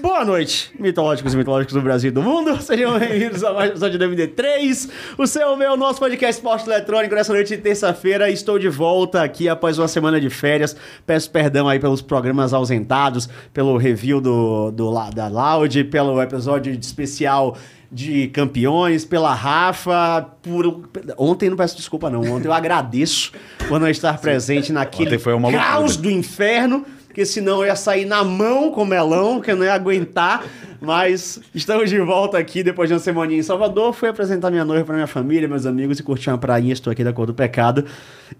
Boa noite, mitológicos e mitológicos do Brasil e do mundo. Sejam bem-vindos a mais um episódio do MD3, o seu, o meu, nosso podcast esporte eletrônico. Nessa noite de terça-feira, estou de volta aqui após uma semana de férias. Peço perdão aí pelos programas ausentados, pelo review do, do La- da Loud, pelo episódio especial de campeões, pela Rafa, por... Ontem não peço desculpa não, ontem eu agradeço por não estar presente naquele Ontem foi uma loucura. caos do inferno, porque senão eu ia sair na mão com o melão, que eu não ia aguentar. Mas estamos de volta aqui depois de uma semaninha em Salvador. Fui apresentar minha noiva para minha família, meus amigos e curtir uma prainha. Estou aqui da cor do pecado.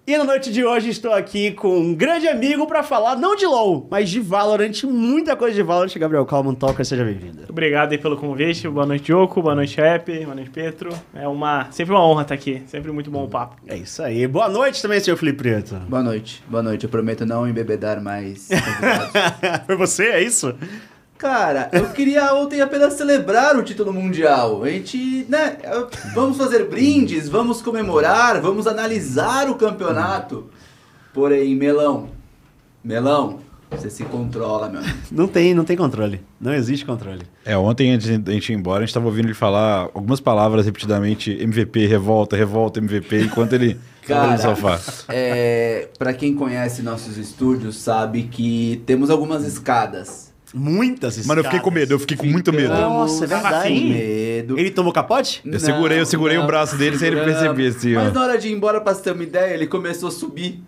E na noite de hoje estou aqui com um grande amigo para falar, não de LoL, mas de Valorant. Muita coisa de Valorant. Gabriel Calman, Talker, seja bem-vindo. Obrigado aí pelo convite. Boa noite, Diogo. Boa noite, App. Boa noite, Petro. É uma... sempre uma honra estar aqui. Sempre muito bom o papo. É isso aí. Boa noite também, senhor Felipe Preto. Boa noite, boa noite. Eu prometo não embebedar mais. convidados. Foi você? É isso? Cara, eu queria ontem apenas celebrar o título mundial. A gente, né? eu- Vamos fazer brindes, vamos comemorar, vamos analisar o campeonato. Porém, Melão, Melão, você se controla, meu amigo. Não tem, não tem controle. Não existe controle. É, ontem antes da gente ir embora, a gente tava ouvindo ele falar algumas palavras repetidamente, MVP, revolta, revolta, MVP, enquanto ele tava Cara. no sofá. É, para quem conhece nossos estúdios sabe que temos algumas escadas. Muitas escadas. Mano, eu fiquei com medo, eu fiquei com muito medo. Ficamos Nossa, é verdade. com Medo. Ele tomou capote? Eu segurei- eu segurei o braço dele sem ele seguramos. perceber, assim, ó. Mas na hora de ir embora, pra você ter uma ideia, ele começou a subir.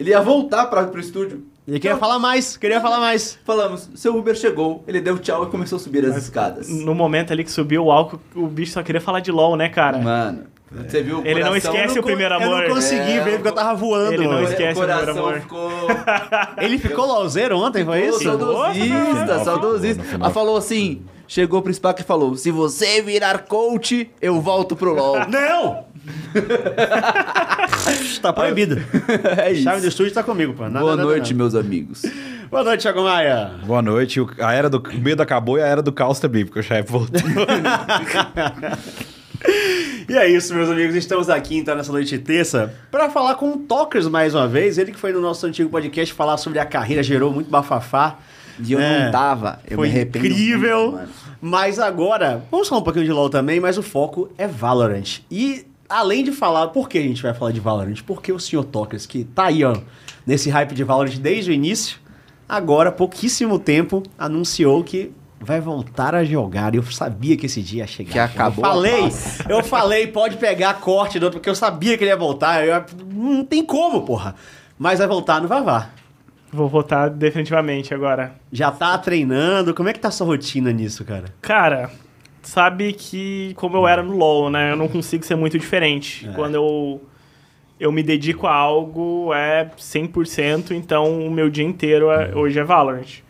Ele ia voltar pra, pro estúdio. Ele queria falar mais, queria falar mais. Falamos, seu Uber chegou, ele deu tchau e começou a subir as escadas. No momento ali que subiu o álcool, o bicho só queria falar de LOL, né, cara? Mano, você viu o Ele não coração esquece no é o primeiro amor. Eu não consegui É, ver porque eu tava voando. ele não mano. cor- esquece o o primeiro coração amor. ficou... Ele ficou lauzeiro ontem, foi Ô, isso? Nossa, saudosista, no saudosista. final. Ela falou assim, chegou pro SPAC e falou, se você virar coach, eu volto pro LoL. Não! tá proibido. é isso. Chave do estúdio tá comigo, pô. Nada, Boa nada, noite, nada. meus amigos. Boa noite, Thiago Maia. Boa noite, o- a era do o medo acabou e a era do caos também, porque o chefe voltou. E é isso, meus amigos. Estamos aqui, então, nessa noite de terça, pra falar com o Tokers mais uma vez. Ele que foi no nosso antigo podcast falar sobre a carreira, gerou muito bafafá. E eu É. não tava. Eu Foi me arrependo incrível. muito, mano. mas agora, vamos falar um pouquinho de LoL também, mas o foco é Valorant. E além de falar, por que a gente vai falar de Valorant? Porque o Sr. Tokers, que tá aí, ó, nesse hype de Valorant desde o início, agora, há pouquíssimo tempo, anunciou que vai voltar a jogar. Eu sabia que esse dia ia chegar. Que acabou a Eu falei, paz. eu falei, pode pegar corte do outro, porque eu sabia que ele ia voltar. Eu- não tem como, porra. Mas vai voltar no Vavá. Vou votar definitivamente agora. Já tá treinando. Como é que tá a sua rotina nisso, cara? Cara, sabe que como eu era no LoL, né? Eu não consigo ser muito diferente. Quando eu, eu me dedico a algo, é 100%, então o meu dia inteiro é- hoje é Valorant.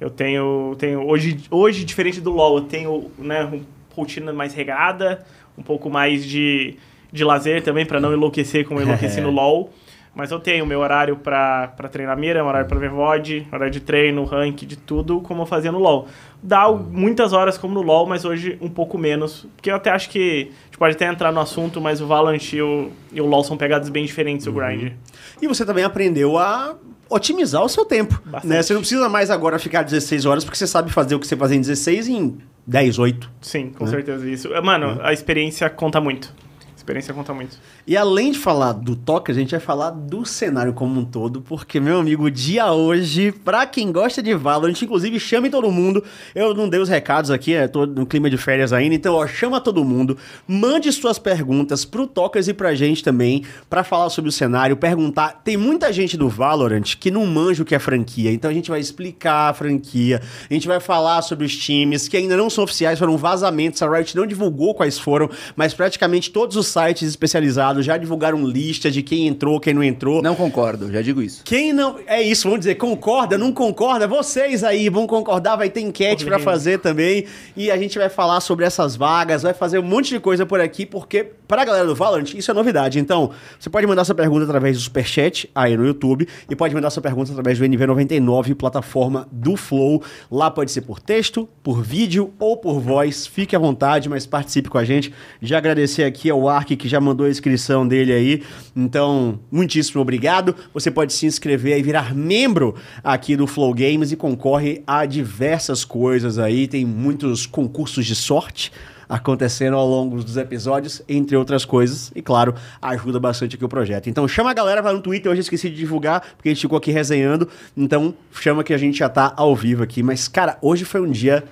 Eu tenho... tenho hoje, hoje, diferente do LoL, eu tenho né, uma rotina mais regada, um pouco mais de, de lazer também, pra não enlouquecer como eu enlouqueci no LoL. Mas eu tenho meu horário pra, pra treinar mira, meu horário pra ver VOD, horário de treino, rank, de tudo, como eu fazia no LoL. Dá o- muitas horas como no LoL, mas hoje um pouco menos. Porque eu até acho que a gente pode até entrar no assunto, mas o Valorant e o, e o LoL são pegadas bem diferentes, o grind. E você também aprendeu a otimizar o seu tempo. Bastante. Né? Você não precisa mais agora ficar 16 horas, porque você sabe fazer o que você fazia em 16 em 10, 8. Sim, com certeza isso. É, Mano, a experiência conta muito. A experiência conta muito. E além de falar do toque, a gente vai falar do cenário como um todo, porque, meu amigo, o dia hoje, pra quem gosta de Valorant, inclusive chame todo mundo. Eu não dei os recados aqui, é, tô no clima de férias ainda, então, ó, chama todo mundo, mande suas perguntas pro Tokers e pra gente também, pra falar sobre o cenário, perguntar. Tem muita gente do Valorant que não manja o que é franquia, então a gente vai explicar a franquia, a gente vai falar sobre os times que ainda não são oficiais, foram vazamentos, a Riot não divulgou quais foram, mas praticamente todos os sites especializados já divulgaram lista de quem entrou, quem não entrou. Não concordo, já digo isso. Quem não. É isso, vamos dizer, concorda, não concorda? Vocês aí vão concordar, vai ter enquete pra Obrigado. fazer também. E a gente vai falar sobre essas vagas, vai fazer um monte de coisa por aqui, porque pra galera do Valorant isso é novidade. Então, você pode mandar sua pergunta através do Superchat aí no YouTube e pode mandar sua pergunta através do NV99, plataforma do Flow. Lá pode ser por texto, por vídeo ou por voz. Fique à vontade, mas participe com a gente. Já agradecer aqui ao Ark Mark, que já mandou a inscrição dele aí. Então, muitíssimo obrigado. Você pode se inscrever e virar membro aqui do Flow Games e concorre a diversas coisas aí. Tem muitos concursos de sorte acontecendo ao longo dos episódios, entre outras coisas. E claro, ajuda bastante aqui o projeto. Então chama a galera, vai no Twitter, hoje eu esqueci de divulgar, porque a gente ficou aqui resenhando. Então chama que a gente já tá ao vivo aqui. Mas, cara, hoje foi um dia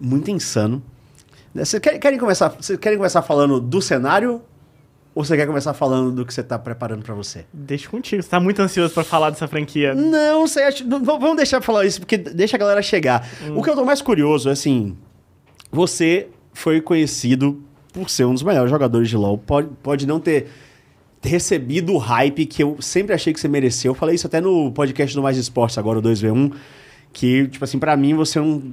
muito insano. Né, Vocês querem, querem começar, vocês querem começar falando do cenário? Ou você quer começar falando do que você tá preparando pra você? Deixa contigo, você tá muito ansioso pra falar dessa franquia. Não, você acha. não, v- Vamos deixar falar isso, porque deixa a galera chegar. O que eu tô mais curioso é assim. Você foi conhecido por ser um dos melhores jogadores de LOL. Pode, pode não ter recebido o hype que eu sempre achei que você mereceu. Eu falei isso até no podcast do Mais Esportes, agora, o 2v1. Que, tipo assim, pra mim você é um.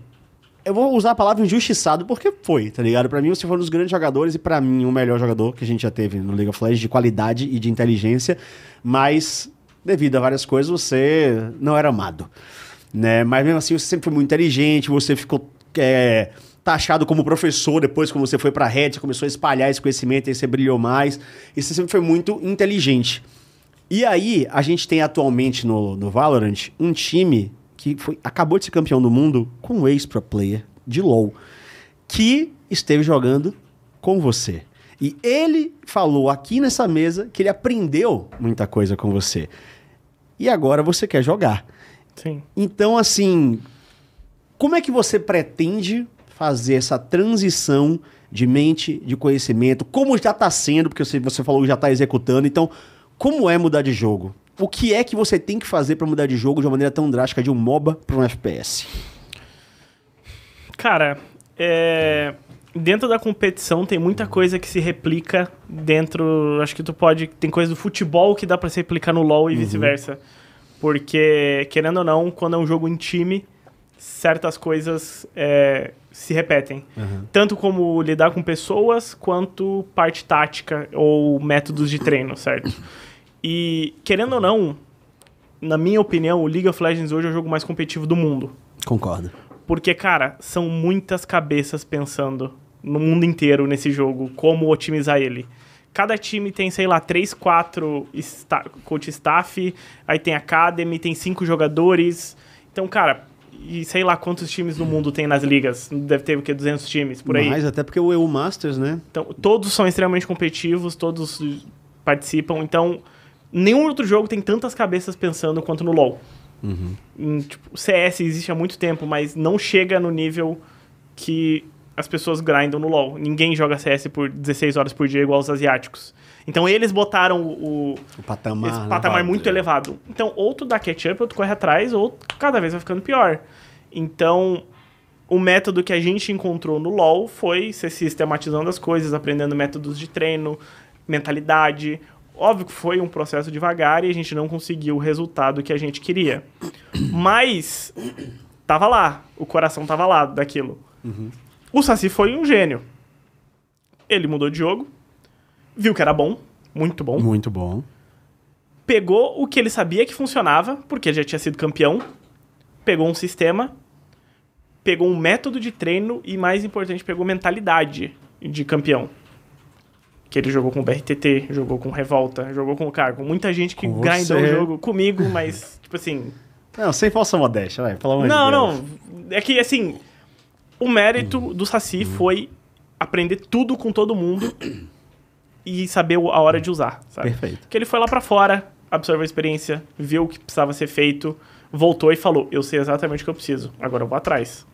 Eu vou usar a palavra injustiçado porque foi, tá ligado? Pra mim você foi um dos grandes jogadores e pra mim o melhor jogador que a gente já teve no League of Legends de qualidade e de inteligência. Mas devido a várias coisas, você não era amado. Né? Mas mesmo assim, você sempre foi muito inteligente, você ficou é, taxado como professor depois, quando você foi pra Red, você começou a espalhar esse conhecimento, aí você brilhou mais. E você sempre foi muito inteligente. E aí, a gente tem atualmente no, no Valorant um time que foi, acabou de ser campeão do mundo com um ex-pro player de LoL, que esteve jogando com você. E ele falou aqui nessa mesa que ele aprendeu muita coisa com você. E agora você quer jogar. Sim. Então, assim, como é que você pretende fazer essa transição de mente, de conhecimento? Como já está sendo, porque você, você falou que já está executando. Então, como é mudar de jogo? O que é que você tem que fazer para mudar de jogo de uma maneira tão drástica de um MOBA para um FPS? Cara, é, dentro da competição tem muita coisa que se replica dentro. Acho que tu pode. Tem coisa do futebol que dá pra se replicar no LoL e vice-versa. Porque, querendo ou não, quando é um jogo em time, certas coisas é, se repetem. Tanto como lidar com pessoas, quanto parte tática ou métodos de treino, certo? E, querendo ou não, na minha opinião, o League of Legends hoje é o jogo mais competitivo do mundo. Concordo. Porque, cara, são muitas cabeças pensando no mundo inteiro nesse jogo, como otimizar ele. Cada time tem, sei lá, 3, 4 sta- coach staff, aí tem academy, tem cinco jogadores. Então, cara, e sei lá quantos times no mundo tem nas ligas. Deve ter o quê? 200 times por aí. Mas até porque o EU Masters, né? Então, todos são extremamente competitivos, todos participam. Então, nenhum outro jogo tem tantas cabeças pensando quanto no LoL. Em, tipo, o CS existe há muito tempo, mas não chega no nível que as pessoas grindam no LoL. Ninguém joga CS por 16 horas por dia igual os asiáticos. Então, eles botaram o, O patamar. esse né? patamar é muito elevado. Então, ou tu dá ketchup, ou tu corre atrás, ou cada vez vai ficando pior. Então, o método que a gente encontrou no LoL foi se sistematizando as coisas, aprendendo métodos de treino, mentalidade. Óbvio que foi um processo devagar e a gente não conseguiu o resultado que a gente queria. Mas, tava lá. O coração tava lá daquilo. Uhum. O Saci foi um gênio. Ele mudou de jogo, viu que era bom, muito bom Muito bom. pegou o que ele sabia que funcionava, porque ele já tinha sido campeão, pegou um sistema, pegou um método de treino e, mais importante, pegou mentalidade de campeão. Que ele jogou com o BRTT, jogou com Revolta, jogou com o Cara, com muita gente que Com grindou o você. jogo comigo, mas, tipo assim. Não, sem falsa modéstia, vai. Pelo amor Não, de Deus. não. É que, assim, o mérito do Saci foi aprender tudo com todo mundo e saber o- a hora de usar, sabe? Perfeito. Que ele foi lá pra fora, absorveu a experiência, viu o que precisava ser feito, voltou e falou: Eu sei exatamente o que eu preciso, agora eu vou atrás.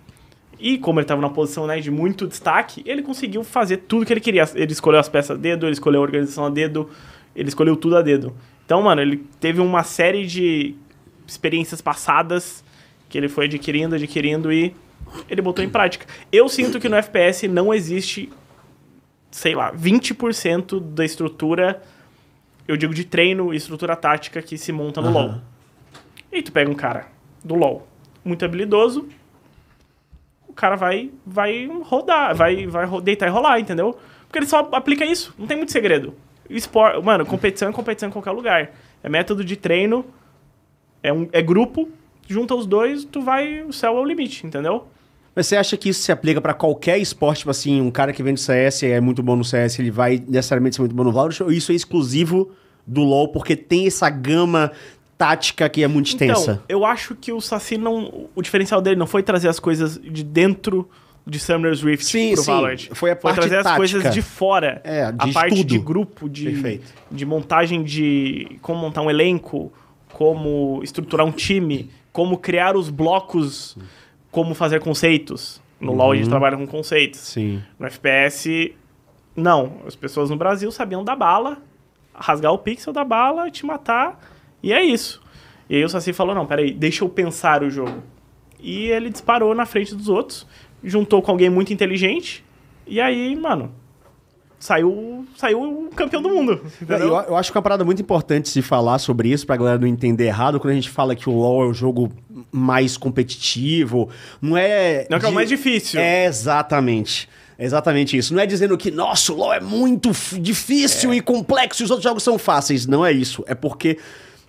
E como ele tava numa posição né, de muito destaque, ele conseguiu fazer tudo que ele queria. Ele escolheu as peças a dedo, ele escolheu a organização a dedo, ele escolheu tudo a dedo. Então, mano, ele teve uma série de experiências passadas que ele foi adquirindo, adquirindo e ele botou em prática. Eu sinto que no FPS não existe, sei lá, 20% da estrutura, eu digo de treino e estrutura tática que se monta no LoL. E tu pega um cara do LoL muito habilidoso, o cara vai vai rodar, vai vai ro- deitar e rolar, entendeu? Porque ele só aplica isso, não tem muito segredo. Espor, mano, competição é competição em qualquer lugar. É método de treino, é um é grupo, junta os dois, tu vai, o céu é o limite, entendeu? Mas você acha que isso se aplica pra qualquer esporte? Tipo assim, um cara que vende CS e é muito bom no CS, ele vai necessariamente ser muito bom no Valorant? Ou isso é exclusivo do LoL porque tem essa gama tática que é muito extensa? Então, eu acho que o Saci não. O diferencial dele não foi trazer as coisas de dentro de Summoner's Rift Sim, pro sim. Valorant. Foi a parte trazer tática. as coisas de fora. É, de a parte estudo. de grupo, de, Perfeito. de montagem de. como montar um elenco, como estruturar um time, como criar os blocos, como fazer conceitos. No LoL a gente trabalha com conceitos. Uhum. Sim. No FPS, não. As pessoas no Brasil sabiam da bala, rasgar o pixel da bala, te matar, e é isso. E aí o Saci falou, não, peraí, deixa eu pensar o jogo. E ele disparou na frente dos outros, juntou com alguém muito inteligente, e aí, mano, saiu, saiu o campeão do mundo. Não, entendeu? Eu, eu acho que é uma parada muito importante se falar sobre isso pra galera não entender errado quando a gente fala que o LoL é o jogo mais competitivo. Não é. Não, que é o de- mais difícil. É exatamente. É Exatamente isso. Não é dizendo que, nossa, o LoL é muito f- difícil É. e complexo e os outros jogos são fáceis. Não é isso. É porque.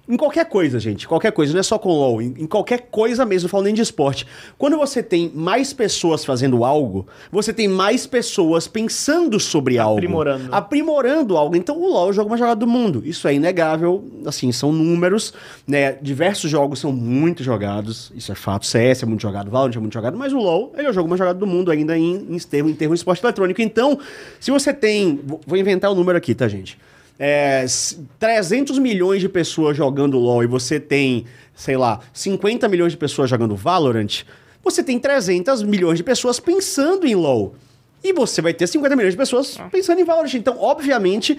Em qualquer coisa, gente, qualquer coisa, não é só com LoL, em, em qualquer coisa mesmo, não falo nem de esporte. Quando você tem mais pessoas fazendo algo, você tem mais pessoas pensando sobre algo. Aprimorando. Aprimorando algo. Então o LoL é o jogo mais jogado do mundo. Isso é inegável, assim, são números, né? Diversos jogos são muito jogados, isso é fato. CS é muito jogado, Valorant é muito jogado, mas o LoL, ele é o jogo mais jogado do mundo ainda em, em termos em termos de esporte eletrônico. Então, se você tem, vou- vou inventar o número aqui, tá, gente? É, s- 300 milhões de pessoas jogando LoL e você tem, sei lá, 50 milhões de pessoas jogando Valorant, você tem 300 milhões de pessoas pensando em LoL. E você vai ter 50 milhões de pessoas Ah. pensando em Valorant. Então, obviamente,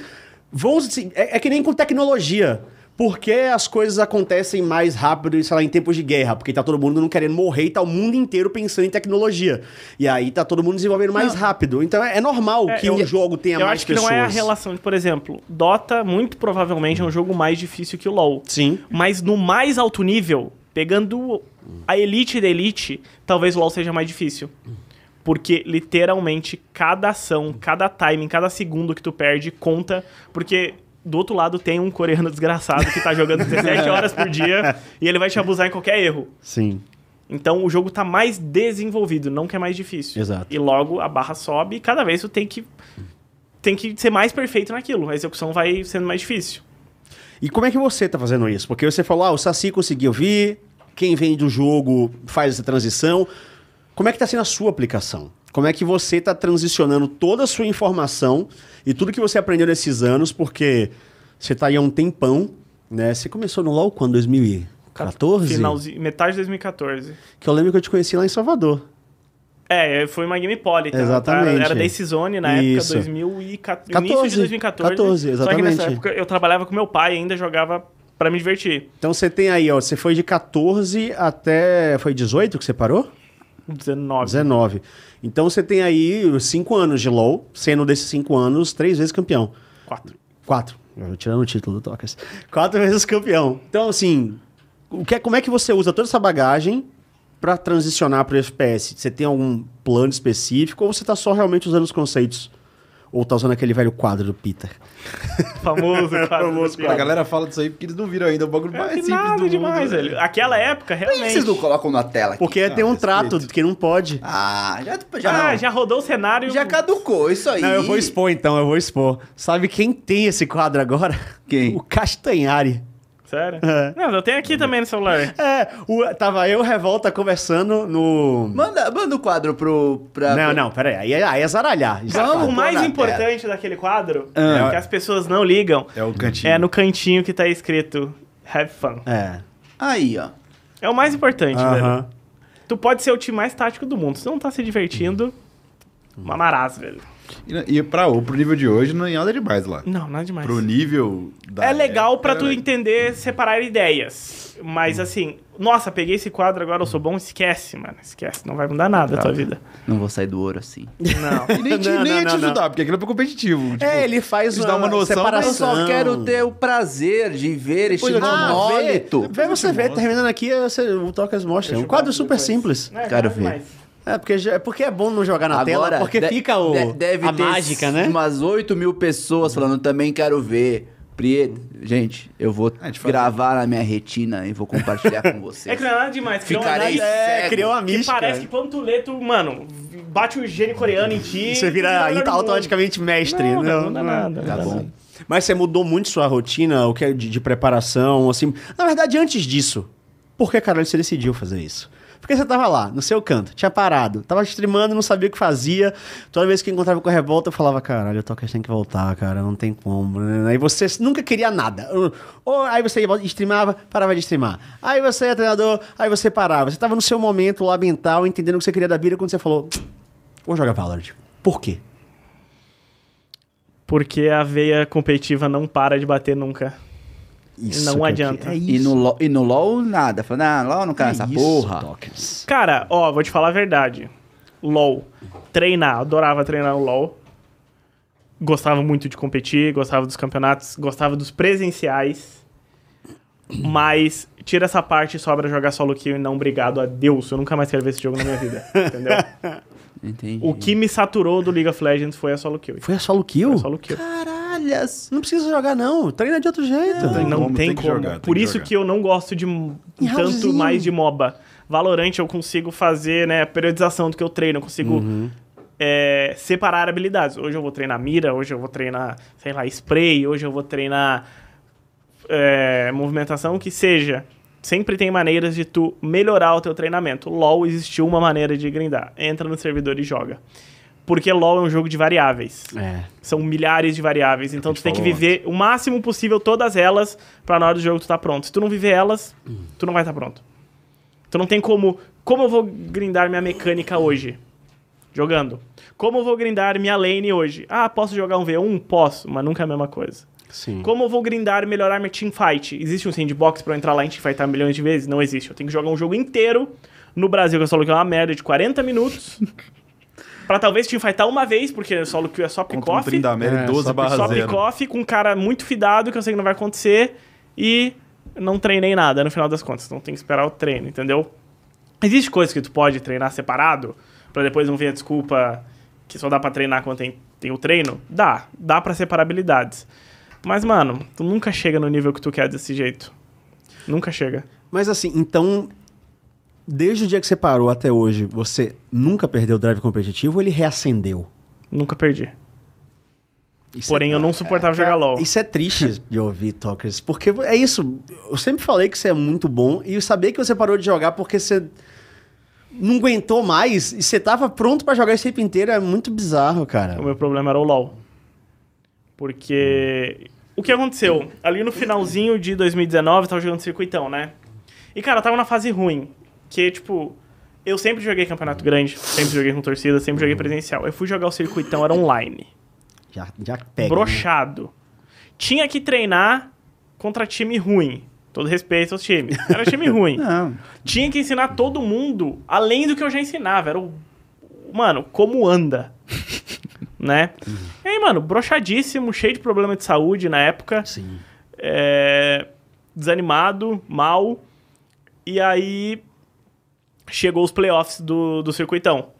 vão se- é, é que nem com tecnologia. Por que as coisas acontecem mais rápido, sei lá, em tempos de guerra? Porque tá todo mundo não querendo morrer e tá o mundo inteiro pensando em tecnologia. E aí tá todo mundo desenvolvendo mais rápido. Então é, é normal É, que eu- um jogo tenha eu mais acho que pessoas. não é a relação. Por exemplo, Dota muito provavelmente é um jogo mais difícil que o LoL. Sim. Mas no mais alto nível, pegando a elite da elite, talvez o LoL seja mais difícil. Porque literalmente cada ação, cada timing, cada segundo que tu perde conta. Porque do outro lado tem um coreano desgraçado que tá jogando 17 horas por dia e ele vai te abusar em qualquer erro. Sim. Então o jogo tá mais desenvolvido, não que é mais difícil. Exato. E logo a barra sobe e cada vez tu tem que tem que ser mais perfeito naquilo. A execução vai sendo mais difícil. E como é que você tá fazendo isso? Porque você falou, ah, o Saci conseguiu vir, quem vende o jogo faz essa transição. Como é que tá sendo a sua aplicação? Como é que você tá transicionando toda a sua informação e tudo que você aprendeu nesses anos? Porque você tá aí há um tempão, né? Você começou no LoL quando? 2014? Finalzinho, metade de 2014. Que eu lembro que eu te conheci lá em Salvador. É, foi uma Game Poly. tá? Exatamente. Era, era Daisy Zone na Isso. época, 2014, 14, início de 2014. 14, Só que nessa exatamente. época eu trabalhava com meu pai e ainda jogava pra me divertir. Então você tem aí, ó, você foi de 14 até. Foi 18 que você parou? 19. 19. Então você tem aí os 5 anos de LoL, sendo desses 5 anos, 3 vezes campeão. Quatro. Quatro. Eu tirando o título do Tocas. Quatro vezes campeão. Então, assim, o que, é- como é que você usa toda essa bagagem pra transicionar pro FPS? Você tem algum plano específico ou você tá só realmente usando os conceitos? Ou tá usando aquele velho quadro do Peter? Famoso quadro. Famoso do A Piauí. galera fala disso aí porque eles não viram ainda o bagulho mais É, simples do nada mundo, demais, né? velho. velho. Aquela época, Por que vocês não realmente. colocam na tela aqui? Porque tem um trato que não pode. Ah, já, já, Ah, já rodou o cenário. já caducou isso aí. Não, eu vou expor então, eu vou expor. Sabe quem tem esse quadro agora? Quem? O Castanhari. Sério? É. Não, eu tenho aqui também no celular. É, o- tava eu e o Revolta conversando no. Manda, manda o quadro pro. Pra, Não, não, peraí. Aí, é- aí é zaralhar. Vamos o pôr mais na importante daquele quadro, Ah. é que as pessoas não ligam, É o cantinho. é no cantinho que tá escrito Have fun. É. Aí, ó. É o mais importante, velho. Aham. Tu pode ser o time mais tático do mundo. Se tu não tá se divertindo, Uhum. mamarás, velho. E, e pra, o- pro nível de hoje não é nada demais lá. Não, nada demais. Pro nível da É legal pra tu época, né? Uhum. entender, separar ideias. Mas assim, nossa, peguei esse quadro, agora eu sou bom, esquece, mano. Esquece, não vai mudar nada a tua vida. Não vou sair do ouro assim. Não. E nem te, Não, nem ia não, te não, não. ajudar, porque um aquilo é competitivo. tipo, É, ele faz Eles dão uma noção, Eu só quero ter o prazer de ver este Depois eu te Ah, monólito. monólito. Vê, você vê, terminando aqui, você, o Tocas mostra. É um quadro super simples. Não, é Quero nada ver. demais. É porque, já- é porque é bom não jogar na tela, porque de- fica o, de- deve a ter mágica, né? umas 8 mil pessoas falando, também quero ver. Prieto, gente, eu vou A gente faz- gravar na minha retina e vou compartilhar com vocês. É que não é nada demais. criou uma Ficarei análise É, Cego. criou uma que mística. parece que pantuleto, mano, bate um gene coreano em ti. Você vira e- é automaticamente mestre. Não, Não, não, dá não é. nada. não Tá dá bom. nada. Mas você mudou muito sua rotina, o que é de, de preparação, assim. Na verdade, antes disso, por que caralho você decidiu fazer isso? Porque você tava lá, no seu canto, tinha parado, tava streamando, não sabia o que fazia. Toda vez que encontrava com a revolta, eu falava, caralho, o Tocas tem que voltar, cara, não tem como. né? Aí você nunca queria nada. Ou aí você ia- streamava, parava de streamar. Aí você era treinador, aí você parava. Você tava no seu momento lá mental, entendendo o que você queria da vida, quando você falou, vou jogar Valorant. Por quê? Porque a veia competitiva não para de bater nunca. Não que é eu adianta. quero. E no, LOL, e no LOL, nada. Falando, ah, LOL não tá cai nessa porra. Cara, ó, vou te falar a verdade. LOL. Treinar, adorava treinar o LOL. Gostava muito de competir, gostava dos campeonatos, gostava dos presenciais. Mas tira essa parte e sobra jogar solo kill e não obrigado a Deus. Eu nunca mais quero ver esse jogo na minha vida, entendeu? Entendi. O que me saturou do League of Legends foi a solo kill. Foi a solo kill? A solo kill. Caralhas. Não precisa jogar, não. Treina de outro jeito. tem não como, tem tem que como. jogar, tem Por que isso jogar. que eu não gosto de m- E tanto Raulzinho? mais de MOBA. Valorant eu consigo fazer, né, a periodização do que eu treino, eu consigo Uhum. é, separar habilidades. Hoje eu vou treinar mira, hoje eu vou treinar, sei lá, spray, hoje eu vou treinar é, movimentação, o que seja. Sempre tem maneiras de tu melhorar o teu treinamento. LoL existiu uma maneira de grindar. Entra no servidor e joga. Porque LoL é um jogo de variáveis. É. São milhares de variáveis, então a gente tu tem que falou viver o máximo possível todas elas pra na hora do jogo tu tá pronto. Se tu não viver elas, tu não vai estar pronto. Tu não tem como, como eu vou grindar minha mecânica hoje jogando. Como eu vou grindar minha lane hoje? Ah, posso jogar um V1? Posso, mas nunca é a mesma coisa. Hum. Sim. Como eu vou grindar e melhorar minha teamfight? Existe um sandbox pra eu entrar lá e teamfightar milhões de vezes? Não existe. Eu tenho que jogar um jogo inteiro no Brasil, que eu solo que é uma merda de 40 minutos. pra talvez teamfightar uma vez, porque solo que é só né? Contra um pick-off. trem da Mary É, 12 só- barra só 0. pick-off com um cara muito fidado, que eu sei que não vai acontecer. E não treinei nada no final das contas. Então tem que esperar o treino, entendeu? Existe coisa que tu pode treinar separado, pra depois não vir a desculpa que só dá pra treinar quando tem, tem o treino? Dá, dá pra separar habilidades. Mas, mano, tu nunca chega no nível que tu quer desse jeito. Nunca chega. Mas assim, então. Desde o dia que você parou até hoje, você nunca perdeu o drive competitivo ou ele reacendeu? Nunca perdi. Isso é Porém, eu não suportava jogar LOL. Isso é triste de ouvir, Tokers, porque é isso. Eu sempre falei que você é muito bom e eu sabia que você parou de jogar porque você não aguentou mais e você tava pronto pra jogar esse tempo inteiro é muito bizarro, cara. O meu problema era o LoL. Porque o que aconteceu? Ali no finalzinho de 2019, eu tava jogando circuitão, né? E cara, eu tava na fase ruim, que tipo, eu sempre joguei campeonato grande, sempre joguei com torcida, sempre joguei presencial. Eu fui jogar o circuitão era online, Já, já pega. né? brochado. Tinha que treinar contra time ruim. Todo respeito aos times. Era time ruim. Não. Tinha que ensinar todo mundo, além do que eu já ensinava. Era o. Mano, como anda. né? E aí, mano, broxadíssimo, cheio de problema de saúde na época. Sim. é, Desanimado, mal. E aí. Chegou os playoffs do, do circuitão.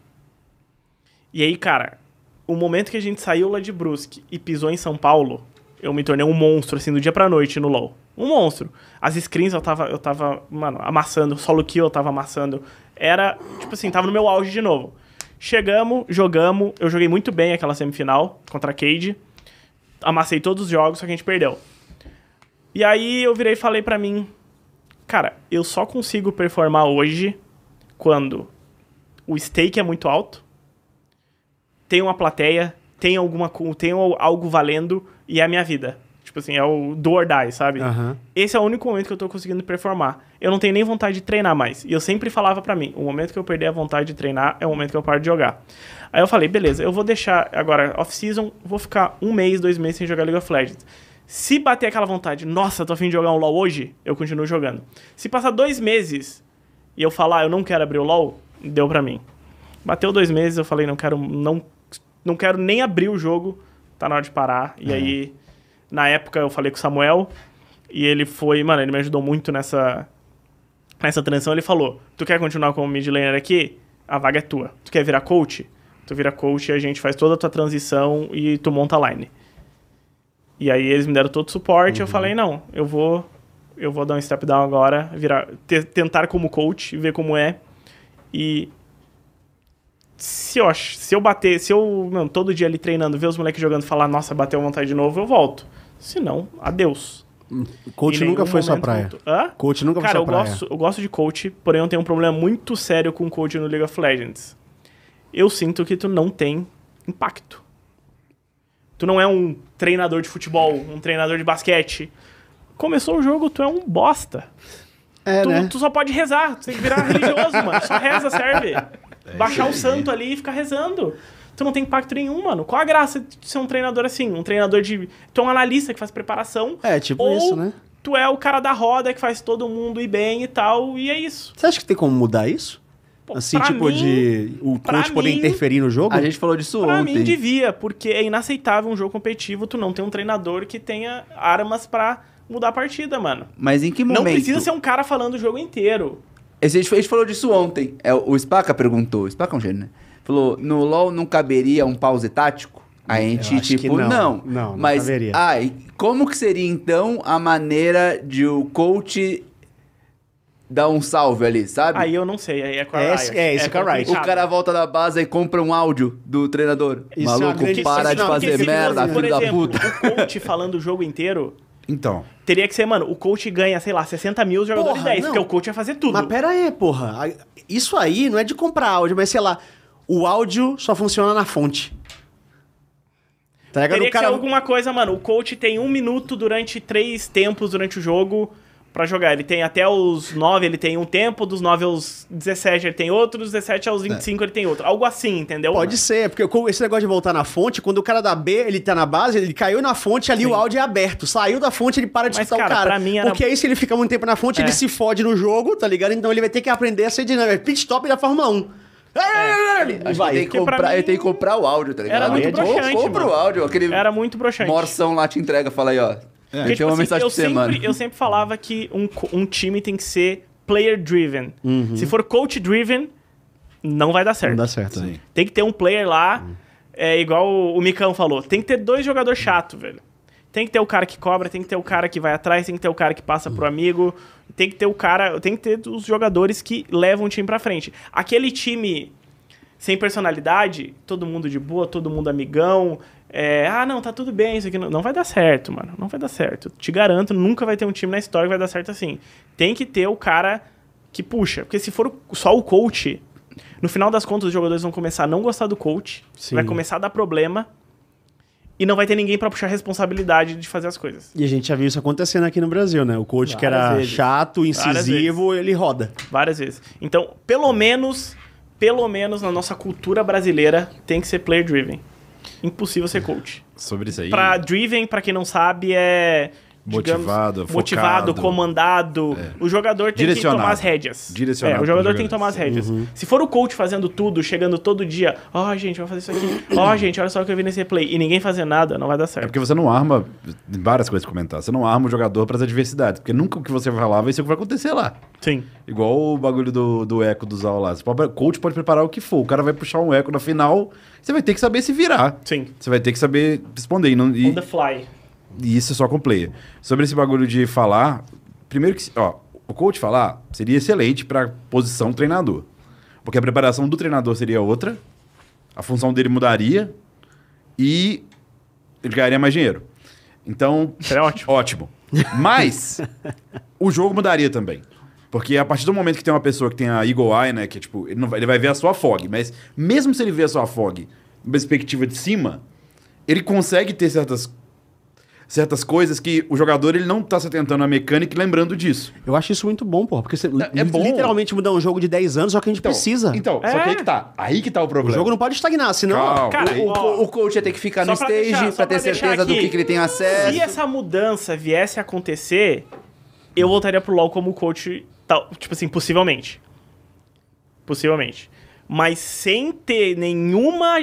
E aí, cara, o momento que a gente saiu lá de Brusque e pisou em São Paulo, eu me tornei um monstro, assim, do dia pra noite no LoL. Um monstro. As screens eu tava, eu tava, mano, amassando. Solo kill eu tava amassando. Era, tipo assim, tava no meu auge de novo. Chegamos, jogamos. Eu joguei muito bem aquela semifinal contra a Cade. Amassei todos os jogos, só que a gente perdeu. E aí eu virei e falei pra mim, cara, eu só consigo performar hoje quando o stake é muito alto, tem uma plateia, tem alguma co- tem al- algo valendo e é a minha vida. Tipo assim, é o do or die, sabe? Aham. Esse é o único momento que eu tô conseguindo performar. Eu não tenho nem vontade de treinar mais. E eu sempre falava pra mim, o momento que eu perder a vontade de treinar é o momento que eu paro de jogar. Aí eu falei, beleza, eu vou deixar agora off-season, vou ficar um mês, dois meses sem jogar League of Legends. Se bater aquela vontade, nossa, tô afim de jogar um LoL hoje, eu continuo jogando. Se passar dois meses e eu falar, "Ah, eu não quero abrir o LoL, deu pra mim. Bateu dois meses, eu falei, não quero, não, não quero nem abrir o jogo, tá na hora de parar. E aí, na época, eu falei com o Samuel, e ele foi, mano, ele me ajudou muito nessa, nessa transição. Ele falou: Tu quer continuar como mid laner aqui? A vaga é tua. Tu quer virar coach? Tu vira coach e a gente faz toda a tua transição e tu monta a line. E aí eles me deram todo o suporte, eu falei, não, eu vou eu vou dar um step down agora, virar, te- tentar como coach, ver como é. E se eu, ach- se eu bater, se eu mano, todo dia ali treinando, ver os moleques jogando e falar, nossa, bateu vontade de novo, eu volto. Se não, adeus. né? Coach Em nunca nenhum foi sua momento praia. voltou. Hã? Coach nunca foi Cara, sua eu praia. gosto, eu gosto de coach, porém eu tenho um problema muito sério com coach no League of Legends. Eu sinto que tu não tem impacto. Tu não é um treinador de futebol, um treinador de basquete. Começou o jogo, tu é um bosta. É, tu, né? tu só pode rezar, tu tem que virar religioso, mano. Só reza, serve. É Baixar o santo ali e ficar rezando. Tu não tem impacto nenhum, mano. Qual a graça de ser um treinador assim? Um treinador de. Tu é um analista que faz preparação. É, tipo Ou isso, né? Tu é o cara da roda que faz todo mundo ir bem e tal, e é isso. Você acha que tem como mudar isso? Pô, Assim, pra tipo, mim, de o pra coach poder mim- interferir no jogo? A gente falou disso Pra ontem. mim devia, porque é inaceitável um jogo competitivo tu não ter um treinador que tenha armas pra mudar a partida, mano. Mas em que Não momento? precisa ser um cara falando o jogo inteiro. Esse- a, gente, a gente falou disso ontem. É, o Spaca perguntou. O Spaca é um gênio, né? Falou, no LoL não caberia um pause tático? A gente, acho que tipo, não. não. Não, não Mas, caberia. ai, como que seria, então, a maneira de o coach dar um salve ali, sabe? Aí eu não sei, aí é com a É, Riot. é, isso é com a Riot. o complicado. cara volta da base e compra um áudio do treinador. Isso é uma Maluco, grande- para isso de não, fazer isso é merda, perigoso, filho da puta. O coach falando o jogo inteiro, Então, teria que ser, mano, o coach ganha, sei lá, 60 mil, os jogadores Porra, 10, não. porque o coach ia fazer tudo. Mas pera aí, porra. A- Isso aí não é de comprar áudio, mas sei lá, o áudio só funciona na fonte. Tá ligado? Teria O cara... que ser alguma coisa, mano. O coach tem um minuto durante três tempos durante o jogo pra jogar. Ele tem até os nove, ele tem um tempo, dos nove aos 17 ele tem outro, dos 17 É. aos 25 ele tem outro. Algo assim, entendeu? Pode ser. ser, porque com esse negócio de voltar na fonte, quando o cara da B, ele tá na base, ele caiu na fonte, ali o áudio é aberto. Saiu da fonte, ele para de Mas, escutar cara, o cara. pra mim era- Porque aí, se ele fica muito tempo na fonte, É. ele se fode no jogo, tá ligado? Então ele vai ter que aprender a ser dinâmico. É Pit stop da Fórmula É, 1. E Acho que vai. tem que Porque pra comprar, mim- eu tenho que comprar o áudio, tá ligado? Era muito Eu compro- broxante, Compra o mano. áudio, aquele Era muito broxante. morção lá te entrega, fala aí, ó. É. Eu Porque, tinha tipo uma assim, mensagem eu pra você, mano. sempre, eu sempre falava que um, co- um time tem que ser player driven. Uhum. Se for coach driven, não vai dar certo. Não dá certo. né? sim. Tem que ter um player lá, Uhum. é igual o o Micão falou. Tem que ter dois jogadores chato, velho. Tem que ter o cara que cobra, tem que ter o cara que vai atrás, tem que ter o cara que passa Uhum. pro amigo, tem que ter o cara, tem que ter os jogadores que levam o time pra frente. Aquele time sem personalidade, todo mundo de boa, todo mundo amigão, é, ah, não, tá tudo bem, isso aqui não, não vai dar certo, mano. Não vai dar certo. Te garanto, nunca vai ter um time na história que vai dar certo assim. Tem que ter o cara que puxa, porque se for o- só o coach, no final das contas os jogadores vão começar a não gostar do coach, Sim. vai começar a dar problema e não vai ter ninguém pra puxar a responsabilidade de fazer as coisas. E a gente já viu isso acontecendo aqui no Brasil, né? O coach que Várias era vezes. chato, incisivo, ele roda. Várias vezes. Então, pelo menos, pelo menos na nossa cultura brasileira tem que ser player driven. Impossível ser coach. sobre isso aí. Pra driven, pra quem não sabe, é digamos, Motivado, focado. É. motivado, comandado. O jogador tem que Direcionado. tomar as rédeas. Direcionado É, o jogador pro tem que tomar as jogador. rédeas. Se for o coach fazendo tudo, chegando todo dia, ó, gente, vamos fazer isso aqui. Ó, gente, olha só o que eu vi nesse play e ninguém fazer nada, não vai dar É certo. porque você não arma várias coisas pra comentar. Você não arma o jogador pras adversidades, porque nunca o que você vai falar vai ser o que vai acontecer lá. Sim. Igual o bagulho do, do eco do Zal lá. Você pode- O coach pode preparar o que for. O cara vai puxar um eco na final, você vai ter que saber se virar. Sim. Você vai ter que saber responder. E, não- e- On the fly. e isso é só com player. Sobre esse bagulho de falar, primeiro que, se- ó, o coach falar seria excelente pra posição treinador. Porque a preparação do treinador seria outra, a função dele mudaria e ele ganharia mais dinheiro. Então, Seria ótimo. ótimo. Mas o jogo mudaria também. Porque a partir do momento que tem uma pessoa que tem a Eagle Eye, né? Que, tipo, ele, não vai, ele vai ver a sua fog. Mas mesmo se ele ver a sua fog em perspectiva de cima, ele consegue ter certas, certas coisas que o jogador ele não tá se atentando à mecânica e lembrando disso. Eu acho isso muito bom, porra, porque você é bom. literalmente mudar um jogo de 10 anos, só que a gente precisa. Então, só que É. aí que tá. Aí que tá o O problema. jogo não pode estagnar, senão. Calma. Cara, aí- O, co- o coach ia ter que ficar Só no pra stage deixar- só pra pra ter deixar certeza do aqui. é- que, que ele tem acesso. Se essa mudança viesse a acontecer, eu voltaria pro LoL como coach, tal, tipo assim, possivelmente. Possivelmente. Mas sem ter nenhuma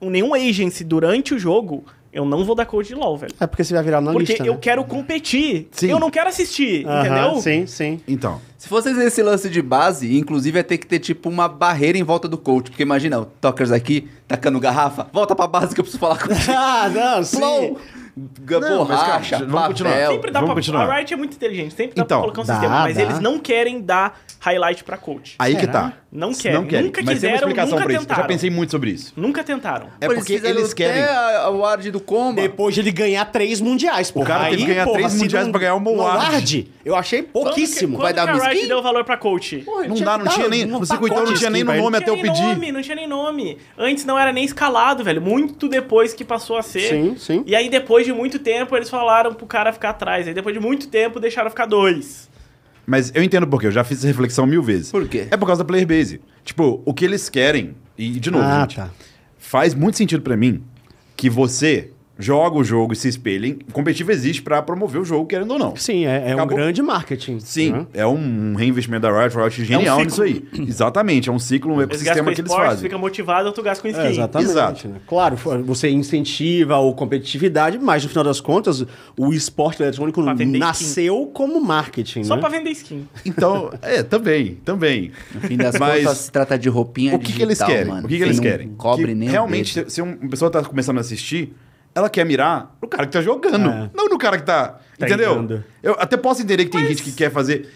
nenhum agency durante o jogo, eu não vou dar coach de LoL, velho. É porque você vai virar Porque analista. eu né? quero competir. Sim. Eu não quero assistir, Aham, entendeu? Sim, sim. Então, Se fosse esse lance de base, inclusive ia ter que ter tipo uma barreira em volta do coach. Porque imagina, o Tokers aqui tacando garrafa, volta pra base que eu preciso falar com você. Ah, não, sim. Flow! Ga- borracha, vamos continuar. papel. Sempre dá vamos pra, continuar. A Riot é muito inteligente, sempre dá Então, pra colocar um dá, sistema, mas dá. eles não querem dar highlight pra coach. Aí que Será? tá. Não Não querem, querem, nunca mas tem uma quiseram, explicação nunca pra isso. Eu já tentaram. pensei muito sobre isso. Nunca tentaram. É porque fizeram eles querem. Até a- o ar do Comba. Depois de ele ganhar três mundiais, pô. cara teve que ganhar três mundiais pra ganhar uma award. Eu achei pouquíssimo. Quando que, tá Vai dar quando que a miss Riot skin? deu valor pra coach? Porra, Não dá, não que tinha dar nem. um No circuitão pacote não de tinha nem skin no pra ele. nome até eu Não tinha nem pedir. nome, não tinha nem nome. Antes não era nem escalado, velho. Muito depois que passou a ser. Sim, sim. E aí, depois de muito tempo, eles falaram pro cara ficar atrás. Aí, depois de muito tempo, deixaram ficar dois. É Mas eu entendo por quê, eu já fiz essa reflexão mil vezes. Por quê? É por causa da player base. Tipo, o que eles querem, e de novo, Ah, gente, tá. faz muito sentido pra mim que você joga o jogo e se espelhem. O competitivo existe pra promover o jogo, querendo ou não. Sim, é, é um Acabou. grande marketing. Sim, né? é um reinvestimento da Riot, Riot genial nisso um ciclo. aí. Exatamente, é um ciclo, um Eles gastam ecossistema com que eles esporte, fazem. fica motivado, tu gasta com skin. É, exatamente. Exato. né? Claro, fo- você incentiva a competitividade, mas no final das contas, o esporte eletrônico Pra vender nasceu como marketing, Só né? pra vender skin. Então, é, também, também. No fim das Mas- contas, se trata de roupinha o que, que digital, eles querem? mano. O que, que Você eles não querem? cobre que nem o realmente, dedo. se um- uma pessoa tá começando a assistir, ela quer mirar no cara que tá jogando, É. não no cara que tá. Tá entendeu? entrando. Eu até posso entender que tem gente que quer fazer.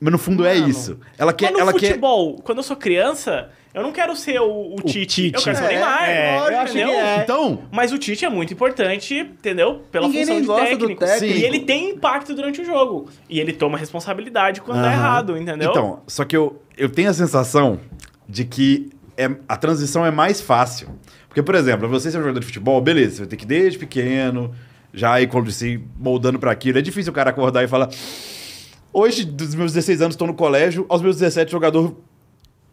Mas no fundo é Mano. isso. Ela quer. Mas no Ela quer futebol, quando eu sou criança, eu não quero ser o, o, Tite. Eu quero ser o É, Neymar, é, eu lógico, acho que entendeu? é. Então, Mas o Tite é muito importante, entendeu? Pela Ninguém função nem de gosta do técnico. técnico. E ele tem impacto durante o jogo. E ele toma responsabilidade quando tá Aham. errado, entendeu? então, só que eu, eu tenho a sensação de que é, a transição é mais fácil. Porque, por exemplo, você ser um jogador de futebol, beleza, você vai ter que ir desde pequeno, já ir quando se moldando pra aquilo. É difícil o cara acordar e falar. Hoje, dos meus 16 anos, estou no colégio, aos meus 17, jogador,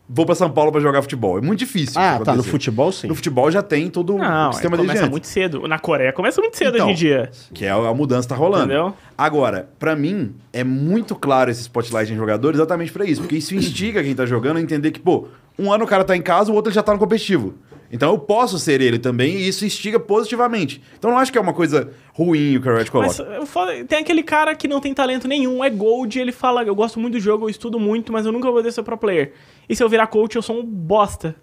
vou pra São Paulo pra jogar futebol. É muito difícil. isso Ah, tá. No acontecer. futebol, sim. No futebol já tem todo Não, o sistema é, de começa muito cedo. Na Coreia começa muito cedo Então. hoje em dia. que é a a mudança que tá rolando. Entendeu? Agora, pra mim, é muito claro esse spotlight em jogador exatamente pra isso, porque isso instiga quem tá jogando a entender que, pô, um ano o cara tá em casa, o outro ele já tá no competitivo. Então eu posso ser ele também e isso instiga positivamente. Então eu não acho que é uma coisa ruim o que a Riot Mas coloca. eu falo- tem aquele cara que não tem talento nenhum, é gold, ele fala, eu gosto muito do jogo, eu estudo muito, mas eu nunca vou ser pro player. E se eu virar coach, eu sou um bosta.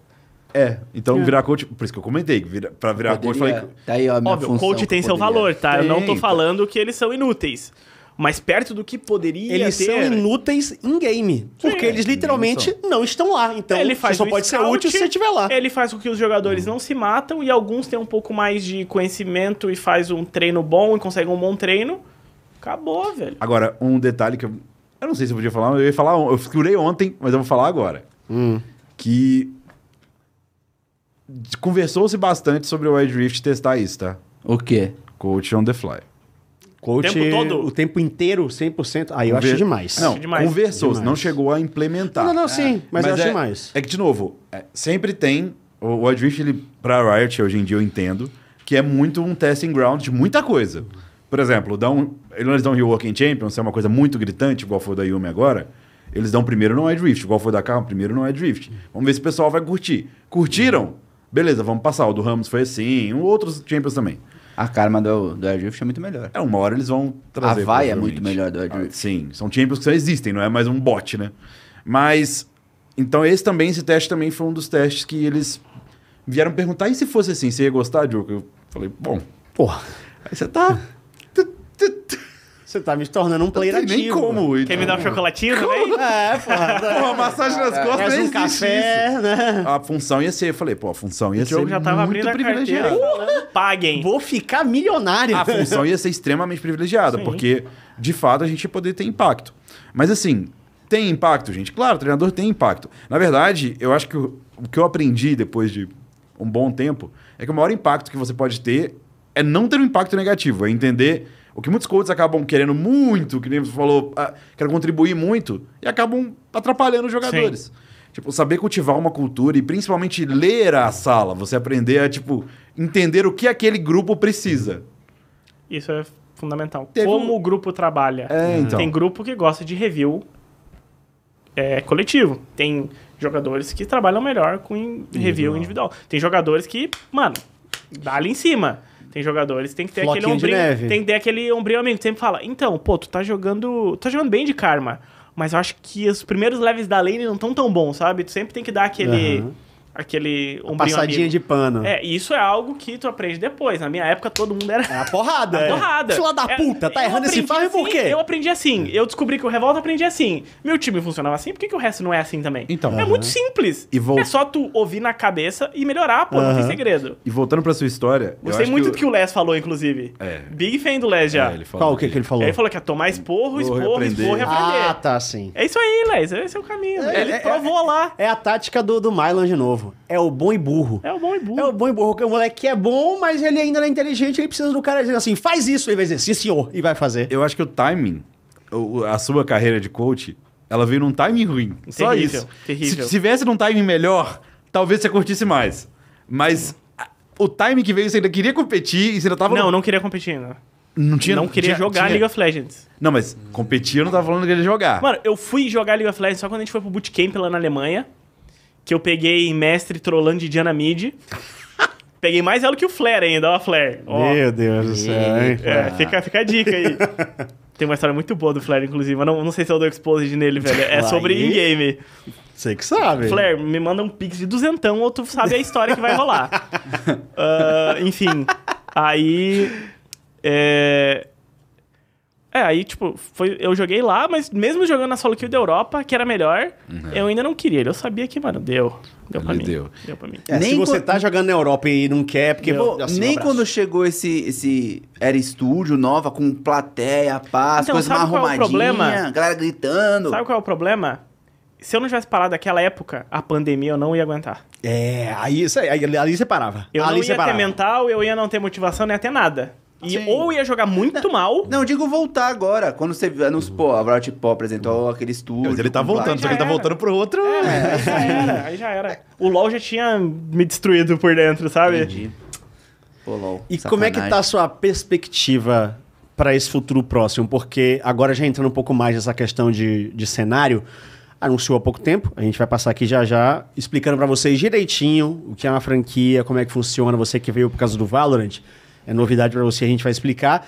É, então virar coach, por isso que eu comentei, que vira, pra virar coach, eu Poderia- falei, Tá aí, ó, a minha Óbvio, o função coach que tem eu seu poderia. valor, tá? eu não Tem, tô tá. falando que eles são inúteis. Mas perto do que poderia Eles ter... são inúteis em game. Porque eles literalmente não estão lá. Então, ele faz você só um pode ser scout, útil se você estiver lá. Uhum. Ele faz com que os jogadores não se matam e alguns têm um pouco mais de conhecimento e faz um treino bom e conseguem um bom treino. Acabou, velho. Agora, um detalhe que eu. Eu não sei se eu podia falar, eu ia falar. on- Eu segurei ontem, mas eu vou falar agora. Que. Conversou-se bastante sobre o Wild Rift testar isso, tá? O quê? Coach on the fly. Coach, tempo todo? O tempo inteiro, 100%. Aí eu Conver- achei demais. Não, Acho demais. conversou-se, Demais. não chegou a implementar. não, não, não, sim. Mas, eu é, achei demais. É que, de novo, é, sempre tem. O, o Wild Rift, ele, pra Riot, hoje em dia eu entendo, que é muito um testing ground de muita coisa. Por exemplo, dá um, eles dão Reworking Champions, é uma coisa muito gritante, igual foi o da Yumi agora. Eles dão primeiro no Wild Rift, igual foi o da Carro, primeiro no Wild Rift. Vamos ver se o pessoal vai curtir. Curtiram? Beleza, vamos passar. O do Ramos foi assim, outros Champions também. A karma do, do Airdraft é muito melhor. É, uma hora eles vão trazer. A vaia é provavelmente. muito melhor do Ed Ah, Reed. Sim, são Champions que só existem, não é mais um bot, né? Mas, então esse também, esse teste também foi um dos testes que eles vieram perguntar, e se fosse assim, você ia gostar, Diogo? Eu falei, bom, Porra, aí você tá... tu- tu- tu- você tá me tornando um player Não tem ativo. nem como. então." Quer me É, dar Uhum. um chocolatinho também? É, porra. Porra, massagem nas costas Traz não um existe café, né? isso. A função ia ser, eu falei, pô, a função ia O jogo ser já tava muito abrindo a carteira. privilegiada. falando, Paguem. Vou ficar milionário. a função ia ser extremamente privilegiada, Sim. porque de fato a gente ia poder ter impacto. Mas assim, tem impacto, gente? Claro, o treinador tem impacto. Na verdade, eu acho que o, o que eu aprendi depois de um bom tempo é que o maior impacto que você pode ter é não ter um impacto negativo, é entender o que muitos coaches acabam querendo muito, que nem você falou, ah, quero contribuir muito, e acabam atrapalhando os jogadores. Tipo, saber cultivar uma cultura e principalmente ler a sala, você aprender a, tipo, entender o que aquele grupo precisa. Isso é fundamental. Teve um Como o grupo trabalha. É, Uhum. então. Tem grupo que gosta de review é, coletivo. Tem jogadores que trabalham melhor com in- review individual. Tem jogadores que, mano, dá ali em cima. Tem jogadores que tem que ter Floquinho aquele de ombrinho. neve. Tem que ter aquele ombrinho amigo. que Sempre fala, então, pô, tu tá jogando. Tu tá jogando bem de karma. Mas eu acho que os primeiros levels da lane não estão tão bons, sabe? Tu sempre tem que dar aquele. Aham. aquele ombrinho Passadinha um amigo. de pano. É, e isso é algo que tu aprende depois. Na minha época, todo mundo era É a porrada. É. é. porrada. Fila da É, puta, tá eu errando esse aprendi farm por assim, quê? Eu aprendi assim. Eu descobri que o Revolta aprendi assim. Meu time funcionava assim, por que, que o resto não é assim também? Então. É Aham. muito simples. E vou- É só tu ouvir na cabeça e melhorar, pô. Não tem Aham. segredo. E voltando pra sua história. eu Gostei acho muito eu- do que o Les falou, inclusive. É. Big fan do Les já. É, ele falou Qual o que, que ele falou? Ele falou que ia tomar esporro, Vou esporro, reaprender. esporro e aprender. Ah, tá, sim. É isso aí, Les. Esse é o caminho. É, ele é, provou lá. É a tática do, do Mylan de novo. É o bom e burro. É o bom e burro. É o bom e burro. porque O moleque é bom, mas ele ainda não é inteligente. Ele precisa do cara dizendo assim, faz isso. Ele vai dizer, sim, senhor. E vai fazer. Eu acho que o timing, o- a sua carreira de coach, ela veio num timing ruim. Só Terrível, isso. terrível. Se tivesse num timing melhor, talvez você curtisse mais. Mas a- o timing que veio, você ainda queria competir e você ainda tava. Não, no- não queria competir ainda. não tinha. não queria tinha- jogar tinha- League of Legends. Não, mas competir eu não tava falando que ele ia jogar. Mano, eu fui jogar League of Legends só quando a gente foi pro bootcamp lá na Alemanha. Que eu peguei mestre trollando de Diana Mid. peguei mais ela que o Flare ainda, ó, Flare. Ó, Deus do céu. hein? é, fica, fica a dica aí. Tem uma história muito boa do Flare, inclusive. mas não, não sei se eu dou exposed nele, velho. É Aí. sobre in-game. Você que sabe. Flare, me manda um pix de duzentão ou tu sabe a história que vai rolar. Ah, enfim, aí... É... É, aí, tipo, foi, eu joguei lá, mas mesmo jogando na solo kill da Europa, que era melhor, Uhum. eu ainda não queria ele. Eu sabia que, mano, deu. Deu pra Ele mim. deu. Deu pra mim. É, se Nem você quan- tá jogando na Europa e não quer, porque... Meu, assim, um Nem abraço. quando chegou esse, esse Era Estúdio nova, com plateia, paz, Então, coisa mais sabe qual é o arrumadinha, problema? galera gritando. Sabe qual é o problema? Se eu não tivesse parado naquela época, a pandemia eu não ia aguentar. É, aí, isso aí, aí- ali você parava. Eu ali não você ia ter parava. mental, eu ia não ter motivação, não ia ter nada. E Sim. ou ia jogar muito mal... Não, eu digo voltar agora. Quando você viu, nos pô, a Riot Pop apresentou aquele estúdio. Mas ele tá com voltando, plateia. só que ele tá Já era. voltando pro outro. É, aí já era, aí já era. O LoL já tinha me destruído por dentro, sabe? Entendi. Pô, lol, E como é que tá a sacanagem. sua perspectiva para esse futuro próximo? Porque agora já entrando um pouco mais nessa questão de, de cenário, anunciou há pouco tempo, a gente vai passar aqui já já explicando para vocês direitinho o que é uma franquia, como é que funciona, você que veio por causa do Valorant, é novidade para você, a gente vai explicar.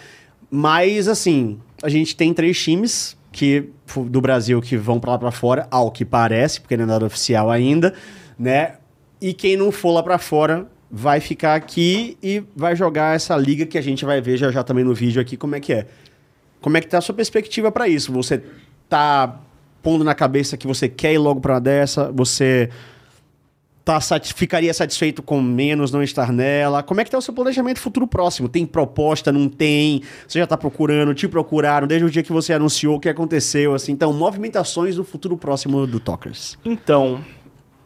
Mas assim, a gente tem três times que fu- do Brasil que vão para lá para fora, ao que parece, porque não é nada oficial ainda, né? E quem não for lá pra fora vai ficar aqui e vai jogar essa liga que a gente vai ver já já também no vídeo aqui como é que é. Como é que tá a sua perspectiva pra isso? Você tá pondo na cabeça que você quer ir logo pra dessa? Você tá sati- ficaria satisfeito com menos não estar nela? Como é que tá o seu planejamento futuro próximo? Tem proposta, não tem? Você já tá procurando, te procuraram desde o dia que você anunciou, o que aconteceu assim? Então, movimentações do futuro próximo do Talkers. Então,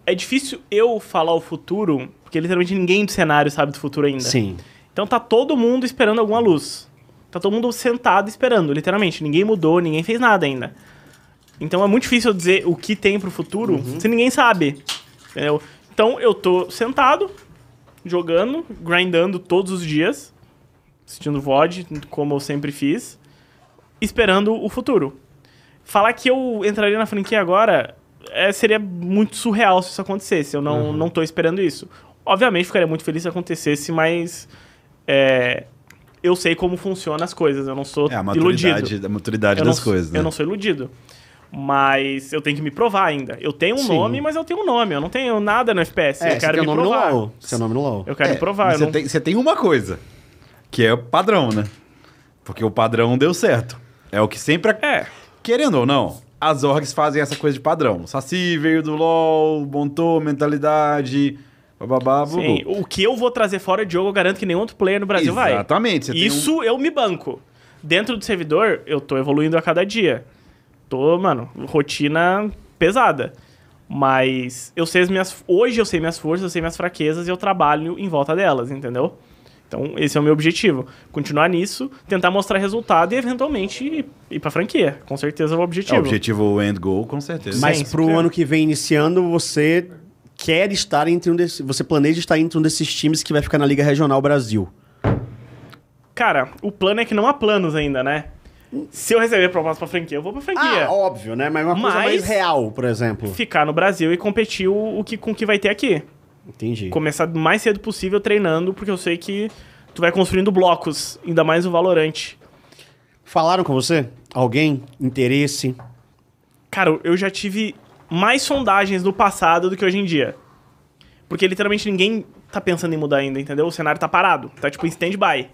é difícil eu falar o futuro, porque literalmente ninguém do cenário sabe do futuro ainda. Sim. Então tá todo mundo esperando alguma luz. Tá todo mundo sentado esperando, literalmente. Ninguém mudou, ninguém fez nada ainda. Então é muito difícil eu dizer o que tem pro futuro Uhum. se ninguém sabe. Entendeu? Então eu tô sentado, jogando, grindando todos os dias, assistindo VOD, como eu sempre fiz, esperando o futuro. Falar que eu entraria na franquia agora é, seria muito surreal se isso acontecesse. Eu Uhum. não, não tô esperando isso. Obviamente ficaria muito feliz se acontecesse, mas é, eu sei como funcionam as coisas. Eu não sou É a iludido. maturidade, a maturidade Eu das não, coisas, né? Eu não sou iludido. Mas eu tenho que me provar ainda. Eu tenho um Sim. nome, mas eu tenho um nome. Eu não tenho nada no FPS. eu É, você quero tem me o nome no provar. LOL. Seu nome no LOL. Eu quero É, me provar. mas Eu você, não... tem, você tem uma coisa, que é o padrão, né? Porque o padrão deu certo. É o que sempre. ac- É. Querendo ou não, as orgs fazem essa coisa de padrão. Saci veio do LOL, Bontou, mentalidade, bababá, bubu. Sim, o que eu vou trazer fora de jogo, eu garanto que nenhum outro player no Brasil vai. Exatamente, você tem um é Isso é eu me banco. Dentro do servidor, eu tô evoluindo a cada dia. Tô, mano, rotina pesada. Mas eu sei as minhas. Hoje eu sei minhas forças, eu sei minhas fraquezas e eu trabalho em volta delas, entendeu? Então, esse é o meu objetivo. Continuar nisso, tentar mostrar resultado e eventualmente ir, ir pra franquia. Com certeza é o É objetivo. o objetivo end goal, com certeza. Mas Sim, pro sim. ano que vem iniciando, você quer estar entre um desses. Você planeja estar entre um desses times que vai ficar na Liga Regional Brasil. Cara, o plano é que não há planos ainda, né? Se eu receber proposta pra franquia, eu vou pra franquia. Ah, óbvio, né? Mas uma coisa Mas- mais real, por exemplo. ficar no Brasil e competir o, o que, com o que vai ter aqui. Entendi. Começar o mais cedo possível treinando, porque eu sei que tu vai construindo blocos, ainda mais o Valorante. Falaram com você? Alguém? Interesse? Cara, eu já tive mais sondagens no passado do que hoje em dia. Porque literalmente ninguém tá pensando em mudar ainda, entendeu? O cenário tá parado. Tá tipo em stand-by.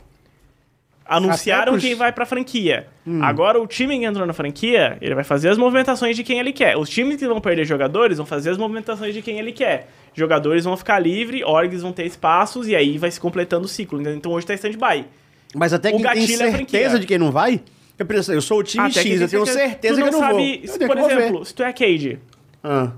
Anunciaram Até pros- Hum. quem vai pra franquia. Agora o time que entrou na franquia, ele vai fazer as movimentações de quem ele quer. Os times que vão perder jogadores vão fazer as movimentações de quem ele quer. Jogadores vão ficar livre, orgs vão ter espaços e aí vai se completando o ciclo. entendeu? Então hoje tá stand-by. Mas até que O tem gatilho é certeza franquia. de quem não vai? Eu penso, eu sou o time Até que X, eu tenho certeza Ah, tu que eu não sabe, vou. Eu se- tenho por que Hum. vou ver. exemplo, se tu é Cade, Ah.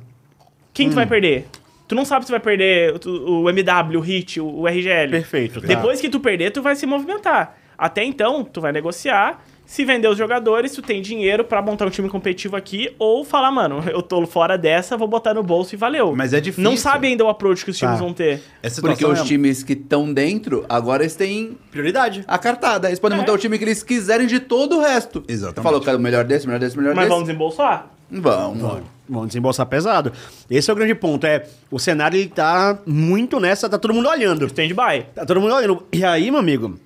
quem tu vai perder? Tu não sabe se vai perder tu- o MW, o Hit, o, o RGL. Perfeito, tá. Depois que tu perder, tu vai se movimentar. Até então, tu vai negociar. Se vender os jogadores, tu tem dinheiro pra montar um time competitivo aqui ou falar, mano, eu tô fora dessa, vou botar no bolso e valeu. Mas é difícil. Não sabe ainda o approach que os times Tá. vão ter. Essa Porque situação os é- times que estão dentro, agora eles têm Prioridade. a cartada. Eles É. podem montar o time que eles quiserem de todo o resto. Exatamente. Falou, cara, o melhor desse, o melhor desse, o melhor Mas vamos desse. desembolsar? Vamos. Bom, Vamos desembolsar pesado. Esse é o grande ponto, é o cenário ele tá muito nessa, tá todo mundo olhando. Stand-by. Tá todo mundo olhando. E aí, meu amigo,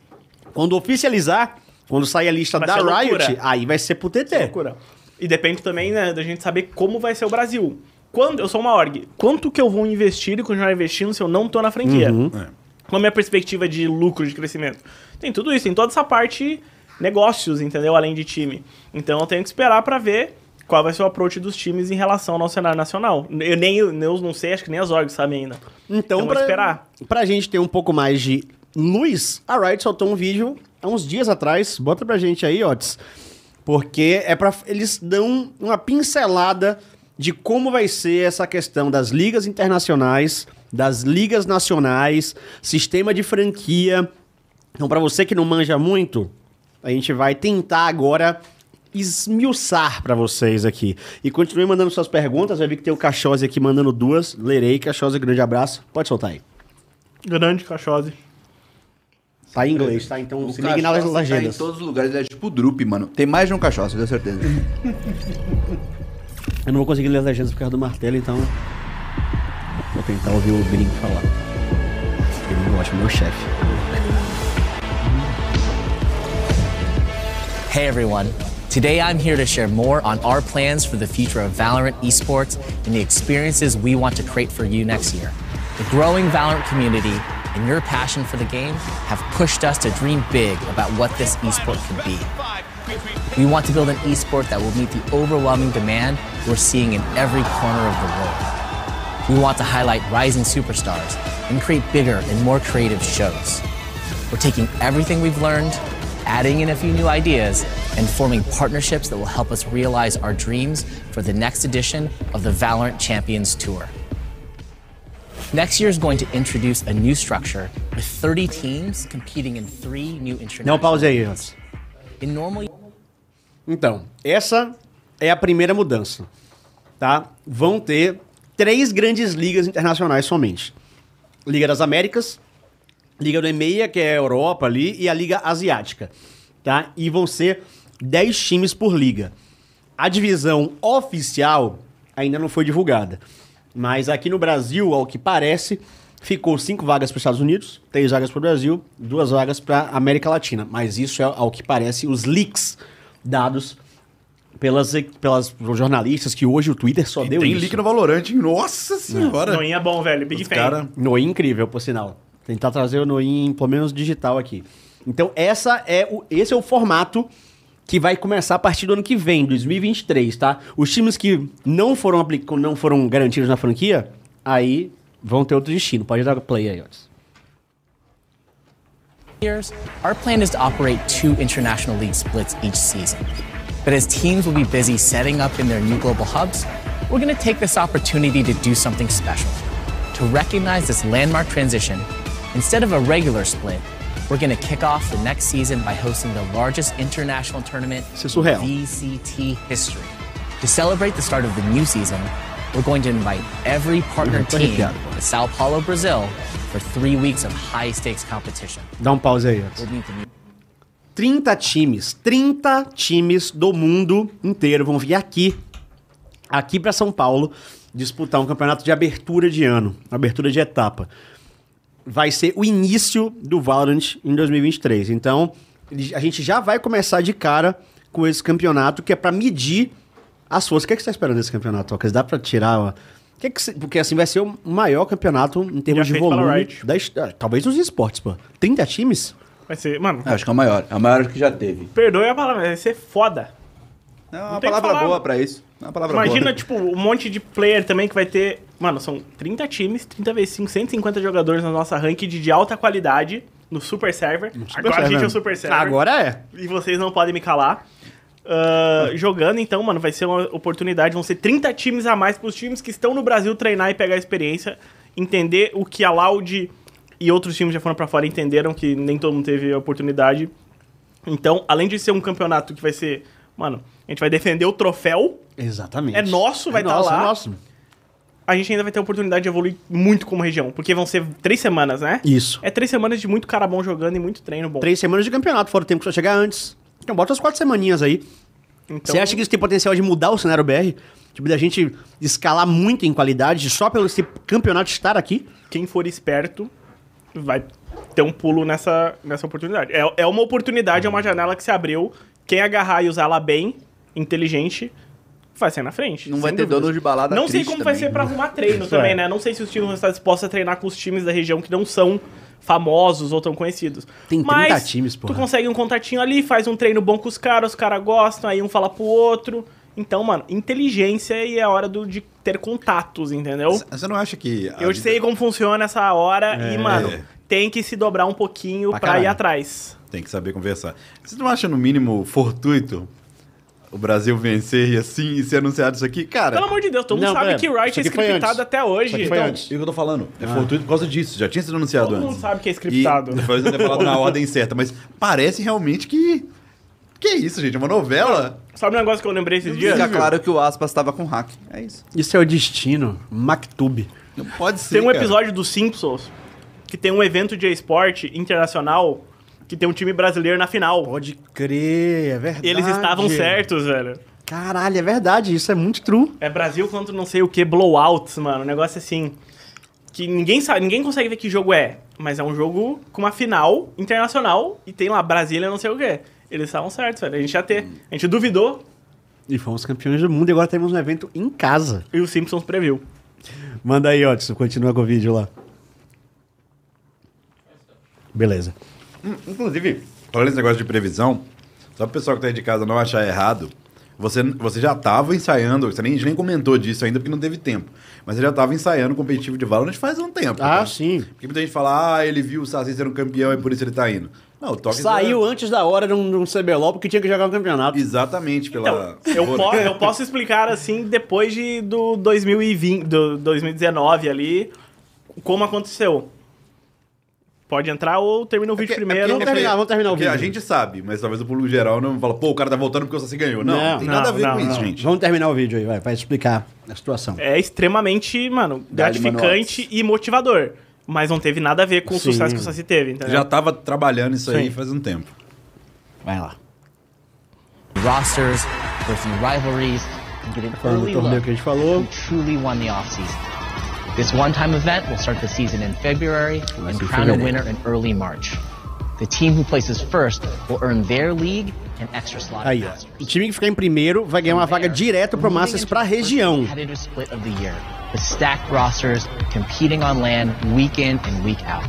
quando oficializar, quando sair a lista Vai da ser Riot, loucura. aí vai ser pro TT. Loucura. E depende também, né, da gente saber como vai ser o Brasil. Quando, eu sou uma org. Quanto que eu vou investir e continuar investindo se eu não tô na franquia? Uhum. É. Qual a minha perspectiva de lucro, de crescimento? Tem tudo isso, tem toda essa parte negócios, entendeu? Além de time. Então eu tenho que esperar pra ver qual vai ser o approach dos times em relação ao nosso cenário nacional. Eu nem eu não sei, acho que nem as orgs sabem ainda. Então, Eu vou pra, esperar. pra gente ter um pouco mais de luz, a Riot soltou um vídeo há uns dias atrás. Bota pra gente aí, Otis. Porque é para eles dão uma pincelada de como vai ser essa questão das ligas internacionais, das ligas nacionais, sistema de franquia. Então, pra você que não manja muito, a gente vai tentar agora esmiuçar pra vocês aqui. E continue mandando suas perguntas. Vai ver que tem o Cachose aqui mandando duas. Lerei, Cachose, grande abraço. Pode soltar aí. Grande cachose. Tá em inglês, tá? Então O se ligue nas cachaça tá legendas. em todos os lugares, ele é tipo o Drup, mano. Tem mais de um cachaça, eu tenho certeza. Eu não vou conseguir ler as legendas por causa do martelo, então. Vou tentar ouvir o gringo falar. Gringo ótimo, meu chefe. Hey everyone. Today I'm here to share more on our plans for the future of Valorant esports and the experiences we want to create for you next year. The growing Valorant community and your passion for the game have pushed us to dream big about what this esport can be. We want to build an esport that will meet the overwhelming demand we're seeing in every corner of the world. We want to highlight rising superstars and create bigger and more creative shows. We're taking everything we've learned, adding in a few new ideas, and forming partnerships that will help us realize our dreams for the next edition of the Valorant Champions Tour. Next year is going to introduce a new structure with 30 teams competing in three new Dá um international. pause aí, antes. In normally Então, essa é a primeira mudança, tá? Vão ter três grandes ligas internacionais somente. Liga das Américas, Liga do EMEA, que é a Europa ali, e a Liga Asiática, tá? E vão ser 10 times por liga. A divisão oficial ainda não foi divulgada, mas aqui no Brasil, ao que parece, ficou cinco vagas para os Estados Unidos, três vagas para o Brasil, duas vagas para a América Latina, mas isso é ao que parece os leaks dados pelas, pelas jornalistas que hoje o Twitter só deu Tem isso. link no Valorante. Nossa senhora. Noinha é bom, velho. Big Os fan. cara- Noin incrível, por sinal. Tentar trazer o Noin, pelo menos digital aqui. Então, essa é o, esse é o formato que vai começar a partir do ano que vem, 2023, tá? Os times que não foram, apli- não foram garantidos na franquia, aí vão ter outro destino. Pode dar play aí, Otis. years, our plan is to operate two international league splits each season. But as teams will be busy setting up in their new global hubs, we're going to take this opportunity to do something special. To recognize this landmark transition, instead of a regular split, we're going to kick off the next season by hosting the largest international tournament Isso é surreal. in VCT history. To celebrate the start of the new season, we're going to invite every partner tô team arrepiado. to Sao Paulo, Brazil for three weeks of high stakes competition. Dá um pause aí, Otis. We'll meet the 30 times, 30 times do mundo inteiro vão vir aqui, aqui pra São Paulo, disputar um campeonato de abertura de ano, abertura de etapa. Vai ser o início do Valorant em 2023. Então, ele- a gente já vai começar de cara com esse campeonato que é pra medir as forças. O que, é que você tá esperando desse campeonato, Tocas? Dá pra tirar ó, Que que se- porque assim vai ser o maior campeonato em termos Já de feito pela volume. Riot. Da, his- ah, talvez nos esportes, pô. 30 times? Vai ser, mano, Eu acho que é o maior. É o maior que já teve. perdoe a palavra, vai ser foda. É uma tem que palavra falar. boa pra isso. É uma palavra Imagina, boa. tipo, um monte de player também que vai ter. Mano, são 30 times, 30 vezes 5, 150 jogadores na nossa ranked de alta qualidade no Super Server. Agora a gente é o Super Server. Agora é. E vocês não podem me calar. Ah, jogando, então, mano, vai ser uma oportunidade. Vão ser 30 times a mais pros times que estão no Brasil treinar e pegar experiência. Entender o que a Loud e outros times já foram pra fora entenderam que nem todo mundo teve a oportunidade. Então, além de ser um campeonato que vai ser. Mano, a gente vai defender o troféu. Exatamente. É nosso, vai tá lá. É nosso. A gente ainda vai ter a oportunidade de evoluir muito como região. Porque vão ser três semanas, né? Isso. É três semanas de muito cara bom jogando e muito treino bom. Três semanas de campeonato, fora o tempo que você chegar antes. Então bota as quatro semaninhas aí. Então, Você acha que isso tem potencial de mudar o cenário BR? Tipo, da gente escalar muito em qualidade só pelo esse campeonato estar aqui? quem for esperto vai ter um pulo nessa, nessa oportunidade. É, é uma oportunidade, é uma janela que se abriu. Quem agarrar e usar ela bem, inteligente, vai sair na frente. Não sem vai ter dúvidas. dono de balada Não sei triste como vai também. ser pra arrumar treino é. também, né? Não sei se os times vão estar dispostos a treinar com os times da região que não são famosos ou tão conhecidos. Tem 30 Mas times, tu porra. consegue um contatinho ali, faz um treino bom com os caras, os caras gostam, aí um fala pro outro. Então, mano, inteligência e é a hora do, de ter contatos, entendeu? Você não acha que. a Eu vida- sei como funciona essa hora e, mano, É. tem que se dobrar um pouquinho pra, Pra ir caralho. atrás. Tem que saber conversar. Você não acha, no mínimo, fortuito o Brasil vencer e assim e ser anunciado isso aqui? Cara. Pelo amor de Deus, todo mundo Não, sabe pera, que Riot isso é aqui foi antes. scriptado até hoje. Então, Então, é o que eu tô falando. É fortuito por causa disso. Já tinha sido anunciado Todo antes. mundo sabe que é scriptado. E, depois eu ter falado na ordem é certa, mas parece realmente que. Que é isso, gente? É uma novela? Sabe um negócio que eu lembrei esses dias? Fica claro que o Aspas tava com hack. É isso. Isso é o destino. Mactube. Não pode ser. Tem um cara. episódio dos Simpsons que tem um evento de esporte internacional que tem um time brasileiro na final. Pode crer, é verdade. E eles estavam certos, velho. Caralho, é verdade. Isso é muito true. É Brasil contra não sei o que, blowouts, mano. Um negócio assim. Que ninguém sabe, ninguém consegue ver que jogo é. Mas é um jogo com uma final internacional e tem lá Brasília não sei o que. Eles estavam certos, velho. A gente ia ter. A gente duvidou E fomos campeões do mundo e agora temos um evento em casa. e o Simpsons previu. Manda aí, Otis, continua com o vídeo lá. Beleza. Hum, Inclusive, falando esse negócio de previsão, só pro pessoal que tá aí de casa não achar errado, você, você já tava ensaiando, você nem, nem comentou disso ainda porque não teve tempo, mas você já tava ensaiando competitivo de Valorant faz um tempo. Ah, tá? sim. Porque muita gente fala, ah, ele viu o Saci ser um campeão e por isso ele tá indo. Não, o Toque Saiu antes da hora de um, de um CBLOL porque tinha que jogar o campeonato. Exatamente, pela... Então, eu, po- eu posso explicar assim depois de, do 2020, do 2019 ali, como aconteceu. Pode entrar ou termina o vídeo Porque- primeiro. é Vamos porque- terminar, é vamos terminar o porque vídeo. a gente sabe, mas talvez o pulo geral não fala, pô, o cara tá voltando porque o Saci ganhou. Não, Não, não tem nada a ver não, com não, isso, não. gente. Vamos terminar o vídeo aí, vai, vai explicar a situação. é extremamente, mano, Dá-lhe gratificante e motivador. Mas não teve nada a ver com o Sim. sucesso que o Saci teve, entendeu? Já tava trabalhando isso aí Sim. faz um tempo. Vai lá. rosters, with the rivalries, and get an Falando do early Então, look torneio at que a gente falou. who truly won the offseason. This one-time event will start the season in February and in crown a February. winner in early March. The team who places first will earn their league an extra slot Aí, in ó. O Masters. time que ficar em primeiro vai ganhar uma vaga direto pro Moving Masters into pra the first região. competitive split of the year, with stacked rosters competing on land week in and week out.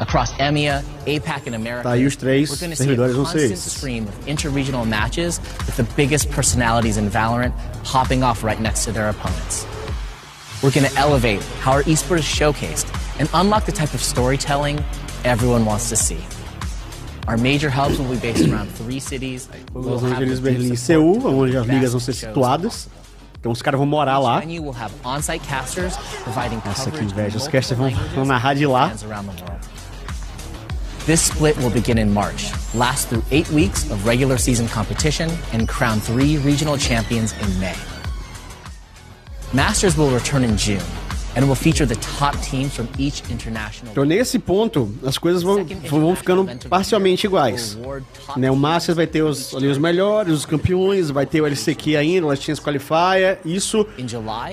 Across EMEA, APAC and America, Tá aí os três we're gonna see a servidores, um vão ser constant esses. stream of interregional matches with the biggest personalities in Valorant hopping off right next to their opponents. We're going to elevate how our esports is showcased and unlock the type of storytelling everyone wants to see. Our major hubs will be based around three cities. where we'll Los have Angeles, the team Berlim e support Seul, onde as best ligas vão ser shows situadas. Então os caras vão morar lá. venue will have on-site casters providing Nossa, que coverage in inveja. Os multiple casters vão, languages vão narrar de and lá. fans around the world. This split will begin in March, last through eight weeks of regular season competition, and crown three regional champions in May. Masters will return in June and will feature the top teams from each international. Então, nesse ponto, as coisas vão, vão ficando né, parcialmente iguais. Né, o Masters vai ter os, ali os melhores, os campeões, vai ter o LCQ ainda, o Last Chance Qualifier, isso.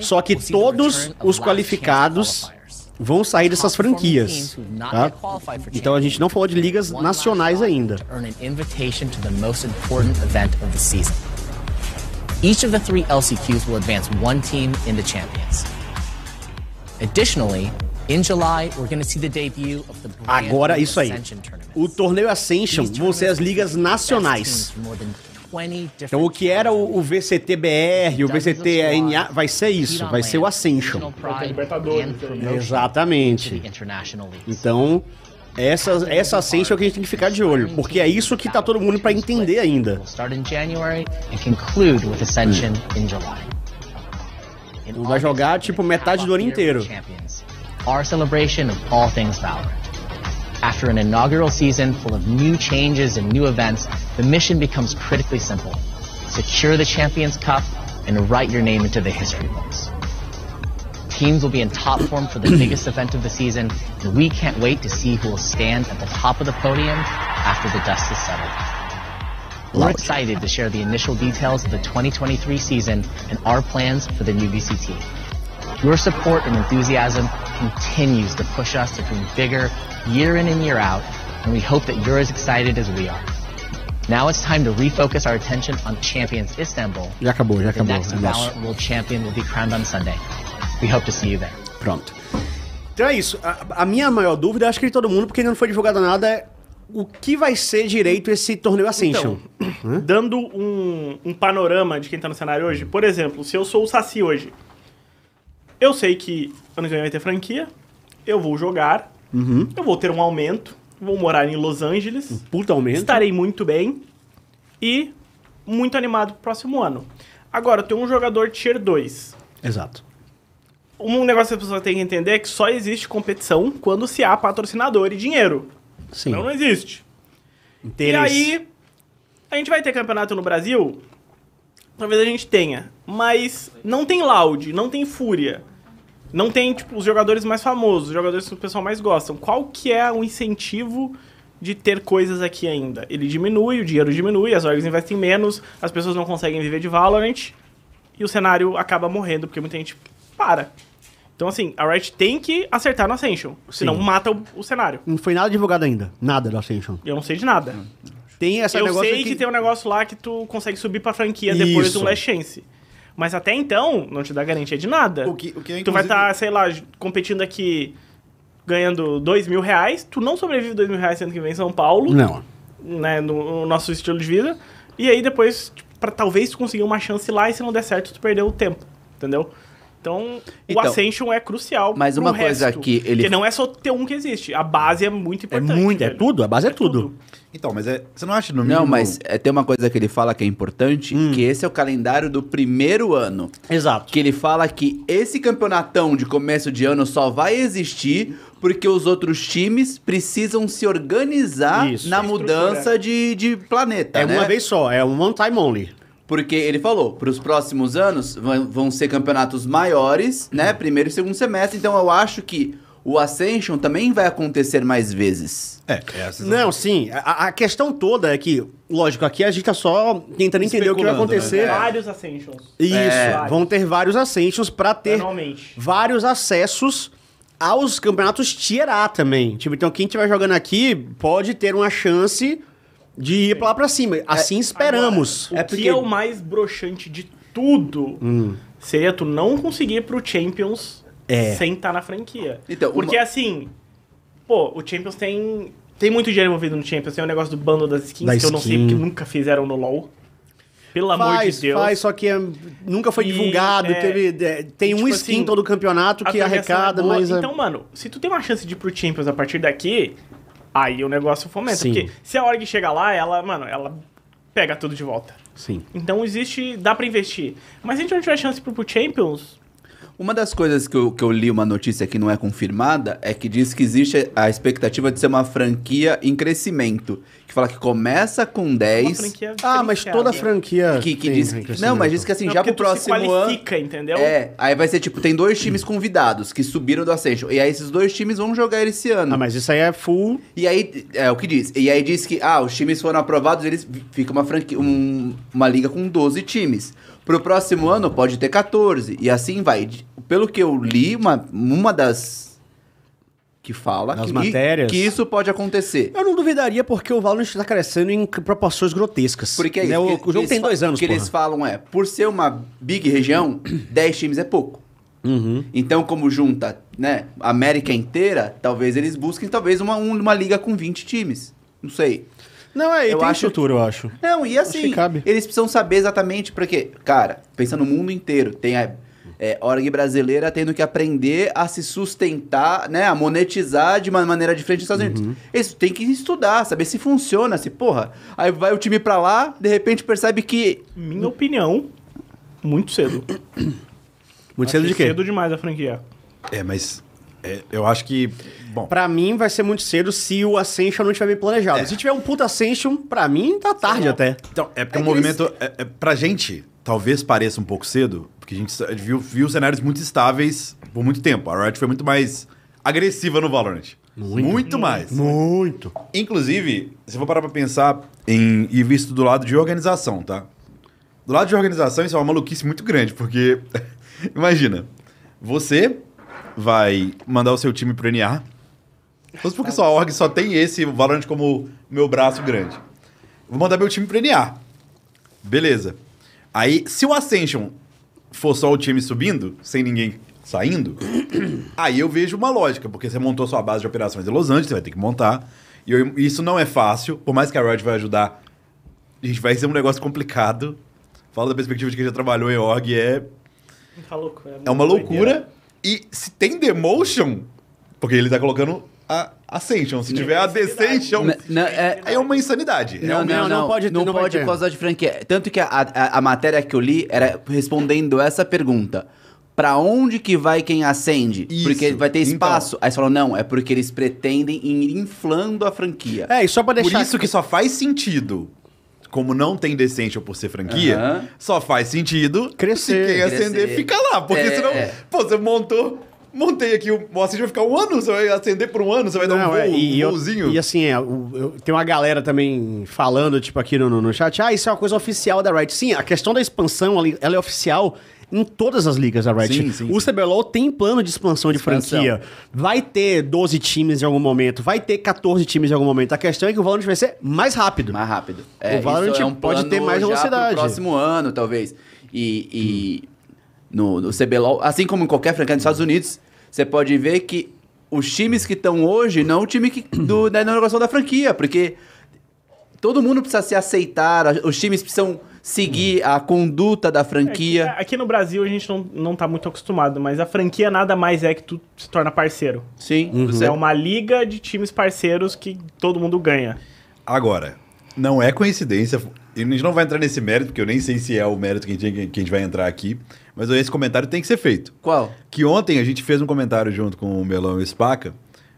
Só que todos os qualificados vão sair dessas franquias. Tá? Então a gente não falou de ligas nacionais ainda. Earn an invitation to the most important event of the season. Each of the three LCQs will advance one team into champions. Additionally, in July, we're going to see the debut of the brand Agora, new isso aí. Ascension tournament. O torneio Ascension These vão ser as tournaments ligas feature nacionais. best teams from more than 20 different Então, o que era o, o VCT-BR, o VCT-RNA, vai ser isso, vai ser o Ascension. Exatamente. Então, essa, essa Ascension é que a gente tem que ficar de olho, porque é isso que tá todo mundo pra entender ainda. Vai jogar, tipo, metade do ano inteiro. Our celebration of all things Valorant. After an inaugural season full of new changes and new events, the mission becomes critically simple. Secure the Champions Cup and write your name into the history books. Teams will be in top form for the biggest event of the season, and we can't wait to see who will stand at the top of the podium after the dust is settled. We're excited to share the initial details of the 2023 season and our plans for the new VCT. Your support and enthusiasm continues to push us to dream bigger year in and year out, and we hope that you're as excited as we are. Now it's time to refocus our attention on Champions Istanbul. Já acabou, já The acabou. next É nosso. Valorant World Champion will be crowned on Sunday. We hope to see you there. Pronto. Então é isso. A, a minha maior dúvida, eu acho que é de todo mundo, porque ainda não foi divulgado nada, é o que vai ser direito esse torneio Ascension. Então, Dando um, um panorama de quem tá no cenário hoje, por exemplo, se eu sou o Saci hoje, eu sei que ano que vem vai ter franquia, eu vou jogar, eu vou ter um aumento, vou morar em Los Angeles, Puta aumento. estarei muito bem e muito animado pro próximo ano. Agora, eu tenho um jogador tier 2. Exato. Um negócio que a pessoa tem que entender é que só existe competição quando se há patrocinador e dinheiro. Sim. Senão não existe. Então, E Interesse. aí, a gente vai ter campeonato no Brasil? Talvez a gente tenha. Mas não tem Loud, não tem Fúria. Não tem, tipo, os jogadores mais famosos, os jogadores que o pessoal mais gosta. Qual que é o incentivo de ter coisas aqui ainda? Ele diminui, o dinheiro diminui, as orgs investem menos, as pessoas não conseguem viver de Valorant e o cenário acaba morrendo, porque muita gente para. Então, assim, a Riot tem que acertar no Ascension, senão mata o, o cenário. Não foi nada divulgado ainda. Nada do Ascension. Eu não sei de nada. Tem essa Eu é negócio sei que... que- tem um negócio lá que tu consegue subir pra franquia depois Isso. do Last Chance. Mas até então, não te dá garantia de nada. O que- o que é, tu inclusive- vai estar, sei lá, competindo aqui ganhando dois mil reais. Tu não sobrevive dois mil reais sendo que vem em São Paulo. Não. Né, no, no nosso estilo de vida. E aí depois, tipo, pra talvez tu conseguir uma chance lá e se não der certo, tu perdeu o tempo. Entendeu? Então, Então, o Ascension é crucial. mas pro uma coisa resto. que ele- Porque não é só ter um que existe. A base é É muito importante. muito, é velho. tudo, a base é tudo. Então, mas é, você não acha no mínimo... Não, Hum. mas é, tem uma coisa que ele fala que é importante, que esse é o calendário do primeiro ano. Exato. Que ele fala que esse campeonatão de começo de ano só vai existir porque os outros times precisam se organizar Isso. na Estrutura. mudança de, de planeta, É né? uma vez só, é um one time only. Porque ele falou, para os próximos anos vão vão ser campeonatos maiores, Uhum. né? Primeiro e segundo semestre. Então eu acho que o Ascension também vai acontecer mais vezes. É, é a sensação. Não, sim. A, a questão toda é que, lógico, aqui a gente tá só tentando entender o que vai Especulando, né? acontecer. Vários Ascensions. Isso, É. vão ter vários ascensos pra ter Anualmente. vários acessos aos campeonatos Tier A também. Tipo, então quem estiver jogando aqui pode ter uma chance de ir pra lá pra É, cima. Assim esperamos. O É que porque- é o mais broxante de tudo seria tu não conseguir ir pro Champions Hum. É. sem estar na franquia. Então, Porque uma- assim, pô, o Champions tem. Tem muito dinheiro envolvido no Champions. Tem o negócio do bando das skins, Da que eu não sei skin. porque nunca fizeram no LoL. Pelo amor faz, de Deus. faz, só que é, nunca foi E, divulgado. é, teve, é, tem e, um tipo skin assim, todo campeonato A que premiação é arrecada, boa. mas. é- Então, mano, se tu tem uma chance de ir pro Champions a partir daqui, aí o negócio fomenta. Sim. Porque se a org chegar lá, ela, mano, ela pega tudo de volta. Sim. Então existe, dá pra investir. Mas se a gente não tiver chance pro, pro Champions, Uma das coisas que eu, que eu li uma notícia que não é confirmada é que diz que existe a expectativa de ser uma franquia em crescimento. Que fala que começa com uma 10. franquia Ah, mas toda a franquia franquia. Que, que tem diz que, crescimento. não, mas diz que assim, já pro próximo se ano. qualifica, então. entendeu? É, aí vai ser tipo, tem dois times convidados que subiram do Ascension. E aí esses dois times vão jogar esse ano. Ah, mas isso aí é full. E aí, é o que diz. E aí diz que, ah, os times foram aprovados, eles fica uma franquia, um- uma liga com 12 times. Pro próximo ano pode ter 14 e assim vai. De- Pelo que eu li, uma, uma das que fala Das que, matérias. que isso pode acontecer. Eu não duvidaria porque o Valorant está crescendo em proporções grotescas. Porque é Né, isso. O, que- o jogo eles tem dois fa- anos, que porra. eles falam é, por ser uma big região, 10 times é pouco. Uhum. Então, como junta né, a América inteira, talvez eles busquem talvez uma, um- uma liga com 20 times. Não sei. Não, é, Eu tem acho- estrutura, eu acho. Não, e Acho assim, que cabe. eles precisam saber exatamente porque, cara, pensa no mundo inteiro, tem a é, org brasileira tendo que aprender a se sustentar, né, a monetizar de uma maneira diferente dos Estados Uhum. Unidos. Eles têm que estudar, saber se funciona, se porra. Aí vai o time pra lá, de repente percebe que Minha opinião, muito cedo. Muito Acho cedo de quê? Cedo demais a franquia. É, mas é, eu acho que. Bom, Pra mim vai ser muito cedo se o Ascension não tiver bem planejado. É. Se tiver um puta Ascension, pra mim tá tarde até. então, é porque o movimento. É, é, pra gente, talvez pareça um pouco cedo, porque a gente sa- viu, viu cenários muito estáveis por muito tempo. A Riot foi muito mais agressiva no Valorant. Muito, mais. Muito. Inclusive, se eu for parar pra pensar em e visto do lado de organização, tá? Do lado de organização, isso é uma maluquice muito grande, porque. imagina, você vai mandar o seu time pro NA. Vamos porque sua org só tem esse Valorant como meu braço grande. Vou mandar meu time pro NA. Beleza. Aí, se o Ascension for só o time subindo, sem ninguém saindo, aí eu vejo uma lógica, porque você montou sua base de operações em Los Angeles, você vai ter que montar. E eu- isso não é fácil, por mais que a Riot vai ajudar, a gente vai ser um negócio complicado. Fala da perspectiva de quem já trabalhou em org, é, Tá louco, muito é uma doideira. loucura. E se tem Demotion, porque ele tá colocando a Ascension, se tiver a Descension, Na- na- é- aí é uma insanidade. Não, realmente. não, não, não pode, não pode por causa de franquia. Tanto que a, a, a matéria que eu li era respondendo essa pergunta. Pra onde que vai quem acende? Isso. Porque vai ter Então. espaço. Aí você falou, não, é porque eles pretendem ir inflando a franquia. É, e só pra Por deixar. isso que só faz sentido. Como não tem Descension por ser franquia, Aham. só faz sentido Crescer. se quem acender Crescer. fica lá. Porque É, senão, é. pô, você montou, montei aqui, o o Ascension vai ficar um ano, você vai acender por um ano, você vai dar um, Não, voo, é, e, um eu- voozinho. e assim, é, o- eu- tem uma galera também falando, tipo, aqui no, no- no chat, ah, isso é uma coisa oficial da Riot. Sim, a questão da expansão, ali, ela é oficial em todas as ligas da Riot. Sim, sim, o sim. CBLOL tem plano de expansão de Expansão. franquia. Vai ter 12 times em algum momento, vai ter 14 times em algum momento. A questão é que o Valorant vai ser mais rápido. Mais rápido. É, O Valorant isso um pode plano ter mais já pro velocidade. próximo ano, talvez. E, e no, no CBLOL, assim como em qualquer franquia nos Estados Unidos, você pode ver que os times que estão hoje não é o time que, do, da inauguração da franquia, porque todo mundo precisa se aceitar, a- os times precisam seguir a conduta da É que, franquia. aqui no Brasil a gente não, não tá muito acostumado, mas a franquia nada mais é que tu se torna parceiro. Sim, Uhum. você É uma liga de times parceiros que todo mundo ganha. Agora, não é coincidência, e a gente não vai entrar nesse mérito, porque eu nem sei se é o mérito que a gente, que a gente vai entrar aqui, mas esse comentário tem que ser feito. Qual? Que ontem a gente fez um comentário junto com o Melão e o Spaca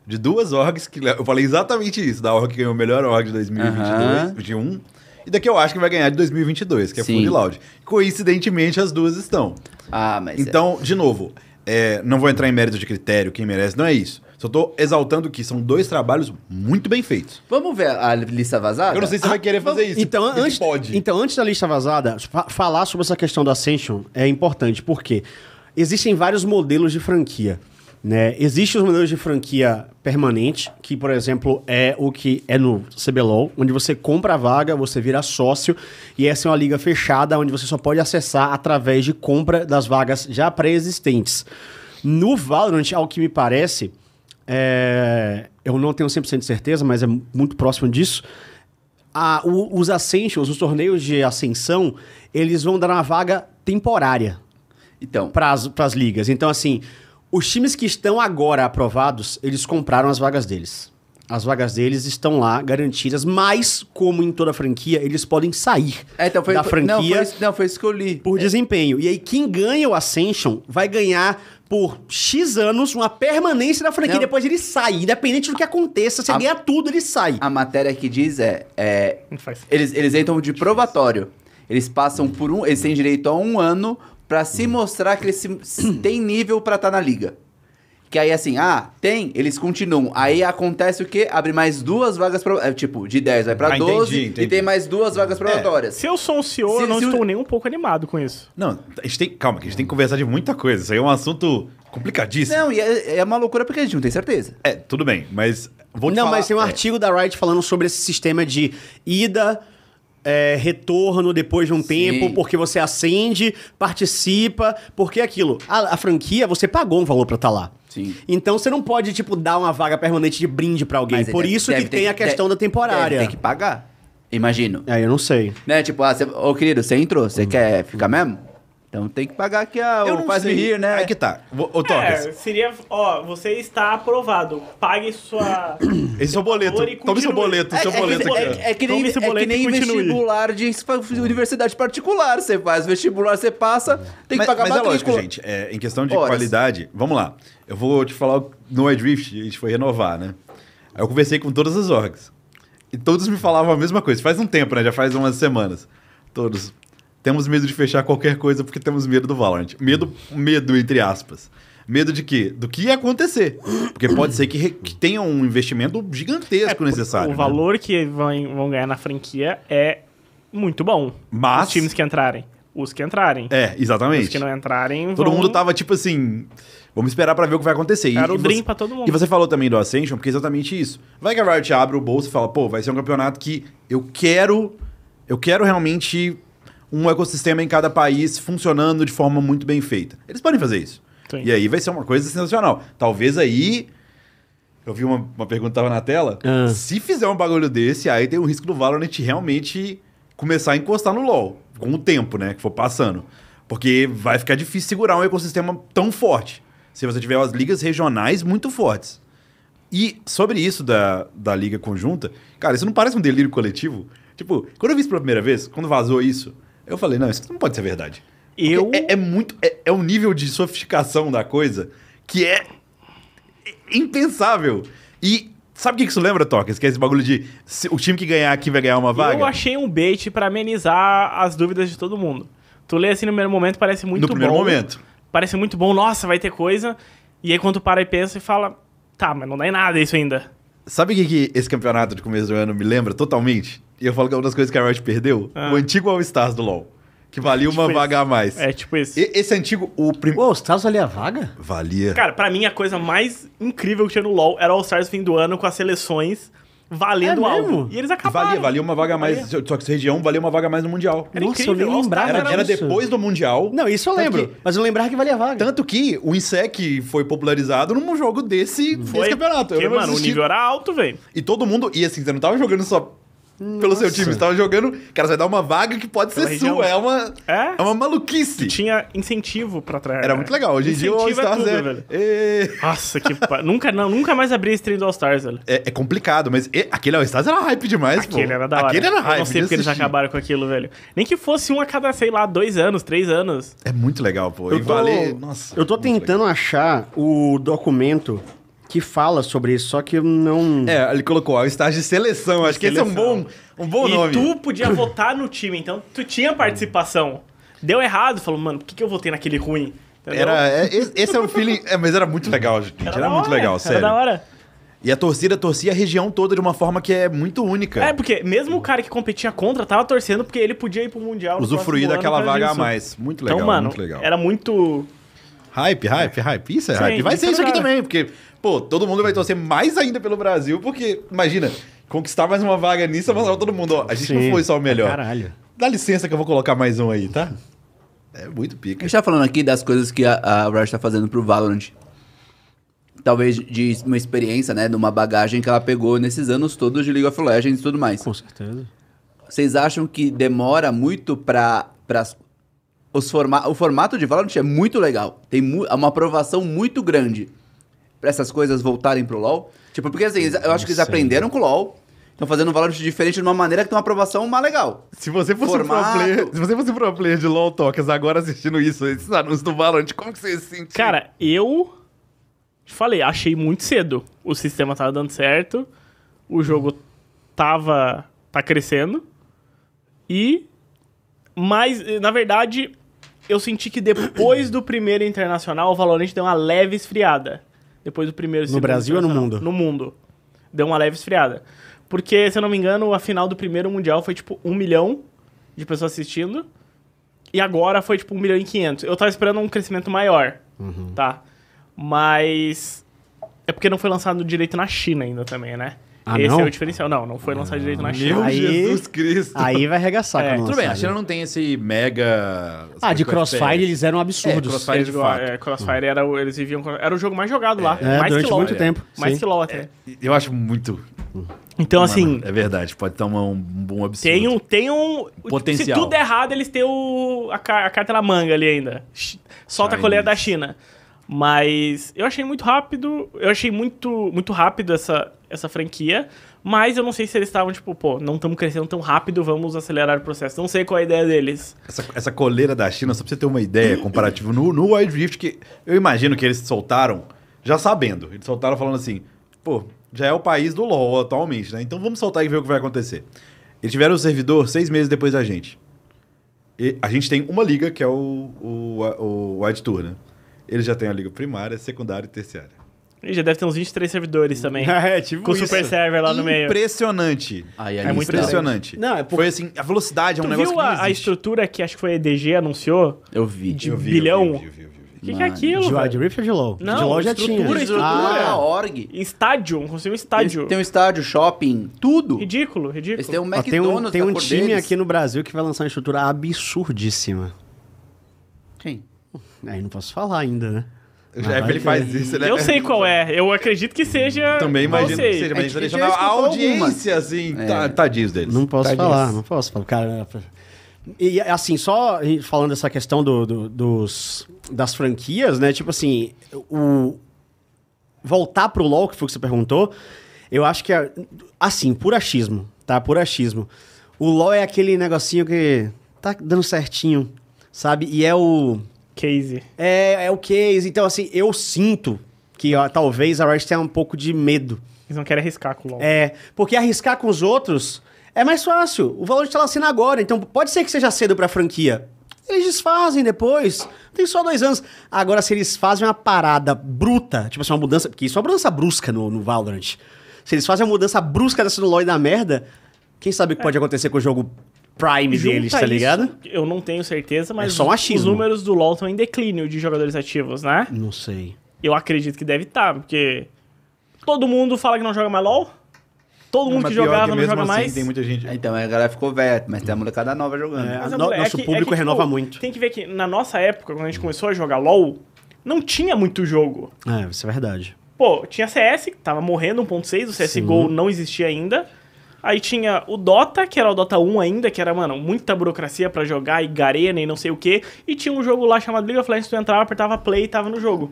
de duas orgs que. Eu falei exatamente isso, da org que ganhou o melhor org de 2022, Aham. de um, e da que eu acho que vai ganhar de 2022, que é Sim. Full Loud. Coincidentemente, as duas estão. Ah, mas. é- Então, de novo, é, não vou entrar em mérito de critério, quem merece, não é isso. Só tô exaltando que são dois trabalhos muito bem feitos. Vamos ver a lista vazada? Eu não sei se você vai querer fazer isso. Então, porque antes, pode. então, antes da lista vazada, fa- falar sobre essa questão do Ascension é importante, porque existem vários modelos de franquia. Né? Existem os modelos de franquia permanente, que, por exemplo, é o que é no CBLOL, onde você compra a vaga, você vira sócio, e essa é uma liga fechada, onde você só pode acessar através de compra das vagas já pré-existentes. No Valorant, ao que me parece, é, eu não tenho 100% de certeza, mas é muito próximo disso, a- o- os Ascensions, os torneios de ascensão, eles vão dar uma vaga temporária Então, para as ligas. Então, assim, os times que estão agora aprovados, eles compraram as vagas deles. As vagas deles estão lá garantidas, mas, como em toda franquia, eles podem sair é, então foi, da foi- franquia Não foi, isso- não, foi isso que eu li. por desempenho. E aí, quem ganha o Ascension vai ganhar por X anos uma permanência na franquia. Não. Depois ele sai. Independente do que aconteça, se A- ele ganhar tudo, ele sai. A matéria que diz é- é Não faz Eles, eles entram de probatório. Eles passam por um. Eles têm direito a um ano pra se mostrar que eles se- se têm nível pra estar na liga. Que aí assim, ah, tem, eles continuam. Aí acontece o quê? Abre mais duas vagas pro, é, tipo, de 10 vai pra Ah, 12 entendi, entendi. e tem mais duas vagas probatórias. Se eu sou um CEO, Se- eu não se o- estou nem um pouco animado com isso. Não, a gente tem. Calma, que a gente tem que conversar de muita coisa. Isso aí é um assunto complicadíssimo. Não, e é, é uma loucura porque a gente não tem certeza. É, tudo bem, mas. Vou te não, falar- mas tem um é, artigo da Riot falando sobre esse sistema de ida, é, retorno depois de um tempo, porque você acende, participa, porque é aquilo. A, a franquia, você pagou um valor pra estar lá. Sim. Então você não pode, tipo, dar uma vaga permanente de brinde pra alguém. Mas aí Por deve- isso que deve ter tem a questão deve- da temporária. Deve ter que pagar. Imagino. É, eu não sei. Né? Tipo, ah, cê, ô querido, você entrou, você quer ficar mesmo? Então tem que pagar aqui a. Eu o não faz-me sei. rir, né? Aí que tá. Ô, ô, Tocas, É, seria. Ó, você está aprovado. Pague sua. esse é o boleto. Valor e Tome seu continue. boleto, É, seu é que- boleto é- aqui. ó. é que nem, Tome esse é que boleto nem e continue. vestibular de esfa- universidade particular. Você faz vestibular, você passa, tem que Mas, pagar mas é matrícula. lógico, gente. é, em questão de Horas. qualidade, vamos lá. Eu vou te falar o- no iDrift, a gente foi renovar, né? Aí eu conversei com todas as orgs. E todos me falavam a mesma coisa. Faz um tempo, né? Já faz umas semanas. Todos. Temos medo de fechar qualquer coisa porque temos medo do Valorant. Medo, medo entre aspas. Medo de quê? Do que ia acontecer. Porque pode ser que, re- que tenha um investimento gigantesco necessário. É, O né? valor que vão, vão ganhar na franquia é muito bom. Mas- Os times que entrarem. Os que entrarem. É, Os exatamente. que não entrarem. Todo vão- mundo tava tipo assim. Vamos esperar pra ver o que vai acontecer. E- Era o e dream você- pra todo mundo. E você falou também do Ascension, porque é exatamente isso. Vai que a Riot abre o bolso e fala, pô, vai ser um campeonato que eu quero. Eu quero realmente um ecossistema em cada país funcionando de forma muito bem feita. Eles podem fazer isso. Sim. E aí vai ser uma coisa sensacional. Talvez aí. Eu vi uma, uma pergunta que tava na tela. Ah. Se fizer um bagulho desse, aí tem o risco do Valorant realmente começar a encostar no LoL. Com o tempo, né? Que for passando. Porque vai ficar difícil segurar um ecossistema tão forte. Se você tiver as ligas regionais muito fortes. E sobre isso da, da liga conjunta, cara, isso não parece um delírio coletivo? Tipo, quando eu vi isso pela primeira vez, quando vazou isso, eu falei, não, isso não pode ser verdade. Porque Eu- É, é muito... É, é um nível de sofisticação da coisa que é impensável. E sabe o que que isso lembra, Tocas? Que é esse bagulho de se o time que ganhar aqui vai ganhar uma vaga? Eu achei um bait pra amenizar as dúvidas de todo mundo. Tu lê assim no primeiro momento, parece muito No bom. primeiro momento. Parece muito bom, nossa, vai ter coisa. E aí quando tu para e pensa e fala, tá, mas não dá em nada isso ainda. Sabe o que, que esse campeonato de começo do ano me lembra totalmente? E eu falo que é uma das coisas que a Riot perdeu. O antigo All-Stars do LoL. Que valia uma Ah. Tipo vaga isso. a mais. É tipo isso. E- Esse antigo, o primeiro... Pô, os Estados tá ali a vaga? Valia. Cara, pra mim a coisa mais incrível que tinha no LoL era o All-Stars fim do ano com as seleções valendo É algo. mesmo? E eles acabaram. valia, valia uma vaga a mais. Valia. Só que essa região valia uma vaga a mais no Mundial. Era um Nossa, eu incrível. nem All-Stars lembrava Era, era era isso. depois do Mundial. Não, isso eu Tanto lembro. que- Mas eu lembrava que valia a vaga. Tanto que o Insec foi popularizado num jogo desse, desse Foi- campeonato. Eu Porque, lembro de mano, o assistir. nível era alto, velho. E todo mundo. E assim, você não tava jogando só pelo seu time, você tava jogando. Cara, você vai dar uma vaga que pode ser Pela região. sua. É uma, É? é uma maluquice. Tinha incentivo pra trás. Era muito legal. Hoje em dia o Incentivo é All-Stars tudo, é, velho. é, Nossa, que pa... nunca, não, nunca mais abri a stream do All-Stars, velho. é, é complicado, mas é, aquele All-Stars era hype demais, pô. Aquele era da hora. Aquele era hype. Eu não sei de porque eles assistir. acabaram com aquilo, velho. Nem que fosse um a cada, sei lá, dois anos, três anos. É muito legal, pô. e tô- valer. Nossa. Eu tô muito legal. tentando achar o documento que fala sobre isso, só que eu não. É, ele colocou All-Stars de seleção. Acho que esse é um Seleção. bom, um bom e nome. tu podia votar no time, então tu tinha participação. Deu errado, falou, mano, por que, que eu votei naquele ruim? Entendeu? Era, é, esse esse é um feeling. É, mas era muito legal, gente. Era, da muito hora, legal, era sério. da hora. E a torcida torcia a região toda de uma forma que é muito única. É, porque mesmo o cara que competia contra tava torcendo porque ele podia ir pro Mundial. no usufruir próximo ano daquela por causa vaga a disso. mais. Muito legal, Então, mano, muito legal. era muito. Hype, hype, hype. Isso é Sim, hype. Vai isso ser isso é aqui legal. também, porque, pô, todo mundo vai torcer mais ainda pelo Brasil, porque, imagina, conquistar mais uma vaga nisso é mostrar pra todo mundo, ó, a gente Sim, não foi só o melhor. Caralho. Dá licença que eu vou colocar mais um aí, tá? É muito pica. A gente tá falando aqui das coisas que a, a Riot tá fazendo pro Valorant. Talvez de uma experiência, né? De uma bagagem que ela pegou nesses anos todos de League of Legends e tudo mais. Com certeza. Vocês acham que demora muito pra. pras- os forma o formato de Valorant é muito legal. Tem mu- é uma aprovação muito grande pra essas coisas voltarem pro LoL. Tipo, porque assim, eles- eu acho que eles sei. aprenderam com o LoL. Estão fazendo um Valorant diferente de uma maneira que tem uma aprovação mais legal. Se você fosse Formato. um pro player, se você fosse um pro player de LoL Tokers agora assistindo isso, esses anúncios do Valorant, como que você se sentiu? Cara, eu. te Falei, achei muito cedo. O sistema tava dando certo. O jogo tava. tá crescendo. E. Mas, eh, na verdade, eu senti que depois do primeiro internacional, o Valorant deu uma leve esfriada. Depois do primeiro e segundo Brasil ou no internacional. mundo? No mundo. Deu uma leve esfriada. Porque, se eu não me engano, a final do primeiro mundial foi tipo um milhão de pessoas assistindo. E agora foi tipo 1 milhão e 500. Eu tava esperando um crescimento maior, Uhum. tá? Mas. É porque não foi lançado direito na China ainda também, né? Ah, Esse não? Ah, é o diferencial. Não, não foi lançado direito na China. Meu Aí- Jesus Cristo. Aí vai arregaçar. É, quando Tudo bem, lançar, a China né? não tem esse mega. Ah, coisa de com Crossfire FPS. eles eram É, absurdos. Crossfire de Eles, fato. é, Crossfire era, o- eles viviam, era o jogo mais jogado lá. Hum. É, mais durante que LoL. muito tempo, Mais sim. que LoL até. Eu acho muito. Então, assim, Mano, é verdade, pode tomar um, um absurdo. tem um, tem um... Se Potencial. tudo der errado, eles têm o, a, ca- a carta na manga ali ainda. Ch- Solta a coleira da China. Mas eu achei muito rápido, eu achei muito, muito rápido essa, essa franquia, mas eu não sei se eles estavam tipo, pô, não estamos crescendo tão rápido, vamos acelerar o processo. Não sei qual é a ideia deles. Essa, essa coleira da China, só pra você ter uma ideia Hum. comparativo, no, no Wild Rift, que eu imagino que eles soltaram já sabendo. Eles soltaram falando assim, pô, já é o país do LoL atualmente, né? Então vamos soltar e ver o que vai acontecer. Eles tiveram o servidor seis meses depois da gente. E a gente tem uma liga, que é o, o, o Wild Tour, né? Eles já têm a liga primária, secundária e terciária. E já deve ter uns 23 servidores também. É, tipo com o isso. Super Server lá no meio. Impressionante. Aí, É muito Impressionante. Não, é por- Foi assim, a velocidade é um Tu negócio viu que não a, a existe. estrutura que acho que foi a EDG anunciou? Eu vi. De Eu vi, eu vi, bilhão? eu vi, eu vi, eu vi. O que, que é Mano. aquilo? De Wild velho? Rift ou de LoL? Não, de LoL já tinha. estrutura, estrutura. Ah, org. Estádio, conseguiu um Eles estádio. têm um estádio, shopping, um tudo. Ridículo, Eles têm ridículo. um Ó, tem um, McDonald's é tem da um cor time deles. aqui no Brasil que vai lançar uma estrutura absurdíssima. Quem? Aí não posso falar ainda, né? O Mas Jeff, vai É, ele ter. faz isso, ele Ah, Eu sei qual é, eu acredito que seja. Né? Também não imagino sei. que seja, mas a gente tá A gente deixando a já escutou audiência, assim, ta- tadinhos deles. É. Não posso Tadinhos. falar, não posso falar. Cara, e assim, só falando dessa questão do, do- dos, das franquias, né? Tipo assim, o. Voltar pro LoL, que foi o que você perguntou, eu acho que é. Assim, por achismo, tá? Por achismo. O LoL é aquele negocinho que tá dando certinho, sabe? E é o. Case. É, é o case. Então, assim, eu sinto que ó, talvez a Riot tenha um pouco de medo. Eles não querem arriscar com o LoL. É, porque arriscar com os outros é mais fácil. O valor está lá sendo agora, então pode ser que seja cedo para a franquia. Eles desfazem depois. Tem só dois anos. Agora, se eles fazem uma parada bruta, tipo assim, uma mudança, porque isso é uma mudança brusca no, no Valorant. Se eles fazem uma mudança brusca dessa do LoL e da merda, quem sabe o que pode acontecer com o jogo Prime Junta deles, tá isso, ligado? eu não tenho certeza, mas É só um os achismo. números do LoL estão em declínio de jogadores ativos, né? Não sei. Eu acredito que deve estar, porque todo mundo fala que não joga mais LoL. Todo mundo Mas Um que pior jogava não mesmo joga assim, mais. Tem muita gente. É, Então, a galera ficou velha, mas tem a molecada nova jogando. É. Mas, No- amor, nosso público renova muito. tipo, Tem que ver que na nossa época, quando a gente começou a jogar LoL, não tinha muito jogo. É, isso é verdade. Pô, tinha CS, que tava morrendo 1.6, o CSGO não existia ainda. Aí tinha o Dota, que era o Dota 1 ainda, que era, mano, muita burocracia pra jogar e garena e não sei o quê. E tinha um jogo lá chamado League of Legends, tu entrava, apertava play e tava no jogo.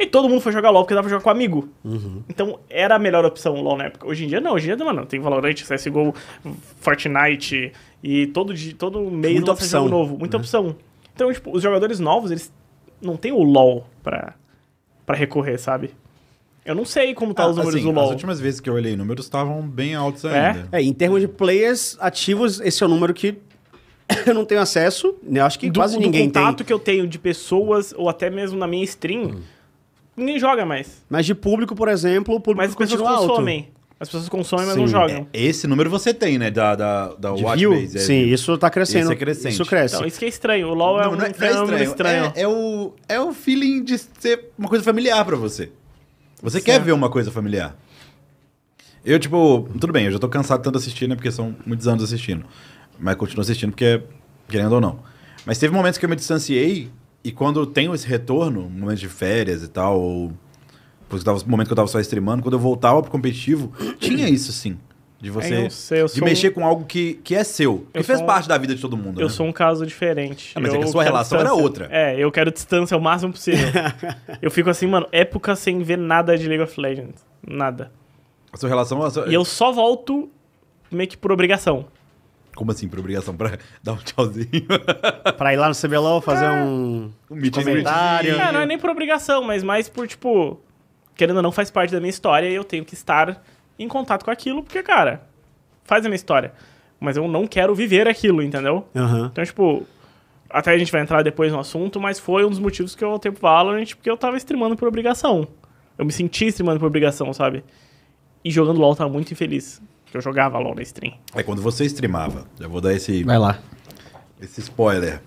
E todo mundo foi jogar LoL porque dava pra jogar com amigo. Uhum. Então era a melhor opção o LoL na época. Hoje em dia não, hoje em dia, mano, tem Valorant, CSGO, Fortnite e todo, di- todo mês Muita lança opção, Uhum. jogo novo. Muita opção. Então, tipo, os jogadores novos, eles não tem o LoL pra, pra recorrer, sabe? Eu não sei como tá Ah, os números assim, do LoL. As últimas vezes que eu olhei números estavam bem altos É? ainda. É, em termos de players ativos, esse é o número que eu não tenho acesso. né? Eu acho que do, quase do ninguém tem. contato que eu tenho de pessoas, ou até mesmo na minha stream, Hum. ninguém joga mais. Mas de público, por exemplo, o público Mas as pessoas continua alto. consomem. As pessoas consomem, mas Sim. não jogam. Esse número você tem, né? Da, da, da De Watch view? Base, é, Sim, view. isso tá crescendo. Esse é crescente. Isso cresce. Então, isso que é estranho. O LoL é um não é fenômeno estranho. estranho. É, é o, é o feeling de ser uma coisa familiar pra você. Você quer ver uma coisa familiar. Eu, tipo, tudo bem, eu já tô cansado de tanto assistir, né? Porque são muitos anos assistindo. Mas continuo assistindo porque, querendo ou não. Mas teve momentos que eu me distanciei e quando eu tenho esse retorno, momentos de férias e tal, ou porque tava, momento que eu tava só streamando, quando eu voltava pro competitivo, tinha isso sim. De você. É, Eu não sei, eu de sou um- mexer com algo que, que é seu. Que Eu fez sou um- parte da vida de todo mundo. Eu né? sou um caso diferente. Ah, mas é Eu que a sua quero relação era distância. outra. É, eu quero distância o máximo possível. eu fico assim, mano, época sem ver nada de League of Legends. Nada. um A sua relação. A sua... E eu só volto meio que por obrigação. Como assim, por obrigação? Pra dar um tchauzinho? Pra ir lá no CBLOL fazer um... um meet and Comentário. greetzinho. É, não é nem por obrigação, mas mais por, tipo, querendo ou não, faz parte da minha história e eu tenho que estar em contato com aquilo, porque, cara, faz a minha história. Mas eu não quero viver aquilo, entendeu? Aham. Então, tipo, até a gente vai entrar depois no assunto, mas foi um dos motivos que eu voltei pro Valorant, porque eu tava streamando por obrigação. Eu me senti streamando por obrigação, sabe? E jogando LoL eu tava muito infeliz. Porque eu jogava LoL na stream. É quando você streamava. Já vou dar esse, Vai lá. esse spoiler.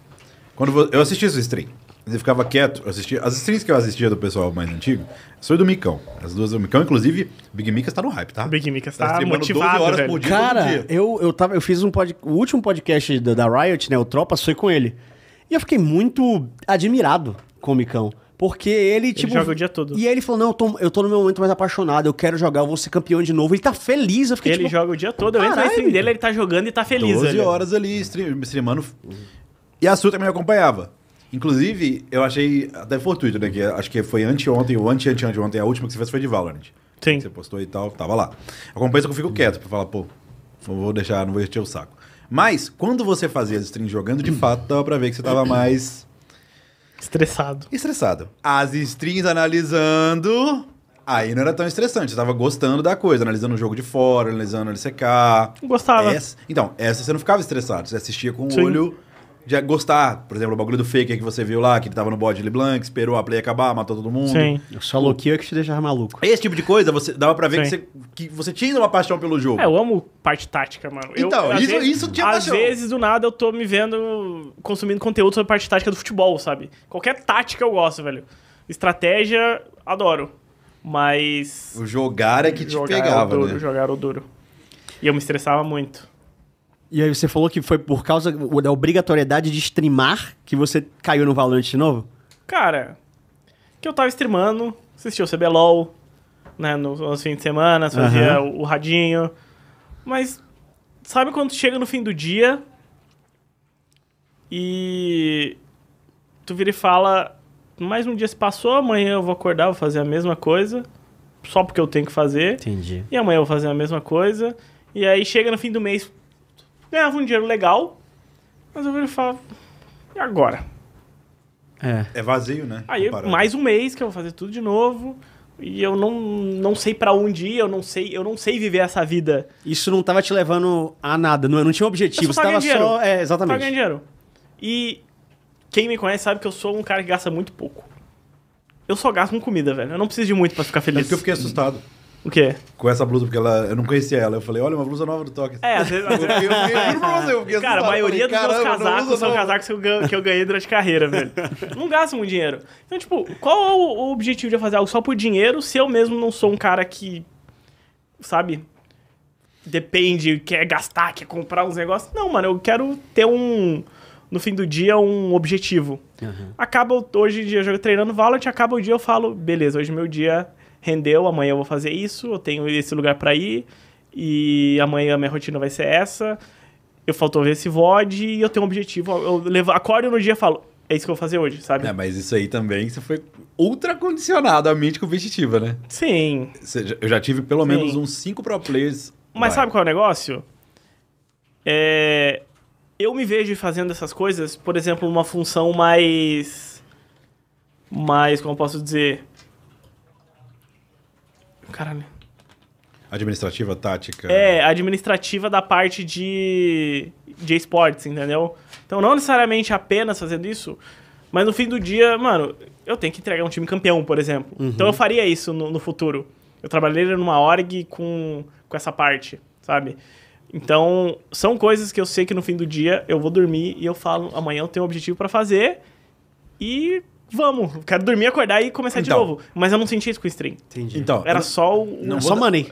Quando vo- Eu assisti sua stream. Mas eu ficava quieto, eu assistia. As streams que eu assistia do pessoal mais antigo, sou do Micão. As duas do Micão, inclusive, Big Micas tá no hype, tá? Big Micas tá streamando motivado, velho. por dia, todo Cara, dia. eu, eu, tava, eu fiz um pod, o último podcast da, da Riot, né? O Tropas, foi com ele. E eu fiquei muito admirado com o Micão. Porque ele, tipo. joga o dia todo. E aí ele falou: não, eu tô, eu tô no meu momento mais apaixonado, eu quero jogar, eu vou ser campeão de novo. Ele tá feliz, eu fiquei Ele tipo. joga o dia todo, eu entro na Caralho, stream dele, ele tá jogando e tá feliz. 12 velho. horas ali stream- streamando. E a Su também acompanhava. Inclusive, eu achei até fortuito, né? Que acho que foi anteontem, ou ante ante anteontem, a última que você fez foi de Valorant. Sim. Que Você postou e tal, tava lá. Acompanha só que eu fico quieto pra falar, pô, não vou deixar, não vou encher o saco. Mas, quando você fazia as streams jogando, de fato, dava pra ver que você tava mais Estressado. estressado. As strings analisando, aí não era tão estressante. Você tava gostando da coisa, analisando o jogo de fora, analisando o LCK. Gostava. Essa- então, essa você não ficava estressado. Você assistia com o Sim. olho de gostar. Por exemplo, o bagulho do Faker que você viu lá, que ele tava no bode LeBlanc, esperou a play acabar, matou todo mundo. Sim. Só louquinho é que te deixava maluco. Esse tipo de coisa, você dava pra ver que Sim. você, que você tinha uma paixão pelo jogo. É, eu amo parte tática, mano. Eu- Tipo, Então, às isso- vezes- isso tinha Às paixão. vezes, do nada, eu tô me vendo consumindo conteúdo sobre parte tática do futebol, sabe? Qualquer tática eu gosto, velho. Estratégia, adoro. Mas. O jogar é que te jogar pegava, o duro, né? jogar o duro. E eu me estressava muito. E aí você falou que foi por causa da obrigatoriedade de streamar que você caiu no Valorant de novo? Cara, que eu tava streamando, assistia o CBLOL, né, nos, nos fins de semana, fazia o, o radinho. Mas sabe quando chega no fim do dia e tu vira e fala, mais um dia se passou, amanhã eu vou acordar, vou fazer a mesma coisa, só porque eu tenho que fazer. Entendi. E amanhã eu vou fazer a mesma coisa. E aí chega no fim do mês, ganhava um dinheiro legal, mas eu viro e falo, e agora? É. É vazio, né? Aí Comparado. mais um mês que eu vou fazer tudo de novo. E eu não, não sei pra onde ir, eu não sei, eu não sei viver essa vida. Isso não tava te levando a nada, não, não tinha Eu objetivo, você só tava tava ganhando só. dinheiro. É, Tá exatamente. ganhando dinheiro. E quem me conhece sabe que eu sou um cara que gasta muito pouco. Eu só gasto com comida, velho. Eu não preciso de muito pra ficar É feliz. porque eu fiquei assustado O quê? com essa blusa, porque ela, eu não conhecia ela. Eu falei, olha, uma blusa nova do Toque. É, às vezes. às Eu vezes- fiquei- eu fiquei- juro pra você, eu fiquei Cara, a assustado. maioria Falei, dos meus "Caramba, uma casacos blusa são nova." casacos que eu, gan- que eu ganhei durante a carreira, velho. Não gasto muito dinheiro. Então, tipo, qual é o, o objetivo de eu fazer algo só por dinheiro se eu mesmo não sou um cara que, sabe, depende, quer gastar, quer comprar uns negócios? Não, mano, eu quero ter um, no fim do dia, um objetivo. Acaba, o- hoje em dia, eu jogo treinando Valorant, acaba o dia, eu falo, beleza, hoje meu dia rendeu, amanhã eu vou fazer isso, eu tenho esse lugar pra ir, e amanhã a minha rotina vai ser essa, eu faltou ver esse VOD e eu tenho um objetivo. Eu levo, acordo no dia e falo, é isso que eu vou fazer hoje, sabe? É, mas isso aí também você foi ultra condicionado à mente competitiva, né? Sim. Você já- Eu já tive pelo menos Sim. uns 5 pro players. Vai. Mas sabe qual é o negócio? É, eu me vejo fazendo essas coisas, por exemplo, numa função mais. Mais, como eu posso dizer? Caralho. Administrativa, tática. É, administrativa da parte de, de esportes, entendeu? Então, não necessariamente apenas fazendo isso, mas no fim do dia, mano, eu tenho que entregar um time campeão, por exemplo. Uhum. Então, eu faria isso no, no futuro. Eu trabalhei numa org com, com essa parte, sabe? Então, são coisas que eu sei que no fim do dia eu vou dormir e eu falo, amanhã eu tenho um objetivo pra fazer e vamos. Eu Quero dormir, acordar e começar Então. de novo. Mas eu não senti isso com stream. Entendi. Então, Era eu- só o... Não, só money.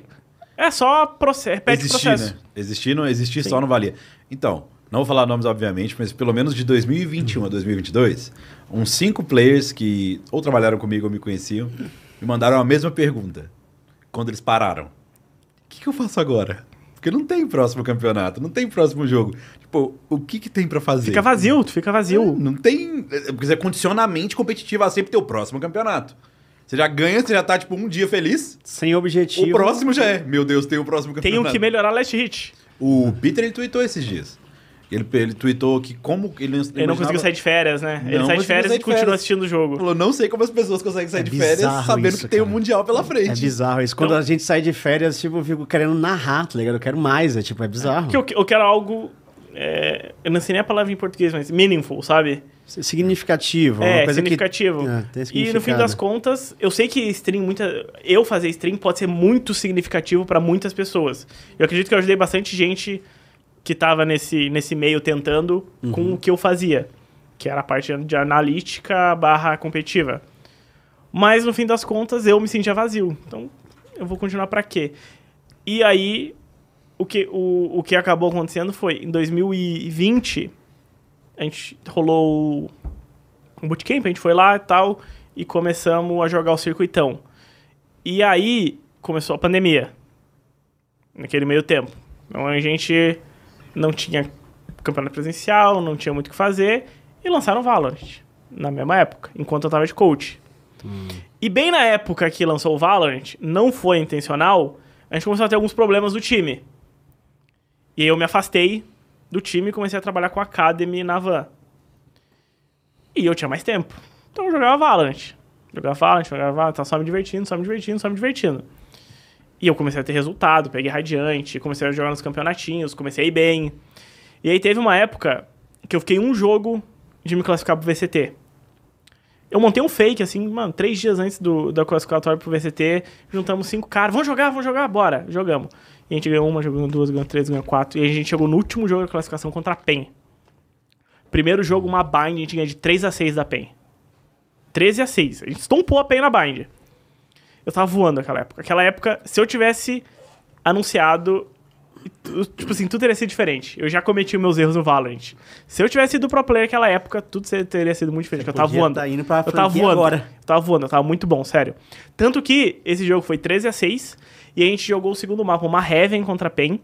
É só processo, repete o existir, processo. né? Existir, não existir só não valia. Então, não vou falar nomes, obviamente, mas pelo menos de 2021 a 2022, uns cinco players que ou trabalharam comigo ou me conheciam, me mandaram a mesma pergunta quando eles pararam. O que, que eu faço agora? Porque não tem próximo campeonato, não tem próximo jogo. Tipo, o que, que tem pra fazer? Fica vazio, tu fica É, vazio. Não tem. é, Porque você condiciona a mente competitiva a sempre ter o próximo campeonato. Você já ganha, você já tá, tipo, um dia feliz. Sem objetivo. O próximo já é. Meu Deus, tem o próximo Tenho campeonato. um que melhorar last hit. O Peter, ele tweetou esses dias. Ele, ele tweetou que como ele não Ele não imaginava- conseguiu sair de férias, né? ele Não sai conseguiu de férias sair e de continua férias. assistindo o jogo. Falou, não sei como as pessoas conseguem sair É de férias bizarro sabendo isso, que tem o cara. Mundial pela frente. É bizarro isso. Quando a gente sai de férias, tipo, eu fico querendo narrar, tá ligado? Eu quero mais, é tipo, é bizarro. Porque eu, que- eu quero algo. é, eu não sei nem a palavra em português, mas meaningful, sabe? É Significativo. uma É, coisa que- significativo. É, tem e no fim das significado. contas, eu sei que stream, muita. Eu fazer stream pode ser muito significativo pra muitas pessoas. Eu acredito que eu ajudei Uhum. bastante gente que tava nesse, nesse meio tentando com o que eu fazia. que era a parte de analítica barra competitiva. Mas no fim das contas eu me sentia vazio. Então eu vou continuar pra quê? E aí o que, o, o que acabou acontecendo foi em 2020 a gente rolou um bootcamp, a gente foi lá e tal e começamos a jogar o circuitão. E aí começou a pandemia. Naquele meio tempo. Então a gente não tinha campeonato presencial, não tinha muito o que fazer e lançaram Valorant na mesma época, enquanto eu tava de coach. E bem na época que lançou o Valorant, não foi intencional, a gente começou a ter alguns problemas do time. E aí eu me afastei do time e comecei a trabalhar com a Academy na van. E eu tinha mais tempo. Então eu jogava Valorant. Jogava Valorant, jogava Valorant, tava só me divertindo, só me divertindo, só me divertindo. E eu comecei a ter resultado, peguei Radiante, comecei a jogar nos campeonatinhos, comecei a ir bem. E aí teve uma época que eu fiquei um jogo de me classificar pro VCT. Eu montei um fake, assim, mano, três dias antes do, da classificatória pro VCT, juntamos cinco caras, vamos jogar, vamos jogar, bora, jogamos. E a gente ganhou uma, jogou duas, ganhou três, ganhou quatro, e a gente chegou no último jogo da classificação contra a PEN. Primeiro jogo, uma bind, a gente ganha de 3 a 6 da PEN. 13 a 6. A gente estompou a PEN na bind. Eu tava voando naquela época. Aquela época, se eu tivesse anunciado. tu- Tipo assim, tudo teria sido diferente. Eu já cometi meus erros no Valorant. Se eu tivesse sido pro player naquela época, tudo se- teria sido muito diferente. porque Eu tava podia voando. tá indo pra eu tava franquia voando. agora. Eu tava voando, eu tava muito bom, sério. Tanto que esse jogo foi 13 a 6 e a gente jogou o segundo mapa, uma Heaven contra a PEN.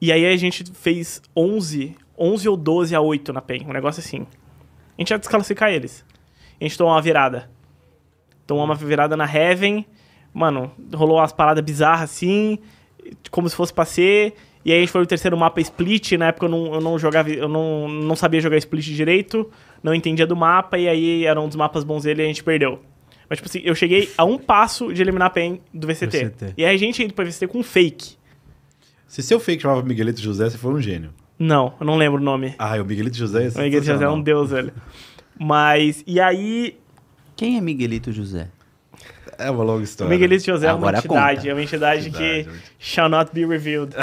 E aí a gente fez 11, 11 ou 12 a 8 na PEN, um negócio assim. A gente ia desclassificar eles. A gente tomou uma virada. Tomou uma virada na Heaven. Mano, rolou umas paradas bizarras assim, como se fosse pra ser. E aí a gente foi pro terceiro mapa split, na época eu não, eu não jogava, eu não, não sabia jogar split direito, não entendia do mapa, e aí era um dos mapas bons dele e a gente perdeu. Mas tipo assim, eu cheguei a um passo de eliminar a PEN do VCT. VCT. E aí a gente ia indo pra VCT com fake. Se seu fake chamava Miguelito José, você foi um gênio. Não, eu não lembro o nome. Ah, o Miguelito José é O Miguel José é um deus, velho. Mas, e aí, Quem é Miguelito José? É uma longa o história. Miguelito José é uma Agora entidade, conta. é uma entidade que Entidade, gente. shall not be revealed. É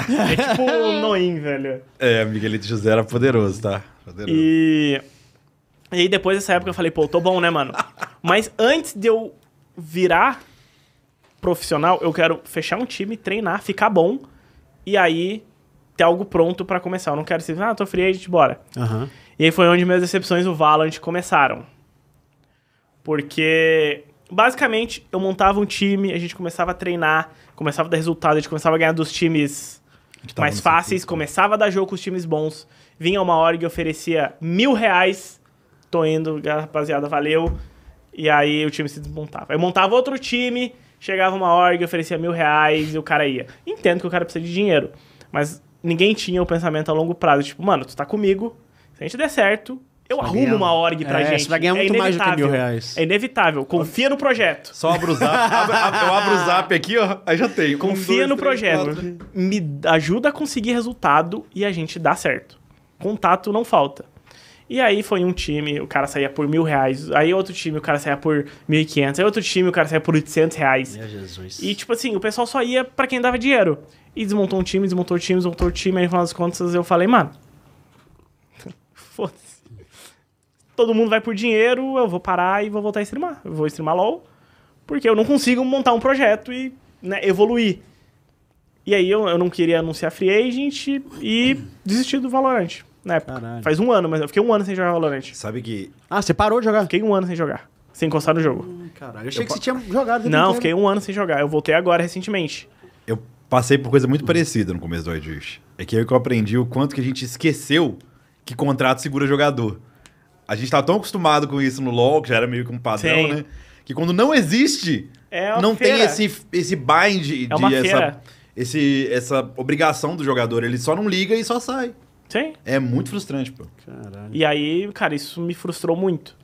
tipo um Noim, velho. É, Miguelito José era poderoso, tá? Poderoso. E, e aí depois dessa época eu falei, pô, tô bom, né, mano? Mas antes de eu virar profissional, eu quero fechar um time, treinar, ficar bom, e aí ter algo pronto pra começar. Eu não quero ser, ah, tô free agent, bora. Aham. E aí foi onde minhas decepções no Valorant começaram. Porque, basicamente, eu montava um time, a gente começava a treinar, começava a dar resultado, a gente começava a ganhar dos times tava mais no é. fáceis, começava a dar jogo com os times bons. Vinha uma org e oferecia mil reais. Tô indo, rapaziada, valeu. E aí o time se desmontava. Eu montava outro time, chegava uma org, oferecia mil reais e o cara ia. Entendo que o cara precisa de dinheiro, mas ninguém tinha o pensamento a longo prazo. Tipo, mano, tu tá comigo, se a gente der certo, eu arrumo ganhar- uma org pra É, gente. você vai ganhar muito mais do que inevitável. mil reais. É inevitável, confia no projeto. Só abro o zap. abre- abre- eu abro o zap aqui, ó. Aí já tem. Um, Confia dois, no três, projeto. quatro. Me ajuda a conseguir resultado e a gente dá certo. Contato não falta. E aí foi um time, o cara saía por mil reais. Aí outro time, o cara saía por mil e quinhentos. Aí outro time, o cara saía por oitocentos reais. Meu É, Jesus. E tipo assim, o pessoal só ia pra quem dava dinheiro. E desmontou um time, desmontou o time, desmontou o time. Aí no final das contas eu falei, mano... Foda-se. Todo mundo vai por dinheiro, eu vou parar e vou voltar a streamar. Eu vou streamar LOL, porque eu não consigo montar um projeto e né, evoluir. E aí eu, eu não queria anunciar free agent e desisti do Valorant na época. Caralho. Faz um ano, mas eu fiquei um ano sem jogar Valorant. Sabe que Ah, você parou de jogar? Fiquei um ano sem jogar, sem encostar no jogo. Caralho, eu achei que você tinha jogado. a vida Não, inteira. fiquei um ano sem jogar. Eu voltei agora, recentemente. eu passei por coisa muito parecida no começo do iDish. É que aí que eu aprendi o quanto que a gente esqueceu que contrato segura jogador. A gente tá tão acostumado com isso no LoL, que já era meio que um padrão, Sim. né? Que quando não existe, É uma não tem feira. É esse, esse bind de uma essa, feira. esse, essa obrigação do jogador. Ele só não liga e só sai. Sim. É muito frustrante, pô. Caralho. E aí, cara, isso me frustrou muito.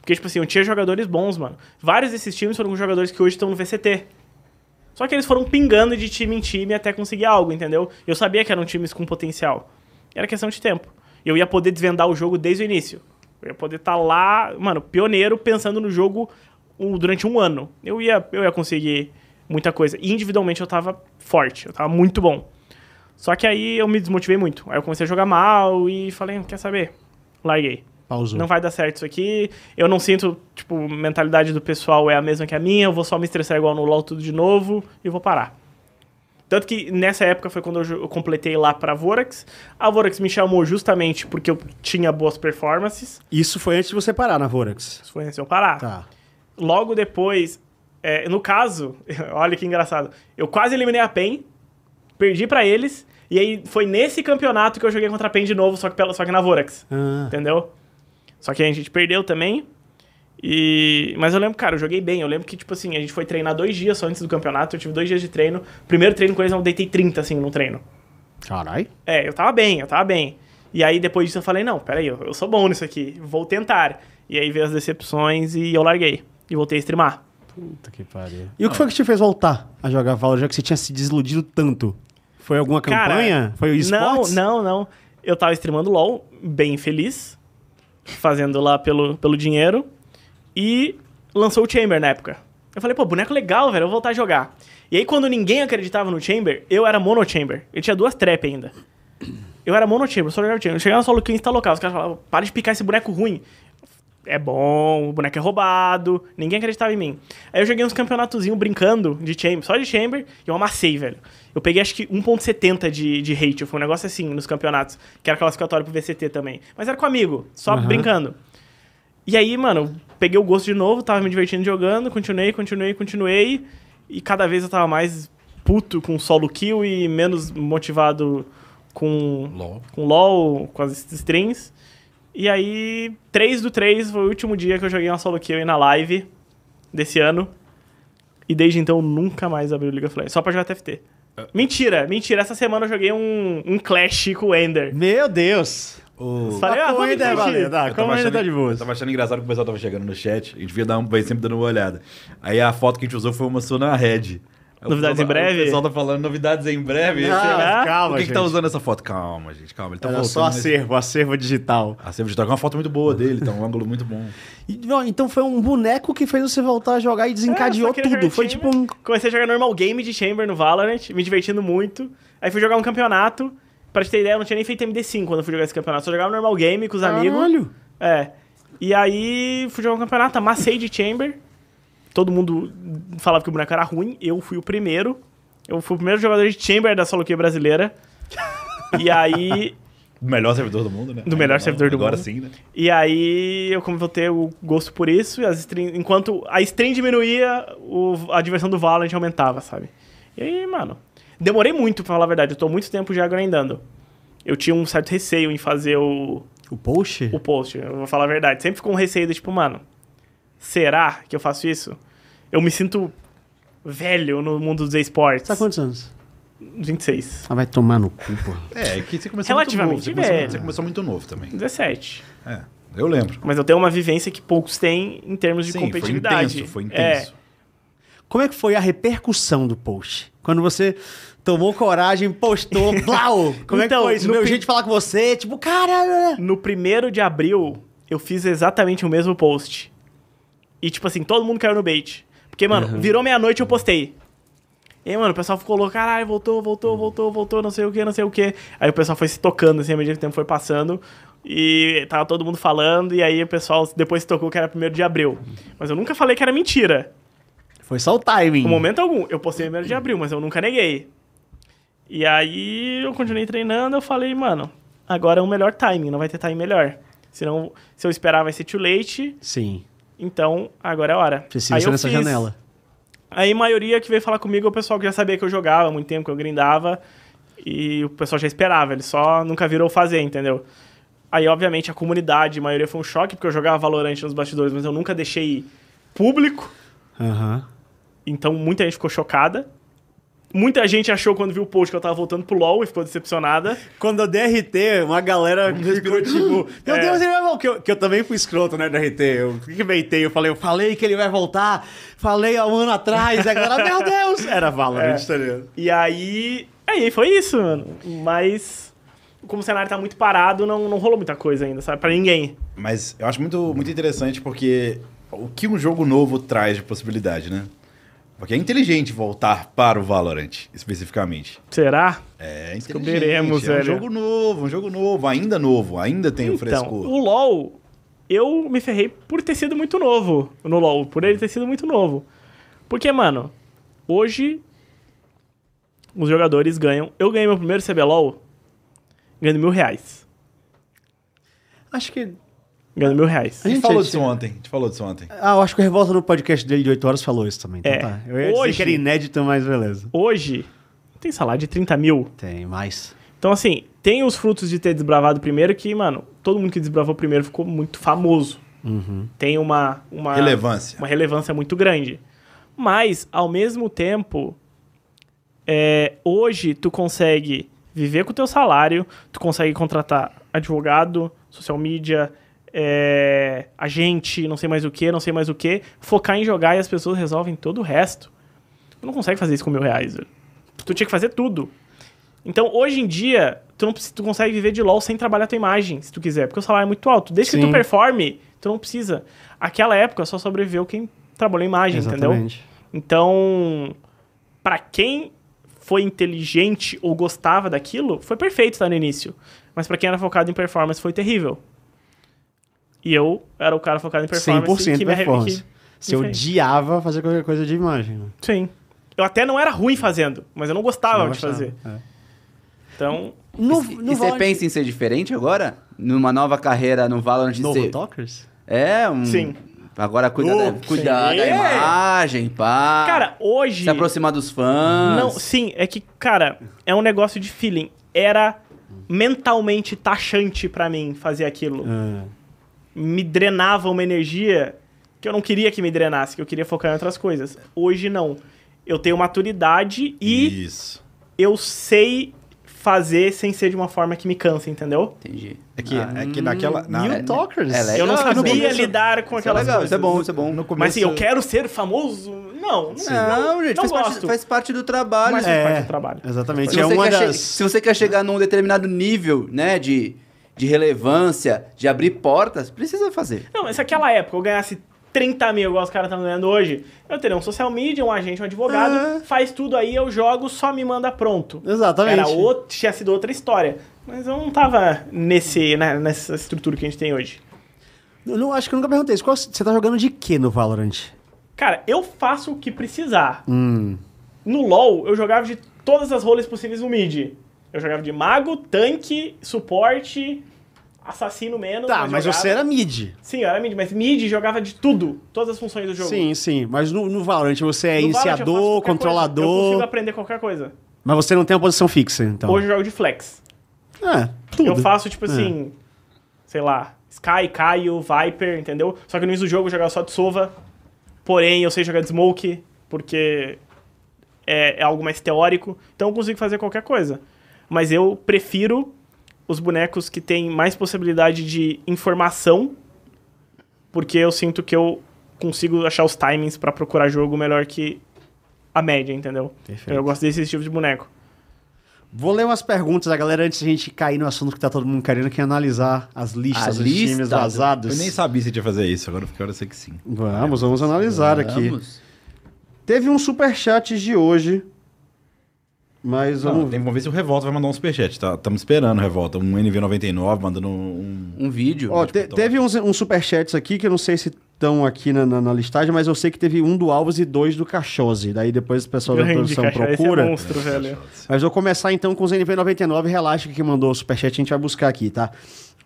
Porque, tipo assim, eu tinha jogadores bons, mano. Vários desses times foram jogadores que hoje estão no VCT. Só que eles foram pingando de time em time até conseguir algo, entendeu? Eu sabia que eram times com potencial. Era questão de tempo. E eu ia poder desvendar o jogo desde o início. Eu ia poder estar lá, mano, pioneiro, pensando no jogo o- durante um ano. Eu ia, eu ia conseguir muita coisa. E individualmente eu tava forte, eu tava muito bom. "Hum, Só que aí eu me desmotivei muito. Aí eu comecei a jogar mal e falei, quer saber? Larguei. Pausou. Não vai dar certo isso aqui. Eu não sinto, tipo, mentalidade do pessoal é a mesma que a minha, eu vou só me estressar igual no LoL tudo de novo e vou parar. Tanto que nessa época foi quando eu jo- eu completei lá pra Vorax. A Vorax me chamou justamente porque eu tinha boas performances. Isso foi antes de você parar na Vorax. Isso foi antes de eu parar. Tá. Logo depois, é, no caso, olha que engraçado, eu quase eliminei a PEN, perdi pra eles, e aí foi nesse campeonato que eu joguei contra a PEN de novo, só que, pela, só que na Vorax. Ah, Entendeu? Só que a gente perdeu também. E... Mas eu lembro, cara, eu joguei bem. Eu lembro que, tipo assim, a gente foi treinar dois dias só antes do campeonato. Eu tive dois dias de treino. Primeiro treino com eles, eu deitei 30, assim, no treino. Caralho. É, eu tava bem, eu tava bem. E aí depois disso eu falei, não, peraí, eu, eu sou bom nisso aqui, vou tentar. E aí veio as decepções e eu larguei. E voltei a streamar. Puta que pariu. E o que foi que te fez voltar a jogar Valorant, já que você tinha se desiludido tanto? Foi alguma Cara, campanha? Foi o esportes? Não, não, não. Eu tava streamando LOL, bem feliz, fazendo lá pelo, pelo dinheiro. E lançou o Chamber na época. Eu falei, pô, boneco legal, velho, eu vou voltar a jogar. E aí, quando ninguém acreditava no Chamber, eu era mono Chamber. Eu tinha duas trap ainda. Eu era mono Chamber, só jogava Chamber. Eu chegava no solo quem está local, os caras falavam, para de picar esse boneco ruim. É bom, o boneco é roubado, ninguém acreditava em mim. Aí eu joguei uns campeonatozinhos brincando de Chamber, só de Chamber, e eu amassei, velho. Eu peguei acho que 1.70 de, de hate, foi um negócio assim nos campeonatos, que era classificatório pro VCT também. Mas era com amigo, só brincando. E aí, mano, peguei o gosto de novo, tava me divertindo jogando, continuei, continuei, continuei. E cada vez eu tava mais puto com solo kill e menos motivado com LOL. com, LOL, com as strings. E aí, 3 do 3 foi o último dia que eu joguei uma solo kill aí na live desse ano. E desde então eu nunca mais abri o League of Legends, só pra jogar TFT. Mentira, mentira. Essa semana eu joguei um, um Clash com o Ender. Meu Deus! Falei, ah, como vamos ainda é divertir. valendo? Ah, como Eu tava ainda achando- tá de Eu boas? tava achando engraçado que o pessoal tava chegando no chat. A gente via dar um, vai sempre dando uma olhada. Aí a foto que a gente usou foi uma sua na Red. Aí o Novidades pessoal- em breve? O pessoal tá falando novidades em breve. Ah, Será? calma, Por que, que tá gente. usando essa foto? Calma, gente, calma. Ele tá Era voltando só um nesse- acervo, acervo digital. Acervo digital, que é uma foto muito boa dele, tá um ângulo muito bom. E, não, então foi um boneco que fez você voltar a jogar e desencadeou É, só queria tudo. jogar Foi tipo Chamber. um. Comecei a jogar normal game de Chamber no Valorant, me divertindo muito. Aí fui jogar um campeonato. Pra te ter ideia, eu não tinha nem feito MD5 quando eu fui jogar esse campeonato. Só jogava normal game com os amigos. Caralho! É. E aí fui jogar um campeonato, amassei de Chamber. Todo mundo falava que o boneco era ruim. Eu fui o primeiro. Eu fui o primeiro jogador de Chamber da solo queue brasileira. E aí Do melhor servidor do mundo, né? Do Ainda melhor não, servidor do agora mundo. sim, né? E aí eu como vou ter o gosto por isso, e as stream, enquanto a stream diminuía, o- a diversão do Valorant aumentava, sabe? E aí, mano, demorei muito pra falar a verdade, eu tô muito tempo já grindando. Eu tinha um certo receio em fazer o, O post? o post, eu vou falar a verdade. Sempre ficou um receio de tipo, mano, será que eu faço isso? Eu me sinto velho no mundo dos esportes. Tá quantos anos? 26. Ah, vai tomar no cu, pô. É, que você começou Relativamente muito é. novo. Você começou, velho. você começou muito novo também. 17. É, eu lembro. Mas eu tenho uma vivência que poucos têm em termos de Sim, foi competitividade. intenso, foi É. intenso. Como é que foi a repercussão do post? Quando você tomou coragem, postou, blau! Como é que Então, foi isso? no Meu pri- jeito de falar com você, tipo, cara... No primeiro de abril, eu fiz exatamente o mesmo post. E, tipo assim, todo mundo caiu no bait. Porque, mano, virou meia-noite eu postei. E aí, mano, o pessoal ficou louco, caralho, voltou, voltou, voltou, voltou, não sei o que, não sei o que. Aí o pessoal foi se tocando, assim, à medida que o tempo foi passando. E tava todo mundo falando, e aí o pessoal depois se tocou que era primeiro de abril. Mas eu nunca falei que era mentira. Foi só o timing. Em momento algum, eu postei primeiro de abril, mas eu nunca neguei. E aí eu continuei treinando, eu falei, mano, agora é o melhor timing, não vai ter timing melhor. Senão, se eu esperar vai ser too late, Sim, então agora é a hora. precisa ser eu nessa fiz. janela. Aí a maioria que veio falar comigo é o pessoal que já sabia que eu jogava há muito tempo, que eu grindava. E o pessoal já esperava, ele só nunca virou fazer, entendeu? Aí, obviamente, a comunidade, a maioria foi um choque, porque eu jogava Valorant nos bastidores, mas eu nunca deixei público. Aham. Então muita gente ficou chocada. Muita gente achou quando viu o post que eu tava voltando pro LoL e ficou decepcionada. Quando eu DRT, uma galera ficou tipo, meu É. Deus, ele vai voltar. Que eu, que eu também fui escroto, né, DRT. Eu que inventei, eu falei, eu falei que ele vai voltar, falei há um ano atrás, e a galera, meu Deus! Era Valorant, tá ligado? E aí. Aí foi isso, mano. Mas. Como o cenário tá muito parado, não, não rolou muita coisa ainda, sabe? Pra ninguém. Mas eu acho muito, muito interessante porque o que um jogo novo traz de possibilidade, né? Porque é inteligente voltar para o Valorant, especificamente. Será? É inteligente. Descobriremos, é um velho. jogo novo, um jogo novo, ainda novo, ainda tem o então, frescor. o LoL eu me ferrei por ter sido muito novo no LoL, por ele ter sido muito novo. Porque, mano, hoje os jogadores ganham. Eu ganhei meu primeiro CBLOL ganhando mil reais. Acho que. Ganhando mil reais. A gente Gente, falou a disso ontem. A gente falou disso ontem. Ah, eu acho que o Revolta no podcast dele de 8 horas falou isso também. Então É. tá. Eu ia dizer Hoje- que era inédito, mas beleza. Hoje, tem salário de 30 mil. Tem mais. Então, assim, tem os frutos de ter desbravado primeiro que, mano, todo mundo que desbravou primeiro ficou muito famoso. Tem uma, uma... Relevância. Uma relevância muito grande. Mas, ao mesmo tempo, é, hoje tu consegue viver com o teu salário, tu consegue contratar advogado, social media, é, agente, não sei mais o que, não sei mais o que, focar em jogar e as pessoas resolvem todo o resto. Tu não consegue fazer isso com mil reais, velho. Tu tinha que fazer tudo. Então, hoje em dia, tu, não, precisa- tu consegue viver de LoL sem trabalhar tua imagem, se tu quiser, porque o salário é muito alto. Desde que tu Sim. performe, tu não precisa. Aquela época só sobreviveu quem trabalhou a imagem, entendeu? Exatamente. Então, pra quem foi inteligente ou gostava daquilo, foi perfeito estar no início. Mas pra quem era focado em performance, foi terrível. E eu era o cara focado em performance. 100% me arre- performance. Se eu fez. odiava fazer qualquer coisa de imagem. né? Sim. Eu até não era ruim fazendo, mas Ah, eu não gostava Eu de gostava, fazer. é. Então, No, e no e você vôlei- pensa em ser diferente agora? Numa nova carreira no Valorant? de Novo ser- Talkers? É, um... Sim. Uh, Agora cuida, Oh, da, cuida sim. da imagem, pá. cara, hoje... Ah, Se aproximar dos fãs. Não, sim, é que, cara, é um negócio de feeling. Era mentalmente taxante pra mim fazer aquilo. Me drenava uma energia que eu não queria que me drenasse, que eu queria focar em outras coisas. Hoje não. Eu tenho maturidade e Isso. eu sei fazer sem ser de uma forma que me cansa, entendeu? Entendi. É que, é que naquela. na- New Talkers? é legal. eu não isso é sabia bom, isso- lidar com Isso é aquelas legal, coisas. isso é bom, isso é bom. no começo, Mas assim, eu quero ser famoso? Não, não, Não, gente, não faz, parte, gosto. faz parte do trabalho. Mas É, faz parte do trabalho. Exatamente. Se é você, uma quer che- das. se você quer chegar num determinado nível, né, de, de relevância, de abrir portas, precisa fazer. Não, mas se aquela época eu ganhasse 30 mil, igual os caras estão ganhando hoje, eu teria um social media, um agente, um advogado, faz tudo aí, eu jogo, só me manda pronto. Exatamente. Era outro, tinha sido outra história. Mas eu não tava nesse, né, nessa estrutura que a gente tem hoje. Eu não, acho que eu nunca perguntei isso. Qual- você tá jogando de que no Valorant? Cara, eu faço o que precisar. No LoL, eu jogava de todas as roles possíveis no mid. Eu jogava de mago, tanque, suporte, assassino menos. Tá, mas jogava. você era mid. Sim, eu era mid, mas mid jogava de tudo. Todas as funções do jogo. Sim, sim. Mas no, no Valorant você é No Valorant eu faço iniciador, qualquer coisa. Eu controlador. consigo aprender qualquer coisa. Mas você não tem uma posição fixa, então. Hoje eu jogo de flex. É, tudo. Eu faço, tipo assim, sei lá, Sky, Caio, Viper, entendeu? Só que no início do jogo eu jogava só de Sova. Porém, eu sei jogar de Smoke, porque é, é algo mais teórico. Então eu consigo fazer qualquer coisa. Mas eu prefiro os bonecos que têm mais possibilidade de informação, porque eu sinto que eu consigo achar os timings pra procurar jogo melhor que a média, entendeu? Perfeito. Eu gosto desse tipo de boneco. Vou ler umas perguntas da galera antes de a gente cair no assunto que tá todo mundo querendo, que é analisar as listas As dos times listas? vazados. Eu nem sabia se ia fazer isso, agora porque eu sei que sim. Vamos, vamos analisar aqui. Vamos. Teve um superchat de hoje, mas Não, vamos ver. tem- vamos ver se o Revolta vai mandar um superchat. Tá, estamos esperando o Revolta. Um NV99 mandando um. Um vídeo. Ó, te- teve uns, uns superchats aqui que eu não sei se estão aqui na, na- na listagem, mas eu sei que teve um do Alves e dois do Cachose. Daí depois o pessoal da Grande, produção cara. Esse é procura. monstro, velho. mas vou começar então com os NP99. Relaxa que quem mandou o superchat, a gente vai buscar aqui, tá?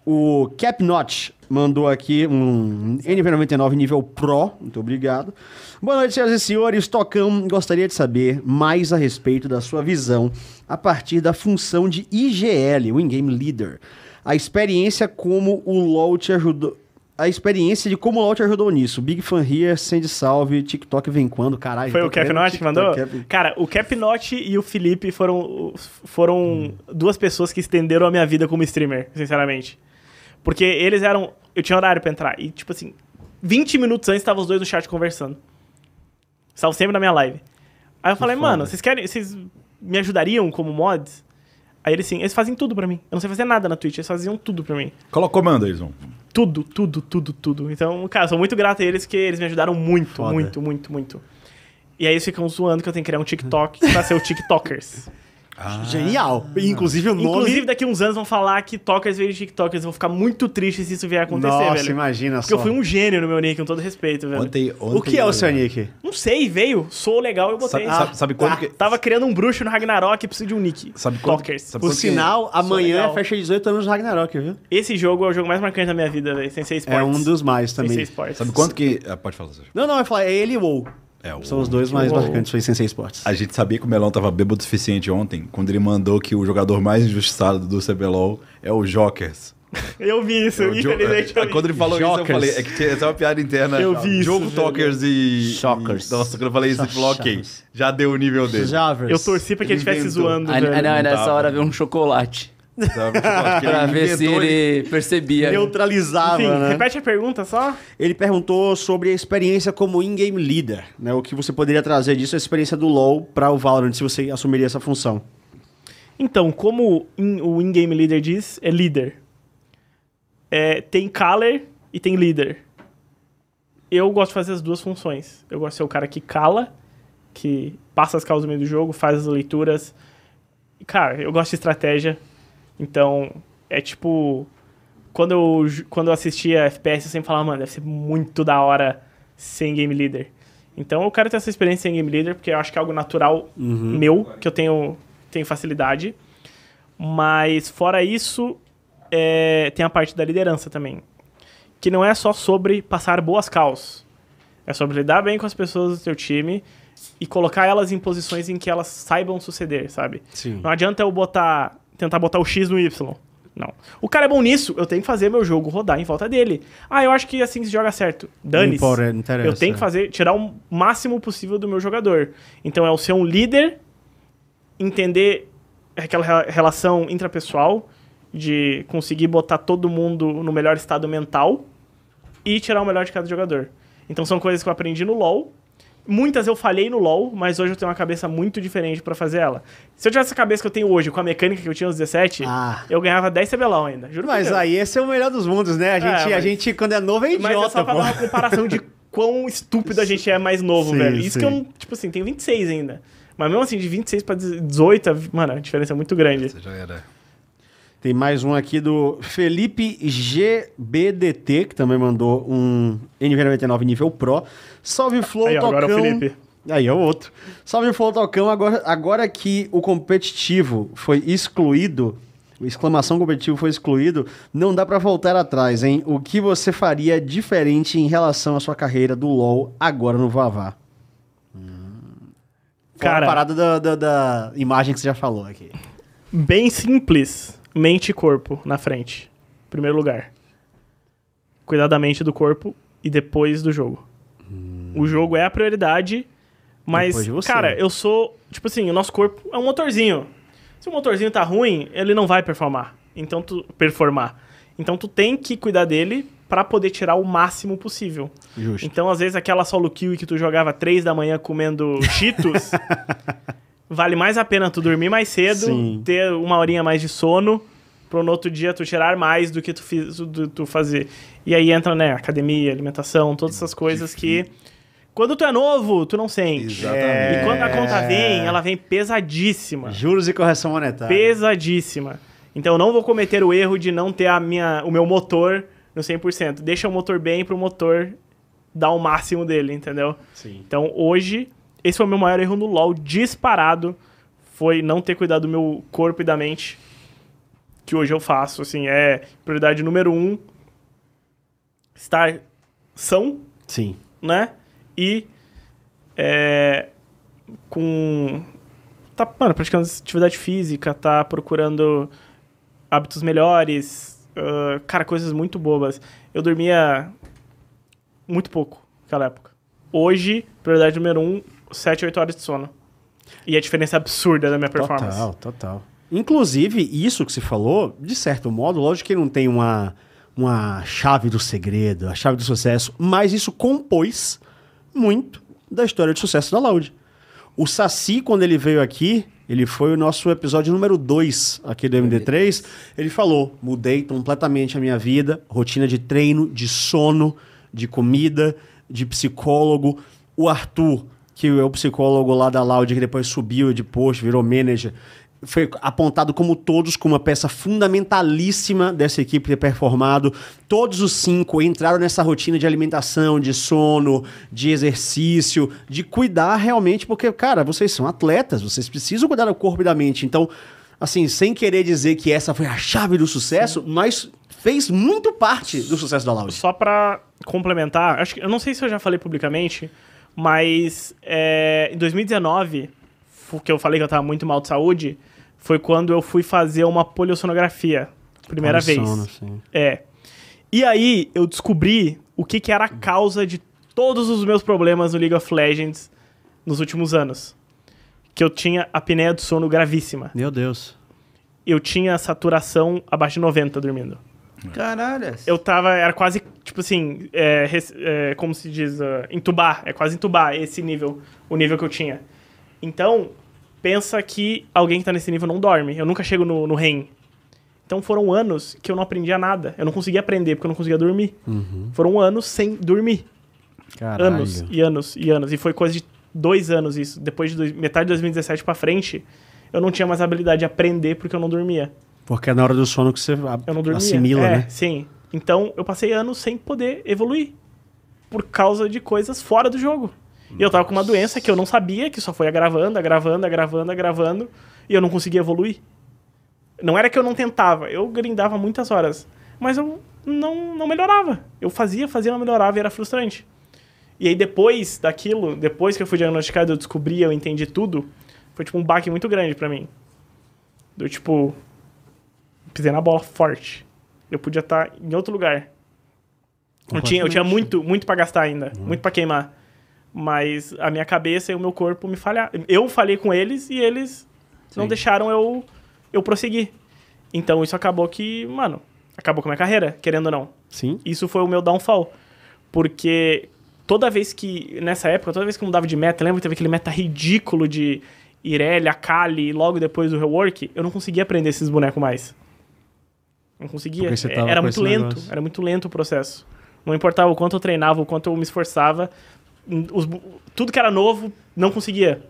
O Capnot mandou aqui um NP99 nível Pro. Muito obrigado. Boa noite, senhoras e senhores. Tocão, gostaria de saber mais a respeito da sua visão a partir da função de IGL, o In-Game Leader. A experiência como o LoL te ajudou... A experiência de como o LoL te ajudou nisso. Big Fan Here, Send Salve, TikTok vem quando, caralho. Foi tô o Cap querendo Notch que TikTok, mandou? Cap- Cara, o Cap Notch e o Felipe foram, foram Hum. duas pessoas que estenderam a minha vida como streamer, sinceramente. Porque eles eram. Eu tinha horário pra entrar. E, tipo assim, 20 minutos antes estavam os dois no chat conversando. Estavam sempre na minha live. Aí eu falei, mano, vocês querem. Vocês me ajudariam como mods? Aí eles sim, eles fazem tudo pra mim. Eu não sei fazer nada na Twitch, eles faziam tudo pra mim. Coloca o comando, Wilson. Tudo, tudo, tudo, tudo. Então, cara, sou muito grato a eles que eles me ajudaram muito, Foda. muito, muito, muito. E aí eles ficam zoando que eu tenho que criar um TikTok pra ser o TikTokers. Genial. Ah. Inclusive o nome. Inclusive, daqui uns anos vão falar que tokers veio de TikTokers. Vão ficar muito tristes se isso vier a acontecer, Nossa, velho. imagina Porque só. eu fui um gênio no meu nick, com todo respeito, velho. Ontem, ontem, O que é o né? seu nick? Não sei, veio. Sou legal, eu botei. Sabe, sabe, sabe quando Ah, que... Tava criando um bruxo no Ragnarok e preciso de um nick. Sabe quando- Tokers. sabe Por Porque- sinal, amanhã é? legal. é festa de 18 anos do Ragnarok, viu? Esse jogo é o jogo mais marcante da minha vida, velho. Sensei Sports. É um dos mais Sensei também. Sports. Sabe quanto que... Ah, pode falar, Sérgio. Não, não, eu falar, é ele e o WoW. É, o- São os dois mais WoW. marcantes, foi Sensei Sports. A gente sabia que o Melão tava bêbado o suficiente ontem, quando ele mandou que o jogador mais injustiçado do CBLOL é o Jokers. Eu vi isso, É o Jo- infelizmente. eu é, vi. quando ele falou isso, eu Jokers. falei, é que tinha- essa é uma piada interna. Eu vi isso, Jogo velho. Tokers e... Shockers. e- Nossa, quando eu falei isso, ele falou, ok, Shockers. já deu o nível dele. Javers. Eu torci pra que ele Ele estivesse inventou. zoando, Aí, velho. aí, não, aí nessa Tá, hora veio um chocolate. Sabe? Tipo, acho que Pra ver se inventou, ele percebia. Neutralizava, Enfim, né? repete a pergunta só. Ele perguntou sobre a experiência como in-game leader, né? O que você poderia trazer disso, a experiência do LoL pra o Valorant, se você assumiria essa função. Então, como in- o in-game leader diz, é líder. É, tem caller e tem líder. Eu gosto de fazer as duas funções. Eu gosto de ser o cara que cala, que passa as causas no meio do jogo, faz as leituras. E, cara, eu gosto de estratégia. Então, é tipo. Quando eu, ju- quando eu assistia FPS, eu sempre falava, mano, deve ser muito da hora sem game leader. Então eu quero ter essa experiência sem game leader, porque eu acho que é algo natural meu, que eu tenho, tenho facilidade. Mas fora isso, é, tem a parte da liderança também. Que não é só sobre passar boas calls. É sobre lidar bem com as pessoas do teu time e colocar elas em posições em que elas saibam suceder, sabe? Sim. Não adianta eu botar. tentar botar o X no Y. Não. O cara é bom nisso, eu tenho que fazer meu jogo rodar em volta dele. Ah, eu acho que assim se joga certo. Dane-se. importa, não é, interessa. Eu tenho que fazer, tirar o máximo possível do meu jogador. Então é o ser um líder entender aquela re- relação intrapessoal, de conseguir botar todo mundo no melhor estado mental e tirar o melhor de cada jogador. Então são coisas que eu aprendi no LoL. Muitas eu falhei no LoL, mas hoje eu tenho uma cabeça muito diferente pra fazer ela. Se eu tivesse essa cabeça que eu tenho hoje, com a mecânica que eu tinha aos 17, Ah. eu ganhava 10 CBLOL ainda. Juro por Mas Deus. aí esse é o melhor dos mundos, né? A gente, É, a mas- gente quando é novo é Mas é idiota, só pra pô. dar uma comparação de quão estúpido a gente é mais novo, Sim, velho. Isso sim. que eu, não- tipo assim, tenho 26 ainda. Mas mesmo assim, de 26 pra 18, a- mano, a diferença é muito grande. Já era. Tem mais um aqui do Felipe GBDT, que também mandou um NV99 nível Pro. Salve Flow Aí, ó, Tocão. agora é o Felipe. Aí é o outro. Salve Flow Tocão. Agora, agora que o competitivo foi excluído, o exclamação competitivo foi excluído, não dá pra voltar atrás, hein? O que você faria diferente em relação à sua carreira do LoL agora no Vavá? Fora Cara- a parada da, da- da imagem que você já falou aqui. Bem simples. Mente e corpo na frente. Primeiro lugar. Cuidar da mente e do corpo e depois do jogo. O jogo é a prioridade, Hum. mas, Depois de você. cara, eu sou. Tipo assim, o nosso corpo é um motorzinho. Se o motorzinho tá ruim, ele não vai performar. Então tu. Performar. Então tu tem que cuidar dele pra poder tirar o máximo possível. Justo. Então, às vezes, aquela solo kill que tu jogava três da manhã comendo Cheetos, vale mais a pena tu dormir mais cedo, Sim. ter uma horinha mais de sono, pro no outro dia tu tirar mais do que tu, fiz, do- tu fazer. E aí entra, né, academia, alimentação, todas essas coisas que... Quando tu é novo, tu não sente. Exatamente. E quando a conta vem, ela vem pesadíssima. Juros e correção monetária. Pesadíssima. Então eu não vou cometer o erro de não ter a minha, o meu motor no 100%. Deixa o motor bem pro motor dar o máximo dele, entendeu? Sim. Então hoje, esse foi o meu maior erro no LoL disparado. Foi não ter cuidado do meu corpo e da mente. Que hoje eu faço, assim, é prioridade número um. Estar são, Sim. né? E é, com tá mano, praticando atividade física, tá procurando hábitos melhores, ah, cara, coisas muito bobas. Eu dormia muito pouco naquela época. Hoje, prioridade número um, 7, 8 horas de sono. E a diferença é absurda da minha performance. Total, total. Inclusive, isso que se falou, de certo modo, lógico que não tem uma, uma chave do segredo, a chave do sucesso, mas isso compôs muito da história de sucesso da Loud. O Saci, quando ele veio aqui, ele foi o nosso episódio número 2 aqui do MD3. Ele falou: mudei completamente a minha vida, rotina de treino, de sono, de comida, de psicólogo. O Arthur, que é o psicólogo lá da Loud, que depois subiu de posto, virou manager, foi apontado como todos como uma peça fundamentalíssima dessa equipe ter performado. Todos os cinco entraram nessa rotina de alimentação, de sono, de exercício, de cuidar realmente, porque, cara, vocês são atletas, vocês precisam cuidar do corpo e da mente. Então, assim, sem querer dizer que essa foi a chave do sucesso, mas fez muito parte do sucesso da Loud. Só pra complementar, acho que, eu não sei se eu já falei publicamente, mas é, em 2019, fu- que eu falei que eu tava muito mal de saúde, foi quando eu fui fazer uma poliossonografia. Primeira Sono, vez. assim. É. E aí eu descobri o que, que era a causa de todos os meus problemas no League of Legends nos últimos anos. Que eu tinha apneia do sono gravíssima. Meu Deus. Eu tinha saturação abaixo de 90 dormindo. Caralho. Eu tava, era quase, tipo assim, é, res- é, como se diz, ah, entubar, é quase entubar esse nível, o nível que eu tinha. Então, pensa que alguém que tá nesse nível não dorme, eu nunca chego no, no REM. Então foram anos que eu não aprendia nada, eu não conseguia aprender porque eu não conseguia dormir. Foram anos sem dormir, Caralho. anos e anos e anos, e foi coisa de dois anos isso, depois de dois- metade de 2017 pra frente, eu não tinha mais a habilidade de aprender porque eu não dormia. Porque é na hora do sono que você a- Eu não dormia. assimila, é, né? Sim. Então eu passei anos sem poder evoluir por causa de coisas fora do jogo. E eu tava com uma doença que eu não sabia, que só foi agravando, agravando, agravando, agravando, e eu não conseguia evoluir. Não era que eu não tentava, eu grindava muitas horas, mas eu não, não melhorava. Eu fazia, fazia, não melhorava e era frustrante. E aí depois daquilo, depois que eu fui diagnosticado, eu descobri, eu entendi tudo, foi tipo um baque muito grande pra mim. Do tipo, pisei na bola forte. Eu podia estar em outro lugar. Eu tinha, eu tinha muito, muito para gastar ainda, muito para queimar. Mas a minha cabeça e o meu corpo me falharam. Eu falei com eles e eles não deixaram eu, eu prosseguir. Então isso acabou que, mano, acabou com a minha carreira, querendo ou não. Sim. Isso foi o meu downfall. Porque toda vez que, nessa época, toda vez que eu mudava de meta, lembra que teve aquele meta ridículo de Irelia, Kali, e logo depois do rework, eu não conseguia aprender esses bonecos mais. Não conseguia. Porque você É, tava Era com muito esse lento, negócio. era muito lento o processo. Não importava o quanto eu treinava, o quanto eu me esforçava, os bu- tudo que era novo, não conseguia.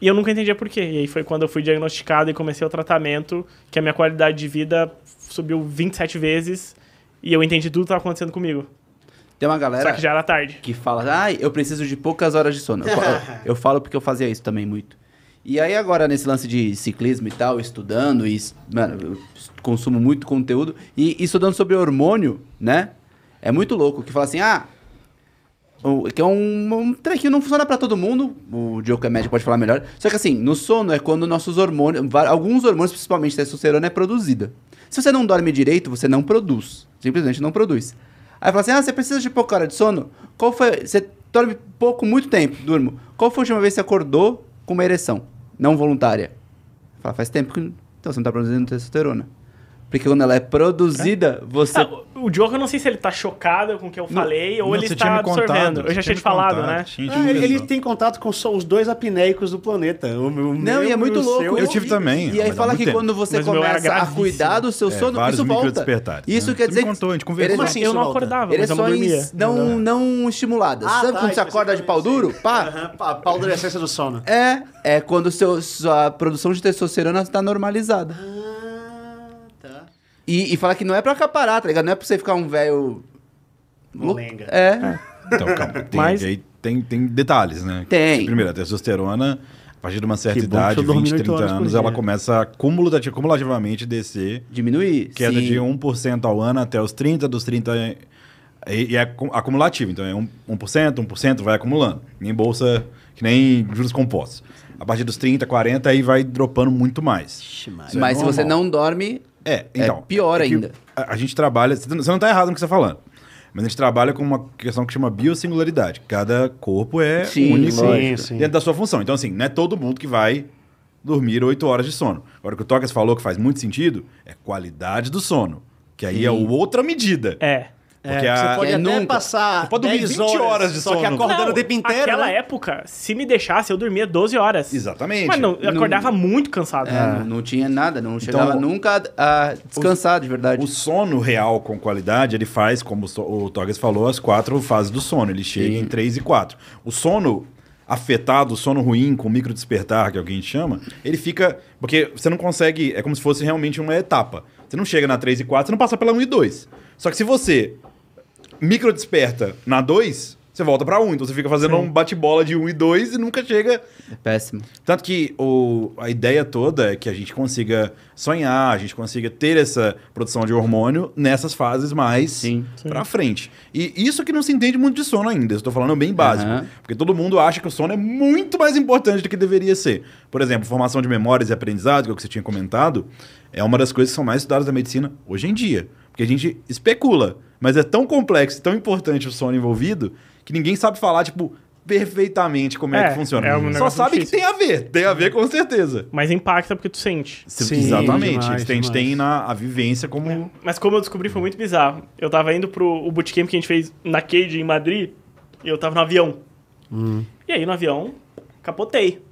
E eu nunca entendia por quê. E aí foi quando eu fui diagnosticado e comecei o tratamento, que a minha qualidade de vida subiu 27 vezes e eu entendi tudo que estava acontecendo comigo. Tem uma galera Só que já era tarde. que fala, ai, eu preciso de poucas horas de sono. Eu, falo- eu falo porque eu fazia isso também muito. E aí agora nesse lance de ciclismo e tal, estudando e, es- mano, eu s- consumo muito conteúdo e e estudando sobre hormônio, né? É muito louco que fala assim, ah, o- que é um, um trequinho, não funciona pra todo mundo, o Diogo que é médico pode falar melhor. Só que assim, no sono é quando nossos hormônios, va- alguns hormônios, principalmente testosterona, é produzida. Se você não dorme direito, você não produz. Simplesmente não produz. Aí fala assim, ah, você precisa de pouca hora de sono? Qual foi, você dorme pouco, muito tempo, durmo. Qual foi a última vez que você acordou com uma ereção? Não voluntária. Fala, faz tempo que, então você não tá produzindo testosterona. Porque quando ela é produzida, você... Ah, o- o Diogo, eu não sei se ele tá chocado com o que eu falei ou Não, ele você tinha está me contado, absorvendo. eu você já tinha me te falado, contado, né? tinha- tinha Ah, ele, ele razão. tem contato com só os dois apneicos do planeta. O, meu- o Não, meu e é muito o louco. seu. tipo, Eu tive também, E aí mas há fala muito que tempo. quando você Mas o meu era começa a gravíssimo. cuidar do seu sono, É, vários isso volta. microdespertares, Isso né? quer Você dizer me contou, a gente conversou. Como Como assim? assim? eu isso não volta? acordava, mas eu não dormia. Ereções não, não estimuladas. Ah, Sabe tá, quando você isso, acorda de pau duro? Pá! Aham, pá, pau da essência do sono. É, é quando seu, sua produção de testosterona está normalizada. E, e fala que não é pra acaparar, tá ligado? Não é pra você ficar um velho. lou- Lenga. É. Então, calma. Tem, Mas- aí tem, tem detalhes, né? Tem. Primeiro, a testosterona, a partir de uma certa Que bom que idade, eu dormi 20, oito 30 horas por anos, dia. ela começa a cumulati- cumulativamente descer. Diminuir. Queda sim. de 1% ao ano até os 30, dos 30... é- E, e é acu- acumulativo, então é 1%, 1% vai acumulando. Nem bolsa, que nem juros compostos. A partir dos 30, 40, aí vai dropando muito mais. Ixi, Maria. Isso é Mas se você normal. não dorme, É, É então. pior que ainda. A, a gente trabalha. Você não está errado no que você está falando. Mas a gente trabalha com uma questão que chama biosingularidade. Cada corpo é Sim, único lógico. Sim, sim. dentro da sua função. Então, assim, não é todo mundo que vai dormir 8 horas de sono. Agora, o que o Tokas falou que faz muito sentido é qualidade do sono. Que aí é outra medida. É. Porque você a- pode é até nunca. passar Você pode dormir 10 20 horas de só que sono. acordando Não, o tempo inteiro, Aquela né? época, se me deixasse, eu dormia 12 horas. Exatamente. Mas não, eu acordava muito cansado. é, Ah. não, não tinha nada, não chegava o- nunca a, a descansar de verdade. Então, O sono real com qualidade, ele faz, como o So- o Torres falou, as quatro fases do sono. Ele chega em três e quatro. O sono, afetado, sono ruim, com micro despertar, que alguém chama, ele fica. Porque você não consegue. É como se fosse realmente uma etapa. Você não chega na 3 e 4, você não passa pela 1 e 2. Só que se você micro desperta na 2, você volta pra 1. Então você fica fazendo um bate-bola de 1 e 2 e nunca chega É péssimo. tanto que o, a ideia toda é que a gente consiga sonhar, a gente consiga ter essa produção de hormônio nessas fases mais pra frente. E isso que não se entende muito de sono ainda, estou falando bem básico. Aham. Porque todo mundo acha que o sono é muito mais importante do que deveria ser. Por exemplo, formação de memórias e aprendizado, que é o que você tinha comentado, é uma das coisas que são mais estudadas na medicina hoje em dia. Porque a gente especula, mas é tão complexo e tão importante o sono envolvido que ninguém sabe falar, tipo, perfeitamente como é, É, que funciona. é um Só negócio sabe que difícil. tem a ver, tem a ver com certeza. Mas impacta porque tu sente. Sim, Exatamente. demais, Isso a gente demais. tem na a vivência como. Mas como eu descobri, foi muito bizarro. Eu tava indo pro o bootcamp que a gente fez na Cade, em Madrid, e eu tava no avião. Hum. E aí, no avião, capotei.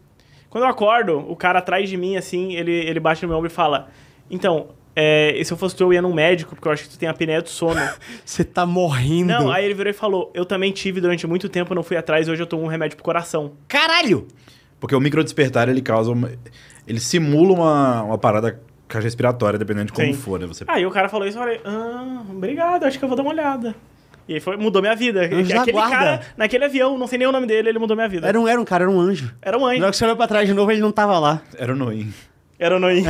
Quando eu acordo, o cara atrás de mim, assim, ele, ele bate no meu ombro e fala: Então, é, e se eu fosse tu, eu ia num médico, porque eu acho que tu tem apneia do sono. Você tá morrendo. não, aí ele virou e falou: Eu também tive durante muito tempo, não fui atrás, hoje eu tomo um remédio pro coração. Caralho! Porque o microdespertar ele causa. Uma, ele simula uma, uma parada respiratória, dependendo de como Sim. for, né? Você Aí o cara falou isso, eu falei, ah, obrigado, acho que eu vou dar uma olhada. E aí foi, mudou minha vida. Anjo da Aquele guarda. cara, naquele avião, não sei nem o nome dele, ele mudou minha vida. Era um, era um cara, era um anjo. Era um Na hora anjo. que você olhou pra trás de novo, ele não tava lá. era o Noim. Era um anjo.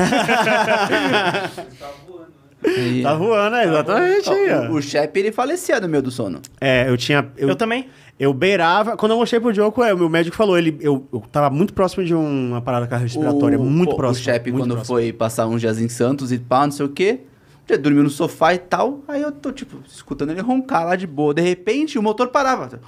E- Tá voando, é, Ah, exatamente. Ó, ó. o, o Shep, ele falecia no meio do sono. É, eu tinha. Eu, Eu também. eu beirava. Quando eu mostrei pro Diogo, é, o meu médico falou, ele, eu, eu tava muito próximo de uma parada cardiorrespiratória, O- é muito o, próximo. O Shep, muito quando próximo. foi passar uns dias em Santos e pá, não sei o quê, um dia dormiu no sofá e tal, aí eu tô, tipo, escutando ele roncar lá de boa. De repente, o motor parava.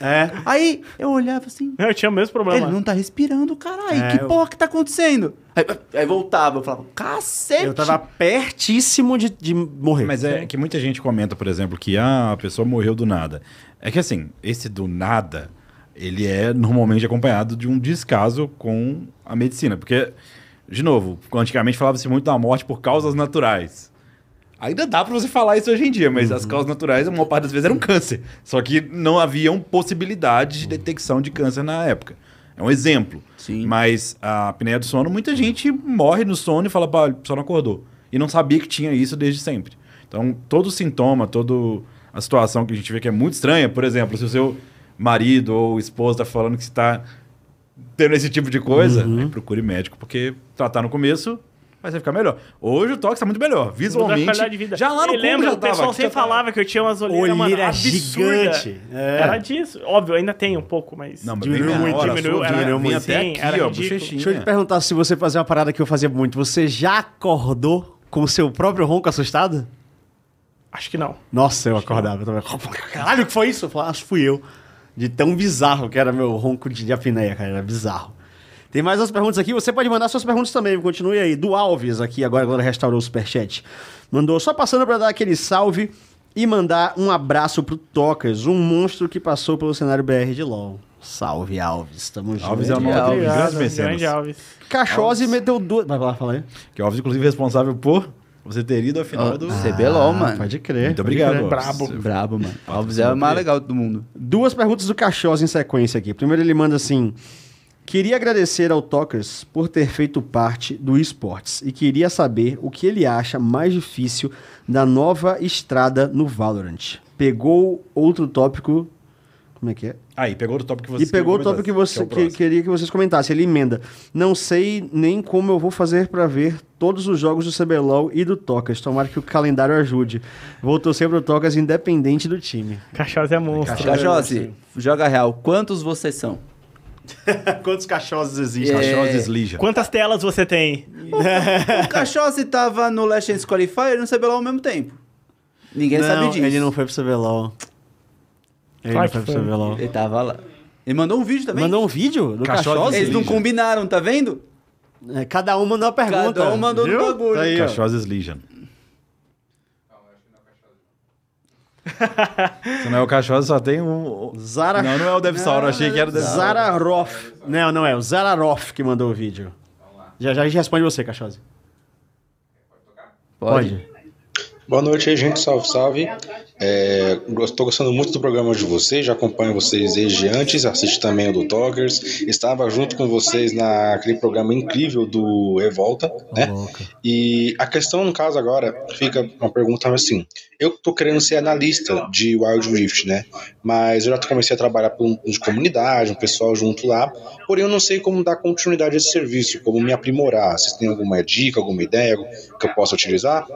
É. Aí eu olhava assim, Eu tinha o mesmo problema. ele não tá respirando, caralho, É, que eu- porra que tá acontecendo? Aí, aí voltava, eu falava, cacete! Ah, Eu tava pertíssimo de, de morrer. Mas é que muita gente comenta, por exemplo, que ah, a pessoa morreu do nada. É que assim, esse do nada, ele é normalmente acompanhado de um descaso com a medicina. Porque, de novo, antigamente falava-se muito da morte por causas naturais. Ainda dá pra você falar isso hoje em dia, mas as causas naturais, uma parte das vezes, eram câncer. Só que não haviam possibilidade de detecção de câncer na época. É um exemplo. Sim. Mas a apneia do sono, muita gente morre no sono e fala, pá, só não acordou. E não sabia que tinha isso desde sempre. Então, todo sintoma, toda a situação que a gente vê que é muito estranha, por exemplo, se o seu marido ou esposa tá falando que você tá tendo esse tipo de coisa, Uhum. aí procure médico, porque tratar no começo vai ficar melhor. Hoje o toque tá muito melhor, Mudou a visualmente. qualidade de vida. Já lá no Eu cubo lembro, já o pessoal tava, sempre já tava. é falava que eu tinha umas olheiras, mano, Olheira absurda. gigante, é. Era disso. Óbvio, ainda tem um pouco, mas... Não, mas Diminuiu bem muito, menor, a diminuiu, sua era- vinha sim, até aqui, era ó, ridículo. bochechinha. Deixa eu te perguntar se você fazia uma parada que eu fazia muito. Você já acordou com o seu próprio ronco assustado? Acho que não. Nossa, eu acordava. Eu tava, Caralho, o que foi isso? Eu falava, acho que fui eu. De tão bizarro que era meu ronco de de apneia, cara. Era bizarro. Tem mais umas perguntas aqui. Você pode mandar suas perguntas também. Continue aí. Do Alves aqui, agora, agora restaurou o superchat. Mandou só passando pra dar aquele salve e mandar um abraço pro Tocas, um monstro que passou pelo cenário BR de LoL. Salve, Alves. Tamo junto. Alves é o nome Alves. dos grandes mecenas. Grande Alves. Cachose meteu duas... Vai lá, fala aí. Que o Alves, inclusive, é responsável por você ter ido à final Ah. Ó, do... CBLOL, mano. Pode crer. Muito pode obrigado, crer. Alves. Brabo, mano. Alves é o mais legal do mundo. Duas perguntas do Cachós em sequência aqui. Primeiro ele manda assim: Queria agradecer ao Tokers por ter feito parte do esportes e queria saber o que ele acha mais difícil da nova estrada no Valorant. Pegou outro tópico. Como é que é? Aí, pegou o tópico que você e pegou o comentou, tópico que você é o que- próximo. queria que vocês comentassem. Ele emenda. Não sei nem como eu vou fazer pra ver todos os jogos do CBLOL e do Tokers. Tomara que o calendário ajude. Vou torcer pro Tokers independente do time. Cachorro é monstro. Cachose, joga real, quantos vocês são? Quantos cachorros existem? Cachorros Slija. Quantas telas você tem? O Cachose tava no Last Chance Qualifier e no CBLOL ao mesmo tempo. Ninguém não, sabe disso. Ele não foi pro CBLOL. Ele Claro não que foi pro foi. CBLOL. Ele tava lá. Ele mandou um vídeo também. Mandou um vídeo do Cachorro Cachorro? Eles não Ninja. combinaram, tá vendo? É, Cada um mandou uma pergunta. Cada um mandou viu? no bagulho. Tá aí, ó. Cachorros Legion. Se não é o Cachorros, só tem um... Zara... Não, não é o Devsauro, achei que era o Devsauro. Zararoff. Não, não é. O Zararoff que mandou o vídeo. Já, já a gente responde você, Cachorro. Pode. Boa noite aí, gente. Salve, salve. Estou gostando muito do programa de vocês, já acompanho vocês desde antes, assisto também o do Talkers. Estava junto com vocês naquele programa incrível do Revolta, né? E a questão, no caso, agora, fica uma pergunta assim. Eu tô querendo ser analista de Wild Rift, né? Mas eu já comecei a trabalhar para um de comunidade, um pessoal junto lá. Porém, eu não sei como dar continuidade a esse serviço, como me aprimorar. Vocês têm alguma dica, alguma ideia que eu possa utilizar?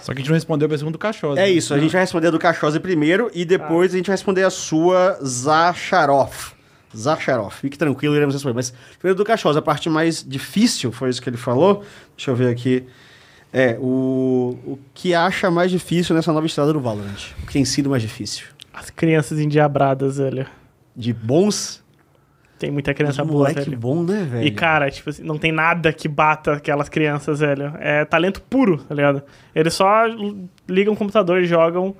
Só que a gente não respondeu a pergunta do Cachosa. É isso, a gente vai responder a do Cachosa primeiro e depois a gente vai responder a sua Zacharov. Zacharov, fique tranquilo, iremos responder. Mas primeiro do Cachosa, a parte mais difícil foi isso que ele falou. Deixa eu ver aqui. É, o, o que acha mais difícil nessa nova estrada do Valorant? O que tem sido mais difícil? As crianças endiabradas, velho. De bons? Tem muita criança de boa, moleque velho. bom, né, É, velho? E, cara, tipo assim, não tem nada que bata aquelas crianças, velho. É talento puro, tá ligado? Eles só l- ligam o computador, jogam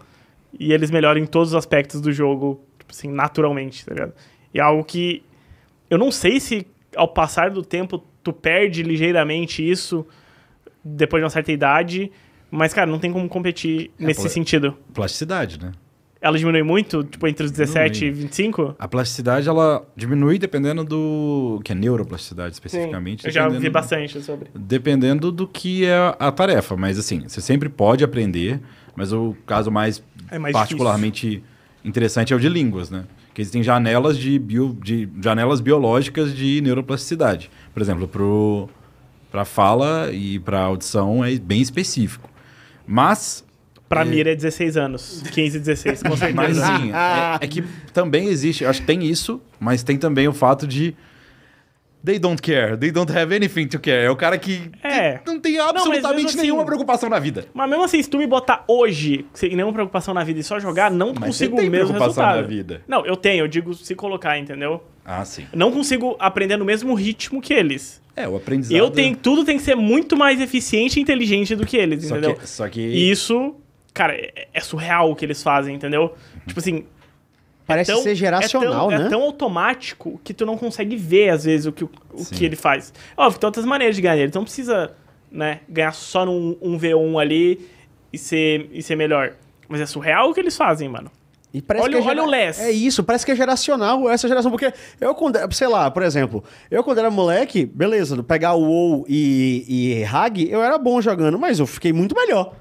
e eles melhoram em todos os aspectos do jogo, tipo assim, naturalmente, tá ligado? E é algo que. Eu não sei se ao passar do tempo tu perde ligeiramente isso depois de uma certa idade, mas, cara, não tem como competir nesse pô, é- sentido. Plasticidade, né? Ela diminui muito, tipo, entre os 17 e Diminui. 25? A plasticidade, ela diminui dependendo do... Que é neuroplasticidade, especificamente. Eu já vi dependendo- bastante sobre. Dependendo do que é a tarefa. Mas, assim, você sempre pode aprender. Mas o caso mais, É mais particularmente interessante é o de línguas, né? Que existem janelas, de bio, de, janelas biológicas de neuroplasticidade. Por exemplo, pro, pra fala e pra audição é bem específico. Mas Pra mira é 16 anos. 15, 16, com certeza. Mas assim, ah. é, é que também existe, acho que tem isso, mas tem também o fato de. They don't care, they don't have anything to care. É o cara que É. não tem mas absolutamente mesmo assim- nenhuma preocupação na vida. Mas mesmo assim, se tu me botar hoje, sem nenhuma preocupação na vida e só jogar, não Mas consigo você tem o mesmo preocupação resultado. na vida. Não, eu tenho, eu digo se colocar, entendeu? Ah, sim. Não consigo aprender no mesmo ritmo que eles. É, o aprendizado. Eu tenho, tudo tem que ser muito mais eficiente e inteligente do que eles, é- Só entendeu? que, só que E isso, cara, é, é surreal o que eles fazem, entendeu? Uhum. Tipo assim, Parece tão- ser geracional, é tão, né? É tão automático que tu não consegue ver, às vezes, o que, o, o que ele faz. Óbvio, tem outras maneiras de ganhar. Ele não precisa né, ganhar só num um V1 ali e ser, e ser melhor. Mas é surreal o que eles fazem, mano. E parece Olha que é o- olha o Les. É isso, parece que é geracional essa geração. Porque eu, quando, sei lá, por exemplo, eu quando era moleque, beleza, pegar o WoW e, e Hag, eu era bom jogando, mas eu fiquei muito melhor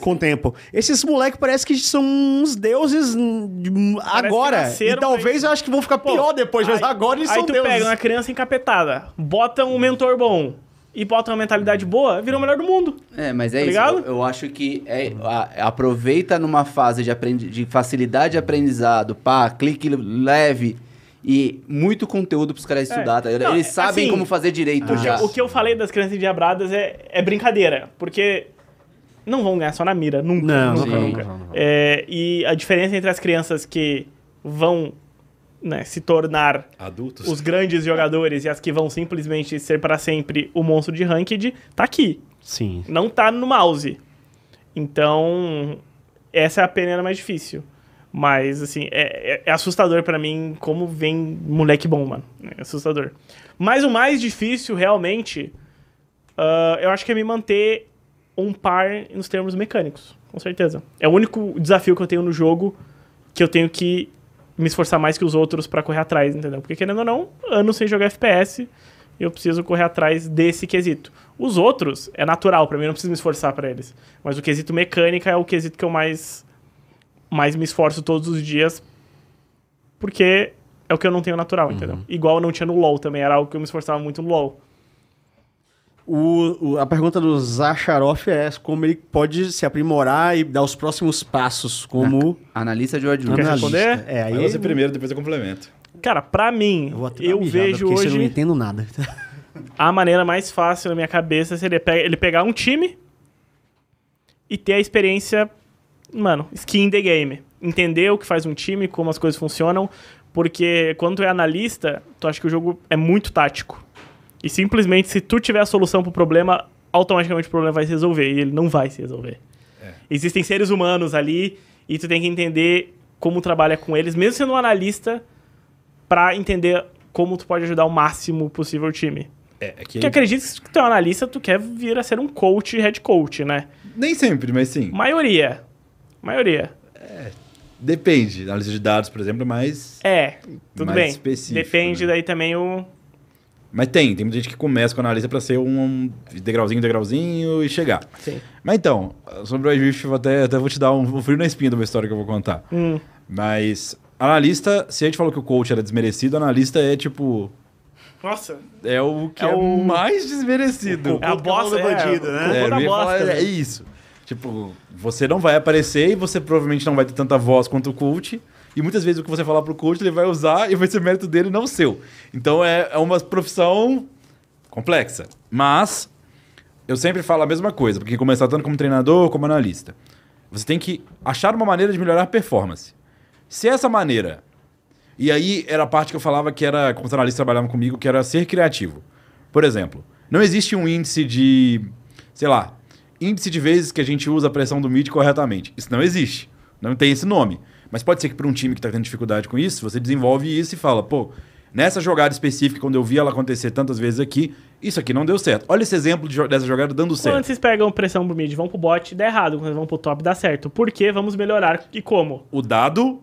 com o tempo. Esses moleques parece que são uns deuses hum, agora. nasceram, e talvez mas- eu acho que vão ficar pior depois, mas Aí- agora eles aí são tu deuses. pega né? uma criança encapetada, bota um mentor bom e bota uma mentalidade boa, vira o melhor do mundo. É, mas é Tá isso. ligado? Eu, eu acho que é, a- aproveita numa fase de, aprendi- de facilidade de aprendizado, pá, clique leve e muito conteúdo pros caras estudar, tá ligado? Não, Eles é, sabem assim, como fazer direito Porque já. o que eu falei das crianças endiabradas é, é brincadeira, porque não vão ganhar só na mira, nunca. Não, nunca, não vão, nunca. não vão, não vão. É, e a diferença entre as crianças que vão né, se tornar adultos. os grandes jogadores e as que vão simplesmente ser para sempre o monstro de ranked, tá aqui, Sim. não tá no mouse. Então, essa é a peneira mais difícil. Mas, assim, é, é- é assustador pra mim como vem moleque bom, mano. É assustador. Mas o mais difícil, realmente, ah, eu acho que é me manter um par nos termos mecânicos. Com certeza. É o único desafio que eu tenho no jogo que eu tenho que me esforçar mais que os outros pra correr atrás, entendeu? Porque, querendo ou não, anos sem jogar FPS, eu preciso correr atrás desse quesito. Os outros, é natural pra mim, eu não preciso me esforçar pra eles. Mas o quesito mecânica é o quesito que eu mais, mais me esforço todos os dias, porque é o que eu não tenho natural, entendeu? Igual eu não tinha no LoL também, era algo que eu me esforçava muito no LoL. O- o- a pergunta do Zacharoff é como ele pode se aprimorar e dar os próximos passos como Analista de ódio. Quer responder? É, aí Aí você primeiro, depois eu complemento. Cara, pra mim, Eu, vou até dar eu uma mijada, vejo porque hoje... eu não entendo nada. É A maneira mais fácil na minha cabeça seria pe- ele pegar um time e ter a experiência, mano, skin the game. Entender o que faz um time, como as coisas funcionam, porque quando tu é analista, tu acha que o jogo é muito tático. E simplesmente se tu tiver a solução pro problema, automaticamente o problema vai se resolver e ele não vai se resolver. Existem seres humanos ali e tu tem que entender como trabalha com eles, mesmo sendo um analista, pra entender como tu pode ajudar o máximo possível o time. É, é que Porque acredito que se tu é um analista, tu quer vir a ser um coach, head coach, né? Nem sempre, mas sim. Maioria. Maioria. Depende. Análise de dados, por exemplo, mas. É, tudo Mais bem. específico, Depende né? daí também o. Mas tem, tem muita gente que começa com analisa pra ser um degrauzinho, degrauzinho e chegar. Sim. Mas então, sobre o Ijuift, eu vou até, até vou te dar um, um frio na espinha de uma história que eu vou contar. Hum. Mas, analista, se a gente falou que o coach era desmerecido, analista é tipo. Nossa, É o que É é, o- mais desmerecido. é a bosta. do bandido, né? É, É, o eu da ia falar, bosta. é isso. Tipo, você não vai aparecer e você provavelmente não vai ter tanta voz quanto o coach. E muitas vezes o que você falar pro coach, ele vai usar e vai ser mérito dele, não seu. Então é, é uma profissão complexa. Mas eu sempre falo a mesma coisa, porque começar tanto como treinador como analista. Você tem que achar uma maneira de melhorar a performance. Se é essa maneira. E aí era a parte que eu falava que era, como os analistas trabalhavam comigo, que era ser criativo. Por exemplo, não existe um índice de. sei lá, índice de vezes que a gente usa a pressão do mid corretamente. Isso não existe. Não tem esse nome. Mas pode ser que para um time que está tendo dificuldade com isso, você desenvolve isso e fala, pô, nessa jogada específica, quando eu vi ela acontecer tantas vezes aqui, isso aqui não deu certo. Olha esse exemplo de jo- dessa jogada dando Quando certo. vocês pegam pressão pro mid, vão pro bot, dá errado. Quando vocês vão pro top, dá certo. Por quê? Vamos melhorar. E como? o dado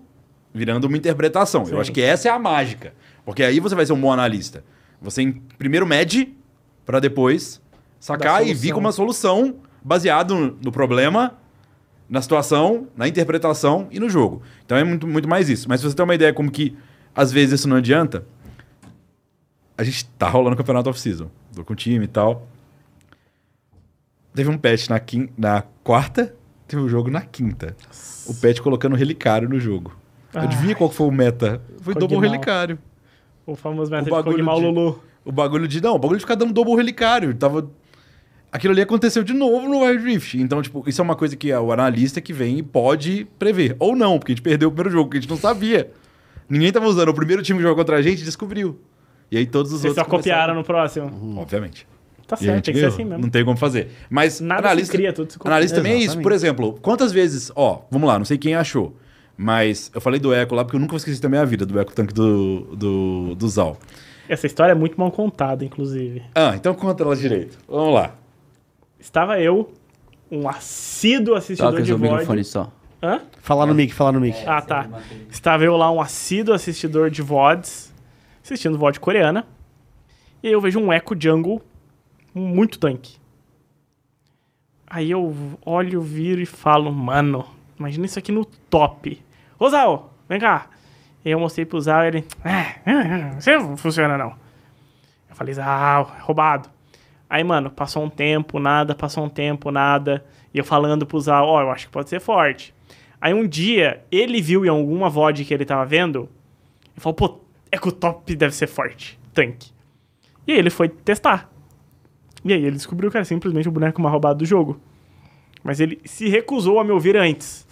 virando uma interpretação. Eu acho que essa é a mágica. Porque aí você vai ser um bom analista. Você em- primeiro mede para depois Da sacar e solução. vir com uma solução baseado no- no problema, na situação, na interpretação e no jogo. Então é muito, muito mais isso. Mas se você tem uma ideia como que às vezes isso não adianta, a gente tá rolando o campeonato off-season. Tô com o time e tal. Teve um patch na, quin- na quarta, teve um jogo na quinta. O patch colocando relicário no jogo. Ah. Adivinha qual que foi o meta? Foi Cogmal. double relicário. O famoso meta O de bagulho Cogmal de- Lulu. O bagulho de. Não, o bagulho de ficar dando double relicário. Tava. Aquilo ali aconteceu de novo no Wild Rift. Então, tipo, isso é uma coisa que ah, o analista que vem pode prever. Ou não, porque a gente perdeu o primeiro jogo, que a gente não sabia. Ninguém tava usando. O primeiro time que jogou contra a gente descobriu. E aí todos os Vocês só outros. copiaram começaram- no próximo. Obviamente. Tá Uhum. E a certo, gente tem que ser ganhou. Uhum. assim Não mesmo. tem como fazer. Mas Nada se analista, cria, tudo se copia. analista também é isso. Exatamente. Por exemplo, quantas vezes... Ó, vamos lá, não sei quem achou. Mas eu falei do Eco lá, porque eu nunca vou esquecer também a vida do Eco Tanque do, do, do Zal. Essa história é muito mal contada, inclusive. Ah, então conta ela direito. Vamos lá. Estava eu, um assíduo assistidor Toca de seu microfone VOD. só. Hã? Falar no mic, falar no mic. Ah, tá. Estava eu lá, um assíduo assistidor de VODs, assistindo VOD coreana. E aí eu vejo um Echo Jungle muito tanque. Aí eu olho, viro e falo, mano, imagina isso aqui no top. Ô, Zao, vem cá. E eu mostrei pro Zao, ele... "Ah, ah, ah, Isso não funciona, não. Eu falei, Zao, é roubado. Aí, mano, passou um tempo, nada, passou um tempo, nada. E eu falando pro Zal, ó, eu acho que pode ser forte. Aí um dia, ele viu em alguma VOD que ele tava vendo, e falou, pô, é que o top deve ser forte, tanque. E aí ele foi testar. E aí ele descobriu que era simplesmente o boneco mais roubado do jogo. Mas ele se recusou a me ouvir antes.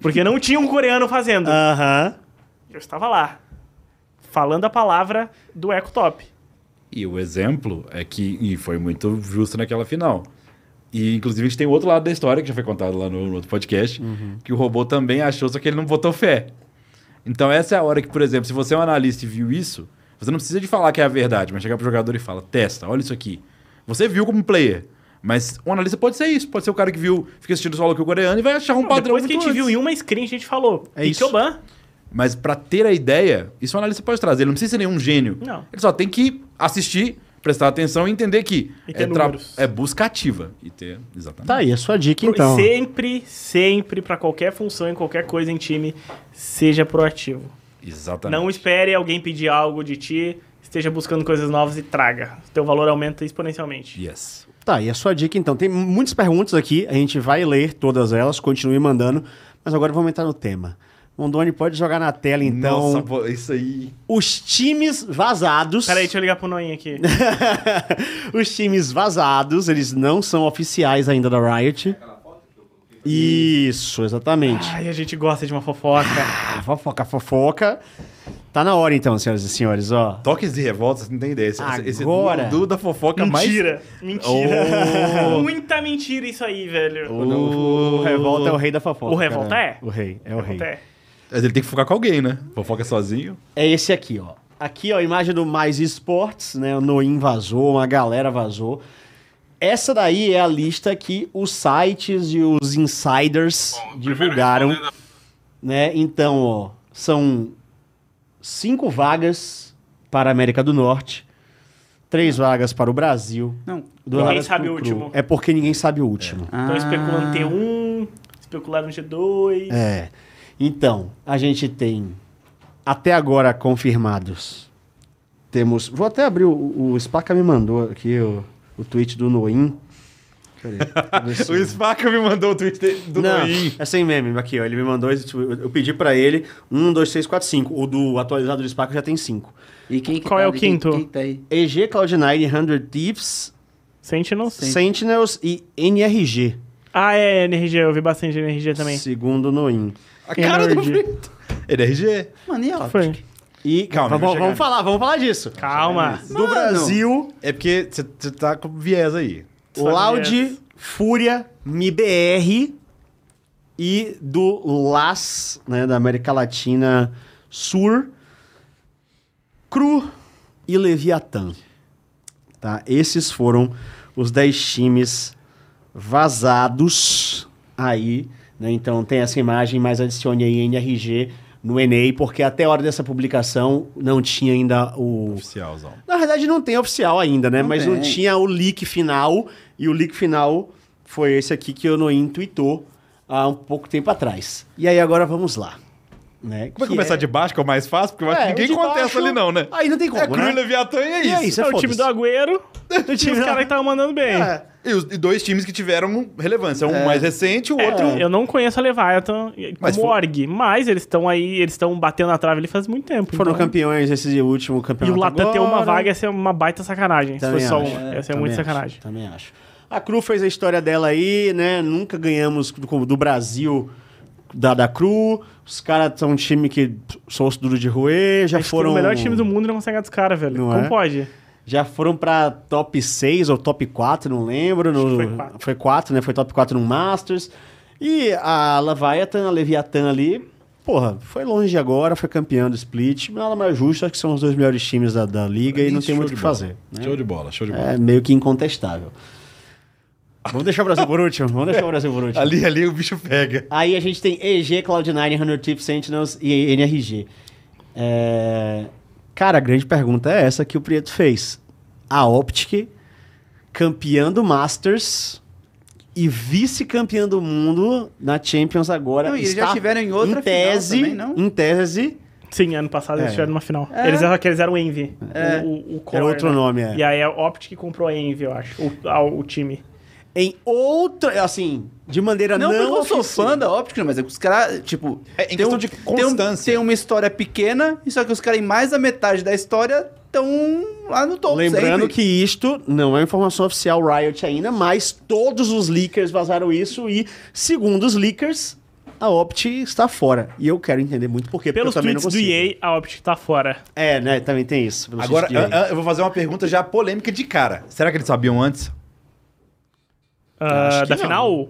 Porque não tinha um coreano fazendo. Ah. Aham. Eu estava lá, falando a palavra do Eco Top. E o exemplo é que... E foi muito justo naquela final. E, inclusive, a gente tem o outro lado da história, que já foi contado lá no, no outro podcast, Uhum. que o robô também achou, só que ele não botou fé. Então, essa é a hora que, por exemplo, se você é um analista e viu isso, você não precisa de falar que é a verdade, mas chegar pro jogador e fala, testa, olha isso aqui. Você viu como player, mas um analista pode ser isso. Pode ser o cara que viu, fica assistindo solo que o coreano e vai achar um padrão Depois que a muito gente viu antes. em uma screen, a gente falou, É isso. Ikyoban, Mas pra ter a ideia, isso o analista pode trazer. Ele não precisa ser nenhum gênio. Não. Ele só tem que assistir, prestar atenção e entender que E ter é, tra- números. é busca ativa. E ter. Exatamente. Tá aí, a sua dica então. é. Sempre, sempre, pra qualquer função, em qualquer coisa em time, seja proativo. Exatamente. Não espere alguém pedir algo de ti, esteja buscando coisas novas e traga. Teu valor aumenta exponencialmente. Yes. Tá, e a sua dica então? Tem muitas perguntas aqui, a gente vai ler todas elas, continue mandando, mas agora vamos entrar no tema. Mondoni, pode jogar na tela então Nossa, pô, isso aí. os times vazados. Peraí, deixa eu ligar pro Noinha aqui. os times vazados, eles não são oficiais ainda da Riot. Isso, exatamente. Ai, a gente gosta de uma fofoca. Ah, fofoca, fofoca. Tá na hora então, senhoras e senhores, ó. Toques e revoltas, não tem ideia. Esse, esse Agora. Dudu da fofoca Mentira. Mentira. Oh. Muita mentira isso aí, velho. mais. O Revolta é o rei da fofoca. O Revolta né? é? O rei, é o rei. Até. Mas ele tem que focar com alguém, né? Fofoca sozinho. É esse aqui, ó. Aqui, ó, a imagem do Mais Esportes, né? O Noim vazou, uma galera vazou. Essa daí é a lista que os sites e os insiders divulgaram. Né? Então, ó, são cinco vagas para a América do Norte, três vagas para o Brasil. Não. duas Ninguém vagas sabe pro o Cru. último. É porque ninguém sabe o último. Então especulando T1, especularam G2. É. Então, a gente tem até agora confirmados. Temos. Vou até abrir o. O Spaca me mandou aqui o, o tweet do Noim. O Spaca me mandou o Twitter do Não, Noim. é sem meme aqui, ó. Ele me mandou, esse tweet, eu pedi pra ele um, dois, três, quatro, cinco. O do atualizado do Spaca já tem cinco. E quem que Qual tá é o ali? quinto? Quem, quem tá aí? EG Cloud9, 100 Thieves, Sentinels. Sentinels e NRG, Ah, é, NRG. Eu vi bastante de NRG também. segundo Noim. A cara do Energy. Brito. é NRG. Mano, e ela? Foi. E Calma, vamos, vai chegar vamos falar, vamos falar disso. Calma. Do Brasil, É porque você tá com viés aí. Loud, Fúria, MIBR e do LAS, né, da América Latina, Sur, Cru e Leviatã. Tá? Esses foram os 10 times vazados aí, né? Então tem essa imagem, mas adicione aí NRG no Enem, porque até a hora dessa publicação não tinha ainda o Oficialzão. é na verdade, não tem oficial ainda, né? Mas não tem. tinha o leak final. E o leak final foi esse aqui que o Noin tweetou há um pouco tempo atrás. E aí, agora vamos lá. Né? Como é que começar de baixo, que é o mais fácil? Porque eu acho É, que ninguém de contesta baixo- ali, não, né? Aí não tem como, É Cru né? e Leviatã e é E é isso. isso, É o foda-se. time do Agüero. O E time os da- caras que estavam mandando bem. É. E, os, e dois times que tiveram relevância. Um mais recente, o É, outro. Eu não conheço a Leviathan como Mas foi- org, mas eles estão aí, eles estão batendo na trave ali faz muito tempo. Foram então- campeões esse último E o campeonato. Latam ter uma agora. vaga ia ser uma baita sacanagem. Também se fosse acho. só uma. ia ser Também muito acho, sacanagem. Também acho. A Cru fez a história dela aí, né? Nunca ganhamos do, do Brasil da, da Cru. Os caras são um time que são os duro de roer, já Acho que foram é O melhor time do mundo não consegue dos caras, velho. Não Como é? pode? já foram pra top 6 ou top 4, não lembro, no- que foi quatro. foi 4, né? Foi top 4 no Masters. E a Leviathan, a Leviathan ali, porra, foi longe agora, foi campeã do split, mas nada mais justo, acho que são os dois melhores times da, da liga e não tem Show muito o de que bola. fazer. né? Show de bola, show de bola. É meio que incontestável. Vamos deixar o Brasil por último. Vamos deixar o Brasil por último. Ali, ali o bicho pega. Aí a gente tem EG, Cloud9, Hunter Tip, Sentinels e NRG. É, Cara, a grande pergunta é essa que o Prieto fez. A Optic, campeã do Masters e vice-campeã do mundo na Champions agora. Não, e eles está já tiveram em outra em tese, final também, não? Em tese, Sim, ano passado eles tiveram uma final. Eles eram aqueles eram o Envy. O, o, o core, É. era outro né? nome. É. E aí a Opt que comprou a Envy, eu acho. O, a- o time. Em outra, assim, de maneira não, Não, porque eu sou oficial. fã da Optic, mas é que os caras, tipo... É, em questão de constância. Tem, uma história pequena, e só que os caras em mais da metade da história estão lá no topo Lembrando sempre. que isto não é informação oficial Riot ainda, mas todos os leakers vazaram isso e, segundo os leakers, a Opt está fora. E eu quero entender muito por quê. porque Pelos eu também não tweets do consigo. EA, a Opt tá fora. É, né? Também tem isso. pelos Agora, tweets do EA. ah, ah, eu vou fazer uma pergunta já polêmica de cara. Será que eles sabiam antes? Ah, acho que da não. final?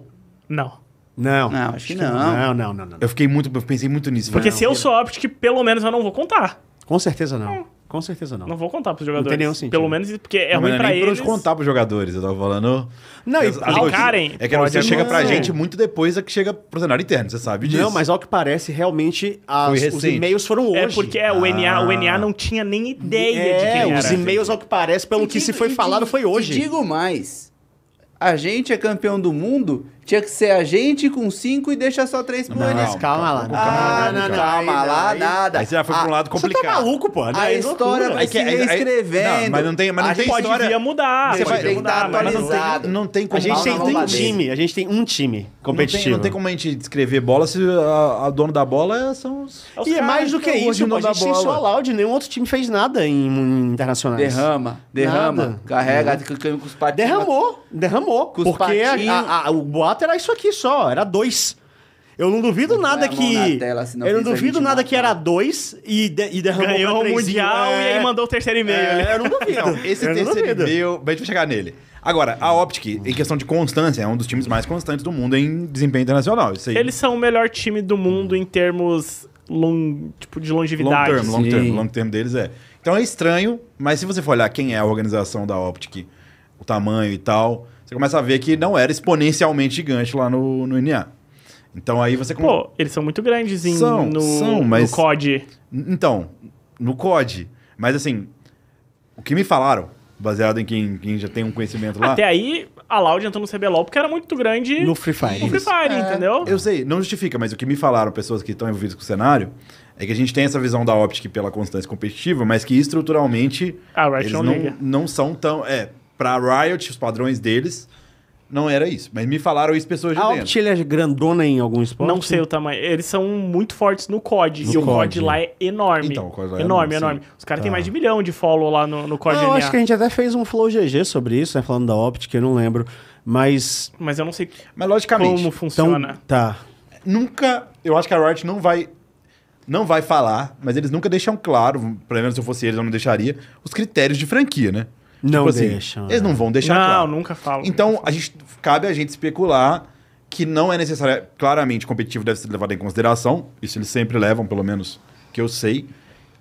Não. não. Não, acho que não. Não, não, não, não. Eu fiquei muito, eu pensei muito nisso. Porque Não. se eu sou a Optic, pelo menos eu não vou contar. Com certeza não. Com certeza não. Não Não, vou contar pros jogadores. tem nenhum sentido. Pelo menos porque é Não, mas ruim não pra nem eles. pra contar pros jogadores, eu tava falando. Não, e- As- as Brincarem, notícias- É que a pode notícia chega pra não. gente muito depois da que chega pro cenário interno, você sabe disso. mas ao que parece, realmente as- Foi os recente. e-mails foram hoje. É porque é, o, NA, o Ah. NA não tinha nem ideia de quem É, era. os e-mails, ao que parece, pelo E que se digo- foi e falado, digo- foi hoje. E digo mais. A gente é campeão do mundo, tinha que ser a gente com cinco e deixa só três pro Não, Enes. mas calma lá. Ah, Calma não, lá. não, calma lá, nada. Aí você já foi pra um A- lado Você complicado. tá maluco, pô. A história vai É que- se é- é- reescrevendo. não, mas não tem, mas não A tem pode história. vir a mudar, Você pode vai- vir a mudar, tem que tá mas não tem- atualizado. Não tem A como gente Bala tem na um roubadeira. time, a gente tem um time competitivo. Não tem, não tem como a gente descrever bola se a, a dona da bola são os. É os E é caras mais do que que isso, hoje pô, não a dá gente tem só bola. a Loud, nenhum outro time fez nada em, em internacionais. Derrama, derrama, Nada. carrega com os patinhos. Derramou, derramou. Com os porque patinhos. a- a- o boato era isso aqui só, era dois. Eu não duvido Não põe nada a mão que. na tela, senão eu não isso a duvido gente nada mata. que era dois e, de, e derramou pra Ganhou o trezinho. Mundial e É, aí mandou o terceiro e-mail. né? ali. É, eu não duvido. Então, esse eu não terceiro duvido. e-mail, mas a gente vai chegar nele. Agora, a Optic, em questão de constância, é um dos times mais constantes do mundo em desempenho internacional. Isso aí. Eles são o melhor time do mundo em termos long, tipo, de long longevidade. assim. term, long term, Sim. long term deles é. Então é estranho, mas se você for olhar quem é a organização da Optic, o tamanho e tal, você você começa a ver que não era exponencialmente gigante lá no, no NA. Então aí você... come- Pô, eles são muito grandes em, São, no, são, no mas- COD. Então, no COD. Mas assim, o que me falaram, baseado em quem, quem já tem um conhecimento lá... Até aí, a Loud entrou no CBLOL porque era muito grande No Free Fire. no Free É. Fire, entendeu? Eu sei, não justifica, mas o que me falaram pessoas que estão envolvidas com o cenário é que a gente tem essa visão da Optic pela constância competitiva, mas que estruturalmente A Riot eles não não, liga. não são tão... É, pra Riot, os padrões deles, não era isso. Mas me falaram isso pessoas de A dentro. Opt é grandona em algum esporte? Não sei o tamanho. Eles são muito fortes no COD. e o COD. COD lá é enorme. Então, o COD lá é enorme, enorme, enorme. Os caras têm mais de milhão de follow lá no, no COD Ah, eu NA. acho que a gente até fez um Flow GG sobre isso, né? Falando da Optic, eu não lembro. Mas. Mas eu não sei Mas logicamente, como Então, funciona. tá. nunca... Eu acho que a Riot não vai... Não vai falar, mas eles nunca deixam claro, pelo menos se eu fosse eles, eu não deixaria, os critérios de franquia, né? Não Tipo assim, deixam. é. Eles não vão deixar não, claro. nunca falo. Então, a gente, cabe a gente especular que não é necessário. Claramente, competitivo deve ser levado em consideração. Isso eles sempre levam, pelo menos que eu sei.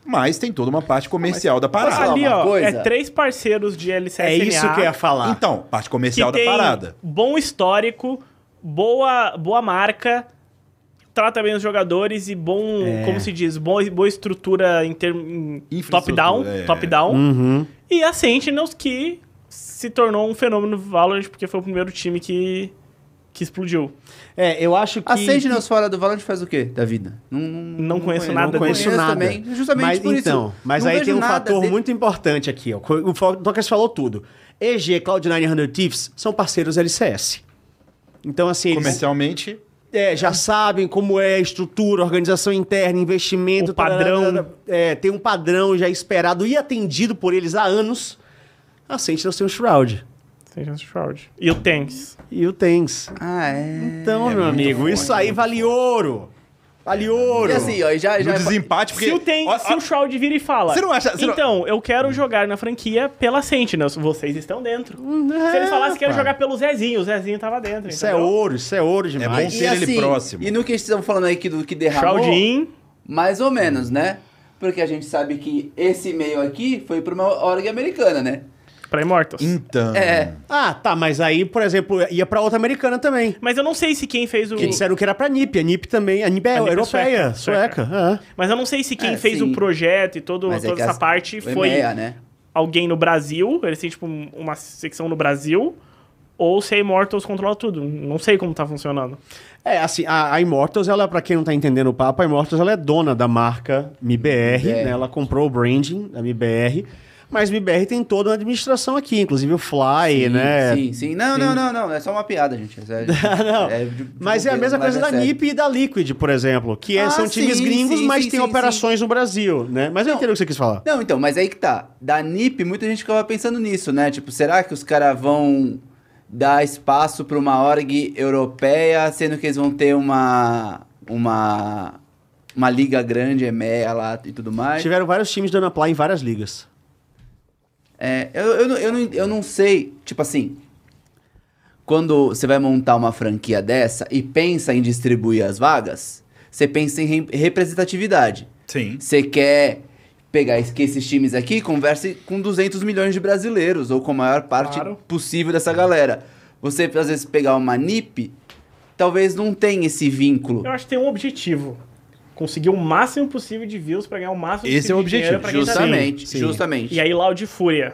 Mas tem toda uma parte comercial da parada. ali, ó, coisa? é três parceiros de LCSNA. É isso que eu ia falar. Então, parte comercial que tem da parada. bom histórico, boa, boa marca, trata bem os jogadores e bom, como se diz, bom, boa estrutura em termos Infraestrutura, top-down, é. top-down. Uhum. E a Sentinels que se tornou um fenômeno Valorant porque foi o primeiro time que, que explodiu. É, eu acho que. A Sentinels fora do Valorant faz o quê da vida? Não, Não conheço nada Não conheço Conheço nada. também, justamente mas, por isso. então, Mas Não aí vejo tem um nada fator dele. muito importante aqui. Ó. O Tocas falou tudo. EG, Cloud9 e 100 Thieves são parceiros LCS. Então, assim, eles Comercialmente. é, já sabem como é a estrutura, organização interna, investimento. O padrão. é, tem um padrão já esperado e atendido por eles há anos. A Sentinels tem o Shroud Sentinels Shroud. E o Tanks. e o Tens. Ah, é. Então, meu amigo, isso aí vale ouro. Vale ouro. E assim, ó, e Ah, já, No já desempate, porque. é Se o, Tanks, ó, ó, se o Shroud vira e fala. Você não acha- você não- então, eu quero jogar na franquia pela Sentinels. Vocês estão dentro. se eles falassem Uhum. que quero jogar pelo Zezinho, o Zezinho tava dentro. Isso é entendeu? ouro, isso é ouro é demais. bom ter ele próximo. assim, E no que estamos falando aí que do que derramou, Shroud in. mais ou menos, né? Porque a gente sabe que esse e-mail aqui foi pra uma org americana, né? Pra Immortals. Então. É. Ah, tá, mas aí, por exemplo, ia pra outra americana também. Mas eu não sei se quem fez o. Que disseram que era pra NIP. A NIP também. A NIP é A NIP é europeia, sueca. sueca. é. Mas eu não sei se quem É, fez sim. o projeto e todo, Mas é toda que essa as- parte Foi foi EMEA, né? alguém no Brasil. Eles têm, tipo, um- uma secção no Brasil. Ou se a Immortals controla tudo. Não sei como tá funcionando. É, assim, a, a Immortals, ela, pra quem não tá entendendo o papo, a Immortals ela é dona da marca MIBR, né? Ela comprou o branding da MIBR. Mas MIBR tem toda uma administração aqui, inclusive o Fly, né? Sim, sim. Não, não, não, não. É só uma piada, gente. É sério. Ah, Não, É de- de mas é a mesma bobeira, não leva coisa a da sério. NIP e da Liquid, por exemplo, que é- Ah, são times sim, gringos, sim, mas sim, têm sim, operações no Brasil, né? Mas eu entendo o que você quis falar. Não, então, mas aí que tá. Da NIP, muita gente ficava pensando nisso, né? Tipo, será que os caras vão dar espaço pra uma org europeia, sendo que eles vão ter uma. uma. uma liga grande, EMEA lá e tudo mais? Tiveram vários times dando apply em várias ligas. É, eu, eu, não- eu, não, eu não sei, tipo assim. Quando você vai montar uma franquia dessa e pensa em distribuir as vagas, você pensa em re- representatividade. Sim. Você quer pegar es- que esses times aqui converse com 200 milhões de brasileiros, ou com a maior parte Claro. possível dessa galera. Você, às vezes, pegar uma NIP, talvez não tenha esse vínculo. Eu acho que tem um objetivo. Conseguir o máximo possível de views pra ganhar o máximo Esse é o possível de dinheiro objetivo, pra quem tá dentro. Justamente, sim. justamente. E aí, Loud e Fúria.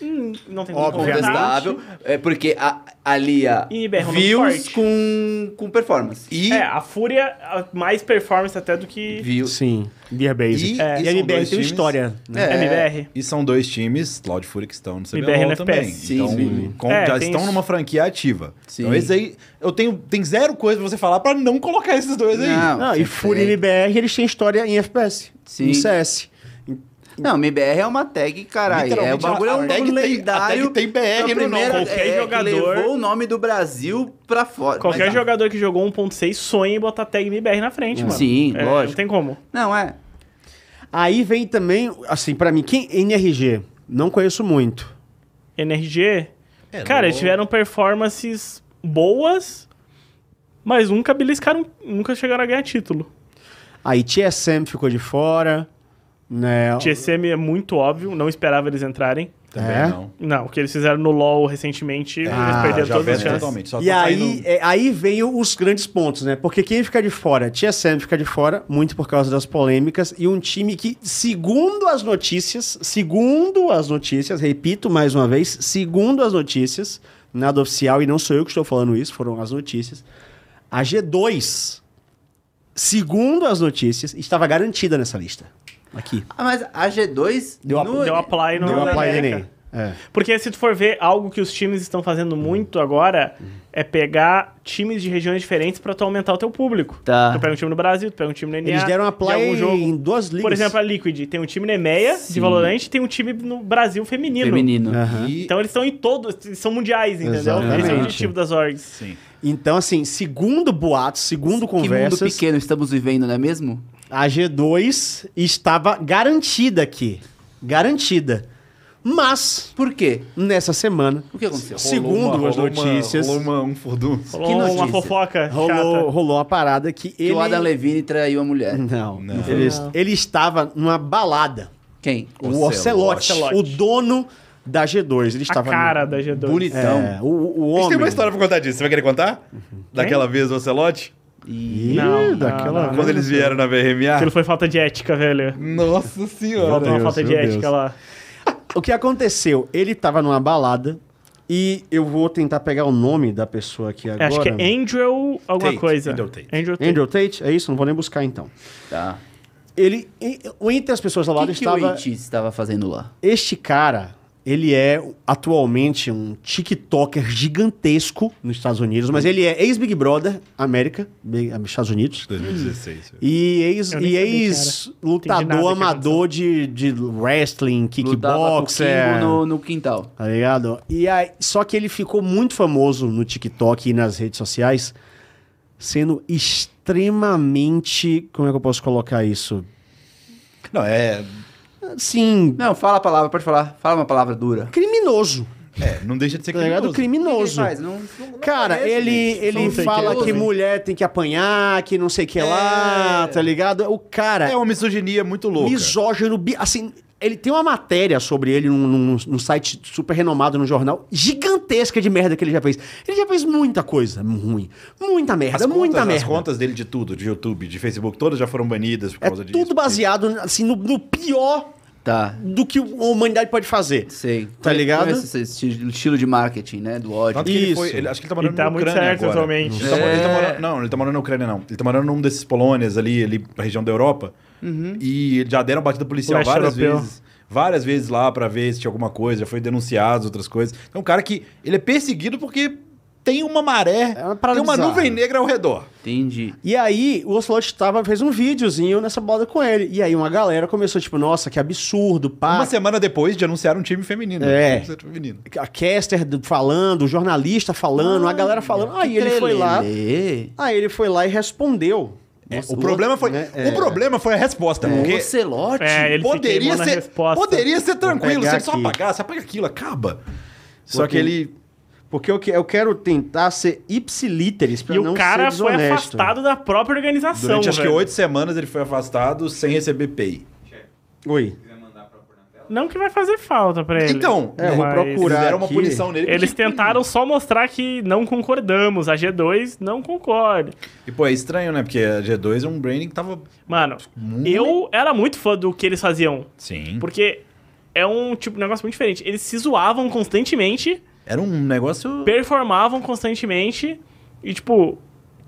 Hum, não tem como Óbvio, conversar. contestável, é porque a, ali a E IBR é um nome views forte. com, com performance. E, É, a Fúria, a- mais performance até do que Views. Sim, Beer Basic. E- E, É. e a são MBR dois tem uma times- história, né? É. MBR. e são dois times, Cloud Fury, que estão no BR no CBLOL também. FPS. Sim, então, sim. com- É, já tem estão isso. numa franquia ativa. Sim. Então, esses aí, eu tenho tem zero coisa pra você falar pra não colocar esses dois aí. Não, e É, você Fúria tem- e MBR, eles têm história em FPS, Sim. em CS. Não, MBR é uma tag, caralho. É o Literalmente, bagulho é a- a um tag bagulho tem- lendário. a tag tem BR Foi a no nome. primeira Qualquer é, que jogador- levou o nome do Brasil pra fora. Qualquer Mas- jogador que jogou 1.6 sonha em botar tag MBR na frente, mano. Sim, É, lógico. Não tem como. Não, é. Aí vem também, assim, pra mim, quem NRG? Não conheço muito. NRG. É, cara, não- eles tiveram performances boas, mas nunca beliscaram, nunca chegaram a ganhar título. Aí TSM ficou de fora, né? TSM é muito óbvio, não esperava eles entrarem. Também É? não. Não, o que eles fizeram no LoL recentemente, Ah, eles perderam já todas as veto chances. totalmente. Só E tá aí, saindo- é, aí vem os grandes pontos, né? Porque quem fica de fora? Tia Sam fica de fora, muito por causa das polêmicas, e um time que, segundo as notícias, segundo as notícias, repito mais uma vez, segundo as notícias, nada oficial, e não sou eu que estou falando isso, foram as notícias, a G2, segundo as notícias, estava garantida nessa lista. Aqui. Ah, mas a G2... Deu a- no- Deu apply no Deu na uma play América. NA. É. Porque se tu for ver algo que os times estão fazendo muito agora, é pegar times de regiões diferentes pra tu aumentar o teu público. Tá. Tu pega um time no Brasil, tu pega um time no NA. Eles deram a play de algum jogo. em duas ligas. Por exemplo, a Liquid tem um time na EMEA de Sim. Valorant e tem um time no Brasil feminino. Feminino. um Aham. Então eles estão em todos, eles são mundiais, entendeu? Esse é o Exatamente. objetivo das orgs. Então, assim, segundo boatos, segundo Que mundo conversas, pequeno estamos vivendo, não é mesmo? a G2 estava garantida aqui. Garantida. Mas, Por quê? nessa semana, O que aconteceu? segundo rolou as uma- notícias, rolou uma- um furdunço. Rolou Que uma notícia? fofoca rolou, É chata. rolou uma parada que Que ele... Hum. o Adam Levine traiu a mulher. Não, Ele, ele estava numa balada. Quem? O Ocelote, Ocelote. o dono da G2. Ele A estava... cara da G2. no- É, o, o A gente homem... tem uma história pra contar disso. Você vai querer contar? Uhum. Daquela vez do Ocelote? Ih, Não, não, daquela... não. Quando eles vieram na VRMA? Aquilo foi falta de ética, velho. Nossa senhora. Faltou uma falta de ética lá. O que aconteceu? Ele tava numa balada e eu vou tentar pegar o nome da pessoa aqui agora. Acho que é Andrew alguma Tate, coisa. Andrew Tate. Andrew Tate. Andrew Tate? É isso? Não vou nem buscar então. Tá. Ele, e- entre as pessoas ao O lado que, que o estava. It estava fazendo lá? este cara, ele é atualmente um TikToker gigantesco nos Estados Unidos, Hum. mas ele é ex-Big Brother América, Big- Estados Unidos. 2016. E ex, Eu nem e sabia quem ex Entendi nada que lutador amador de, de wrestling, Lutava com o kickboxer. Kingo no, no quintal. Tá ligado? E aí, só que ele ficou muito famoso no TikTok e nas redes sociais, sendo extremamente. Como é que eu posso colocar isso? Não, é... Assim, Não, fala a palavra, pode falar. Fala uma palavra dura. criminoso. é, não deixa de ser Tá ligado? criminoso. Criminoso. O que que ele faz? Não- não- não Cara, parece, ele, gente. ele Não sei fala que que ele- mulher tem que apanhar, que não sei o que lá, tá ligado? O cara É é uma misoginia muito um louca. misógino, bi- assim, ele tem uma matéria sobre ele num, num- num site super renomado, num jornal, gigantesca de merda que ele já fez. Ele já fez muita coisa ruim, muita merda, As muita contas, as merda. contas dele de tudo, de YouTube, de Facebook, todas já foram banidas por É causa disso. tudo baseado, assim, no, no pior Tá. do que a humanidade pode fazer. Sei. Tá ligado? Conheço Esse esti- estilo de marketing, né? Do ódio. Tanto que ele Isso. foi, ele- acho que ele tá E morando tá na muito Ucrânia certo agora. atualmente. Ele tá mo- ele tá É. morando- não, ele tá morando na Ucrânia, não. Ele tá morando num desses Polônias ali, ali na região da Europa. Uhum. E já deram batida policial Leste várias europeu. vezes. Várias vezes lá pra ver se tinha alguma coisa. Já foi denunciado, outras coisas. É um cara que... Ele é perseguido porque tem uma maré, É uma parada tem uma bizarra. nuvem negra ao redor. Entendi. E aí, o Ocelot tava, fez um videozinho nessa bola com ele. E aí, uma galera começou, tipo, nossa, que absurdo, pá. Uma semana depois de anunciar um time feminino. Ah. É. Um time feminino. a caster do- falando, o jornalista falando, Ah, a galera falando. Aí ele foi lá, Lelê. aí ele foi lá e respondeu. É, O problema foi, né? o problema foi a resposta. O Porque Ocelote. É, ele se poderia queimou na ser, resposta. poderia ser tranquilo, pegar você só aqui. apagar, você apaga aquilo, acaba. Só Vou que ele Porque eu, que- eu quero tentar ser ipsilíteres pra E não o cara ser foi desonesto. afastado da própria organização. durante acho que velho. oito semanas ele foi afastado sem receber pay. Oi. Não que vai fazer falta pra ele. Então, É, eu vou Mas procurar. Eles deram uma aqui. punição nele. Eles porque- tentaram só mostrar que não concordamos. A G2 não concorda. E pô, é estranho, né? Porque a G2 é um branding que tava Mano, eu era muito fã do que eles faziam. sim. Uhum. Porque é um tipo um negócio muito diferente. Eles se zoavam constantemente, Era um negócio performavam constantemente e, tipo,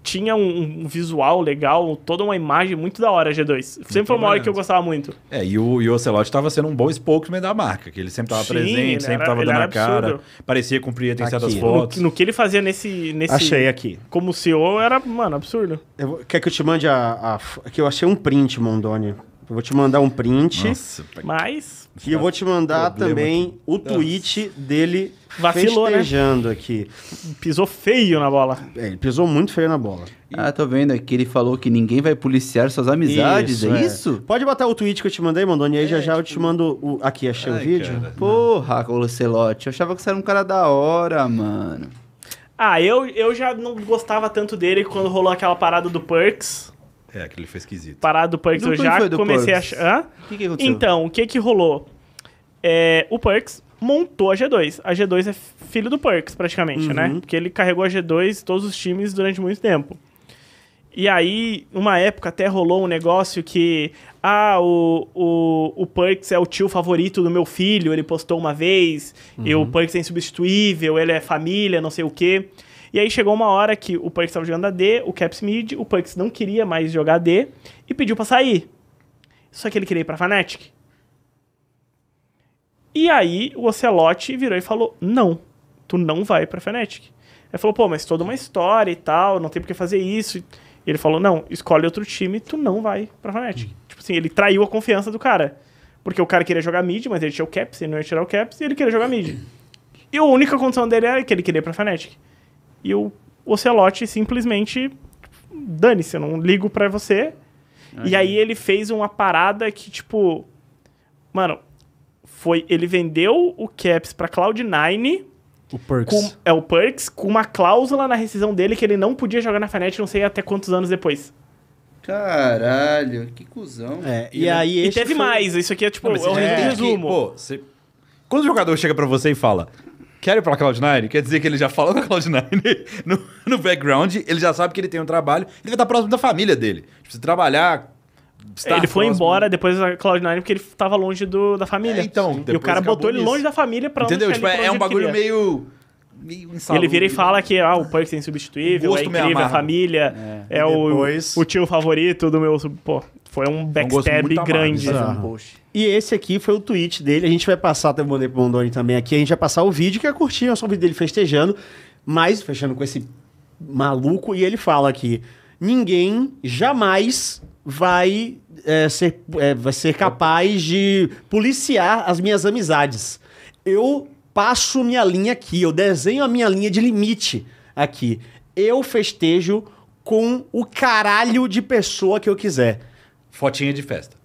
tinha um, um visual legal, toda uma imagem muito da hora, G2. Sempre foi uma hora que eu gostava muito. É, e o, e o Ocelote tava sendo um bom spokesman da marca, que ele sempre tava Sim, ele presente, sempre era- tava ele dando era a cara, absurdo. parecia cumprir, tem certas Aqui. No, fotos. no que ele fazia nesse. nesse Achei aqui. Como CEO era, mano, absurdo. Eu vou- quer que eu te mande a, a f- Que eu achei um print, Mondoni. Eu vou te mandar um print. Nossa, pai. Mas. E eu vou te mandar Problema também o tweet dele Vacilou, né? festejando aqui. Pisou feio na bola. É, ele pisou muito feio na bola. Ah, tô vendo aqui. Ele falou que ninguém vai policiar suas amizades. é tipo, isso? Pode botar o tweet que eu te mandei, Mondoni, aí já já eu te mando o... Aqui, achei o vídeo. Porra, Ocelote. Eu achava que você era um cara da hora, mano. Ah, eu, eu já não gostava tanto dele quando rolou aquela parada do Perks. É, aquele foi esquisito. Parada do Perks, Não, eu quando já foi do comecei Perks? Então- a achar. Hã? O que, que aconteceu? Então, o que que rolou? É, o Perks montou a G2. A G2 é filho do Perks, praticamente, né? Porque ele carregou a G2 todos os times durante muito tempo. E aí, uma época até rolou um negócio que. Ah, o, o, o Perks é o tio favorito do meu filho, ele postou uma vez, e o Perks é insubstituível, ele é família, não sei o quê. E aí chegou uma hora que o Perks estava jogando AD, o Caps mid, o Perks não queria mais jogar AD e pediu pra sair. Só que ele queria ir pra Fnatic. E aí o Ocelote virou e falou: Não, tu não vai pra Fnatic. Ele falou: Pô, mas toda uma história e tal, não tem por que fazer isso. E ele falou: Não, escolhe outro time, tu não vai pra Fnatic. Tipo assim, ele traiu a confiança do cara. Porque o cara queria jogar mid, mas ele tinha o caps, ele não ia tirar o caps, e ele queria jogar mid. E a única condição dele era que ele queria ir pra Fnatic. E o Ocelote simplesmente tipo, dane-se, eu não ligo pra você. E Uhum. aí ele fez uma parada que, tipo. Mano, foi. Ele vendeu o Caps pra Cloud9. O Perks. Com, é o Perks, com uma cláusula na rescisão dele que ele não podia jogar na Fnatic, não sei até quantos anos depois. Caralho, que cuzão. É, e, aí E este teve foi- mais, isso aqui é tipo, é um É, resumo. que, pô, você- Quando o jogador chega pra você e fala, quero ir pra Cloud9, quer dizer que ele já fala com a Cloud9 no, no background, ele já sabe que ele tem um trabalho, ele vai estar próximo da família dele. Tipo, se trabalhar. estar ele foi tá próximo- embora depois da Cloud9 porque ele tava longe do, da família. É, então, e o depois cara acabou botou ele nisso. longe da família pra Entendeu? onde Tipo, ele- pra é, é um onde ele bagulho queria. meio. meio E ele vira insalubre. e fala que ah, o Perks é insubstituível, O é gosto me incrível, a amarra. família, é, o, Depois- o tio favorito do meu. sub- Pô, foi um gosto backstab muito amargo, grande. né? Um post. E esse aqui foi o tweet dele. A gente vai passar, tá até mandei pro Mondoni também aqui. A gente vai passar o vídeo que é curtinho, é só o vídeo dele festejando, mas fechando com esse maluco. E ele fala aqui: ninguém jamais vai, é, ser, é, vai ser capaz de policiar as minhas amizades. Eu passo minha linha aqui, eu desenho a minha linha de limite aqui. Eu festejo com o caralho de pessoa que eu quiser. Fotinha de festa.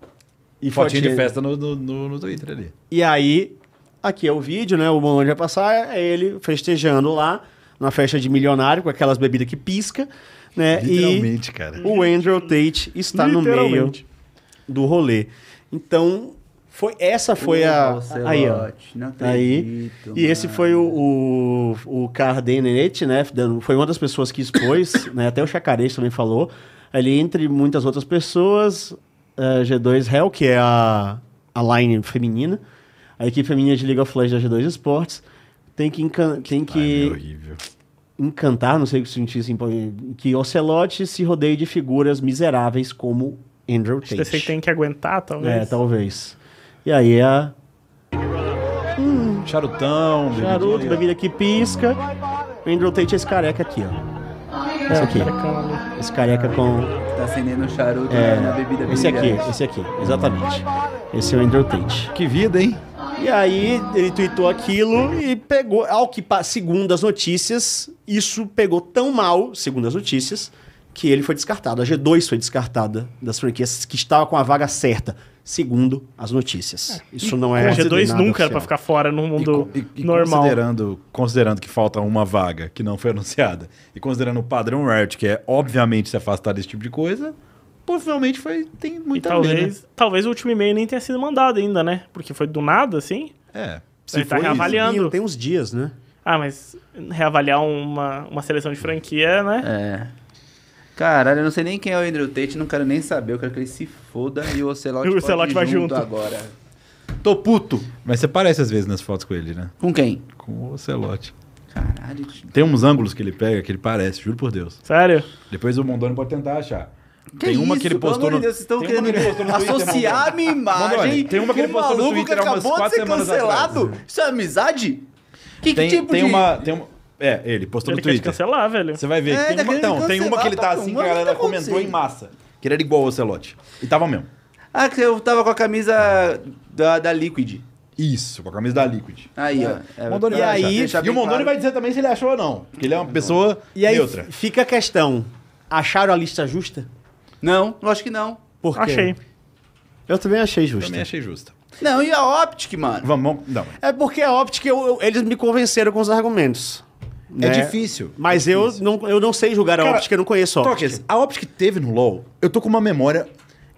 E Fotinha de fotinha- festa no, no, no- no Twitter ali. E aí, aqui é o vídeo, né? O Bolonde vai passar, é ele festejando lá, na festa de milionário, com aquelas bebidas que pisca, né? E Literalmente, cara. o Andrew Tate está no meio Literalmente. do rolê. Então, foi, essa foi Porra, a. Ocelote, Aí, ó. Não Aí, acredito, e esse mano. foi o, o, o Cardenete, né? dando- Foi uma das pessoas que expôs, né? Até o Chacarês também falou. Ali, entre muitas outras pessoas, eh, G2 Hell, que é a, a line feminina, a equipe feminina de League of Legends da G2 Esportes, tem que, encan- tem É que horrível. encantar, não sei o que sentir, assim, que Ocelote se rodeie de figuras miseráveis como Andrew Tate. Você tem que um aguentar, É, talvez. talvez. E aí é a Charutão, Charuto, bebidinha. bebida que pisca. O Andrew Tate é esse careca aqui, ó. Esse aqui. Esse careca com. Tá acendendo um charuto É, na bebida esse aqui, brilhante. esse aqui, exatamente. Esse é o Andrew Tate. Que vida, hein? E aí ele tweetou aquilo e pegou. Ao que, pa- segundo as notícias, isso pegou tão mal, segundo as notícias, que ele foi descartado. A G2 foi descartada das franquias que estava com a vaga certa, segundo as notícias. Isso não é. A G2 nada nunca era pra oficial. ficar fora no mundo assim, E co- e- e normal. Considerando, considerando que falta uma vaga que não foi anunciada, e considerando o padrão Riot, que é obviamente se afastar desse tipo de coisa, possivelmente foi, tem E muita talvez, né? talvez o último e-mail nem tenha sido mandado ainda, né? Porque foi do nada, assim. É. Se Ele tá foi isso, reavaliando. Tem uns dias, né? Ah, mas reavaliar uma, uma seleção de franquia, né? É. Caralho, eu não sei nem quem é o Andrew Tate, não quero nem saber, eu quero que ele se foda e o Ocelote, E o pode Ocelote ir vai junto. agora. Tô puto. Mas você parece às vezes nas fotos com ele, né? Com quem? Com o Celote. Caralho, tio. Tem uns ângulos que ele pega que ele parece, juro por Deus. Sério? Depois o Mondoni pode tentar achar. Que tem uma isso? que ele Pelo postou amor no... de Deus, vocês estão tem uma que ele postou querendo no Twitter, associar tipo a Mondoni. minha imagem Mondoni, tem uma que ele com um postou no maluco Twitter que há umas acabou de quatro ser semanas atrás. cancelado? Isso é amizade? Que, que Tem, tipo tem de... uma, tem uma... É, ele postou Ele no quer te Twitter. cancelar, velho. Você vai ver. É, que tá tem, uma, querendo não, tem uma cancelar, que ele tá tá assim que com- a galera tá comentou em acontecendo. massa. Que ele era igual ao Celote. E tava mesmo. Ah, que eu tava com a camisa da, da Liquid. Isso, com a camisa da Liquid. Aí, ó. É, Mondoni pra vai deixar- achar. deixar e bem o Mondoni claro. vai dizer também se ele achou ou não. Porque ele é uma pessoa E aí neutra. f- fica a questão: acharam a lista justa? Não, eu acho que não. Por quê? Achei. Eu também achei justa. Também achei justa. Não, e a Optic, mano? Vamos, vamos- não. É porque a Optic, eu- eu- eles me convenceram com os argumentos. né? É difícil. Mas eu não, eu não sei julgar a Cara, Optic, eu não conheço a Optic. Tokers, a Optic teve no LoL, eu tô com uma memória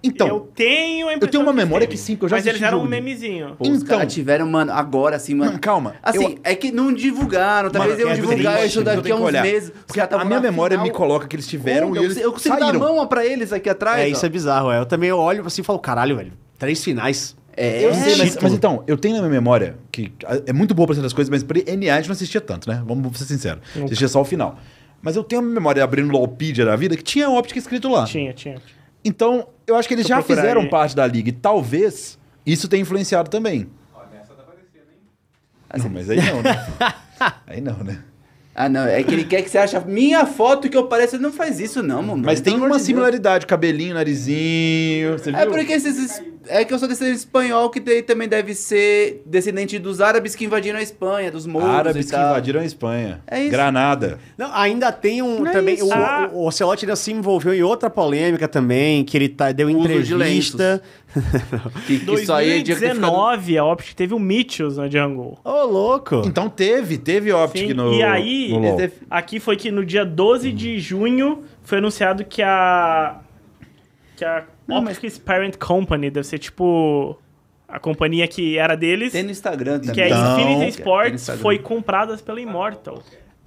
Então, eu tenho a eu tenho uma impressão memória que teve. sim, que eu já Mas eles assisti eram um jogo dele. memezinho. Pô, os Então. caras tiveram, mano, agora assim, mano. Não, calma. Assim, Eu- é que não divulgaram. Talvez Mano, eu é divulgar triste, isso eu daqui a tenho que uns olhar. meses. Os caras a estavam minha na memória final. me coloca que eles tiveram e Onda, eu eles consigo- Eu consigo saíram. dar mão pra eles aqui atrás. É, ó. isso é bizarro, é. Eu também olho assim e falo, caralho, velho, três finais. É, Eu sei, mas, título. mas então, eu tenho na minha memória, que a- é muito boa pra certas coisas, mas pra NA a gente não assistia tanto, né? Vamos ser sinceros. Assistia só o final. Mas eu tenho a memória abrindo o Lolpedia da vida que tinha óptica escrito lá. Tinha, tinha. Então, eu acho que eles Deixa eu já procurar fizeram aí. parte da liga e talvez isso tenha influenciado também. Não, mas aí não, né? aí não, né? Ah, não. É que ele quer que você ache a minha foto que eu pareço. Ele não faz isso, não, mano. Mas tem Pelo amor uma de Deus. similaridade, cabelinho, narizinho, você É viu? porque esses. es- É que eu sou descendente espanhol, que daí também deve ser descendente dos árabes que invadiram a Espanha, dos mouros. Árabes e que tal. invadiram a Espanha. É isso. Granada. Não, ainda tem um Não é também. isso. o, Ah. o Ocelote ainda se envolveu em outra polêmica também, que ele tá, deu Uso de entrevista. Que, que isso aí é dia que tem ficado- 2019, a Optic teve o Mitchells na Jungle. Ô, louco! Então teve, teve Optic Sim, no. e aí, no LoL. eles def- aqui foi que no dia 12 de junho foi anunciado que a. Que a Optic's Parent Company deve ser tipo. A companhia que era deles, Tem no Instagram também. que é Então, Infinity Tem no Sports, Instagram. foi comprada pela Immortal.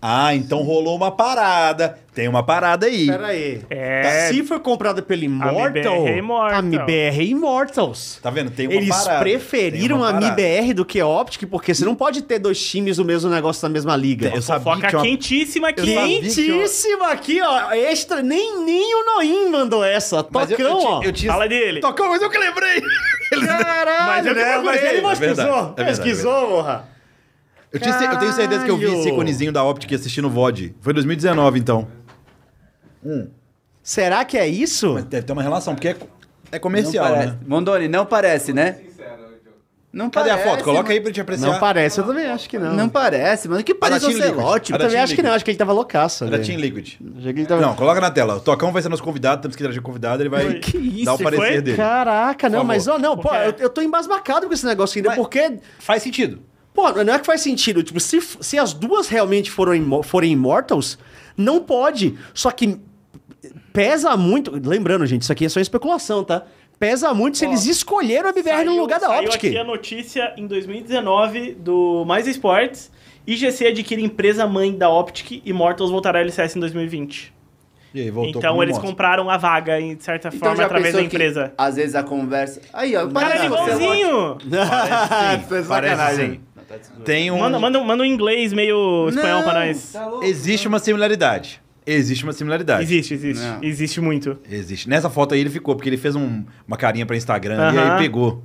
Ah, então rolou uma parada. Tem uma parada aí. Pera aí. É. Tá, Se foi comprada pela Immortal, MBR é Immortal. a MBR é Immortals. Tá vendo? Tem uma Eles parada. Tem preferiram uma a parada. MBR do que a Optic, porque você não pode ter dois times no mesmo negócio da mesma liga. Eu sabia que Foca tinha uma... quentíssima aqui. Quentíssima aqui, ó. Extra. Nem, nem o Noim mandou essa. Mas eu- Tocão, eu, ó. tinha- eu tinha... Fala dele. Tocão, mas eu que lembrei. Caralho, né? eu procurei. Mas ele É verdade, pesquisou. é verdade, pesquisou, morra. Eu, tinha ce- eu tenho certeza que eu vi esse Caralho. iconezinho da Optic assistindo o VOD. Foi 2019, então. Será que é isso? Mas deve ter uma relação, porque é, co- é Não comercial, parece. né? Mondoni, não parece, né? Não Cadê a parece, foto? Coloca mano. aí pra gente apreciar. Não parece, eu também acho que não. Não parece, mano. Que parece é o Baratinho líquido. Celote. eu também tipo, Era acho que não, é acho que ele tava loucaço. Era ali. Team Liquid. Achei que ele tava- Não, coloca na tela. O Tocão vai ser nosso convidado, temos que trazer convidado, ele vai Que isso, dar o foi? parecer dele. Caraca, não, favor. mas ó, não, pô, Porque- eu, eu tô embasbacado com esse negócio ainda, Mas- porque. Faz sentido. Pô, não é que faz sentido. Tipo, se, f- se as duas realmente foram imo- forem Immortals, não pode. Só que pesa muito. Lembrando, gente, isso aqui é só especulação, tá? Pesa muito se eles escolheram a BBR no Saiu- lugar da saiu Optic. aqui a notícia em 2019 do Mais Esportes. IGC adquire empresa mãe da Optic e Mortals voltará ao LCS em 2020. E aí, voltou então com eles moto. compraram a vaga, em certa Então forma, já através da pensou que, empresa. Às vezes a conversa. Aí, ó. Cara, parece é ele com o Celote. igualzinho! Ah, Parece é sim. Parece sim. Tem um... tá Manda, manda, um- manda um inglês meio espanhol Não, pra nós. tá louco. Existe uma similaridade. Existe uma similaridade. Existe, existe. Não. Existe muito. Existe. Nessa foto aí ele ficou, porque ele fez um- uma carinha pra Instagram e Aham. aí pegou.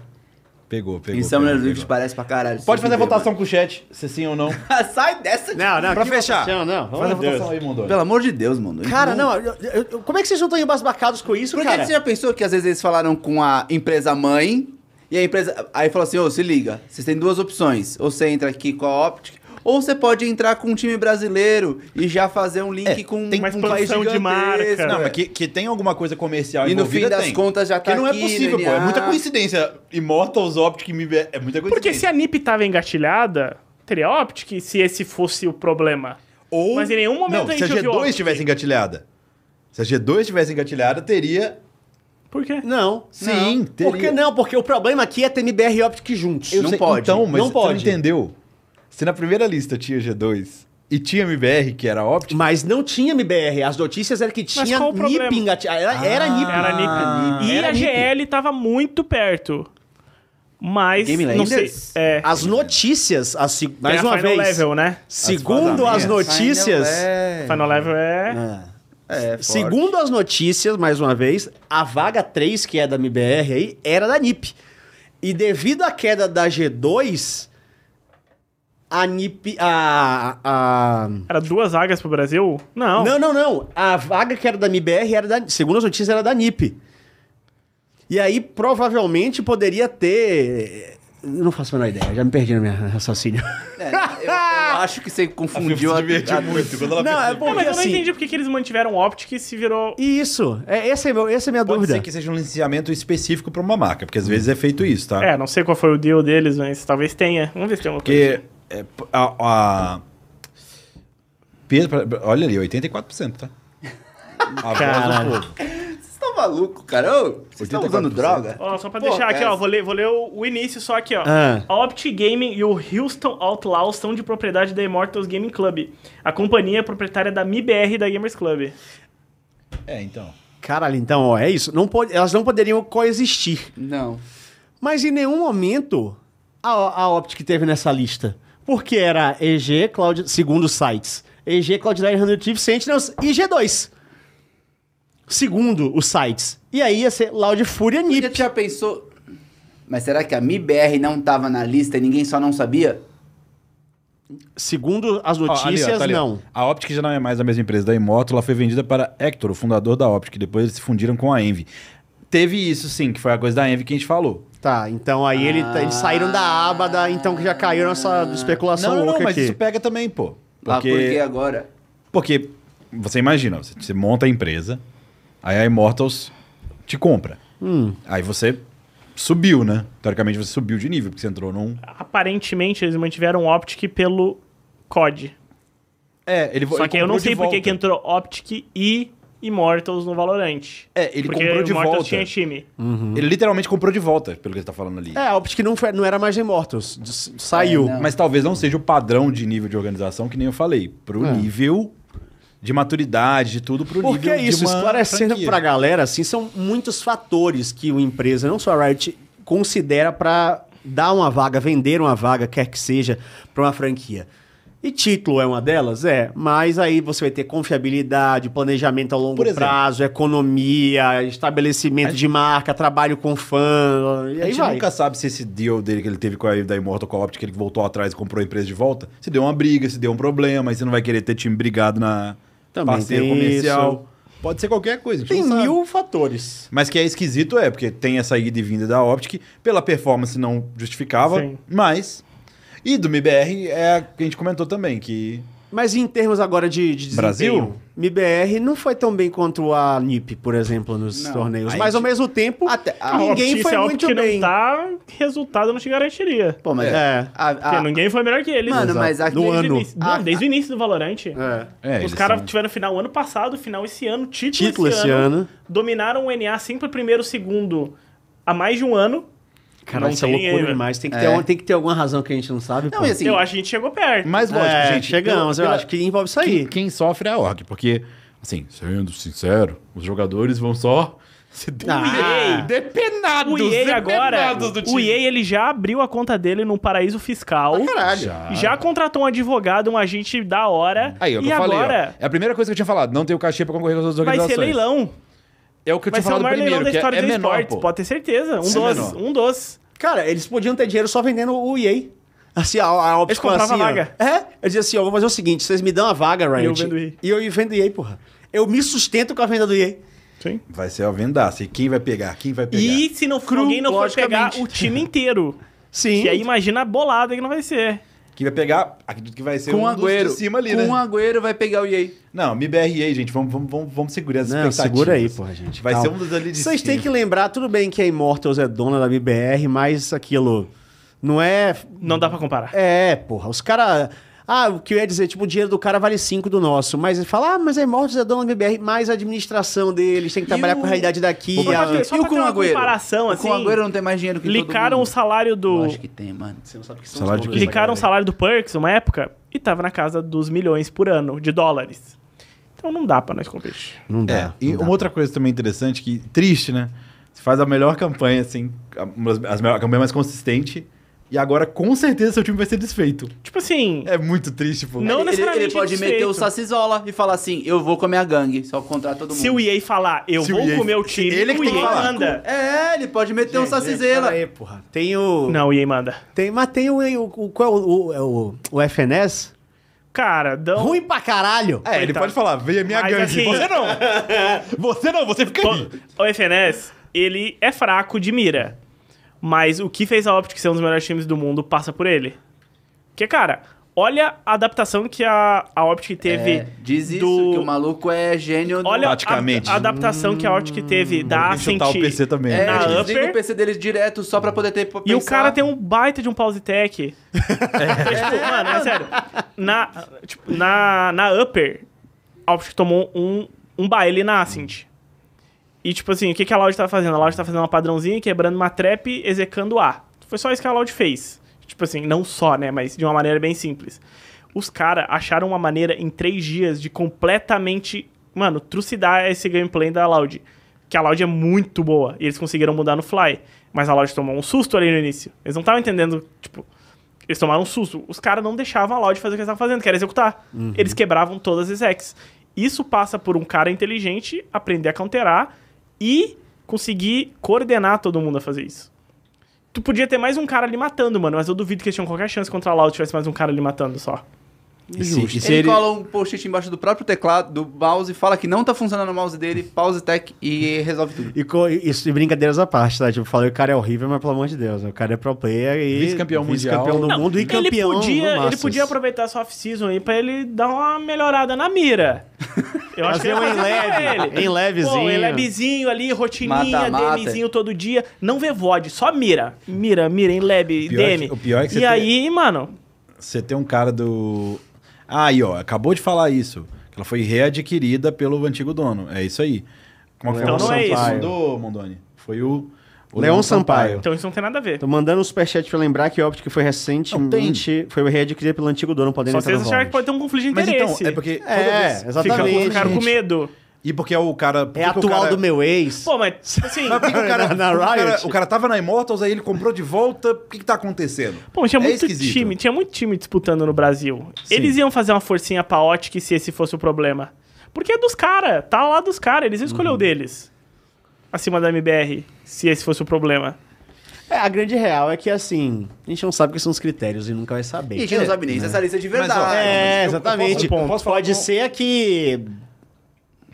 Pegou, pegou. né, Em Summoner pegou, Rift pegou. parece pra caralho. Pode fazer a Incrível, votação com o chat, se sim ou não. mano. Sai dessa, Não, não, pra que fechar. votação, não. Faz a Deus. votação aí, Mondoni. Pelo amor de Deus, mano. Cara, não, eu- eu- eu- como é que vocês não estão embasbacados com isso, Porque cara? você já pensou que às vezes eles falaram com a empresa mãe e a empresa. Aí falou assim: ô, se liga, vocês têm duas opções. Ou você entra aqui com a Optic, ou você pode entrar com um time brasileiro e já fazer um link É, com tem um uma expansão de gigantesco, marca. Não, é. mas que, que tem alguma coisa comercial E no envolvida, fim das tem. contas já tá Porque não aqui, é possível, né? pô. É muita coincidência. Immortals, Optic, MIB... É muita coincidência. Porque se a NIP tava engatilhada, teria Optic se esse fosse o problema. Ou... Mas em nenhum momento não, a se a gente ouviu G2 Optic. estivesse engatilhada. Se a G2 estivesse engatilhada, teria... Por quê? Não. Sim, não. teria. Por que não? Porque o problema aqui é ter MBR e Optic juntos. Eu não sei- pode. Então, mas não você não pode. entendeu. Se na primeira lista tinha G2 e tinha MBR, que era Optic... Mas não tinha MBR. As notícias eram que tinha qual o problema? NIP engatilhado. Era, era NIP. Ah. Era NIP. E Ah, Era a NIP. GL tava muito perto. Mas, Game não sei... Landers? É, As notícias, as se- tem mais a uma Final vez, Level, né? segundo as vazamentos. notícias, Final Level é... É, forte. segundo as notícias, mais uma vez, a vaga 3, que é da MBR aí, era da NIP. E devido à queda da G2, a NIP... A, a, Era duas vagas pro Brasil? Não. Não, não, não. A vaga que era da MBR era da, segundo as notícias, era da NIP. E aí provavelmente poderia ter. eh, eu Não faço a menor ideia, já me perdi no meu raciocínio. É, eu, eu acho que você confundiu a. a- muito. Quando ela Não, é Não, porque mas eu não assim. entendi porque que eles mantiveram Optic se virou... Isso, é, essa, é meu, essa é a minha Pode dúvida. ser que seja um licenciamento específico pra uma marca, porque às vezes é feito isso, tá? É, não sei qual foi o deal deles, mas talvez tenha. Vamos ver se tem alguma coisa. Porque é, p- a, a- Pedro, pra- olha ali, 84%, tá? A voz do povo. Vocês estão maluco, cara. Ô, Vocês estão usando 84%. droga? Ó, só pra Pô, deixar aqui, cara, ó, vou ler, vou ler o, o início só aqui, ó. é. Ah. A Opt Gaming e o Houston Outlaws são de propriedade da Immortals Gaming Club. A companhia é proprietária da MIBR e da Gamers Club. É, então. Caralho, então, ó, é isso. Não pode, elas não poderiam coexistir. Não. Mas em nenhum momento a, a Optic teve nessa lista. Porque era EG, Cloud, segundo os sites, EG, Cloud 900 Chief Sentinels e G2. Segundo os sites. E aí ia ser Loud Fúria Você NIP. já pensou... Mas será que a MIBR não tava na lista e ninguém só não sabia? Segundo as Ó, ali, ó, notícias, tá ali, ó. não. A Optic já não é mais a mesma empresa da Imoto, ela foi vendida para Hector, o fundador da Optic. Depois eles se fundiram com a Envy. Teve isso sim, que foi a coisa da Envy que a gente falou. Tá, então aí ele- eles saíram da aba, da, então que já caiu nossa especulação Não, não, não, louca mas aqui. isso pega também, pô. Ah, Porque, por que agora? porque você imagina, você, você monta a empresa, aí a Immortals te compra. Aí você subiu, né? Teoricamente você subiu de nível, porque você entrou num... Aparentemente, eles mantiveram Optic pelo COD. É, ele Só que eu não sei por que que entrou. entrou Optic e Immortals no Valorant. É, ele Porque comprou de Immortals volta. tinha time. Ele literalmente comprou de volta, pelo que você tá falando ali. É, a Optic não, foi- não era mais Immortals. des- Saiu. É, não. Mas talvez não seja o padrão de nível de organização, que nem eu falei. Pro nível de maturidade, de tudo, pro Porque nível é isso, de uma esclarecendo franquia. pra galera, assim, são muitos fatores que uma empresa, não só a Riot, considera pra dar uma vaga, vender uma vaga, quer que seja, pra uma franquia. E título é uma delas? É, mas aí você vai ter confiabilidade, planejamento a longo Por exemplo. prazo, economia, estabelecimento de marca, trabalho com fã, e A aí gente vai. nunca sabe se esse deal dele que ele teve com a da Immortal com a Optic, ele voltou atrás e comprou a empresa de volta, se deu uma briga, se deu um problema, aí você não vai querer ter time brigado na Também parceiro tem comercial. Pode ser qualquer coisa, a gente Tem não sabe. mil fatores. Mas que é esquisito é, porque tem essa ida e vinda da Optic, pela performance não justificava, Sim. mas... E do MBR é a que a gente comentou também, que Mas em termos agora de, de Brasil? desempenho, MBR não foi tão bem quanto a NIP, por exemplo, nos Não. torneios. A Mas ao gente- mesmo tempo, Até- ah, a Ah, ninguém Optic, se foi a muito Optic bem. não tá, resultado eu não te garantiria. Pô, mas... É. a- Ah. Porque a- ninguém foi melhor que eles. Mano, mas aqui... No Desde o ano. início- não, Ah, desde o início do Valorant. É, Os eles caras são- tiveram final ano passado, final esse ano, título, Título esse, esse ano, ano. Dominaram o NA sempre primeiro, segundo há mais de um ano. Caralho, Não isso é tem loucura ninguém, demais. Tem que, ter uma- tem que ter alguma razão que a gente não sabe. Não, pô. e assim... Eu acho que a gente chegou perto. Mas lógico, É, gente. chegamos, eu pela- acho que envolve Tá isso aí. Quem, quem sofre é a org, porque, assim, sendo sincero, os jogadores vão só se de- Ah. depenados. o EA agora, depenados do o time. EA ele já abriu a conta dele no paraíso fiscal. Caralho. Já. Já contratou um advogado, um agente da hora. Aí, é o que e eu falei, ó. agora É a primeira coisa que eu tinha falado, não tem o cachê pra concorrer com as outras vai ser organizações. leilão. É o que eu Vai tinha ser o falado maior leilão primeiro, da que história é, é do menor, esportes, pô. pode ter certeza. Um Sim, dos, menor. um dos. Cara, eles podiam ter dinheiro só vendendo o EA. Assim, a, a Optic Eles assim, compravam ó. vaga. É? Eu dizia assim, ó, vou fazer o seguinte, vocês me dão a vaga, eu Riot. vendo o EA. E eu vendo EA, porra. Eu me sustento com a venda do EA. Sim. Vai ser a vendaça. E quem vai pegar? Quem vai pegar? E se não for, Cru, alguém não for pegar logicamente. o time inteiro. Sim. E aí imagina a bolada que não vai ser. Quem vai pegar? Acredito que vai ser Com um o dos de Agüero. cima ali, com né? o Agüero vai pegar o EA. Não, MBRA, gente, vamos, vamos, vamos, vamos segurar as Não, expectativas. segura aí, porra, gente. Vai Calma. ser um dos ali de Vocês têm cima. que lembrar, tudo bem que a Immortals é dona da BBR, mas aquilo não é. Não dá pra comparar. É, porra. Os caras. Ah, o que eu ia dizer, tipo, o dinheiro do cara vale 5 do nosso. Mas ele fala, ah, mas a Immortals é dona da BBR, mas a administração deles tem que trabalhar com a realidade daqui. ah, Só pra a- ter- só pra e o ter com uma Agüero? comparação, o assim. com Agüero não tem mais dinheiro que todo Licaram o mundo. salário do. Lógico que tem, mano. Você não sabe o que são Salário os de valores, né, Licaram o galera? salário do Perks uma época e tava na casa dos milhões por ano de dólares. Então não dá pra nós competir. Não dá. É, e não dá. uma outra coisa também interessante, que triste, né? Você faz a melhor campanha, assim, a, uma das- as melhor- a campanha mais consistente, e agora com certeza seu time vai ser desfeito. Tipo assim, É muito triste, pô. Não ele, ele- necessariamente ele pode meter desfeito. o Sacizola e falar assim: eu vou com a minha gangue, só contratar todo mundo. se o EA falar, eu Se o vou EA com o meu time, ele que o tem que EA falar. manda. É, ele pode meter o um Sacizela. Pera aí, porra. Tem o. Não, o EA manda. Tem, mas tem o. o, o qual é o, o, é o, o FNS? Cara, dão... Ruim pra caralho! É, ele Coitado. pode falar, veio a minha Mas gangue. assim- Você não! você não, você fica aí. O FNS, ele é fraco de mira. Mas o que fez a Optic ser um dos melhores times do mundo passa por ele. Porque, cara, olha a adaptação que a, a Optic teve É, diz isso, do... que o maluco é gênio. do- Olha Taticamente. a, a adaptação que a Optic teve da Tem que Hum. chutar Ascent o PC também. é, né, na gente? ele up. desliga upper. o PC dele direto só pra poder ter. pra E o pensar. cara tem um baita de um pause tech. Então, tipo, mano, é sério. Na, tipo, na, na Upper, a Optic tomou um, um baile na Ascent. E, tipo assim, o que, que a Loud tá fazendo? A Loud tá fazendo uma padrãozinha, quebrando uma trap, execando A. Foi só isso que a Loud fez. Tipo assim, não só, né? Mas de uma maneira bem simples. Os caras acharam uma maneira em três dias de completamente, mano, trucidar esse gameplay da Loud. Que a Loud é muito boa. E eles conseguiram mudar no Fly. Mas a Loud tomou um susto ali no início. Eles não estavam entendendo, tipo. Eles tomaram um susto. Os caras não deixavam a Loud fazer o que eles estavam fazendo, que era executar. Eles quebravam todas as execs. Isso passa por um cara inteligente aprender a counterar e conseguir coordenar todo mundo a fazer isso. Tu podia ter mais um cara ali matando, mano, mas eu duvido que eles tinham qualquer chance contra a Loud se tivesse mais um cara ali matando só. E se, e se ele, ele- cola um post-it embaixo do próprio teclado, do mouse, fala que não tá funcionando o mouse dele, pausa o tech e resolve tudo. E co- isso de brincadeiras à parte, tá? Tipo, falei, o cara é horrível, mas pelo amor de Deus, né? o cara é pro player e. Vice-campeão mundial. Vice-campeão do Não, mundo e campeão podia, do ele Masters. podia aproveitar essa off-season aí pra ele dar uma melhorada na mira. Eu acho que Fazer ele ia um fazer enleve, pra ele. enlevezinho. Pô, um enlevezinho ali, rotininha, Mata, mata. DMzinho todo dia. Não vê VOD, só mira. Mira, mira, enleve, pior é DM. que- o pior é que e você aí, mano, Você tem um cara do. Ah, aí, ó, acabou de falar isso. que Ela foi readquirida pelo antigo dono. É isso aí. Como que Então foi o não é Sampaio? isso. Mandou, Mondoni? Foi o. o Leon Sampaio. então isso não tem nada a ver. Tô mandando um superchat pra lembrar que a Optic foi recentemente. Foi readquirida pelo antigo dono, podendo Só entrar vocês no acharam Valorant. que pode ter um conflito de Mas interesse. então, é porque. toda É, vez- exatamente. Fica- Ficaram com medo. E porque é o cara. por É que que o atual cara... do meu ex. Pô, mas assim. Mas por que que o cara, Na por que que o cara- Riot? o cara tava na Immortals, aí ele comprou de volta. O que, que tá acontecendo? Pô, tinha É muito esquisito. time, tinha muito time disputando no Brasil. Eles iam fazer uma forcinha pra Otic se esse fosse o problema. Porque é dos caras, tá lá dos caras, eles iam Uhum. escolher o deles. Acima da MBR, se esse fosse o problema. É, a grande real é que, assim, a gente não sabe o que são os critérios e nunca vai saber. E a gente não sabe nem se essa lista é de verdade. É, eu- eu exatamente. posso- eu posso falar um pode com- ser que.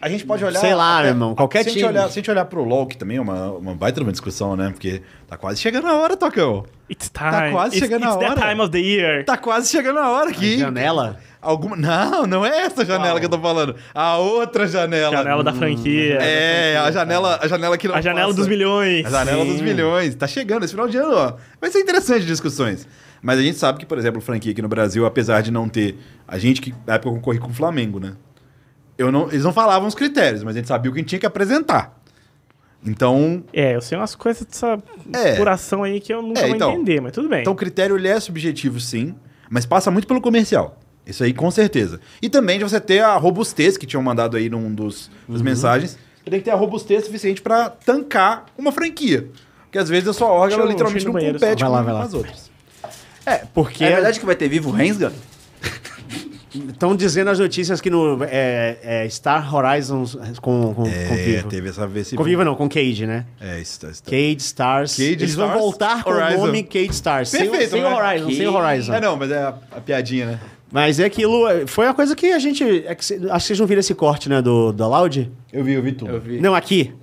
A gente pode olhar. Sei lá, meu irmão, qualquer se a gente time. Olhar, se a gente olhar pro LoL, que também é uma, uma baita de uma discussão, né? Porque tá quase chegando a hora, Tocão. It's time. Tá quase it's, chegando a it's the hora. time of the year. Tá quase chegando a hora a aqui. Janela. Alguma... Não, não é essa janela que eu tô falando. A outra janela. Janela da franquia. Hum. É, a janela, a janela que não a janela passa. dos milhões. A janela dos milhões. Tá chegando esse final de ano, ó. Vai ser interessante as discussões. Mas a gente sabe que, por exemplo, franquia aqui no Brasil, apesar de não ter. A gente que na época eu concorri com o Flamengo, né? Eu não, eles não falavam os critérios, mas a gente sabia o que a gente tinha que apresentar. Então, É, eu sei umas coisas dessa É. apuração aí que eu nunca É, vou então. entender, mas tudo bem. Então o critério ele é subjetivo, sim, mas passa muito pelo comercial. Isso aí, com certeza. E também de você ter a robustez que tinham mandado aí num dos Uhum. das mensagens. Você tem que ter a robustez suficiente pra tancar uma franquia. Porque às vezes a sua orga Deixa ela eu- literalmente deixa eu não ir no banheiro compete só. Vai lá, com vai lá. as outras. É, porque. É verdade que vai ter vivo o Rensga? Estão dizendo as notícias que no é, é, Star Horizons com, com, com Vivo. É, essa vez. Com Vivo não, com Cage, né? É, isso tá. Isso tá. Cade Stars. Cade Eles vão Stars, voltar com Horizon. o nome Cade Stars. Sem o- Perfeito, sem, né? o Horizon, sem o Cade- Horizon. É, não, mas é a, a piadinha, né? Mas é aquilo, é, foi uma coisa que a gente. é que cê- acho que vocês não viram esse corte, né? Do, do Loud? Eu vi, eu vi tudo. Não, aqui.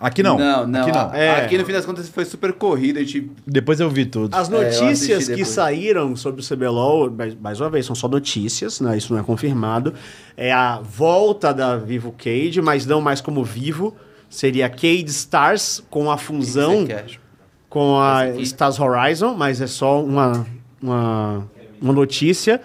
Aqui não. Não, não. Aqui não. é. a- Aqui no fim das contas foi super corrido, a gente Depois eu vi tudo. As É, eu notícias assisti que depois. saíram sobre o CBLOL, mais, mais uma vez, são só notícias, né? Isso não é confirmado. É a volta da Vivo Cade, mas não mais como Vivo. Seria Cade Stars com a fusão Você quer? com a Esse é. aqui. Stars Horizon, mas é só uma, uma, uma notícia.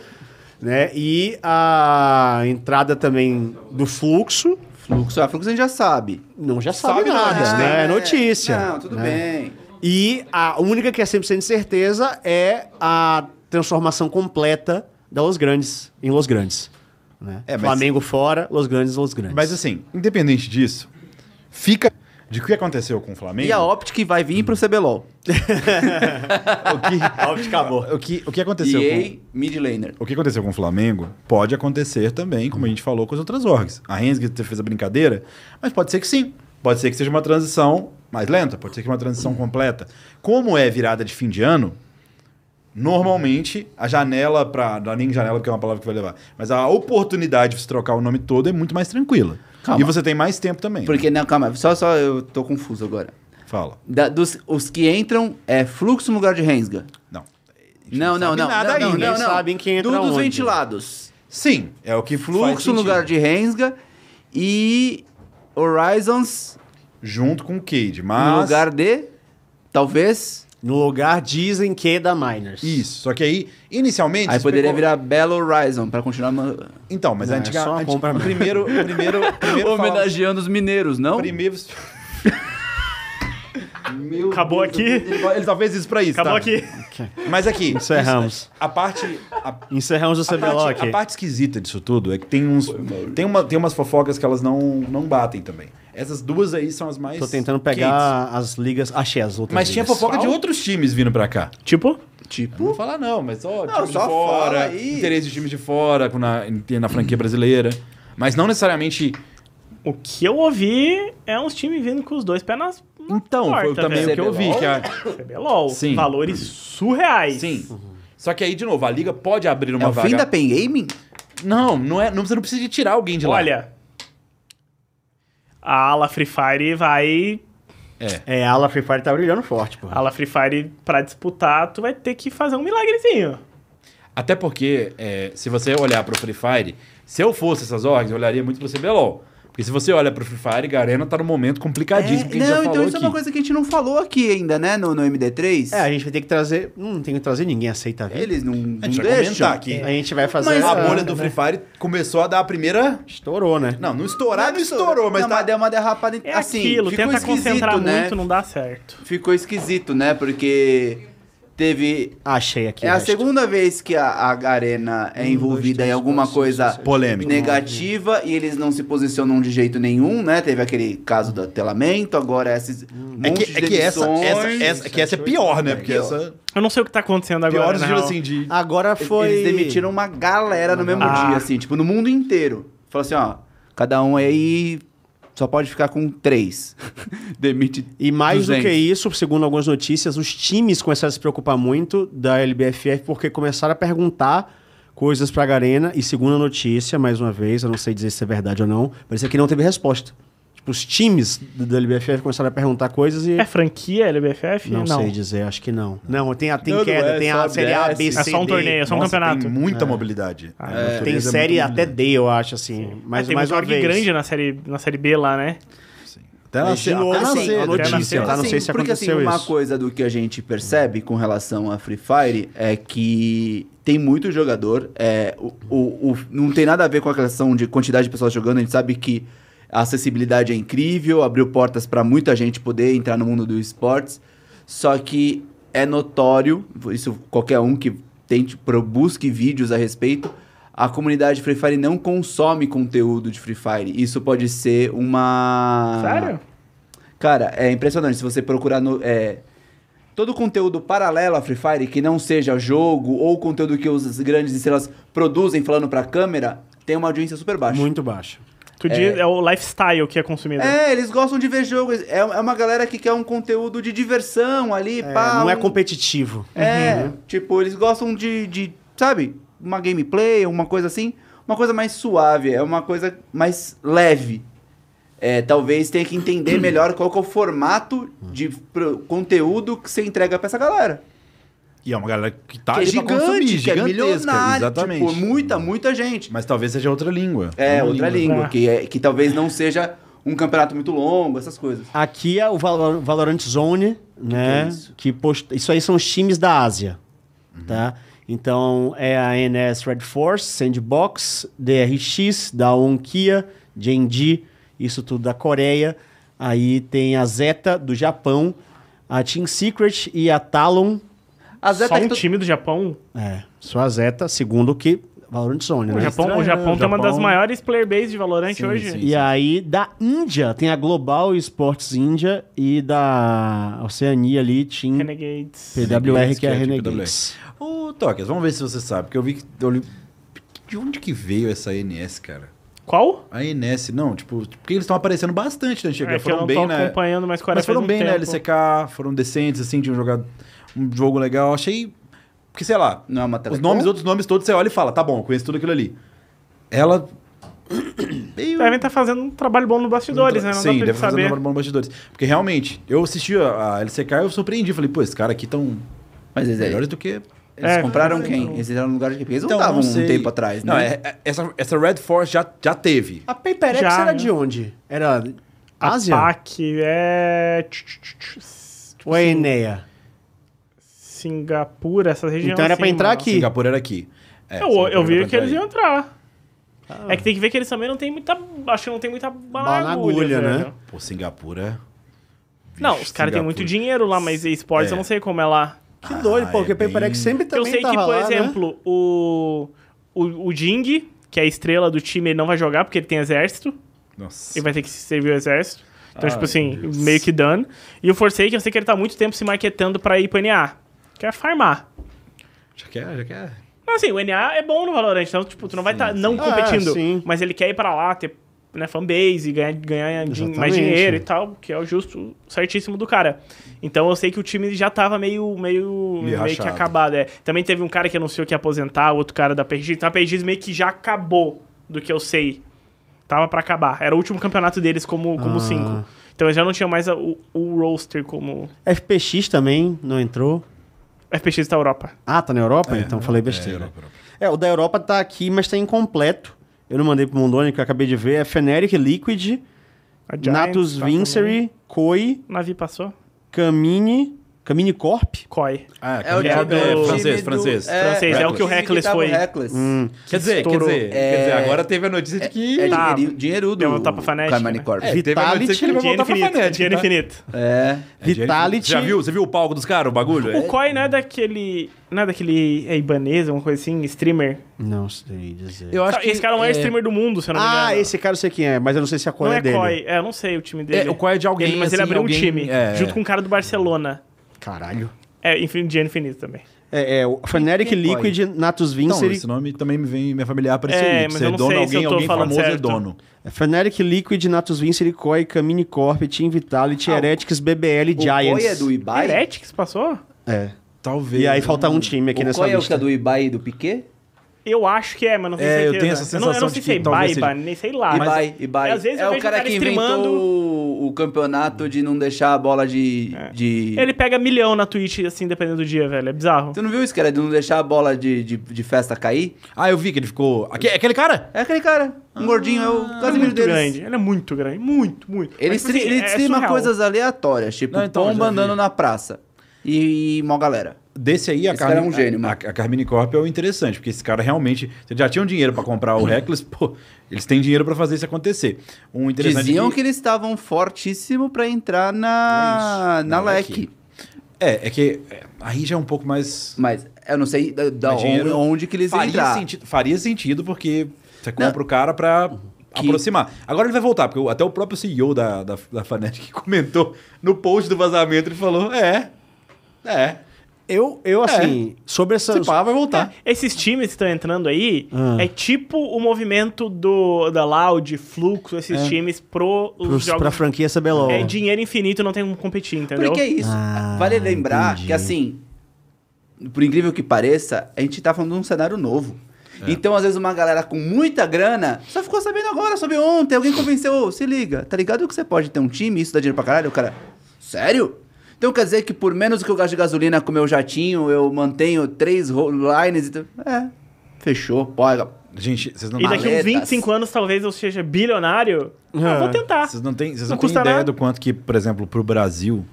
Né? E a entrada também do fluxo. Fluxo. Ah, fluxo a gente já sabe. Não já sabe, Sabe não, nada, a gente né? Ah, É notícia. Não, tudo né? bem. E a única que é 100% certeza é a transformação completa da Los Grandes em Los Grandes. né? É, mas- Flamengo fora, Los Grandes, Los Grandes. Mas assim, independente disso, fica. De o que aconteceu com o Flamengo. E a Optic vai vir pro CBLOL. o que, Óbvio que acabou. o que, é o que aconteceu com... EA mid laner. O que aconteceu com o Flamengo pode acontecer também, como a gente falou, com as outras orgs. A Hensg fez a brincadeira, mas pode ser que sim. Pode ser que seja uma transição mais lenta, pode ser que uma transição completa. Como é virada de fim de ano, normalmente a janela para... Não é nem janela porque é uma palavra que vai levar. Mas a oportunidade de você trocar o nome todo é muito mais tranquila. Calma. E você tem mais tempo também. Porque, não, calma, só, só eu tô confuso agora. Fala. Da- dos, os que entram é fluxo no lugar de Rensga. Não. Não, não, sabe não. nada não, ainda. não, não, Eles não. sabem quem entra Do, dos onde. ventilados. Sim, é o que faz Fluxo no sentido. lugar de Rensga e Horizons Junto com o Cade, no mas... lugar de. Talvez. No lugar dizem que é da Miners. Isso, só que aí, inicialmente... Aí você poderia pegou- virar Belo Horizon pra continuar ma- Então, mas Não, a é antiga... só uma antiga- compra mesmo. um. primeiro, primeiro, primeiro... fala- homenageando os mineiros, não? Primeiro... Meu Acabou Deus, aqui? ele- ele- Ele só fez isso pra isso, tá? Acabou aqui. é Mas aqui, Encerramos. a parte... a- Encerramos o A parte, CBLOC. a parte esquisita disso tudo é que tem uns. Tem, uma, tem umas fofocas que elas não, não batem também. Essas duas aí são as mais. Tô tentando quentes. pegar as ligas. Achei as outras. Mas tinha ligas. fofoca de outros times vindo pra cá. Tipo? Eu Uh. Não vou falar, não, mas só times de só fala fora. aí. Interesse de times de fora com na, em- na franquia brasileira. Mas não necessariamente. O que eu ouvi é uns times vindo com os dois pés nas. na Então, foi porta, também o velho. que eu vi. Que é, a, CBLOL. Sim. Valores surreais. sim. Só que aí, de novo, a liga pode abrir uma É o vaga. fim da Pen Gaming? Não, não é, não, você não precisa de tirar alguém de lá. Olha. A ala Free Fire vai. É, a Ala Free Fire tá brilhando forte, pô. A ala Free Fire, pra disputar, tu vai ter que fazer um milagrezinho. Até porque, é, se você olhar pro Free Fire, se eu fosse essas orgs, eu olharia muito pro CBLOL. Porque se você olha pro Free Fire, Garena tá num momento complicadíssimo que a gente já não, falou então isso é uma aqui. coisa que a gente não falou aqui ainda, né? No, no MD3. É, a gente vai ter que trazer. Não tem que trazer ninguém, aceita a vida. Eles não, não A gente vai deixam. comentar aqui. É, A gente vai fazer. É, a essa- bolha do Free Fire começou a dar a primeira. Estourou, né? Não, não estourar, não, estourou, mas é não, tá. deu uma derrapada. É assim, aquilo, ficou tenta esquisito, concentrar né? muito, não dá certo. Ficou esquisito, né? Porque teve. Achei aqui. É o a resto. segunda vez que a, a Arena é envolvida em alguma coisa Polêmica. negativa e eles não se posicionam de jeito nenhum, né? Teve aquele caso do atelamento, agora esses É monte que, de é que essa, demissões. essa, essa- que essa é pior, né? Porque essa. Eu não sei o que tá acontecendo agora. Piores, na digo real. assim, de. Agora Eles- foi. Eles demitiram uma galera no mesmo Ah. dia, assim, tipo, no mundo inteiro. Falou assim, ó, cada um aí só pode ficar com três. Demite. E mais do 200. que isso, segundo algumas notícias, os times começaram a se preocupar muito da LBFF porque começaram a perguntar coisas pra Garena e segundo a notícia, mais uma vez, eu não sei dizer se é verdade ou não, parecia que não teve resposta. Tipo, os times do- da LBFF começaram a perguntar coisas e É franquia LBFF? não, sei dizer, acho que não. Não, tem a tem queda, é, tem a sobe, série A, desce. B, C, É só um D. torneio, é só um Nossa, campeonato. Tem muita mobilidade. Ah, A Tem natureza é série muito até dominante. D, eu acho assim. Mas Ah, tem mais muito uma org vez. grande na série, na série B lá, né? Até Mas de nascer. novo, até assim, nascer. a notícia, tá? Não Assim, sei se porque aconteceu assim, uma isso. coisa do que a gente percebe com relação a Free Fire é que tem muito jogador. É, o, o- o- não tem nada a ver com a questão de quantidade de pessoas jogando. A gente sabe que a acessibilidade é incrível, abriu portas para muita gente poder entrar no mundo do esportes. Só que é notório, isso qualquer um que tente, pro- busque vídeos a respeito, a comunidade Free Fire não consome conteúdo de Free Fire. Isso pode ser Ah. uma. Sério? Cara, é impressionante. Se você procurar no. é, todo conteúdo paralelo a Free Fire, que não seja jogo ou conteúdo que os- as grandes estrelas produzem falando pra câmera, tem uma audiência super baixa. Muito né? baixo. Tu diz, é o lifestyle que é consumido. É, eles gostam de ver jogos. É, é uma galera que quer um conteúdo de diversão ali, É, pá. não é um- competitivo. É, tipo, eles gostam de, de, sabe, uma gameplay, uma coisa assim, uma coisa mais suave, é uma coisa mais leve. É, talvez tenha que entender melhor qual que é o formato de pro- conteúdo que você entrega pra essa galera. E é uma galera que tá Que é ali pra consumir, gigante, que é milionário, exatamente. é tipo, muita, muita gente. Mas talvez seja outra língua. É, Uma outra língua, Ah. que, é, que talvez não seja um campeonato muito longo, essas coisas. Aqui é o Valor- Valorant Zone, né? que é Que isso? post... isso aí são os times da Ásia, tá? Então é a NS Red Force, Sandbox, DRX, da Onkia, Genji, isso tudo da Coreia. Aí tem a Zeta do Japão, a Team Secret e a Talon. A Zeta Só um é que tu- time do Japão? É, só a Zeta, segundo o que Valorant Zone, O né? Japão, o estranho, Japão né? tem uma Japão- das maiores player base de Valorant Sim, hoje. sim. E aí, da Índia, tem a Global Esports Índia e da Oceania ali, Team Renegades. PWR, que é a Renegades, que é de Renegades. Ô, Toques, vamos ver se você sabe, porque eu vi que. eu li- De onde que veio essa ANS, cara? Qual? A ANS, não, tipo, porque eles estão aparecendo bastante na antiga. É que eu foram não tô bem né? na. acompanhando, mas Coreia Mas foram faz um bem né, na tempo. LCK, foram decentes, assim, tinham jogado um jogo legal. Achei. Porque, sei lá, Não é uma os telecom? nomes, outros nomes todos, você olha e fala, tá bom, eu conheço tudo aquilo ali. Ela. Meio- Devem estar fazendo um trabalho bom nos bastidores, né? Sim, Não dá pra deve gente fazer saber. número bom nos bastidores. Porque realmente, eu assisti a a LCK e eu surpreendi. Falei, pô, esses caras aqui estão Mas é. eles, melhores do que. eles É, compraram mas quem? não- Eles entraram no lugar de quem? Eles não Então, estavam um sei. tempo atrás, né? Não, é- é- essa, essa Red Force já, já teve. A PaperX Já, era né? de onde? Era Ásia? Ataque é. tch, tch, tch, tch, tipo Ou é Eneia? Singapura, essa região. Então era assim, pra entrar mano. aqui. Singapura era aqui. É, eu, Singapura eu era vi pra que eles entrar iam entrar. Ah. É que tem que ver que eles também não tem muita. Acho que não tem muita Bala na bala na agulha, agulha, né? velho. aí. Pô, Singapura. Não, os caras têm muito dinheiro lá, mas esportes eu não sei como é lá. Que doido, pô, porque o Paperback sempre Porque eu também sei que, tava por lá, né? exemplo, o, o, o Ding, que é a estrela do time, ele não vai jogar porque ele tem exército. Nossa. Ele vai ter que servir o exército. Então, tipo assim, meio que dano. E o Forsaken, eu sei que ele tá há muito tempo se marketando pra ir pro NA. Quer é farmar. Já quer, já quer. Mas assim, o NA é bom no Valorant, então, tipo, tu não vai estar não Ah, competindo. sim. mas ele quer ir pra lá, ter né, fanbase, ganhar, ganhar din- Exatamente. mais dinheiro e tal, que é o justo, certíssimo do cara. Então eu sei que o time já tava meio, meio, meio que rachado. acabado. é. Também teve um cara que anunciou que ia aposentar, outro cara da PRG. Então a PRG meio que já acabou do que eu sei. Tava pra acabar. Era o último campeonato deles como, Ah. como cinco. Então eles já não tinham mais a- o, o roster como FPX também não entrou. FPX da Europa. Ah, tá na Europa? então falei besteira. É, o da Europa tá aqui, mas tá incompleto. Eu não mandei pro Mondoni, que eu acabei de ver. É Fnatic, Liquid, A Giants, Natus tá Vincere, Koi, também. Navi passou? Camini, Camini Corp. COI. Ah, É o quer- time do- francês, time francês. Hum. do- Francês, é o que o time Reckless tava foi. Reckless. Quer dizer, quer estourou. dizer, quer dizer, agora teve a notícia de que... É Tá. dinheiro, dinheirudo. Perguntar pra Fnatic, Carmine né? Corp. É, teve a notícia que ele vai Dinheiro voltar pra infinito. Fnatic, dinheiro tá? infinito. É. Vitality. Você já viu? Você viu o palco dos caras, o bagulho? O Koi não é daquele. Não é daquele. É ibanês, alguma coisa assim? Streamer? Não sei dizer. Eu acho esse cara é o maior streamer do mundo, se eu não me engano. Ah, esse cara eu sei quem é, mas eu não sei se a Koi Não é, é dele. Koi. É, eu não sei o time dele. É, o Koi é de alguém, Ele- mas ele assim, abriu um alguém- time. é. Junto com um cara do Barcelona. Caralho. É, enfim, dinheiro infinito também. É, é o Fnatic, Quem é Koi? Liquid, Natus Não, Então, Vincere. então, esse nome também me vem me familiar para esse É, aí. mas Você eu é não dono, sei se eu alguém, tô alguém falando famoso é certo. dono. Fnatic, Liquid, Natus Vincere, Koi, Camini Corp, Team Vitality, Heretics, BBL, Ah, O Koi Giants. é do Ibai? Heretics passou? É. Talvez. E aí falta um time aqui O nessa Koi é o que é lista. do Ibai e do Piquet? Eu acho que é, mas não tenho É, eu certeza. tenho essa não, eu não sensação sei de se é que talvez Ibai, seja. Ibai, sei lá. Ibai, Ibai. Ah, Às vezes é eu o vejo cara o cara que streamando- inventou o, o campeonato de não deixar a bola de... de... É. Ele pega milhão na Twitch, assim, dependendo do dia, velho. É bizarro. Tu não viu isso, cara? De não deixar a bola de, de, de festa cair? Ah, eu vi que ele ficou. Aque- Aquele cara? É aquele cara. Um gordinho. É o Ele é Casimiro muito deles. grande. Ele é muito grande. Muito, muito. Ele, Mas, tipo stre- assim, ele é streama surreal. coisas aleatórias, tipo Não, então, pomba já vi. andando na praça. E, e mó galera. Desse aí, a Esse cara é um gênio, a, mano. a Carmine Corp é o interessante, porque esse cara realmente. Você já tinham dinheiro pra comprar Uhum. o Reckless, pô, eles têm dinheiro pra fazer isso acontecer. Um interessante. Diziam que eles estavam fortíssimo pra entrar na, na, na LEC. LEC. É, é que é, aí já é um pouco mais. Mas eu não sei da, da mais onde, dinheiro. onde que eles iam faria entrar. Sentido, faria sentido, porque você compra o cara pra. Aproximar. Agora ele vai voltar, porque o- até o próprio CEO da, da, da Fnatic comentou no post do vazamento, ele falou: é. É. Eu, É. eu assim, sobre essa. Se pá, vai voltar. Esses times que estão entrando aí Ah. é tipo o movimento do da Loud, Fluxo, esses É. times pro os Pros, pra jogos. franquia CBLOL. É dinheiro infinito, não tem como competir, entendeu? Porque é isso. Ah, vale lembrar entendi. que, assim, por incrível que pareça, a gente tá falando de um cenário novo. É. Então, às vezes, uma galera com muita grana só ficou sabendo agora, soube ontem, alguém convenceu, "Ô, se liga, tá ligado que você pode ter um time e isso dá dinheiro pra caralho? O cara, sério? Então quer dizer que por menos que eu gasto de gasolina com meu jatinho, eu mantenho três ro- lines e tal? É, fechou, pode. É. Gente, vocês não E daqui uns Maletas. 25 anos talvez eu seja bilionário. Ah, É. vou tentar. Vocês não têm, vocês Não não têm custa ideia nada. do quanto que, por exemplo, para o Brasil,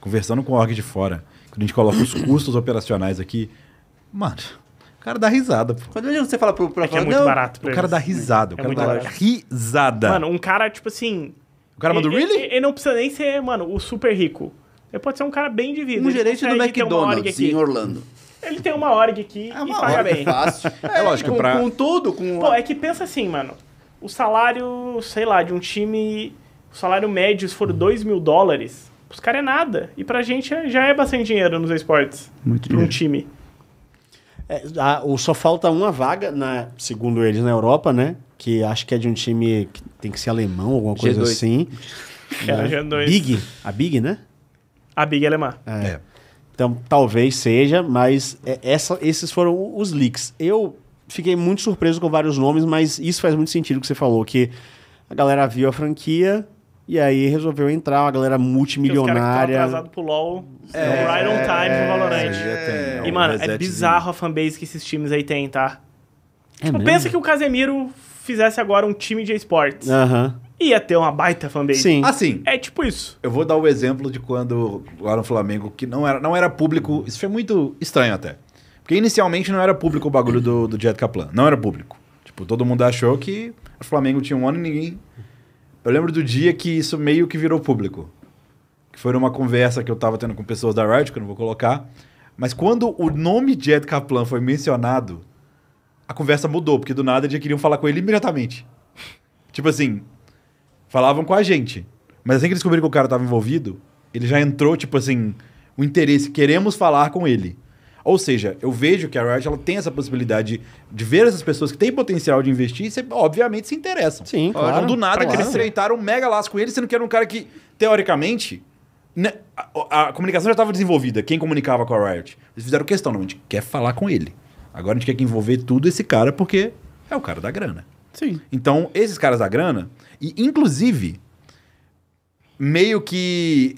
conversando com o org de fora, quando a gente coloca os custos operacionais aqui, mano, o cara dá risada, pô. Quando você fala pro, pro É que é muito não, barato pra O cara eles. dá risada, É o cara muito dá barato. risada. Mano, um cara, tipo assim. o cara mandou, ele, really? Ele, ele não precisa nem ser, mano, o super rico. Ele pode ser um cara bem de vida. Um Ele gerente do consegue ter uma org McDonald's aqui. em Orlando. Ele tem uma org aqui É e uma paga hora bem. bem fácil. É lógico, com, pra- com tudo, com... Pô, é que pensa assim, mano. O salário, sei lá, de um time. O salário médio, se for 2 mil dólares, pros caras é nada. E pra gente é- já é bastante dinheiro nos esportes. Muito pra um time. É, a- o, só falta uma vaga, na, segundo eles, na Europa, né? Que acho que é de um time que tem que ser alemão, alguma coisa G2. assim. Era já É, dois. Big. A Big, né? A Big Alemã. É. Então, talvez seja, mas é- essa- esses foram os leaks. Eu fiquei muito surpreso com vários nomes, mas isso faz muito sentido que você falou, que a galera viu a franquia e aí resolveu entrar, uma galera Porque os caras que tão multimilionária. atrasado pro LoL, estão right on time pro Valorant. É, E, um mano, é resetzinho. bizarro a fanbase que esses times aí têm, tá? É Tipo, mesmo? pensa que o Casemiro fizesse agora um time de esportes. Aham. Ia ter uma baita fanbase. Sim. Assim, É tipo isso. eu vou dar o exemplo de quando lá no Flamengo, que não era, não era público. Isso foi muito estranho até. Porque inicialmente não era público o bagulho do, do Jet Kaplan. Não era público. Tipo, todo mundo achou que o Flamengo tinha um ano e ninguém. Eu lembro do dia que isso meio que virou público. que foi numa conversa que eu tava tendo com pessoas da Riot, que eu não vou colocar. Mas quando o nome de Ed Kaplan foi mencionado, a conversa mudou, porque do nada eles queriam falar com ele imediatamente. tipo assim, falavam com a gente. Mas assim que descobriram que o cara tava envolvido, ele já entrou, tipo assim, o interesse, queremos falar com ele. Ou seja, eu vejo que a Riot ela tem essa possibilidade de, de ver essas pessoas que têm potencial de investir e, cê, obviamente, se interessam. Sim, claro. Então, do nada, Pra que eles claro. estreitaram um mega laço com ele, sendo que era um cara que, teoricamente, né, a, a comunicação já estava desenvolvida. Quem comunicava com a Riot? Eles fizeram questão, não, a gente quer falar com ele. Agora a gente quer que envolver tudo esse cara, porque é o cara da grana. Sim. Então, esses caras da grana, e inclusive, meio que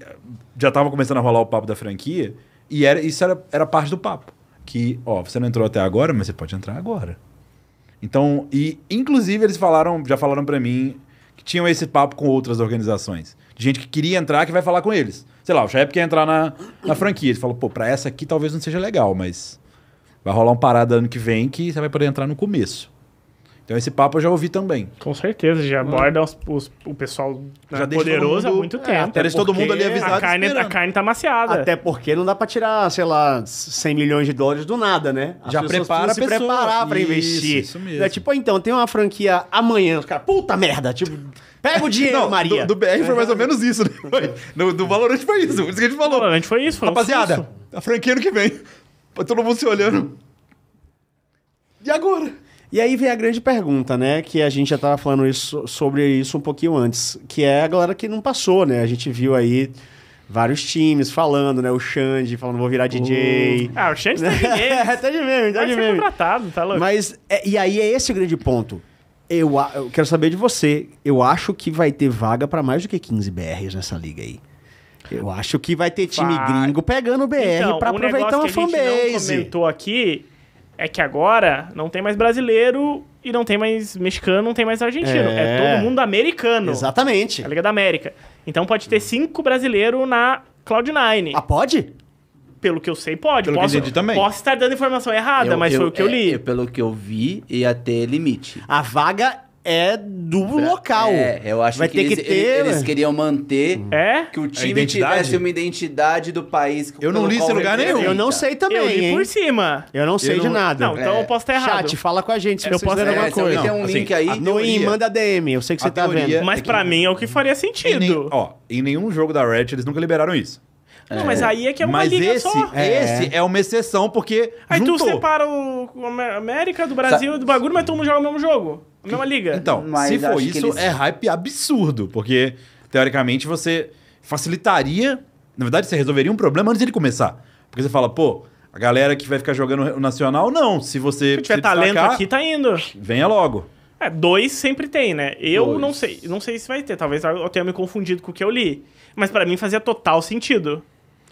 já tava começando a rolar o papo da franquia, e era, isso era, era parte do papo. Que, ó, você não entrou até agora, mas você pode entrar agora. Então, e inclusive eles falaram, já falaram pra mim que tinham esse papo com outras organizações. De gente que queria entrar que vai falar com eles. Sei lá, o Shep quer entrar na, na franquia. Ele falou, pô, pra essa aqui talvez não seja legal, mas vai rolar um parada ano que vem que você vai poder entrar no começo. Então esse papo eu já ouvi também. Com certeza, já aborda os- os- o pessoal né, Já deixa todo poderoso mundo- há muito é, tempo. até deixa todo mundo ali Porque A avisado carne, a esperando. carne tá maciada. Até porque não dá pra tirar, sei lá, 100 milhões de dólares do nada, né? As Já pessoas prepara precisam a se pessoa. preparar pra Isso, investir. isso mesmo. É tipo, ah, então, tem uma franquia amanhã, os caras, puta merda, tipo, pega o dinheiro, Não, Maria. Do, do BR foi mais ou menos isso, né? Foi. No, do Valorant foi tipo, é isso. Por isso que a gente falou. Valorant foi isso, foi um Rapaziada, sucesso. a franquia ano que vem. Todo mundo se olhando. E agora? E aí vem a grande pergunta, né? Que a gente já tava falando isso, sobre isso um pouquinho antes, que é a galera que não passou, né? A gente viu aí vários times falando, né? O Xande falando, vou virar Uh. DJ. Ah, o Chance tá de é, meme. tá de meme, tá de Vai ser meme. contratado, tá louco? Mas, é, e aí é esse o grande ponto. Eu, a- eu quero saber de você. Eu acho que vai ter vaga pra mais do que 15 BRs nessa liga aí. Eu acho que vai ter time Vai. gringo pegando o é, BR pra um aproveitar uma negócio que a gente não fanbase. comentou aqui é que agora não tem mais brasileiro e não tem mais mexicano, não tem mais argentino. É, É. todo mundo americano. Exatamente. É a Liga da América. Então pode ter cinco brasileiros na Cloud9. Ah, pode? Pelo que eu sei, pode. Pelo que eu posso, entendi também. posso estar dando informação errada, mas foi o que eu li. é, pelo que eu vi, ia ter limite. A vaga é do local. É, eu acho vai que, eles, ter que ter. eles queriam manter É? que o time identidade? tivesse uma identidade do país. Eu não pelo li esse qual lugar nenhum. representa. Eu não sei também. Eu li por hein? cima. Eu não sei Eu de não- nada. Não, então eu posso estar errado. Chat, fala com a gente se Eu vocês posso fizeram estar alguma É, se alguém coisa. tem um assim, link aí, a- No teoria. IM, manda DM, eu sei que A você tá teoria- vendo. Mas É que- pra mim é o que Em faria nem- sentido. ó, em nenhum jogo da Riot eles nunca liberaram isso. Não, mas aí é que é uma Mas liga esse, só. esse é uma exceção, porque Aí juntou. tu separa o o Amé- América do Brasil do bagulho, mas todo mundo joga o mesmo jogo. A mesma liga. Então, Mas se for acho que isso, eles- é hype absurdo, porque teoricamente você facilitaria. Na verdade, você resolveria um problema antes dele começar. Porque você fala, pô, a galera que vai ficar jogando o Nacional, não. Se você. se tiver se talento destacar, aqui, tá indo. Venha logo. É, dois sempre tem, né? Eu Dois. não sei. Não sei se vai ter. Talvez eu tenha me confundido com o que eu li. Mas pra mim fazia total sentido.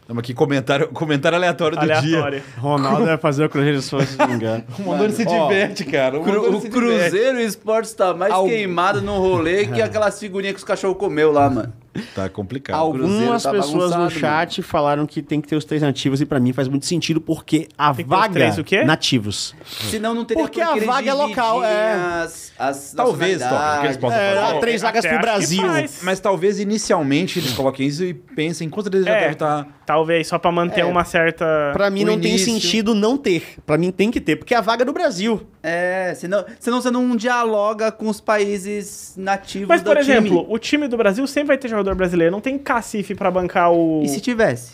Estamos aqui, comentário, comentário aleatório do Aleatório. dia. Ronaldo vai fazer o Cruzeiro se não me engano. O Mondoni se diverte, cara. O, Cru- Mondoni se o diverte. Cruzeiro Esportes tá mais Algu- queimado no rolê É. que aquelas figurinhas que os cachorros comeu lá, mano. Tá complicado. Algumas tá pessoas no bagunçado, chat falaram que tem que ter os três nativos e pra mim faz muito sentido porque a Tem que ter os vaga três o quê? nativos. Senão não teria Porque por que a eles vaga é local, dividirem é. As, as Talvez, Tom, que eles nacionalidades. possam É, fazer. há três Até vagas pro acho que Brasil. faz. Mas talvez inicialmente eles coloquem isso e pensem quantas vezes já É. deve tá estar. Talvez, só pra É. manter uma certa. Pra mim O não início. tem sentido não ter. Pra mim tem que ter, porque é a vaga do Brasil. É, senão, senão você não dialoga com os países nativos Mas, do por time. exemplo, o time do Brasil sempre vai ter jogador brasileiro. Não tem cacife pra bancar o. E se tivesse?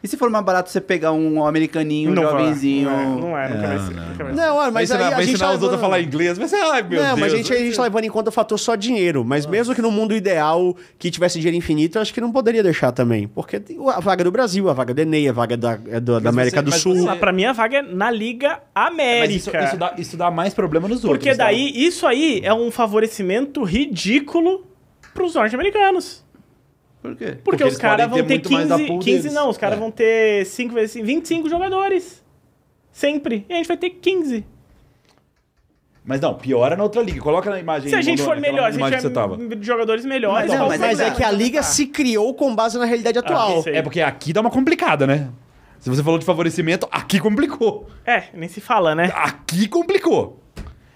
E se for mais barato você pegar um americaninho, um não vai. jovenzinho? Não é, não é, nunca né? vai ser. nunca vai ser. Não, olha, Vai mas aí, ensinar, a vai gente ensinar tá é os outros a levando- falar inglês. Mas, ai, meu não, Deus. Ah. mas a gente, a gente tá levando em conta o fator só dinheiro. Mas mesmo que no mundo ideal, que tivesse dinheiro infinito, eu acho que não poderia deixar também. Porque tem a vaga do Brasil, a vaga da Enei, a vaga da, é do- da América você- do mas Sul. você- Ah, pra mim a vaga é na Liga América. Mas isso, isso dá, isso dá mais problema nos outros. Porque sabe? daí, isso aí é um favorecimento ridículo pros norte-americanos. Por quê? Porque, Porque os eles podem caras vão ter ter muito mais da 15, pool 15 deles. não, os caras É. vão ter 5 vezes 5, 25 jogadores. Sempre. E a gente vai ter 15. Mas não, piora na outra liga. Coloca na imagem. se a gente Mondoni, for aquela melhor, se a imagem gente é que você tava. tiver jogadores melhores... Não, qual mas, o é problema? que a liga se criou com base na Ah, realidade atual. isso aí. É porque aqui dá uma complicada, né? Se você falou de favorecimento, aqui complicou. É, nem se fala, né? Aqui complicou.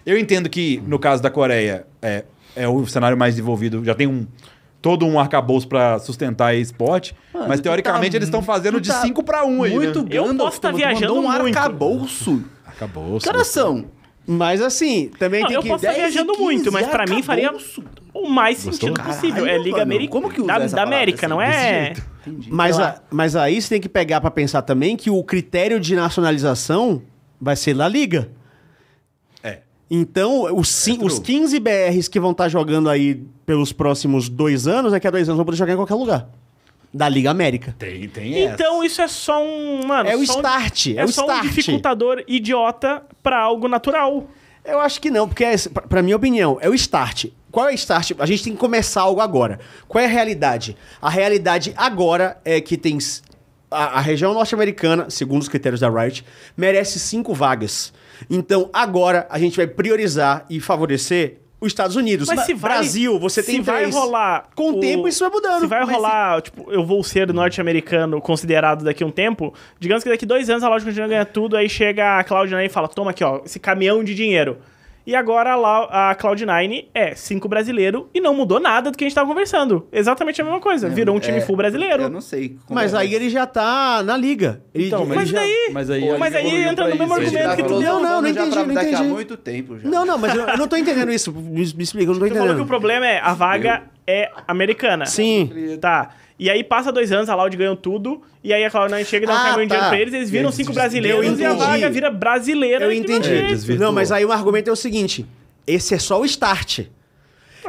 Eu entendo que, no caso da Coreia, é, é o cenário mais desenvolvido. Já tem um, todo um arcabouço pra sustentar esporte. mas tu teoricamente tá eles estão fazendo tu de tá 5 pra 1 aí. Muito né? Gandalf, Eu posso tá tu viajando mandou um muito. arcabouço. Arcabouço. Que horas são? Mas assim, também Não, tem eu que. posso estar 10 e viajando 15 muito, mas pra mim faria arcabouço. o mais sentido Caralho, possível. É Liga mano, América. como que usa da, essa da palavra América, assim, não desse é? jeito? Entendi. Mas, a- mas aí você tem que pegar pra pensar também que o critério de nacionalização vai ser La Liga. É. Então, os, cin- os 15 BRs que vão estar jogando aí pelos próximos dois anos, daqui a dois anos vão poder jogar em qualquer lugar. Da Liga América. Tem, tem essa. Então isso é só um. Mano, É o só um- start, é é o só start. um dificultador idiota pra algo natural. Eu acho que não, porque, é, pra, pra minha opinião, é o start. Qual é o start? A gente tem que começar algo agora. Qual é a realidade? A realidade agora é que tem. s- A, a região norte-americana, segundo os critérios da Riot, merece cinco vagas. Então, agora, a gente vai priorizar e favorecer os Estados Unidos. Mas se vai, Brasil, você tem se vai três. rolar Com o tempo, isso vai mudando. Se vai Mas rolar, tipo, eu vou ser norte-americano considerado daqui a um tempo, digamos que daqui dois anos a loja continua ganha tudo, aí chega a Cloud9 e fala, toma aqui, ó, esse caminhão de dinheiro. E agora lá a Cloud9 é cinco brasileiro e não mudou nada do que a gente tava conversando. Exatamente a mesma coisa. Virou um time É, full brasileiro. Eu não sei. como Mas é. aí ele já tá na liga. Ele- Então, ele Mas já- daí, mas aí- mas aí evoluiu entra pra no mesmo isso, Ele argumento já que tu falou, Não, não, "Vamos não já pra entendi, não daqui entendi." há muito tempo já. Não, não, mas eu, eu não tô entendendo isso. Me, me explica, eu não tô Tu falou que o entendendo. problema é a vaga é americana. Sim. Tá. E aí passa dois anos, a Loud ganham tudo, e aí a Cloud9 chega e dá um Ah, caminhão de tá. dinheiro pra eles, eles viram cinco brasileiros e a entendi. vaga vira brasileira. Eu de entendi. verdade. desvirtuou. não, mas aí o argumento é o seguinte: esse é só o start.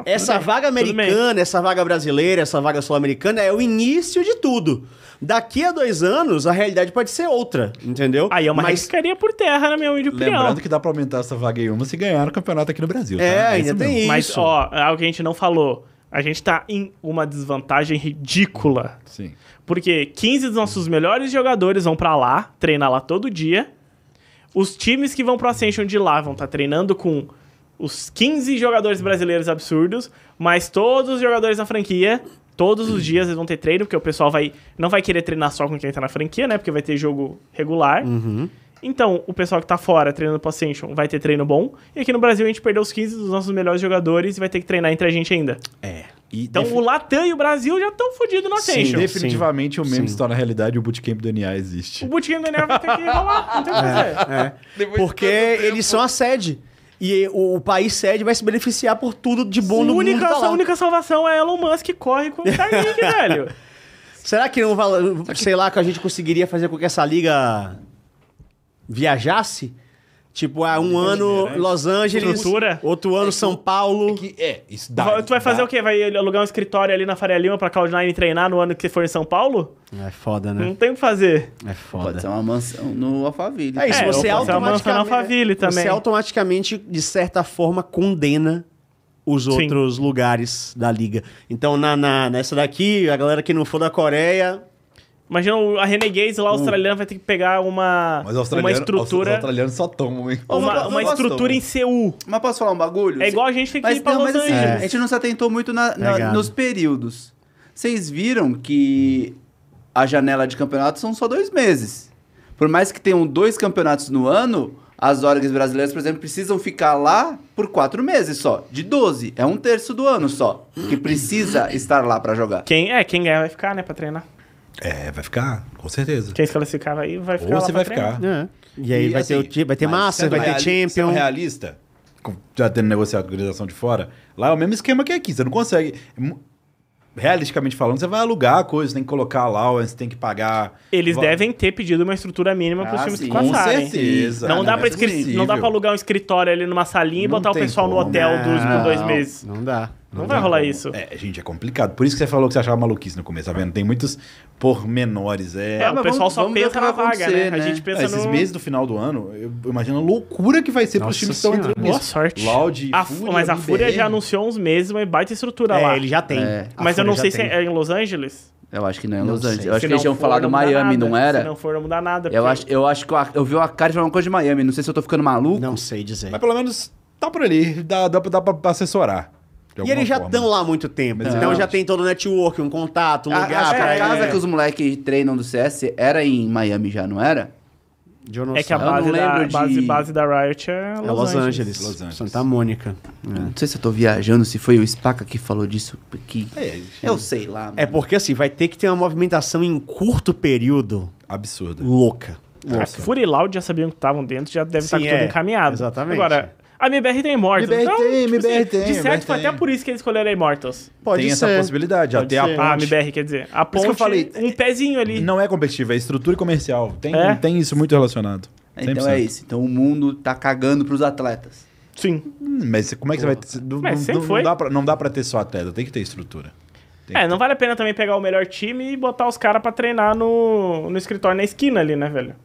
Essa vaga americana, essa vaga brasileira, essa vaga sul-americana é o início de tudo. Daqui a dois anos, a realidade pode ser outra, entendeu? Aí é uma mas, riscaria por terra, na minha humilde opinião. Lembrando que dá pra aumentar essa vaga em uma se ganhar o campeonato aqui no Brasil. Ah, tá? É, ainda isso tem mesmo. isso. Mas, ó, é algo que a gente não falou. A gente tá em uma desvantagem ridícula. Sim. Porque 15 dos nossos melhores jogadores vão pra lá, treinar lá todo dia. Os times que vão pro Ascension de lá vão estar treinando com os 15 jogadores brasileiros absurdos, mas todos os jogadores da franquia, todos os dias eles vão ter treino, porque o pessoal vai não vai querer treinar só com quem tá na franquia, né? Porque vai ter jogo regular. Uhum. Então, o pessoal que tá fora treinando pro Ascension vai ter treino bom. E aqui no Brasil a gente perdeu os 15 dos nossos melhores jogadores e vai ter que treinar entre a gente ainda. É, E Então, defi- o Latam e o Brasil já estão fodidos no sim, Ascension. definitivamente o meme se torna realidade e o bootcamp do NA existe. O bootcamp do NEA vai ter que rolar, não tem o que É, fazer. porque eles são a sede. E o, o país sede vai se beneficiar por tudo de bom A no única, mundo. tá a lá. única salvação é Elon Musk que corre com o Starlink, velho. Será que não val- sei lá que a gente conseguiria fazer com que essa liga viajasse? Tipo, há um ano Los Angeles, Estrutura? outro ano São Paulo. Que é, isso Va- tu vai fazer o quê? Vai alugar um escritório ali na Faria Lima pra Cloud9 treinar no ano que você for em São Paulo? É foda, né? Não tem o que fazer. É Pode ser foda. uma mansão no Alphaville. É isso, É, você, ou pode ser uma mansão na automaticamente, Alphaville também. você automaticamente, de certa forma, condena os outros lugares da liga. Então, na, na- nessa daqui, a galera que não for da Coreia. Imagina o- a Renegades lá, australiana, vai ter que pegar uma, Mas uma australiano, os estrutura. australianos só tomam, hein? Uma, Não uma gostam, estrutura em Seul. Mas posso falar um bagulho? É igual a gente tem que Mas, ir pra não, Los mas assim, Angeles. a gente não se atentou muito na- na- Pegado. nos períodos. Vocês viram que a janela de campeonato são só dois meses. Por mais que tenham dois campeonatos no ano, as orgs brasileiras, por exemplo, precisam ficar lá por quatro meses só. De 12. É um terço do ano só. Que precisa estar lá pra jogar. Quem, é, quem ganhar vai ficar, né, pra treinar. É, vai ficar, com certeza. Quem se classificar vai, vai ficar Ou lá você pra vai treinar. ficar. né? E aí E, vai, ter o, assim, ti- vai ter mas massa, sendo vai ter reali- champion. Sendo é realista, com- já tendo negociado com a organização de fora, lá é o mesmo esquema que aqui. Você não consegue. mu- Realisticamente falando, você vai alugar a coisa, você tem que colocar lá, ou você tem que pagar. Eles Va- devem ter pedido uma estrutura mínima pros Ah, times que sim. Com passarem. certeza. Não, Ah, dá não, pra isso é escri- não possível. dá pra alugar um escritório ali numa salinha e Não botar o tem pessoal no como. hotel dos por dois Não, meses. Não dá. Não, vai rolar isso. É, gente, é complicado. Por isso que você falou que você achava maluquice no começo, tá vendo? Tem muitos pormenores. É. É, o mas pessoal vamos- só vamos ver o pensa que na vai vaga, né? acontecer, A né? gente pensa Esses no... meses do final do ano, eu imagino a loucura que vai ser pros Nossa times que estão Senhora. entrando Boa nisso. sorte. Loud, A Fu- Fúria, mas a IBM. Fúria já anunciou há uns meses uma baita estrutura lá. É, ele já tem. A Mas Folha eu não já sei se tem. é em Los Angeles. Eu acho que não é em Não Los sei. Angeles. Eu acho Se que eles não tinham for, falado muda Miami, nada. não era? Se não for, não mudar nada. Eu porque- acho, eu acho que o Ar- eu vi o Akari falando uma coisa de Miami. Não sei se eu tô ficando maluco. Não sei dizer. Mas pelo menos tá por ali, dá, dá, dá pra assessorar. de E alguma eles já forma. estão lá há muito tempo. então já tem todo o network, um contato, um A, lugar. acho que pra a ir. casa que os moleques treinam do CS era em Miami já, não era? Jonas É que a Salles. base, não da, lembro de- base, base da Riot é Los, É Los Angeles. Angeles. Los Angeles. Santa Mônica. É. Não sei se eu tô viajando, se foi o Spaca que falou disso aqui. É, Eu sei lá. mano. É porque assim, vai ter que ter uma movimentação em curto período absurdo. louca. A Fury e Loud já sabiam que estavam dentro, já deve estar Sim, com tudo é. encaminhado. Exatamente. Agora, a MBR tem Immortals. MBR então, tem, tipo MBR assim, tem, De certo, MBR foi até tem. por isso que eles escolheram a Immortals. Pode tem essa ser. possibilidade, Pode até ser. a Ah, a ponte. MBR, quer dizer, a ponte, que eu falei, um pezinho ali. Não é competitiva, é estrutura e comercial. Tem, É? tem isso muito relacionado. Então é 100%. isso. Então o mundo tá cagando pros atletas. Sim. Hum, mas como é que você vai ter... Não, Mas não- sempre não foi. dá pra, não dá pra ter só atleta, tem que ter estrutura. Tem É, que não vale a pena também pegar o melhor time e botar os caras pra treinar no, no escritório na esquina ali, né, velho?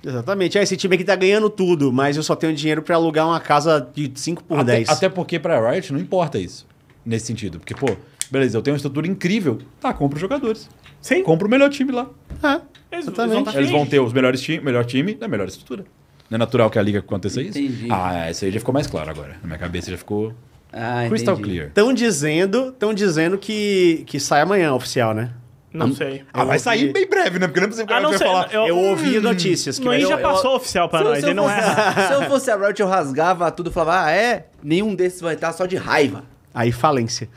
Exatamente. Ah, esse time aqui tá ganhando tudo, mas eu só tenho dinheiro pra alugar uma casa de 5 por até, 10. até porque pra Riot não importa isso, nesse sentido. Porque, pô, beleza, eu tenho uma estrutura incrível. Tá, compra os jogadores. Sim. Compra o melhor time lá. Ah. Eles, Exatamente. tá Eles vão feliz. ter os melhores time, melhor time da melhor estrutura. Não é natural que a liga aconteça isso? Entendi. Ah, isso aí já ficou mais claro agora. Na minha cabeça já ficou Ah, crystal entendi. clear. Estão dizendo, tão dizendo que, que sai amanhã, oficial, né? Não sei. Ah, vai ouvi- sair bem breve, né? Porque não é possível que Ah, a não gente sei. vai falar. Eu, ouvi notícias. Que Não, Hum. aí é eu- já eu- passou oficial pra Se, eu- nós, se, eu ele não é. fosse, se eu fosse a Riot, eu rasgava tudo e falava, ah, é? Nenhum desses vai estar só de raiva. Aí falência.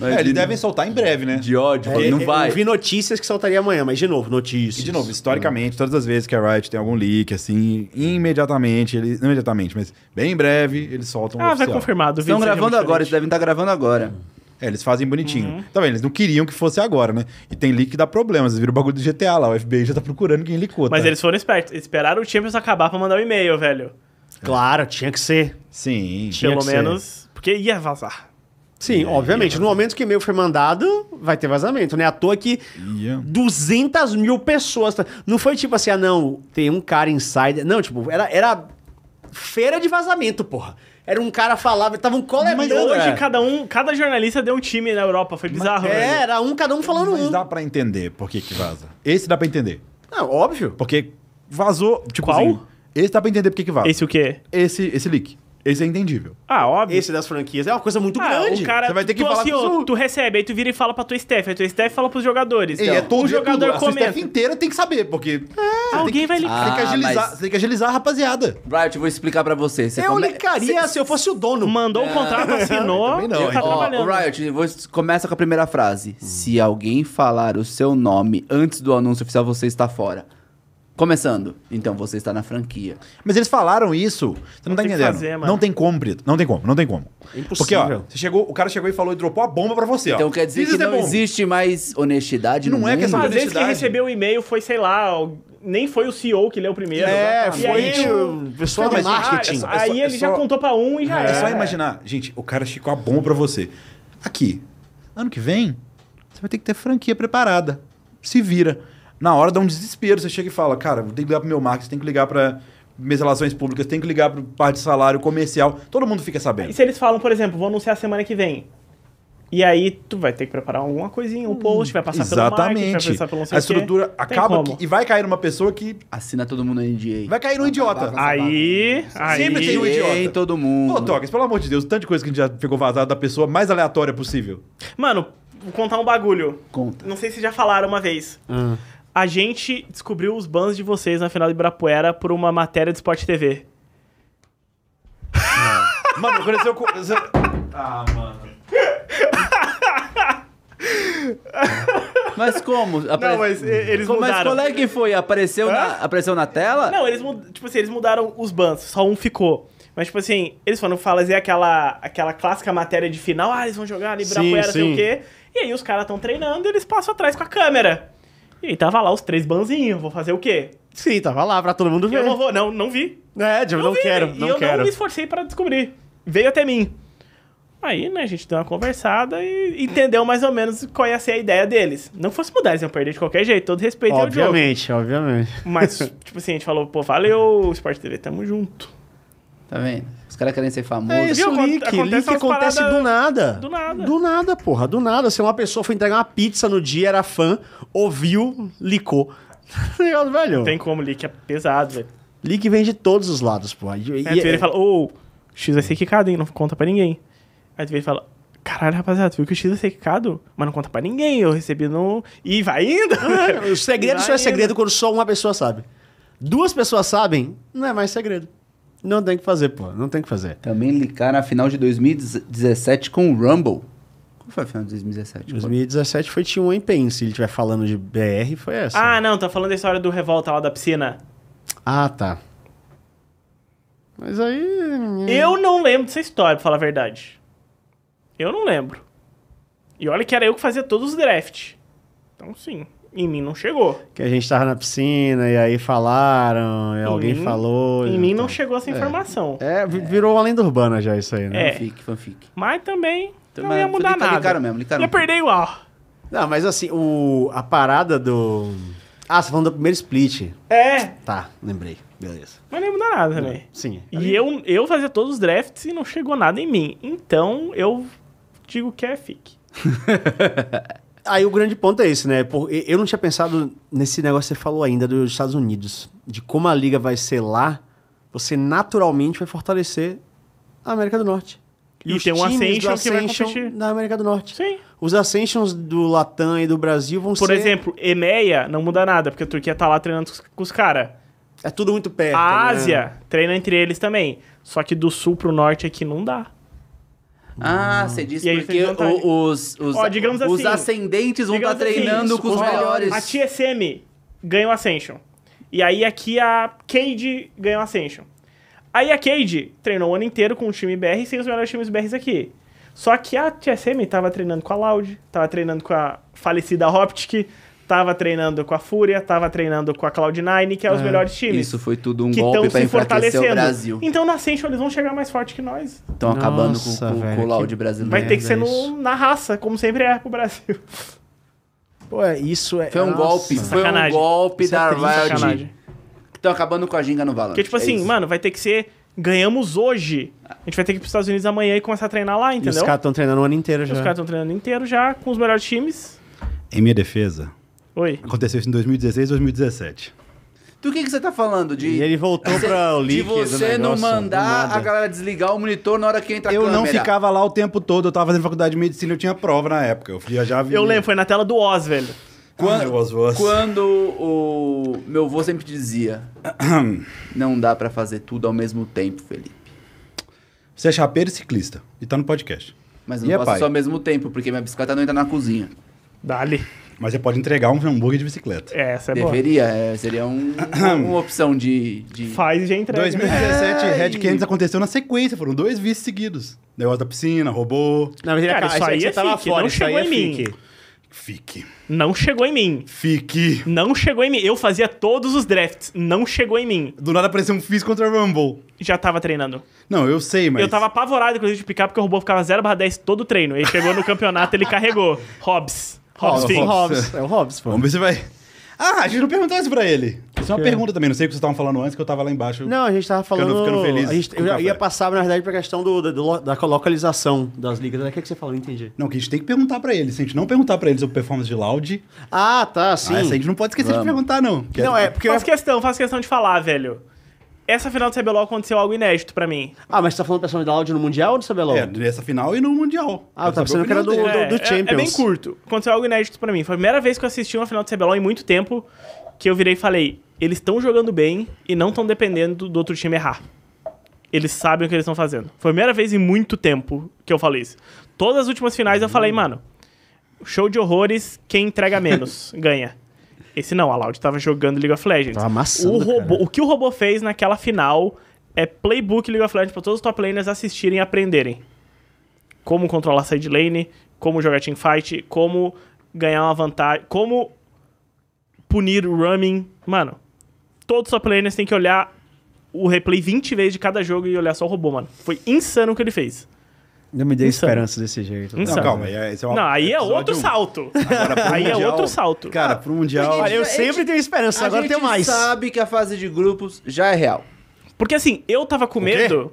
É, eles devem soltar em breve, né? De ódio, falei, não Eu- vai. Eu vi notícias que soltaria amanhã, mas de novo, notícias. E é, de novo, historicamente, todas as vezes que a Riot tem algum leak, assim, imediatamente, eles. Não imediatamente, mas bem em breve, eles soltam o Ah, vai oficial. confirmado. Estão gravando agora, eles devem estar gravando agora. É, eles fazem bonitinho. Uhum. Tá vendo? Eles não queriam que fosse agora, né? E tem leak que dá problema. Vocês viram o bagulho do GTA lá. O FBI já tá procurando quem licou. Mas tá? eles foram espertos. Eles Esperaram o Champions acabar pra mandar o e-mail, velho. É. Claro, tinha que ser. Sim. Tinha Pelo que ser. menos. Porque ia vazar. Sim, obviamente. No momento que o e-mail foi mandado, vai ter vazamento, né? À toa que Ia. 200 mil pessoas. tá- Não foi tipo assim, ah, não, tem um cara insider. Não, tipo, era, era feira de vazamento, porra. Era um cara falava, tava um Mas coletando. Hoje, cara. cada um, cada jornalista deu um time na Europa. Foi bizarro, né? velho. É, era um, cada um falando Mas um. dá pra entender por que que vaza. Esse dá pra entender. Não, óbvio. Porque vazou. Tipo Qual? assim, esse dá pra entender por que que vaza. Esse, Esse o quê? esse, leak. Esse é entendível. Ah, óbvio. Esse das franquias é uma coisa muito Ah, grande. o cara, Você vai ter que tu, falar assim, com ó, seu- tu recebe, aí tu vira e fala pra tua staff, aí tua staff fala pros jogadores. Ele é todo o jogador tudo. A é sua staff comenta. inteira tem que saber, porque. você tem É, Alguém que- vai você ligar. Tem que Ah, agilizar, mas- você tem que agilizar a rapaziada. Riot, eu vou explicar pra você. Você Eu come- ligaria se eu fosse o dono. Mandou o contrato, assinou, É. Também não, então, ele tá hein? Ó, trabalhando. o Riot, vou- começa com a primeira frase. Se alguém falar o seu nome antes do anúncio oficial, você está fora. Começando. Então você está na franquia. Mas eles falaram isso. Você não, tá tem que entendendo. fazer, mano. não tem como, Brito. Não tem como, não tem como. É impossível. Porque, ó, você chegou, o cara chegou e falou e dropou a bomba pra você, ó. Então quer dizer Isso que é não bomba. existe mais honestidade Não no é que essa Às mundo? vezes quem honestidade. recebeu o e-mail foi, sei lá, o- nem foi o CEO que leu primeiro. É, E foi aí o- o pessoal do é Mas, marketing. ah, É Aí, só- ele é já só- contou pra um e já É, era. só imaginar. Gente, o cara esticou a bomba pra você. Aqui, ano que vem, você vai ter que ter franquia preparada. Se vira. Na hora dá um desespero. Você chega e fala, cara, tem que ligar pro meu marketing, tem que ligar pra minhas relações públicas, tem que ligar pro parte de salário comercial. Todo mundo fica sabendo. E se eles falam, por exemplo, vou anunciar semana que vem. E aí tu vai ter que preparar alguma coisinha, um post, vai passar pelo marketing, vai Hum, Exatamente. passar pelo não sei a o quê. estrutura Tem acaba como. que- e vai cair numa pessoa que Assina todo mundo no NDA. vai cair num idiota. vai- Aí, aí... é Sempre tem um idiota. Ei, todo mundo. Pô, Tocas, pelo amor de Deus, tanta coisa que a gente já pegou vazado da pessoa mais aleatória possível. Mano, vou contar um bagulho. Conta. Não sei se já falaram uma vez. Ah. A gente descobriu os bans de vocês na final de Ibirapuera por uma matéria de Sport TV. Mano, aconteceu com. Mas como? Apare- mas e- eles Como- Mas mudaram. qual é que foi? Apareceu, na, apareceu na tela? Não, eles mudaram, tipo assim, eles mudaram os bans, só um ficou. Mas, tipo assim, eles foram fazer aquela, aquela clássica matéria de final, ah, eles vão jogar ali Ibirapuera, Sim, sei sim. o quê. E aí os caras estão treinando e eles passam atrás com a câmera. E aí tava lá os três banzinhos, vou fazer o quê? Sim, tava lá pra todo mundo ver. Eu não vou, não, não vi. É, tipo, É. não, vi, né? quero, e não eu quero. não me esforcei pra descobrir. Veio até mim. Aí, né, a gente deu uma conversada e entendeu mais ou menos qual ia ser a ideia deles. Não fosse mudar, eles iam perder de qualquer jeito, todo respeito ao jogo. Obviamente, obviamente. Mas, tipo assim, a gente falou, pô, valeu, Sport TV, tamo junto. Tá vendo? Os caras querem ser famosos. É isso, Viu? Aconte- Lick. acontece Lick umas acontece paradas do nada. do nada. Do nada, porra. Do nada. Se uma pessoa foi entregar uma pizza no dia, era fã, ouviu, licou. Legal, velho. Tem como, Lick, é pesado, velho. Lick vem de todos os lados, porra. E, é- Aí tu e- vira e fala, ô, X vai ser quicado, hein, não conta pra ninguém. Aí tu vira e fala, Caralho, rapaziada, tu viu que o X é secado? Mas não conta pra ninguém, eu recebi no... E vai indo. O segredo só é Vai segredo quando só uma pessoa sabe. Duas pessoas sabem, não é mais segredo. Não tem o que fazer, pô. Não tem o que fazer. Também ligaram a final de 2017 com o Rumble. Qual foi a final de 2017? Tipo- 2017 foi T1 em PEN. Se ele estiver falando de BR, foi essa. Ah, não, tá falando da história do revolta lá da piscina. Ah, tá. Mas aí. Hum. Eu não lembro dessa história, pra falar a verdade. Eu não lembro. E olha que era eu que fazia todos os drafts. Então, sim, em mim não chegou. Que a gente tava na piscina e aí falaram, e alguém mim- falou. Em e mim então. não chegou essa informação. É, vi- virou a lenda urbana já isso aí, né? É. Fanfic, fanfic. Mas também Então, não Mas ia foi mudar licar- nada. licaram mesmo, licaram. Ia perder igual. Não, mas assim, o, a parada do. Ah, você tá falando do primeiro split. É, Tá, lembrei. Beleza. mas não ia mudar nada também. Sim. E eu, eu fazia todos os drafts e não chegou nada em mim. Então, eu digo que é fic. Aí o grande ponto é esse, né? Por- e- eu não tinha pensado nesse negócio que você falou ainda dos Estados Unidos, de como a liga vai ser lá, você naturalmente vai fortalecer a América do Norte. E tem um do Ascension que vai Ascension competir. da América do Norte. Sim. Os Ascensions do Latam e do Brasil vão Por ser... exemplo, EMEA não muda nada, porque a Turquia tá lá treinando com os- com os caras. É tudo muito perto, A né? Ásia treina entre eles também. Só que do sul pro norte aqui não dá. Ah, você disse Hum. E aí porque fez vantagem. o- os, os, Ó, digamos os assim, ascendentes vão estar Digamos assim, treinando isso, com os ó, melhores. A TSM ganha o Ascension. E aí aqui a Cade ganha o Ascension. Aí a Cade treinou o ano inteiro com o time BR sem os melhores times BRs aqui. Só que a TSM tava treinando com a Loud, tava treinando com a falecida Hoptic, tava treinando com a Fúria, tava treinando com a Cloud9, que é os melhores times. Isso foi tudo um que golpe estão pra se enfraquecer o fortalecendo. Brasil. Então na Ascension eles vão chegar mais forte que nós. Estão acabando com, Nossa, com- com velho, o laude que brasileiro. Vai ter que merda ser no- isso. na raça, como sempre é pro Brasil. Pô, é- isso é... Foi um Nossa. golpe, foi um Sacanagem. golpe Isso é da triste, Riot. sacanagem. Estão acabando com a ginga no Valorant. Porque, tipo é assim, isso. mano, vai ter que ser. Ganhamos hoje. A gente vai ter que ir pros Estados Unidos amanhã e começar a treinar lá, E os entendeu? caras estão treinando o ano inteiro já. Os caras estão treinando inteiro já, com os melhores times. Em minha defesa, Oi. aconteceu isso em 2016 2017. Do que, que você tá falando? De, E ele voltou pra o de leak do você negócio, não do mandar nada. a galera desligar o monitor na hora que entra a Eu câmera. não ficava lá o tempo todo, eu tava fazendo faculdade de medicina, eu tinha prova na época. Eu viajava Eu lembro, Ah, foi na tela do Oz, velho. quando Quando o meu avô sempre dizia: Não dá pra fazer tudo ao mesmo tempo, Felipe. Você é chapeiro e ciclista e tá no podcast. Mas E eu é não posso pai? só ao mesmo tempo, porque minha bicicleta não entra na cozinha. Dali. Mas você pode entregar um hambúrguer de bicicleta. É, essa é boa. Deveria, é, seria um- uma opção de. de- Faz e já entrega. 2017, É, Red e- Canids aconteceu na sequência, foram dois vices seguidos. Negócio da piscina, robô. Não, mas ele Cara, acaba- isso aí você é tava fique, fora, não isso aí chegou é em mim. fique. Fique. Não chegou em mim. Fique. Não chegou em mim. Eu fazia todos os drafts. Não chegou em mim. Do nada apareceu um Fizz contra Rumble. Já tava treinando. Não, eu sei, mas. Eu tava apavorado, inclusive, de picar, porque o robô ficava 0 barra 10 todo o treino. Ele chegou no campeonato, ele carregou. Hobbs. Hobbs, Hobbs, Fink. Hobbs. Hobbs, é o Hobbs, pô. Vamos ver se vai. Ah, a gente não perguntou isso pra ele. Isso é uma pergunta também, não sei o que vocês estavam falando antes, que eu tava lá embaixo. Não, a gente tava falando. Ficando- ficando feliz a gente, com eu o já café. ia passar, na verdade, pra questão do, do- do- da localização das ligas. O que, é que você falou? Não entendi. Não, que a gente tem que perguntar pra ele. Se a gente não perguntar pra ele sobre performance de Loud, Ah, tá, sim. ah, essa a gente não pode esquecer de perguntar, não. Que Não, é porque. eu- Faz questão, faz questão de falar, velho. Essa final do CBLOL aconteceu algo inédito pra mim. Ah, mas você tá falando pessoal da áudio no Mundial ou do CBLOL? É, nessa final e no Mundial. Ah, eu tava Quero saber pensando que era a opinião do, dele. do, é, do é- Champions. É, bem curto. Aconteceu algo inédito pra mim. Foi a primeira vez que eu assisti uma final de CBLOL em muito tempo que eu virei e falei: eles estão jogando bem e não estão dependendo do, do outro time errar. Eles sabem o que eles estão fazendo. Foi a primeira vez em muito tempo que eu falei isso. Todas as últimas finais eu falei, mano, show de horrores, quem entrega menos ganha. Esse não, a Loud tava jogando League of Legends. Tava amassando, o, robô, cara. o que o robô fez naquela final é playbook League of Legends pra todos os top laners assistirem e aprenderem como controlar side lane, como jogar teamfight, como ganhar uma vantagem, como punir o roaming. Mano, todos os top laners têm que olhar o replay 20 vezes de cada jogo e olhar só o robô, mano. Foi insano o que ele fez. Não me dei Insano. esperança desse jeito. Não, Insano. calma, é- esse é um Não, aí é episódio outro um. salto. Agora, pro Aí é Mundial- outro salto. Cara, pro Mundial. Olha, eu Ah, A gente- sempre tenho esperança, A agora gente um tem mais. sabe que a fase de grupos já é real. Porque assim, eu tava com medo.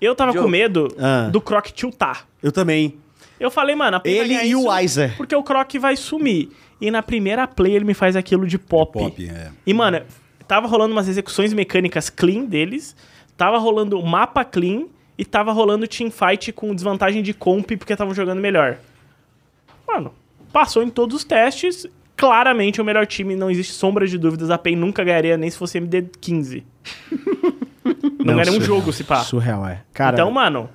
Eu tava Diogo. com medo Ah. do Croc tiltar. Eu também. Eu falei, mano, a Play vai Ele ganhar e o isso Weiser. Porque o Croc vai sumir. E na primeira play ele me faz aquilo de pop. Pop, é. E, mano, tava rolando umas execuções mecânicas clean deles, tava rolando o mapa clean, e tava rolando teamfight com desvantagem de comp porque estavam jogando melhor. Mano, passou em todos os testes, claramente o melhor time, não existe sombra de dúvidas, a PEN nunca ganharia nem se fosse MD15. não ganharia um jogo, se pá. Surreal, é. Cara, Então, mano,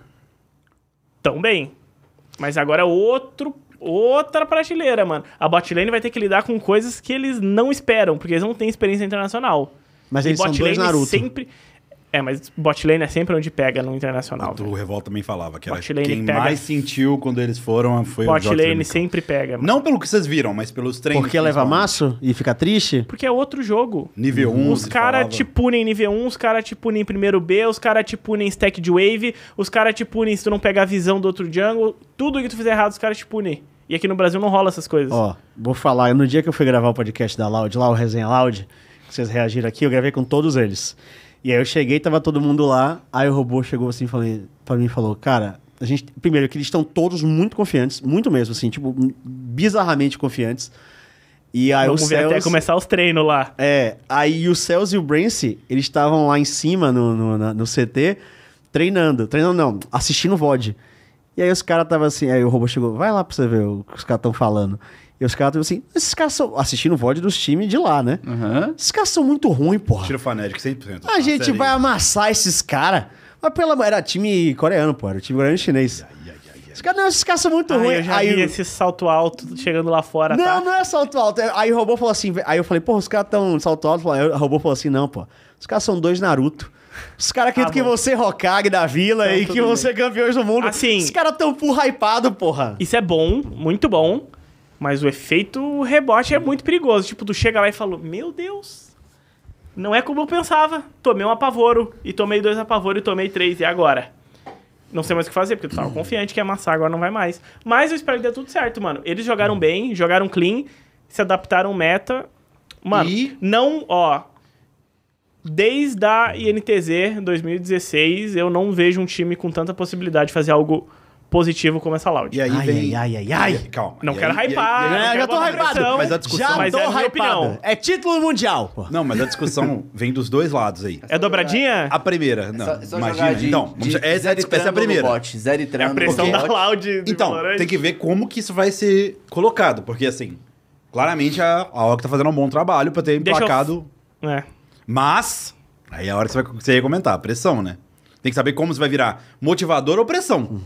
tão bem. Mas agora é outro, outra prateleira, mano. A botlane vai ter que lidar com coisas que eles não esperam, porque eles não têm experiência internacional. mas E eles são dois botlane Naruto. sempre... É, mas botlane é sempre onde pega no internacional. O Revolta também falava que era Botlane quem pega- mais sentiu quando eles foram foi o Jota Botlane Lemieux. sempre pega, mano. Não pelo que vocês viram, mas pelos treinos. Porque leva principalmente. maço e fica triste? Porque é outro jogo. Nível 1, Os tipo- caras te punem nível 1, os caras te punem primeiro B, os caras te punem stack de wave, os caras te punem se tu não pegar a visão do outro jungle. Tudo que tu fizer errado, os caras te punem. E aqui no Brasil não rola essas coisas. Ó, vou falar, no dia que eu fui gravar o podcast da Loud, lá o Resenha Loud, que vocês reagiram aqui, eu gravei com todos eles. E aí eu cheguei, tava todo mundo lá, aí o robô chegou assim falei, pra mim e falou, cara, a gente. Primeiro, que eles estão todos muito confiantes, muito mesmo, assim, tipo, bizarramente confiantes. E aí Vamos o ver Celso, até é começar os treinos lá. É, aí o Celso e o Brance, eles estavam lá em cima no, no, na- no CT, treinando. Treinando não, assistindo o VOD. E aí os caras estavam assim, aí o robô chegou, vai lá pra você ver o que os caras estão falando. E os caras estavam assim, esses caras são assistindo o VOD dos times de lá, né? Aham. Esses caras são muito ruins, porra. Tira o Fnatic 100%. A gente vai amassar esses caras. Mas pela era time coreano, pô, era time coreano e chinês. Os caras, não, esses caras são muito Ai, ruins. eu já aí vi esse salto alto chegando lá fora, não, tá? não é salto alto. Aí o robô falou assim. Aí eu falei, pô, os caras tão de salto alto. Aí o robô falou assim: não, pô. Os caras são dois Naruto. Os caras acreditam Ah, que bom. você é Hokage da vila Então, e tudo que você é campeões do mundo. Assim- Os caras tão full hypado, porra. Isso é bom, muito bom, mas o efeito rebote é muito perigoso. Tipo, tu chega lá e fala, meu Deus, não é como eu pensava. Tomei um apavoro, e tomei dois apavoros, e tomei três, e agora? Não sei mais o que fazer, porque tu tava confiante que ia amassar, agora não vai mais. Mas eu espero que dê tudo certo, mano. Eles jogaram bem, jogaram clean, se adaptaram meta. Mano, não, ó... Desde a INTZ 2016, eu não vejo um time com tanta possibilidade de fazer algo positivo como essa Loud. E aí Ai, vem... ai, ai, ai, ai. E aí- Calma. Não E quero aí- e aí- hypar. não É, quero já tô botar hypado. pressão, Mas a discussão- já mas tô é a minha hypado. opinião. É título mundial, pô. Não, mas a discussão vem dos dois lados aí. É dobradinha? A primeira, É não. É Só- só imagina. jogar de- então, vamos- de essa, zero essa é a trando no primeira. Bot, zero É trando a no pressão bot. da Loud. de Então, Valorant. tem que ver como que isso vai ser colocado, porque assim, claramente a, a OG tá fazendo um bom trabalho pra ter Deixa eu- emplacado, É. mas aí é a hora que você vai você ia comentar, a pressão, né? Tem que saber como você vai virar motivador ou pressão.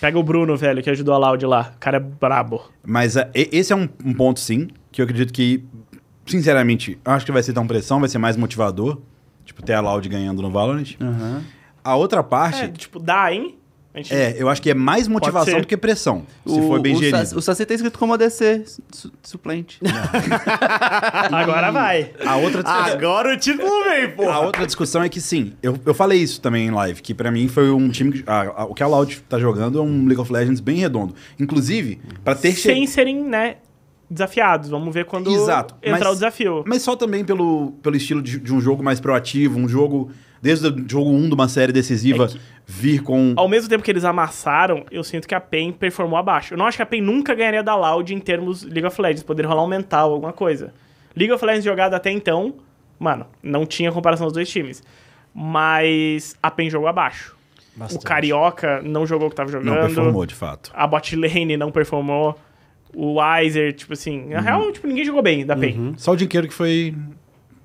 Pega o Bruno, velho, que ajudou a Loud lá. O cara é brabo. Mas é, e- esse é um, um ponto, sim, que eu acredito que, sinceramente, eu acho que vai ser tão pressão, vai ser mais motivador. Tipo, ter a Loud ganhando no Valorant. né? A outra parte, É, tipo, dá, hein? A gente- é, eu acho que é mais motivação ser. do que pressão, se O- for bem o gerido. Saci- O Saci tá escrito como ADC, su- suplente. Agora vai. A outra Ah, Agora o título vem, pô. A outra discussão é que sim, eu, eu falei isso também em live, que pra mim foi um time que. a- a- o que a Loud tá jogando é um League of Legends bem redondo. Inclusive, pra ter che- Sem serem, né, desafiados. Vamos ver quando Exato, entrar mas- o desafio. Mas só também pelo, pelo estilo de, de um jogo mais proativo, um jogo. Desde o jogo 1 de uma série É decisiva, vir com. Ao mesmo tempo que eles amassaram, eu sinto que a PEN performou abaixo. Eu não acho que a PEN nunca ganharia da Loud em termos League of Legends. Poderia rolar um mental, alguma coisa. League of Legends jogado até então, mano, não tinha comparação dos dois times. Mas a PEN jogou abaixo. O Carioca não jogou o que tava jogando. Não performou, de fato. A botlane não performou. O Weiser, tipo assim... Uhum. Na real, tipo, ninguém jogou bem da PEN. Só o Dinqueiro que foi.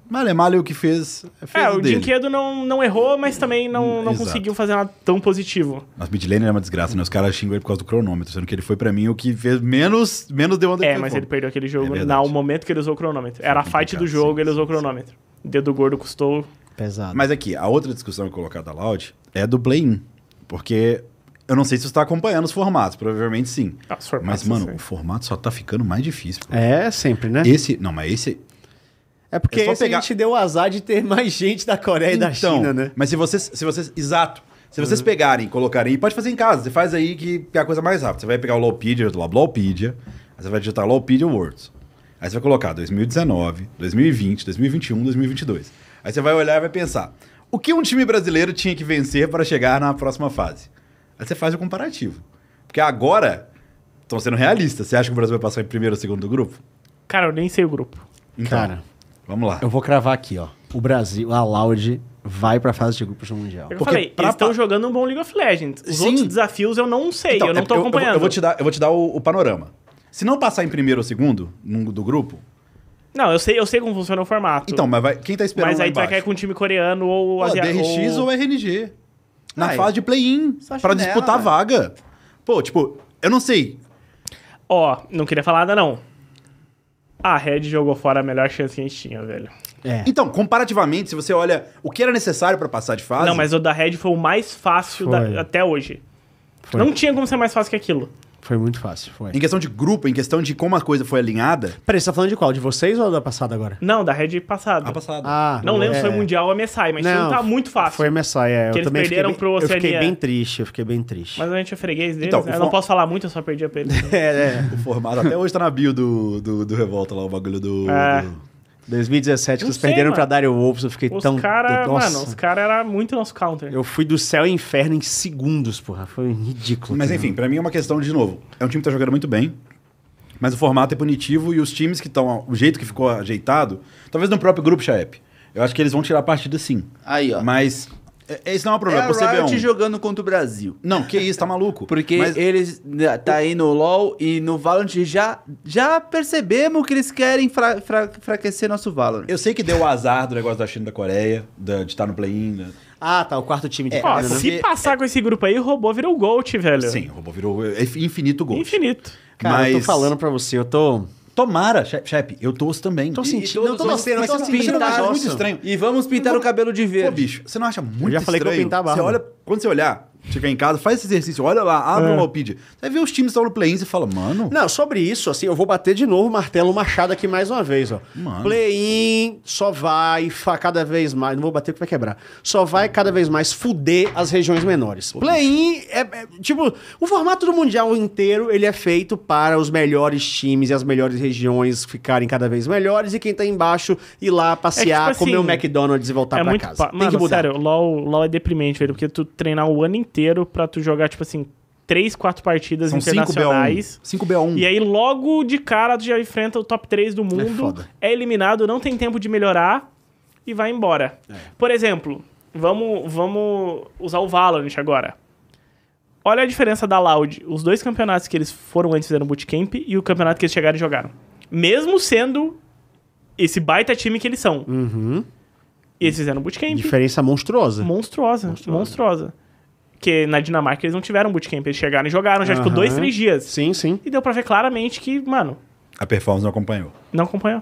Malemalho o que fez. fez É, o dele. Dinquedo não, não errou, mas também não, não Exato. conseguiu fazer nada tão positivo. Mas Midlane é uma desgraça, né? Os caras xingam ele por causa do cronômetro, sendo que ele foi pra mim o que fez menos, menos deu É, mas ele perdeu aquele jogo verdade. no momento que ele usou o cronômetro. Era a fight do complicado, jogo, sim, ele usou o cronômetro. Dedo gordo custou. Pesado. Mas aqui, a outra discussão que eu colocar da Loud é do play-in. Porque eu não sei se você tá acompanhando os formatos, provavelmente sim. Ah, os formatos, mas, mano, sim. o formato só tá ficando mais difícil. pô. É, sempre, né? Esse. Não, mas esse. É porque É só esse pegar- a gente deu o azar de ter mais gente da Coreia e da China, né? Então, Uhum. Mas se vocês. Se vocês exato. Se vocês pegarem, colocarem, e pode fazer em casa, você faz aí que, que é a coisa mais rápida. Você vai pegar o Lowpedia, o Lowpedia, aí você vai digitar Lowpedia Worlds. Aí você vai colocar 2019, 2020, 2021, 2022. Aí você vai olhar e vai pensar: o que um time brasileiro tinha que vencer para chegar na próxima fase? Aí você faz o comparativo. Porque agora, estão sendo realistas, você acha que o Brasil vai passar em primeiro ou segundo do grupo? Cara, eu nem sei o grupo. Então, Cara, vamos lá. eu vou cravar aqui, ó. O Brasil, a Loud vai pra fase de grupos no Mundial. Eu Porque falei, pra- eles estão jogando um bom League of Legends. Os Sim. outros desafios eu não sei, Então, eu não é tô porque eu- acompanhando. Eu, vou te dar, eu vou te dar o, o panorama. Se não passar em primeiro ou segundo num- do grupo, Não, eu sei, eu sei como funciona o formato. então, mas vai, quem tá esperando mas lá aí tu vai embaixo? cair com um time coreano ou Pô, asiático. DRX ou RNG. Na Ah, é. fase de play-in. Só Pra chinela, disputar velho. vaga. Pô, tipo, eu não sei. Ó, não queria falar nada, não. A Red jogou fora a melhor chance que a gente tinha, velho. É. Então, comparativamente, se você olha o que era necessário pra passar de fase. Não, mas o da Red foi o mais fácil Foi. da- até hoje. Foi. Não tinha como ser mais fácil que aquilo. Foi muito fácil, foi. Em questão de grupo, em questão de como a coisa foi alinhada. Peraí, você tá falando de qual? De vocês ou da passada agora? Não, da Red passado. passada. Ah, Não lembro é. se foi Mundial ou MSI, mas não, tá muito fácil. Foi Messiah, é. Eu Que eles também perderam fiquei, pro bem, eu fiquei Oceania. bem triste, eu fiquei bem triste. Mas a gente é freguês deles, Então, né? e Eu foi- não posso falar muito, eu só perdi a pra eles. É, é. O formato até hoje tá na bio do, do, do Revolta lá, o bagulho do. É. do- 2017, que Não eles sei, perderam mano. pra Dario Wolves, eu fiquei Os tão... caras, Então, Nossa. mano, os caras eram muito nosso counter. Eu fui do céu ao inferno em segundos, porra. Foi ridículo. Mas aquilo. enfim, pra mim é uma questão de, de novo. É um time que tá jogando muito bem, mas o formato é punitivo e os times que estão. O jeito que ficou ajeitado, talvez no próprio grupo Chaep. Eu acho que eles vão tirar a partida sim. Aí, ó. Mas é- esse não é um É problema. a pro Riot CBLOL. jogando contra o Brasil. Não, que isso, tá maluco. Porque Mas- eles né, tá aí no LoL e no Valorant já, já percebemos que eles querem fra- fra- enfraquecer nosso Valorant. Eu sei que deu o azar do negócio da China e da Coreia, da- de estar no play-in. né? Ah, tá, o quarto time de É, Ó, cada, né? se passar com esse grupo aí, o robô virou Gold, velho. Sim, o robô virou é, infinito gol. Infinito. Cara, eu mas- tô falando pra você, eu tô... Tomara, Chape, Chape, eu torço também. Então, Tô E- assim, sentindo, não tô torcendo, eu mas tô você não sentindo. mas pinta eu roça. acho é muito estranho. E vamos pintar o cabelo de Pô, verde. bicho, você não acha muito já falei que eu estranho? pintar a barba. É. Você olha, quando você olhar, chegar em casa, faz esse exercício, olha lá, abre uma opídia. Você vai ver os times que estão no play-in e fala, mano, Não, sobre isso, assim, eu vou bater de novo o martelo machado aqui mais uma vez, ó. Mano. Play-in só vai fa- cada vez mais. Não vou bater porque vai quebrar. Só vai cada vez mais fuder as regiões menores. Play-in é, é, Tipo, o formato do Mundial inteiro ele é feito para os melhores times e as melhores regiões ficarem cada vez melhores e quem tá embaixo ir lá passear, tipo comer assim, um McDonald's e voltar pra casa. pa- Tem Mano, que mudar. sério, LOL, LOL é deprimente, velho. Porque tu treinar o ano inteiro pra tu jogar, tipo assim, três, quatro partidas são um. 5 internacionais. BO1. 5 BO1. E aí, logo de cara, tu já enfrenta o top 3 do mundo, foda. é, eliminado, não tem tempo de melhorar e vai embora. É. Por exemplo, vamos, vamos usar o Valorant agora. Olha a diferença da Loud. Os dois campeonatos que eles foram antes fizeram bootcamp e o campeonato que eles chegaram e jogaram. Mesmo sendo esse baita time que eles são. E eles fizeram bootcamp. Uhum. Diferença monstruosa. Monstruosa, monstruosa. Porque na Dinamarca eles não tiveram bootcamp. Eles chegaram e jogaram já, tipo, Aham. dois, três dias. Sim, sim. E deu pra ver claramente que, mano, A performance não acompanhou. não acompanhou.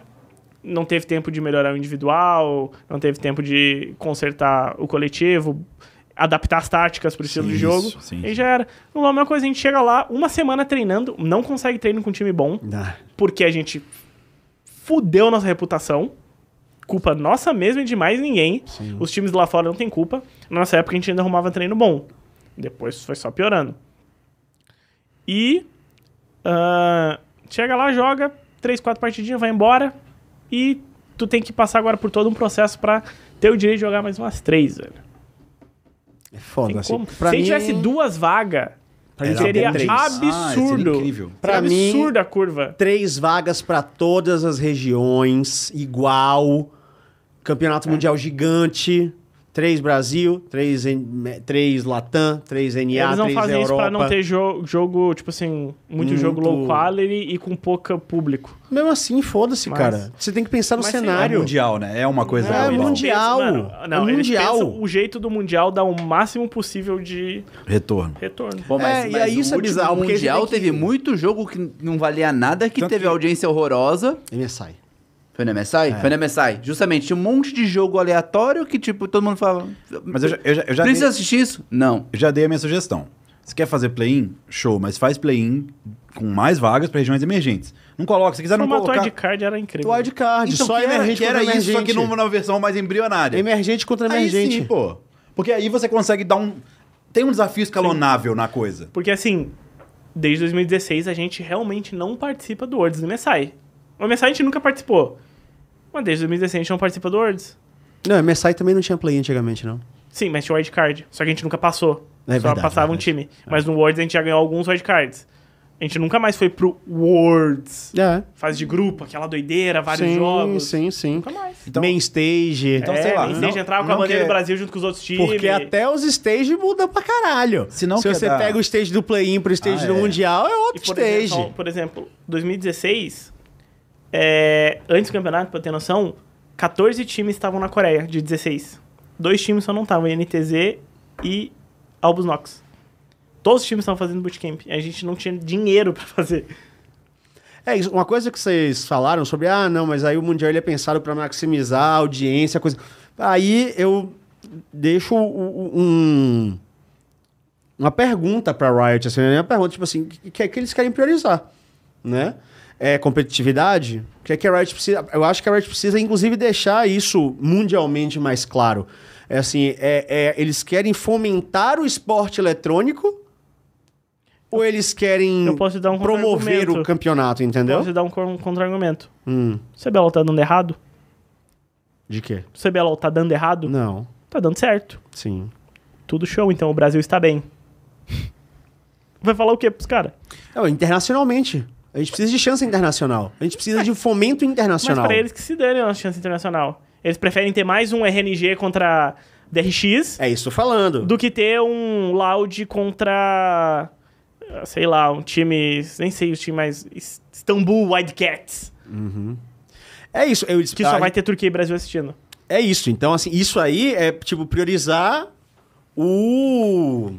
Não teve tempo de melhorar o individual, não teve tempo de consertar o coletivo, adaptar as táticas pro estilo Sim, de jogo. isso, sim. E já era. Não é a mesma coisa, a gente chega lá, uma semana treinando, não consegue treino com um time bom, Ah, porque a gente fudeu nossa reputação. Culpa nossa mesmo e de mais ninguém. Os times lá fora não têm culpa. Na nossa época a gente ainda arrumava treino bom. Depois foi só piorando. E. ah, chega lá, joga, 3, 4 partidinhas, vai embora. E tu tem que passar agora por todo um processo pra ter o direito de jogar mais umas 3, é velho. Tem foda, assim. como. Se mim- tivesse duas vagas, mim seria seria três. Ah, absurdo. seria incrível. Pra Seria mim- absurda a curva. Três vagas pra todas as regiões, igual. Campeonato É. Mundial gigante. Três Brasil, três, N- três Latam, três NA, Eles não três fazem Europa. isso pra não ter jo- jogo, tipo assim, muito, jogo low quality e com pouco público. Mesmo assim, foda-se, Mas- cara. Você tem que pensar no Mas sei lá, É cenário. mundial, né? É uma coisa. É, global. mundi- Mundial. Mano, não, É eles mundial. pensam o jeito do mundial dar o máximo possível de Retorno. retorno. Pô, É, e aí o isso é último bizarro, porque a gente Mundial tem que- Então teve muito jogo que não valia nada, que teve audiência horrorosa. MSI. Foi no MSI? É. Foi no MSI. Justamente, tinha um monte de jogo aleatório que, tipo, todo mundo falava. Mas eu já, eu já, eu já Precisa dei, assistir isso? Não. eu já dei a minha sugestão. Se quer fazer play-in, show, mas faz play-in com mais vagas pra regiões emergentes. Não coloca, se quiser não Como a colocar... Toy de Card era incrível. Então, Wildcard, Então, só que era, emergente que era contra isso, só emergente. que numa versão mais embrionária. Emergente contra Aí emergente. sim, pô. Porque aí você consegue dar um. Tem um desafio escalonável na coisa. Porque assim, desde 2016 a gente realmente não participa do Worlds do MSI. O MSI a gente nunca participou. Mas desde 2016 a gente não participa do Worlds. Não, MSI também não tinha play antigamente, não. Sim, mas tinha wildcard. Só que a gente nunca passou. É só verdade, É. passava um verdade. time. Mas no Worlds a gente já ganhou alguns wildcards. A gente nunca mais foi pro Worlds. É. Fase de grupo, aquela doideira, vários sim, jogos. Sim, sim. Nunca mais. Main stage. é, Então, sei lá. Nem seja entrar com a bandeira do Brasil junto com os outros times. Porque até os stages mudam pra caralho. Se não quer você dar- pega o stage do play-in pro stage Ah, do é. Mundial, é E, outro por stage. exemplo, por exemplo, 2016, é, antes do campeonato, pra ter noção, 14 times estavam na Coreia, de 16. Dois times só não estavam, NTZ e Albus Nox. Todos os times estavam fazendo bootcamp. A gente não tinha dinheiro pra fazer. É, isso, uma coisa que vocês falaram sobre, ah, não, mas aí o Mundial ele é pensado pra maximizar a audiência, coisa. Aí eu deixo o- o- um, uma pergunta pra Riot, assim, né? uma pergunta, tipo assim, o que, que é que eles querem priorizar, né? É competitividade? O que é que a Riot precisa... Eu acho que a Riot precisa, inclusive, deixar isso mundialmente mais claro. É assim, é, é, eles querem fomentar o esporte eletrônico ou eles querem Eu posso dar um Hum. promover o contra-argumento. campeonato, entendeu? Posso te dar um con- contra-argumento. Hum, O CBLOL tá dando errado? de quê? O CBLOL tá dando errado? Não, Tá dando certo. sim. Tudo show, então o Brasil está bem. Vai falar o quê pros caras? Não, internacionalmente. A gente precisa de chance internacional. A gente precisa de fomento É. Mas internacional. pra eles que se dane a chance internacional. Eles preferem ter mais um RNG contra DRX É isso que eu tô falando. do que ter um Loud contra. ah, Sei lá, um time. Nem sei os times mais. Is- Istambul Wildcats. É isso. Eu Que Tá, só vai ter Turquia e Brasil assistindo. É isso. Então, assim, isso aí é, tipo, priorizar o...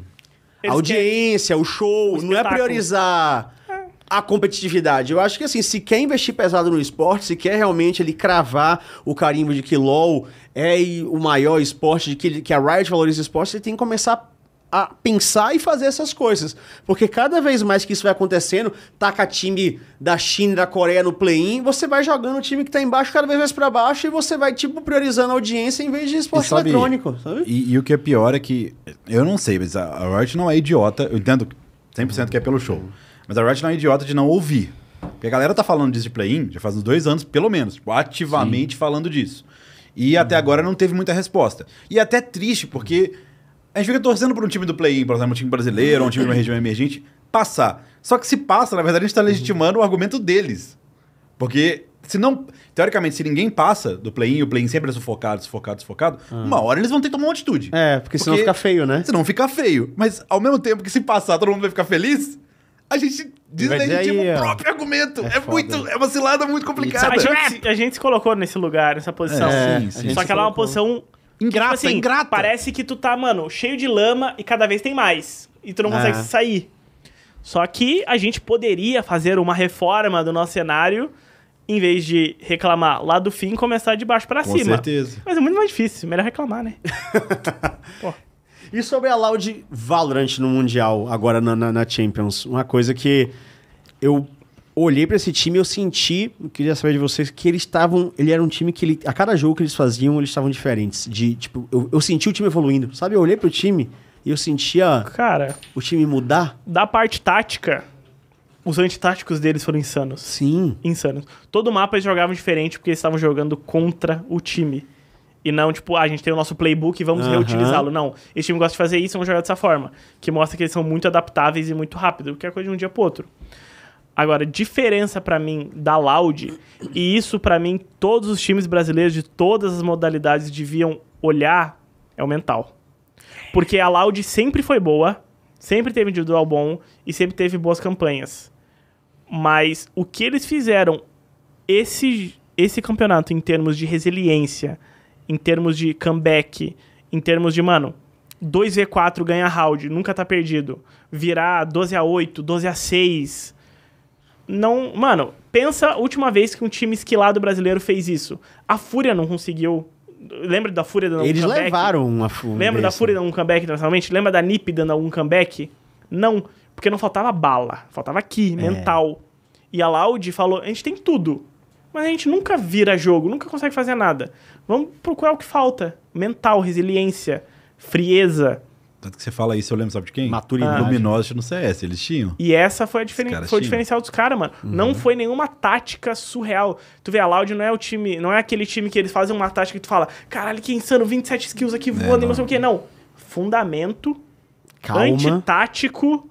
Eles a audiência, o show. não é O espetáculo. priorizar a competitividade. Eu acho que, assim, se quer investir pesado no esporte, se quer realmente ele cravar o carimbo de que LOL é e- o maior esporte, de que, ele- que a Riot valoriza o esporte, você tem que começar a pensar e fazer essas coisas. Porque cada vez mais que isso vai acontecendo, taca time da China e da Coreia no play-in, você vai jogando o time que tá embaixo cada vez mais pra baixo e você vai, tipo, priorizando a audiência em vez de esporte E sabe- eletrônico, sabe? E, e o que é pior é que. Eu não sei, mas a, a Riot não é idiota. Eu entendo 100% que é pelo show. Mas a Riot não é idiota de não ouvir. Porque a galera tá falando disso de play-in já faz uns dois anos, pelo menos. Tipo, ativamente falando disso. E até agora não teve muita resposta. E é até triste, porque a gente fica torcendo por um time do play-in, por exemplo, um time brasileiro, um time de uma região emergente, passar. Só que se passa, na verdade, a gente tá legitimando o argumento deles. Porque se não. Teoricamente, se ninguém passa do play-in, e o play-in sempre é sufocado, sufocado, sufocado, uma hora eles vão ter que tomar uma atitude. É, porque senão fica feio, né? Senão fica feio. Mas ao mesmo tempo que se passar, todo mundo vai ficar feliz. A gente dizer deslegitima aí, o ó, próprio argumento. É, foda. muito. É uma cilada muito complicada. A gente, a gente se colocou nesse lugar, nessa posição. É, sim, sim. Só que ela é uma posição. Ingrata, assim, ingrata. Parece que tu tá, mano, cheio de lama e cada vez tem mais. E tu não consegue É. sair. Só que a gente poderia fazer uma reforma do nosso cenário em vez de reclamar lá do fim começar de baixo pra Com cima. certeza. Mas é muito mais difícil, melhor reclamar, né? E sobre a Loud Valorant no Mundial, agora na, na- na Champions? Uma coisa que eu olhei pra esse time e eu senti, eu queria saber de vocês, que eles estavam. Ele era um time que ele- a cada jogo que eles faziam, eles estavam diferentes. De, tipo, eu, eu senti o time evoluindo, sabe? Eu olhei pro time e eu sentia Cara, o time mudar. da parte tática, os antitáticos deles foram insanos. Sim. insanos. Todo mapa eles jogavam diferente porque eles estavam jogando contra o time. E não, tipo, ah, a gente tem o nosso playbook e vamos Aham. reutilizá-lo. Não, esse time gosta de fazer isso, vamos jogar dessa forma. Que mostra que eles são muito adaptáveis e muito rápido, que é coisa de um dia pro outro. Agora, diferença pra mim da Loud, e isso pra mim todos os times brasileiros de todas as modalidades deviam olhar, é o mental. Porque a Loud sempre foi boa, sempre teve individual bom e sempre teve boas campanhas. Mas o que eles fizeram esse, esse campeonato em termos de resiliência, em termos de comeback, em termos de, mano, 2v4 ganha round, nunca tá perdido. Virar 12x8, 12x6. Não. Mano, pensa a última vez que um time esquilado brasileiro fez isso. A Fúria não conseguiu. Lembra da Fúria dando um Eles comeback? levaram uma fúria. Lembra da Fúria dando um comeback internacionalmente? Lembra da NiP dando algum comeback? Não, porque não faltava bala, faltava aqui, mental. E a Loud falou: a gente tem tudo, mas a gente nunca vira jogo, nunca consegue fazer nada. Vamos procurar o que falta: mental, resiliência, frieza. Tanto que você fala isso, eu lembro, sabe de quem? Maturidade. Luminosa no CS, eles tinham. E essa foi, a diferen- caras foi o tinham. diferencial dos caras, mano. Não foi nenhuma tática surreal. Tu vê, a Loud não é o time, não é aquele time que eles fazem uma tática que tu fala, caralho, que insano, 27 skills aqui voando e É, não sei o que. Não. Fundamento, Calma. antitático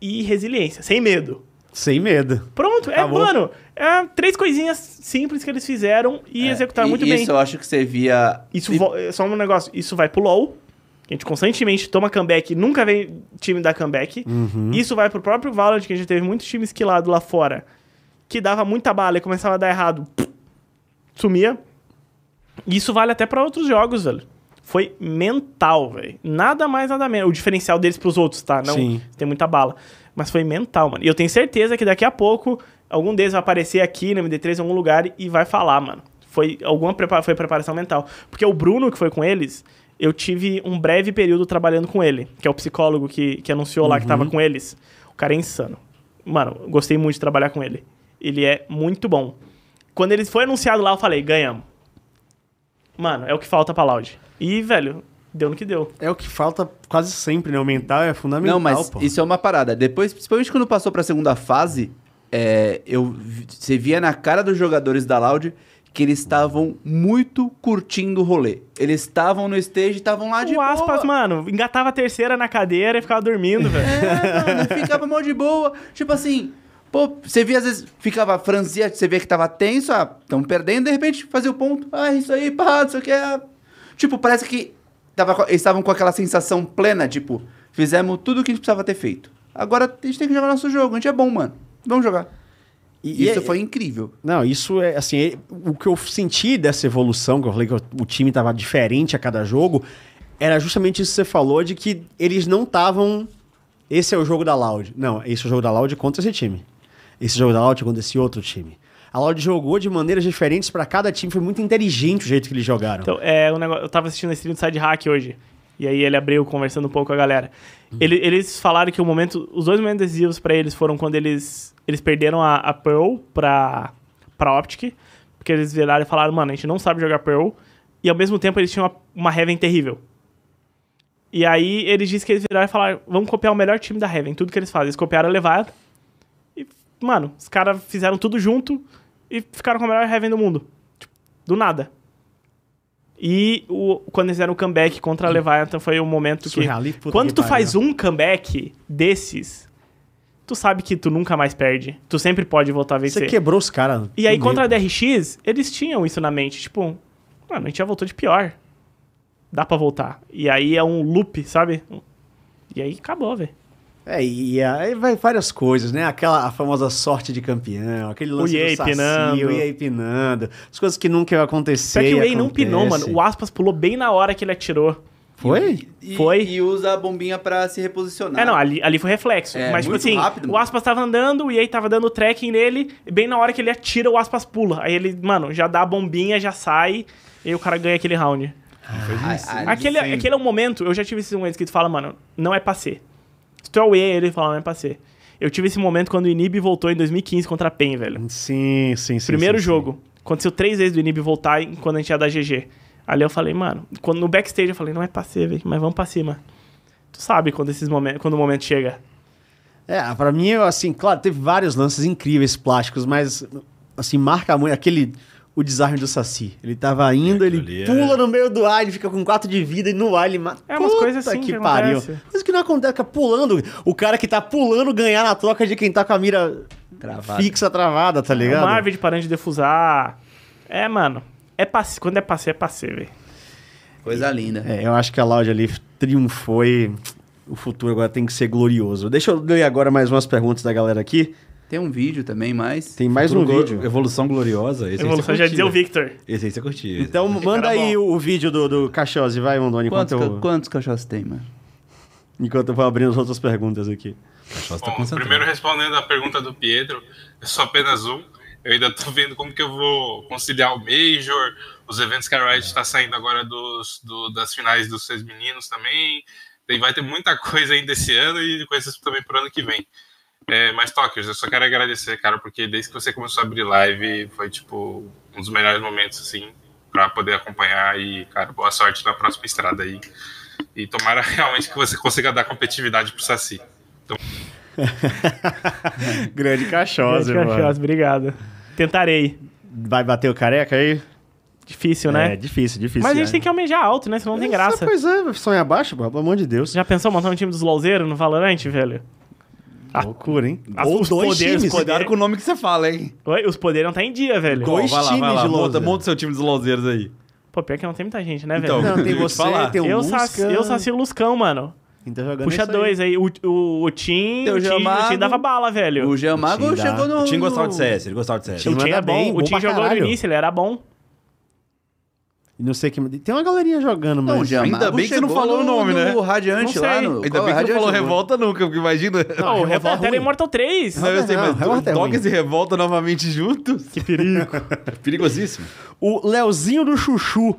e resiliência, sem medo. Sem medo. Pronto, é, mano, é três coisinhas simples que eles fizeram e executaram É, E muito isso bem. eu acho que você via. Isso vo- é só um negócio, isso vai pro LoL, que a gente constantemente toma comeback, nunca vem time dar comeback. Uhum. Isso vai pro próprio Valorant, que a gente teve muito time esquilado lá fora, que dava muita bala e começava a dar errado, sumia. E isso vale até pra outros jogos, velho. Foi mental, velho. Nada mais, nada menos. O diferencial deles pros outros, tá? Não Sim. tem muita bala. Mas foi mental, mano. E eu tenho certeza que daqui a pouco algum deles vai aparecer aqui na MD3 em algum lugar e vai falar, mano. Foi alguma prepa- foi preparação mental. Porque o Bruno, que foi com eles, eu tive um breve período trabalhando com ele, que é o psicólogo que, que anunciou lá que tava com eles. O cara é insano. Mano, eu gostei muito de trabalhar com ele. Ele é muito bom. Quando ele foi anunciado lá, eu falei, ganhamos. Mano, é o que falta pra Loud. E, velho, deu no que deu. É o que falta quase sempre, né? O mental é fundamental, Não, mas pô. isso é uma parada. Depois, principalmente quando passou pra segunda fase, é, eu vi- você via na cara dos jogadores da Loud que eles estavam muito curtindo o rolê. Eles estavam no stage, estavam lá Ah, de o boa. aspas, mano, engatava a terceira na cadeira e ficava dormindo, velho. É, mano, ficava mal de boa. Tipo assim, pô, você via às vezes, ficava franzia, você via que tava tenso, ah, tão perdendo, de repente fazia o ponto, ah, isso aí, pá, não sei o que. ah. Tipo, parece que tava, co- eles estavam com aquela sensação plena, tipo, fizemos tudo o que a gente precisava ter feito. Agora a gente tem que jogar nosso jogo, a gente é bom, mano. Vamos jogar. E- e isso é- foi incrível. Não, isso é assim, é- o que eu senti dessa evolução, que eu falei que o- o time tava diferente a cada jogo, era justamente isso que você falou de que eles não estavam esse é o jogo da Loud. Não, esse é o jogo da Loud contra esse time. Esse jogo da Loud contra esse outro time. A Loud jogou de maneiras diferentes pra cada time, foi muito inteligente o jeito que eles jogaram. Então, é um negócio. Eu tava assistindo a stream do Side Hack hoje. E aí ele abriu conversando um pouco com a galera. Ele- eles falaram que o momento. Os dois momentos decisivos pra eles foram quando eles. Eles perderam a, a Pearl pra, pra Optic. Porque eles viraram e falaram, mano, a gente não sabe jogar Pearl. E ao mesmo tempo eles tinham uma, uma Heaven terrível. E aí eles dizem que eles viraram e falaram, vamos copiar o melhor time da Heaven, tudo que eles fazem. Eles copiaram a Levada. E, mano, os caras fizeram tudo junto e ficaram com a melhor Heaven do mundo. Tipo, Do nada. E o- quando eles fizeram o comeback contra a Leviathan foi o momento Surreali- que... puta Quando que tu pariu. faz um comeback desses, tu sabe que tu nunca mais perde. Tu sempre pode voltar a vencer. você quebrou os caras. E aí, no contra a meio. DRX, eles tinham isso na mente. Tipo, mano, a gente já voltou de pior. Dá pra voltar. E aí é um loop, sabe? E aí acabou, velho. É, e aí vai várias coisas, né? Aquela a famosa sorte de campeão, aquele lance O Yei do saci, pinando. o Yei pinando, as coisas que nunca iam acontecer. Só que o Ei Ei não pinou, mano. O Aspas pulou bem na hora que ele atirou. Foi? E, Foi. E usa a bombinha pra se reposicionar. É, não, ali, ali foi reflexo. Ah. É, Mas, tipo muito assim, rápido, o mano. Aspas tava andando, o Yei tava dando tracking nele, e bem na hora que ele atira, o Aspas pula. Aí ele, mano, já dá a bombinha, já sai, e aí o cara ganha aquele round. A- a- Aquele, aquele é um momento, eu já tive esses momentos que tu fala, mano, não é pra ser. Se tu é o E, ele fala, não é pra ser. Eu tive esse momento quando o Inib voltou em 2015 contra a PEN, velho. Sim, sim, sim. Primeiro sim, sim. jogo. Aconteceu três vezes do Inib voltar em- quando a gente ia dar GG. Ali eu falei, mano, quando, no backstage eu falei, não é pra ser, velho, mas vamos pra cima. Tu sabe quando, esses momentos, quando o momento chega. É, pra mim, eu, assim, claro, teve vários lances incríveis plásticos, mas, assim, marca muito aquele. O desarme do Saci. Ele tava indo, ele ali é- pula no meio do ar, ele fica com 4 de vida e no ar ele mata. É umas Puta coisas assim que acontece. Mas o que não acontece, fica pulando. O cara que tá pulando ganhar na troca de quem tá com a mira Travada. fixa, travada, tá ligado? É Uma árvore de parando de defusar. É, mano, é pra ser. Quando é pra ser, é pra ser, velho. Coisa linda. É, eu acho que a Loud ali triunfou e o futuro agora tem que ser glorioso. Deixa eu ler agora mais umas perguntas da galera aqui. Tem um vídeo também, mas. Tem mais um Futuro glo- vídeo. Evolução gloriosa. é Esse aí Evolução você já curtia. dizia o Victor. Esse aí você curtia. Então manda cara aí bom. o, o vídeo do, do Cachose, vai, Mondoni, enquanto, Quantos, eu, ca- quantos cachorros tem, mano? enquanto eu vou abrindo as outras perguntas aqui. Só você tá Bom, concentrado. primeiro respondendo a pergunta do Pietro, eu sou apenas um. Eu ainda tô vendo como que eu vou conciliar o Major, os eventos que a Riot está saindo agora dos, do- das finais dos seis meninos também. Tem, vai ter muita coisa ainda esse ano e coisas também pro ano que vem. É, mas, Tokers, eu só quero agradecer, cara, porque desde que você começou a abrir live, foi, tipo, um dos melhores momentos, assim, pra poder acompanhar. E, cara, boa sorte na próxima estrada aí. E tomara realmente que você consiga dar competitividade pro Saci. Grande Cachose, Grande mano. Cachorro, obrigado. Tentarei. Vai bater o careca aí? Difícil, né? É, difícil, difícil. Mas a gente tem que almejar alto, né? Senão não tem graça. Pois é, sonha abaixo, pô, pelo amor de Deus. Já pensou montar um time dos LOLzeiros no Valorant, velho? A- Loucura, hein? As- Ou os dois poderes, times. poder- Cuidado com o nome que você fala, hein? Oi, os poderes não tá em dia, velho. Dois vai lá, vai times lá, de monta, loseiros. monta seu time dos loseiros aí. Pô, pior que não tem muita gente, né, Então, velho? Não, tem Eu ia te você, falar. tem o eu, Lusca. saci, eu saci o Luscão, mano. Quem tá jogando Puxa isso aí. dois aí. O, o, o Tim. Tem o O Tim, o Jamago. Tim dava bala, velho. O Jean Mago Tim dá- chegou no. O Tim gostava no- de CS, ele gostava de CS. Tim O Tim manda é bom. bem, o bom Tim pra jogou caralho. no início, ele era bom. Não sei que. Tem uma galerinha jogando, mas. Não, o Jean Ainda Mago bem que você não chegou falou o no- nome, né? No Radiante Não lá sei. no. Ainda bem que não falou revolta nunca, porque imagina. Não, Revolta o é Revolta era ruim. Immortal 3. Não, eu sei, não, mas Revolta é Dogs ruim. e Revolta novamente juntos. Que perigo. Perigosíssimo. O Leozinho do Chuchu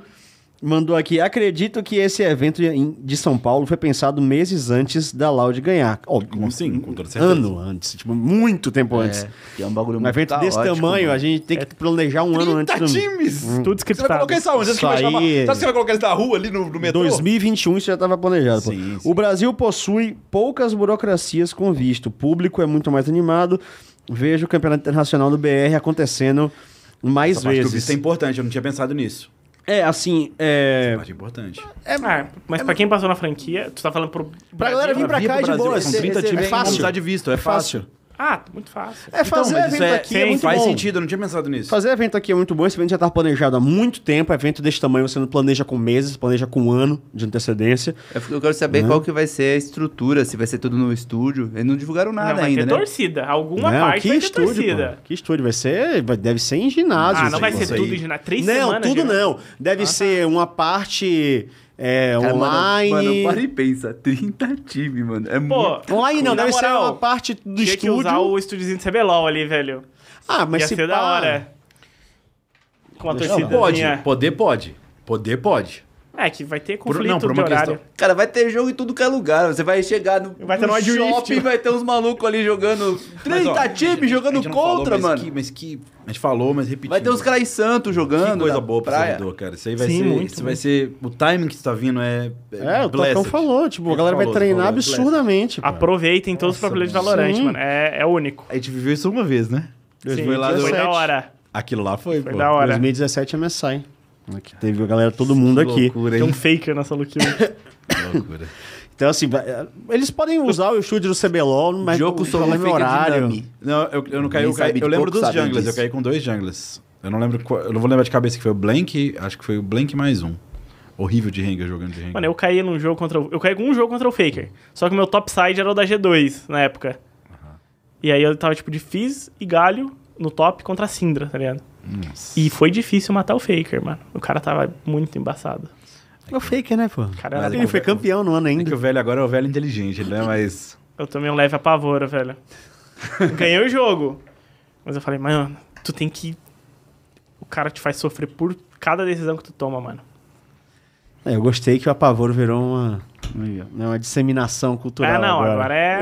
mandou aqui. Acredito que esse evento em- de São Paulo foi pensado meses antes da Loud ganhar. Ó, um Como assim? Com toda certeza. ano antes, tipo, muito tempo antes. E é um bagulho Um muito tá evento desse caótico, tamanho, a mano. gente É tem que planejar um ano antes 30 do. times! Tudo Você vai scriptado. colocar isso aonde? Sabe Isso que vai chamar- aí- Sabe que você vai colocar isso na rua, ali no, no metrô? 2021 isso já estava planejado. pô. Sim, sim. O Brasil possui poucas burocracias com visto. O público é muito mais animado. Vejo o campeonato internacional do BR acontecendo mais Essa parte do vezes. visto é importante, eu não tinha pensado nisso. É, assim, é. Parte importante. É, mas pra quem passou na franquia, tu tá falando pro. Pra galera vir pra cá é de boa. são cê- 30 cê- times é que vão fácil. precisar de visto, é fácil. Ah, muito fácil. É fazer mas evento isso é- aqui é sim, muito Faz bom. sentido, eu não tinha pensado nisso. Fazer evento aqui é muito bom. Esse evento já estava planejado há muito tempo. é Evento desse tamanho você não planeja com meses, planeja com um ano de antecedência. Eu fico- Eu quero saber qual que vai ser a estrutura, se vai ser tudo no estúdio. Eles não divulgaram Não, nada vai ainda, ter né? torcida. Alguma Não, parte vai ter Pô. torcida. Que estúdio? Vai ser. vai- Deve ser em ginásio. Ah, não vai isso ser aí. tudo de na três não, semanas. Ah, tá. tudo de- não. Deve ser uma parte é, Cara, mano, online. Mano, para e pensa. 30 times, mano. É Pô, muito. Online não, Na deve ser moral, uma parte do tinha que estúdio. usar o estúdiozinho de CBLOL ali, velho. Ah, mas Ia se ser da pá- hora. Com a Deixa eu torcida. assim, ver. Pode, poder pode. Poder pode. É, que vai ter Por- conflito não, por uma de horário. questão. Cara, vai ter jogo em tudo que é lugar. Você vai chegar no, Vai ter no no Wild Rift, shopping, mano. vai ter uns malucos ali jogando. 30 ó, times A jogando gente não falou, contra, mas mano. que- mas que. A gente falou, mas repetiu. Vai ter uns caras em Santos jogando. Que coisa na boa pro praia. servidor, cara. Isso aí vai Sim, ser. muito, isso muito. vai ser. O timing que você tá vindo é. É, o Tocão blessed. falou, tipo, a Ele galera vai falou, treinar falou, blessed. absurdamente. pô. Aproveitem todos os problemas de Valorant, Sim. mano. É, é único. A gente viveu isso uma vez, né? Deus Sim, foi lá, foi deu- da hora. Aquilo lá foi, Foi pô. da hora. 2017 é MSI. né, Que teve a galera, todo mundo Que aqui. Loucura, Tem um hein? faker nessa look. loucura. Então, assim, vai- eles podem usar o estúdio do CBLOL, mas Jogo não sobre problema é fake horário. dinami. Não, eu, eu não caí. Ninguém Eu, caí- sabe, eu lembro poucos dos sabem junglers. disso. Eu caí com dois junglers. Eu não lembro. Qual, eu não vou lembrar de cabeça que foi o Blank. Acho que foi o Blank mais um. Horrível de Renga jogando de Renga. Mano, eu caí num jogo contra o... Eu caí com um jogo contra o Faker. Só que o meu topside era o da G2 na época. E aí eu tava tipo de Fizz e Galho no top contra a Syndra, tá ligado? E foi difícil matar o Faker, mano. O cara tava muito embaçado. É o Faker, né, pô? Cara, Mas Ele foi campeão no ano É que ainda. o velho agora é o velho inteligente, ele não é mais. eu tomei um leve apavoro, velho. Ganhei o jogo. Mas eu falei, mano, tu tem que... O cara te faz sofrer por cada decisão que tu toma, mano. É, eu gostei que o Apavoro virou uma, né, uma disseminação cultural. Ah, não, agora, agora é,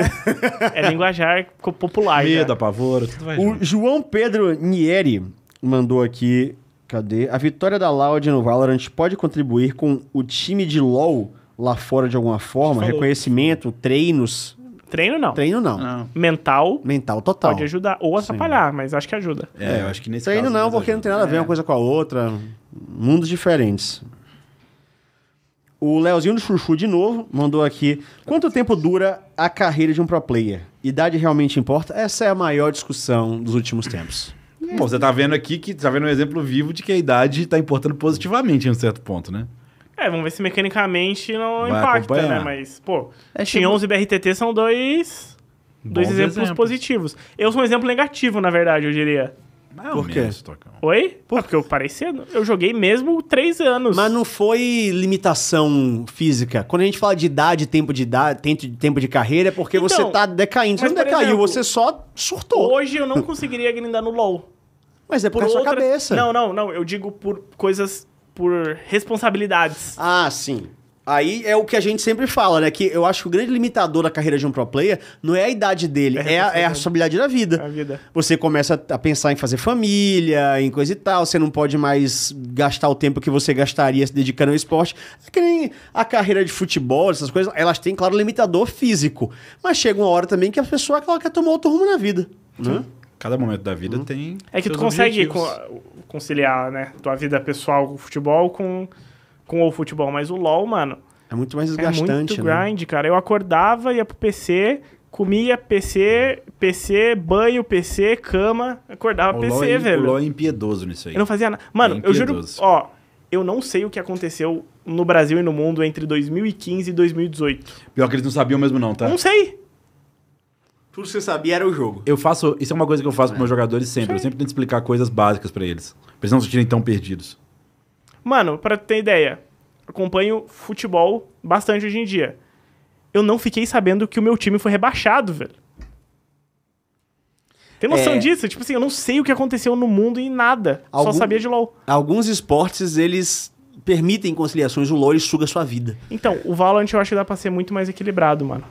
é linguajar co- popular. Medo, já. apavoro, tudo é vai junto. O João Pedro Nieri mandou aqui. Cadê? A vitória da Loud no Valorant pode contribuir com o time de LoL lá fora de alguma forma? Falou. Reconhecimento, treinos? Treino não. Treino não. Mental Mental total. pode ajudar ou atrapalhar, mas acho que ajuda. É, eu acho que nesse Treino caso, é. não, mas é porque não ajuda. tem nada a ver uma coisa com a outra. Mundos diferentes. O Leozinho do Chuchu, de novo, mandou aqui. Quanto tempo dura a carreira de um pro player? Idade realmente importa? Essa é a maior discussão dos últimos tempos. Bom, você tá vendo aqui que tá vendo um exemplo vivo de que a idade tá importando positivamente em um certo ponto, né? É, vamos ver se mecanicamente não Vai impacta, acompanhar. né? Mas, pô, É, Team chegou- 11 e BRTT são dois, dois Bons exemplos, exemplos. positivos. Eu sou um exemplo negativo, na verdade, eu diria. Mais Por ou quê? menos, Tocão. Oi? Pô, porque eu parei cedo. Eu joguei mesmo três anos. Mas não foi limitação física. Quando a gente fala de idade, tempo de idade, tempo de, tempo de carreira, é porque Então, você tá decaindo. Você mas, não por decaiu, exemplo, você só surtou. Hoje eu não conseguiria grindar no LoL. Mas é por, causa da sua outra- cabeça. Não, não, não. Eu digo por coisas, por responsabilidades. Ah, sim. Aí é o que a gente sempre fala, né? Que eu acho que o grande limitador da carreira de um pro player não é a idade dele, é, a, é a responsabilidade da A vida. vida. Você começa a pensar em fazer família, em coisa e tal, você não pode mais gastar o tempo que você gastaria se dedicando ao esporte. É que nem a carreira de futebol, essas coisas, elas têm, claro, limitador físico. Mas chega uma hora também que a pessoa ela quer tomar outro rumo na vida. Né? Cada momento da Hum. vida tem. É que tu seus consegue objetivos. co- conciliar, né? Tua vida pessoal com o futebol, com, com o futebol. Mas o LoL, mano, É muito mais é desgastante. muito né? grind, cara. Eu acordava, ia pro PC, comia PC, PC, banho, PC, cama, um acordava O PC, LOL é- velho. O é LOL é impiedoso nisso aí. Eu não fazia nada. Mano, Bem eu juro, piedoso. ó, eu não sei o que aconteceu no Brasil e no mundo entre 2015 e 2018. Pior que eles não sabiam mesmo não, tá? Não sei. Tudo que você sabia era o jogo. Eu faço... Isso é uma coisa que eu faço com meus jogadores sempre. Eu sempre tento explicar coisas básicas pra eles. Pra eles não se sentirem tão perdidos. Mano, pra ter ideia, acompanho futebol bastante hoje em dia. Eu não fiquei sabendo que o meu time foi rebaixado, velho. Tem noção É. disso? Tipo assim, eu não sei o que aconteceu no mundo em nada. Algum- Só sabia de LoL. Alguns esportes, eles permitem conciliações. O LoL ele suga a sua vida. Então, o Valorant eu acho que dá pra ser muito mais equilibrado, mano.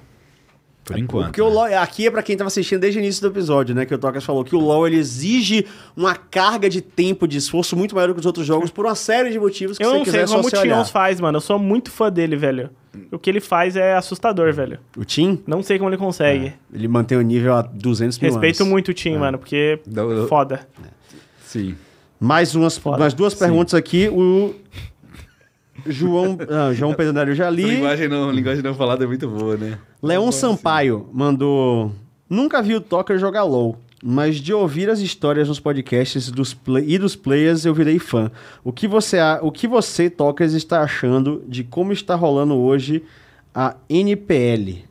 É, Por enquanto. né? Porque o né? LoL, aqui é pra quem tava assistindo desde o início do episódio, né? Que o Tocas falou que o LoL ele exige uma carga de tempo, de esforço muito maior do que os outros jogos por uma série de motivos que eu você não quiser é sei só como o se olhar. Tions faz, mano. Eu sou muito fã dele, velho. O que ele faz é Hum. assustador, velho. O Tim, Não sei como ele consegue. ele mantém o nível a 200 mil Respeito anos. muito o Tim, mano, porque Não, eu- foda. Sim. Mais umas, mais duas perguntas aqui. O João, ah, João Pedro Dário já li. Linguagem não, linguagem não falada é muito boa, né? Leon Sampaio mandou. Nunca vi o Toker jogar LOL, mas de ouvir as histórias nos podcasts dos play- e dos players eu virei fã. O que você, a- o que você Tokers, está achando de como está rolando hoje a NPL?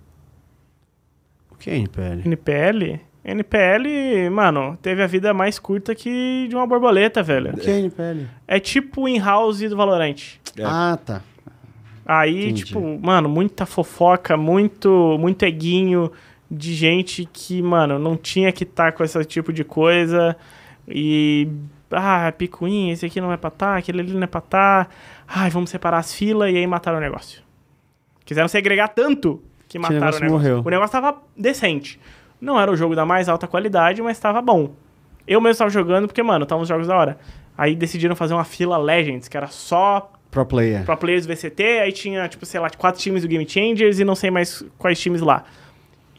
O que é NPL? NPL? NPL, mano, teve a vida mais curta que de uma borboleta, velho. O que é NPL? É tipo o in-house do Valorant. Ah, tá. Aí, Entendi. tipo, mano, muita fofoca, muito, muito eguinho de gente que, mano, não tinha que estar com esse tipo de coisa. E. Ah, picuinha, esse aqui não é pra tá, aquele ali não é pra tá. Ai, vamos separar as filas e aí mataram o negócio. Quiseram segregar tanto que mataram negócio o negócio. morreu. O negócio tava decente. Não era o jogo da mais alta qualidade, mas tava bom. Eu mesmo tava jogando porque, mano, tava uns jogos da hora. Aí decidiram fazer uma fila Legends, que era só Pro player. Pro Players do VCT, aí tinha, tipo, sei lá, quatro times do Game Changers e não sei mais quais times lá.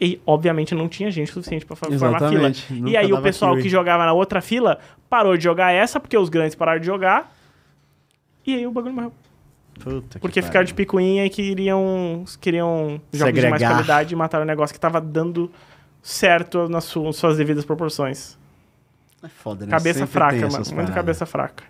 E, obviamente, não tinha gente suficiente pra fa- formar fila. Exatamente. Nunca E aí o dava pessoal queue. que jogava na outra fila parou de jogar essa, porque os grandes pararam de jogar. E aí o bagulho morreu. Puta que Porque pariu. ficaram de picuinha e queriam, queriam jogos de Segregar. mais qualidade e mataram o negócio que tava dando certo nas su- suas devidas proporções. É foda, né? Cabeça Sempre fraca, tem mano. essas Muita paradas. cabeça fraca.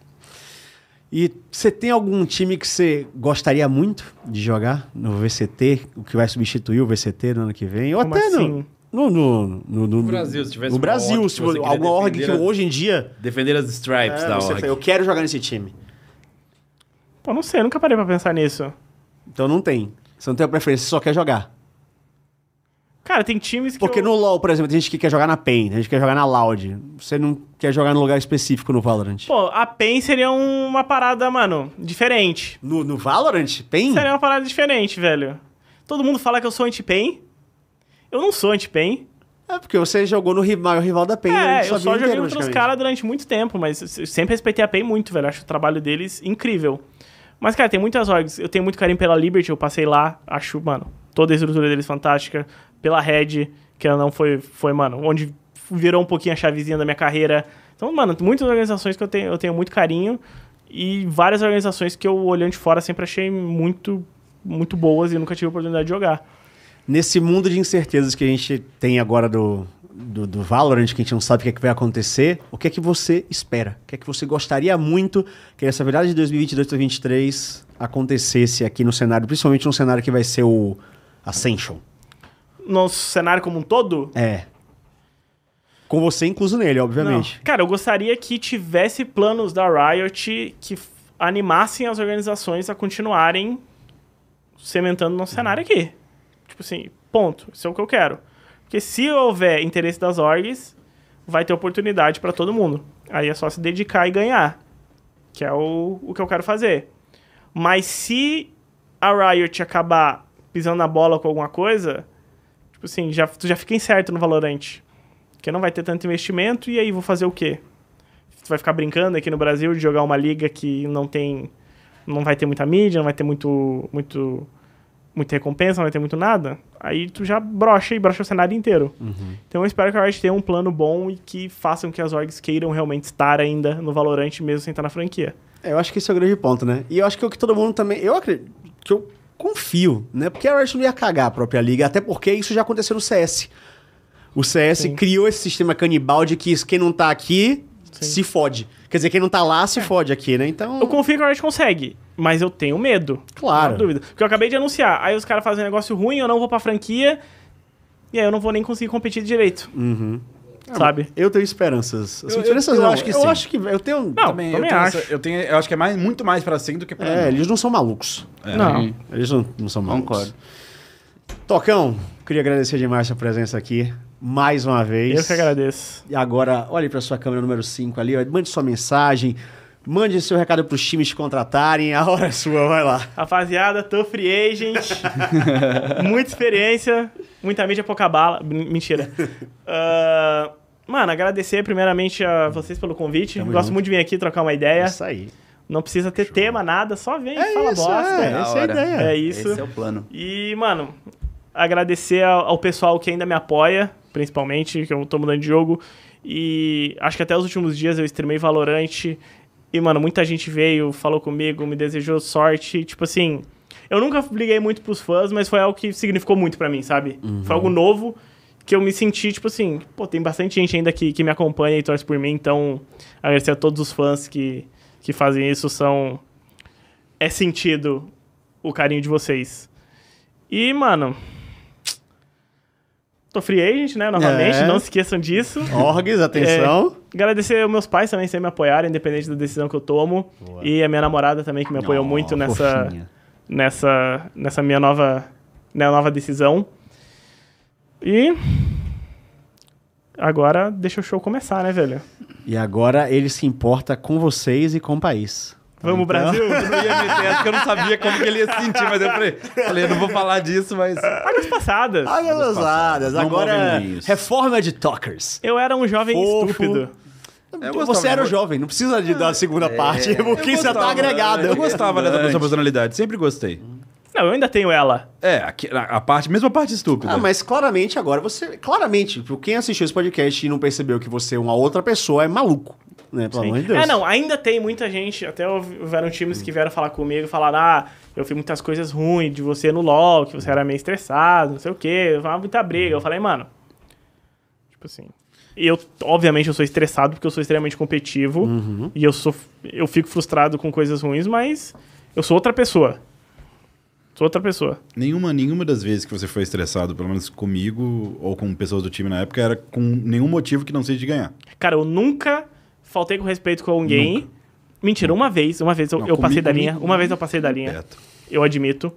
E você tem algum time que você gostaria muito de jogar no VCT, o que vai substituir o VCT no ano que vem? Ou Como até assim? no, no, no, no, no- Brasil, se tivesse no uma Brasil, org se que você vo- queria alguma org que defender, né? hoje em dia Defender as stripes é, da você org. fala, eu quero jogar nesse time. Pô, não sei, nunca parei pra pensar nisso. Então não tem. Você não tem a preferência, você só quer jogar. Cara, tem times que. Porque eu... no LoL, por exemplo, tem gente que quer jogar na PEN, tem gente que quer jogar na Loud. Você não quer jogar num lugar específico no Valorant. Pô, a PEN seria um- uma parada, mano, diferente. No, no Valorant? PEN? Seria uma parada diferente, velho. Todo mundo fala que eu sou anti-PEN. Eu não sou anti-PEN. É porque você jogou no ri- maior rival da PEN. durante É, sua eu vida só joguei inteira, contra os praticamente. caras durante muito tempo, mas eu sempre respeitei a PEN muito, velho. Acho o trabalho deles incrível. Mas, cara, tem muitas orgs. Eu tenho muito carinho pela Liberty, eu passei lá. Acho, mano, toda a estrutura deles fantástica. Pela Red, que ela não foi, foi, mano, onde virou um pouquinho a chavezinha da minha carreira. Então, mano, muitas organizações que eu tenho, eu tenho muito carinho. E várias organizações que eu, olhando de fora, sempre achei muito, muito boas e nunca tive a oportunidade de jogar. Nesse mundo de incertezas que a gente tem agora do, do, do Valorant, que a gente não sabe o que, é que vai acontecer, o que é que você espera? O que é que você gostaria muito que essa virada de 2022 para 2023 acontecesse aqui no cenário, principalmente num cenário que vai ser o Ascension? Nosso cenário como um todo, É. Com você incluso nele, obviamente. Não. Cara, eu gostaria que tivesse planos da Riot que f- animassem as organizações a continuarem sementando nosso cenário aqui. Tipo assim, ponto. Isso é o que eu quero. Porque se houver interesse das orgs, vai ter oportunidade pra todo mundo. Aí é só se dedicar e ganhar. Que é o, o que eu quero fazer. Mas se a Riot acabar pisando na bola com alguma coisa, tipo assim, já, tu já fica incerto no Valorant. Porque não vai ter tanto investimento, e aí vou fazer o quê? Tu vai ficar brincando aqui no Brasil de jogar uma liga que não tem. não vai ter muita mídia, não vai ter muito. muito muita recompensa, não vai ter muito nada. Aí tu já brocha e brocha o cenário inteiro. Então eu espero que a Riot tenha um plano bom e que façam que as orgs queiram realmente estar ainda no Valorant, mesmo sem estar na franquia. É, eu acho que esse é o grande ponto, né? E eu acho que o que todo mundo também. Eu acredito. Que eu confio, né? Porque a Riot não ia cagar a própria liga, até porque isso já aconteceu no CS. O CS Sim. criou esse sistema canibal de que quem não tá aqui Sim. se fode. Quer dizer, quem não tá lá se fode aqui, né? Então. Eu confio que a Riot consegue, mas eu tenho medo. Claro. Não há dúvida. Porque eu acabei de anunciar, aí os caras fazem um negócio ruim, eu não vou pra franquia, e aí eu não vou nem conseguir competir direito, Uhum. sabe? Eu tenho esperanças. Assim, Eu- eu- esperanças eu não. acho que eu sim. acho que eu tenho. Não, também, também, eu, tenho acho. essa- eu, tenho- eu acho que é mais, muito mais pra sim do que pra É, não. eles não são malucos. Não. Eles não, não são malucos. Concordo. Tocão, queria agradecer demais sua presença aqui, mais uma vez. Eu que agradeço. E agora, olhe para sua câmera número 5 ali, ó, mande sua mensagem, mande seu recado para os times te contratarem, a hora é sua, vai lá. Rapaziada, tô free agent, muita experiência, muita mídia, pouca bala. Brin- Mentira. Ah, mano, agradecer primeiramente a vocês pelo convite. Gosto junto. muito de vir aqui trocar uma ideia. É Isso aí. Não precisa ter tema, nada, só vem e fala bosta. é, essa é a hora. ideia. É isso. Esse é o plano. E, mano, agradecer ao, ao pessoal que ainda me apoia, principalmente, que eu tô mudando de jogo. E acho que até os últimos dias eu streamei Valorante. E, mano, muita gente veio, falou comigo, me desejou sorte. Tipo assim, eu nunca liguei muito pros fãs, mas foi algo que significou muito pra mim, sabe? Foi algo novo que eu me senti, tipo assim, pô, tem bastante gente ainda que, que me acompanha e torce por mim. Então, agradecer a todos os fãs que, que fazem isso. São. É sentido o carinho de vocês. E, mano. Tô free agent, né? Novamente, É. não se esqueçam disso. Orgs, atenção. Agradecer aos meus pais também sempre me apoiaram, independente da decisão que eu tomo. E a minha namorada também, que me apoiou muito nessa, nessa, nessa minha nova, minha nova decisão. E. Agora deixa o show começar, né, velho? E agora ele se importa com vocês e com o país. Vamos, Brasil! Eu ia meter essa que eu não sabia como que ele ia se sentir, mas eu falei, falei, eu não vou falar disso, mas. Águas passadas! Águas Passadas, Não agora movem isso. reforma de talkers. Eu era um jovem Fofo. estúpido. Você gostava, era eu- jovem, não precisa de, da segunda parte, porque você tá gostava, né? agregado. Eu gostava dessa sua personalidade, sempre gostei. Não, eu ainda tenho ela. É, aqui- a, a parte, mesmo a parte estúpida. Ah, mas claramente agora você. Claramente, tipo, quem assistiu esse podcast e não percebeu que você é uma outra pessoa é maluco. Né? Pelo amor de Deus. É, não, ainda tem muita gente, até houve- houveram times que vieram falar comigo, falaram, ah, eu fiz muitas coisas ruins de você no LoL, que você era meio estressado, não sei o quê, eu falava muita briga. Eu falei, mano, tipo assim... E eu, obviamente, eu sou estressado porque eu sou extremamente competitivo Uhum. e eu, sou, eu fico frustrado com coisas ruins, mas eu sou outra pessoa. Sou outra pessoa. Nenhuma, nenhuma das vezes que você foi estressado, pelo menos comigo ou com pessoas do time na época, era com nenhum motivo que não seja de ganhar. Cara, eu nunca faltei com respeito com alguém. Mentira, uma vez, uma vez eu, Não, eu passei comigo, da linha. comigo, Uma vez eu passei da linha. Beto. Eu admito.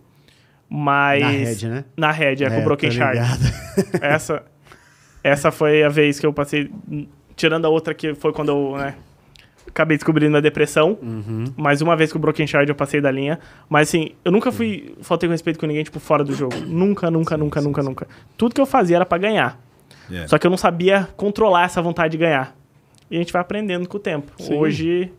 Mas. Na Red, né? Na Red, é, com o Broken tô Shard. ligado. Essa, essa foi a vez que eu passei. Tirando a outra que foi quando eu, né? Acabei descobrindo a depressão. Uhum. Mais uma vez com o Broken Shard eu passei da linha. Mas assim, eu nunca fui. Faltei com respeito com ninguém, tipo, fora do jogo. Nunca, nunca, nunca, nunca, nunca. Tudo que eu fazia era pra ganhar. É. Só que eu não sabia controlar essa vontade de ganhar. E a gente vai aprendendo com o tempo. Hoje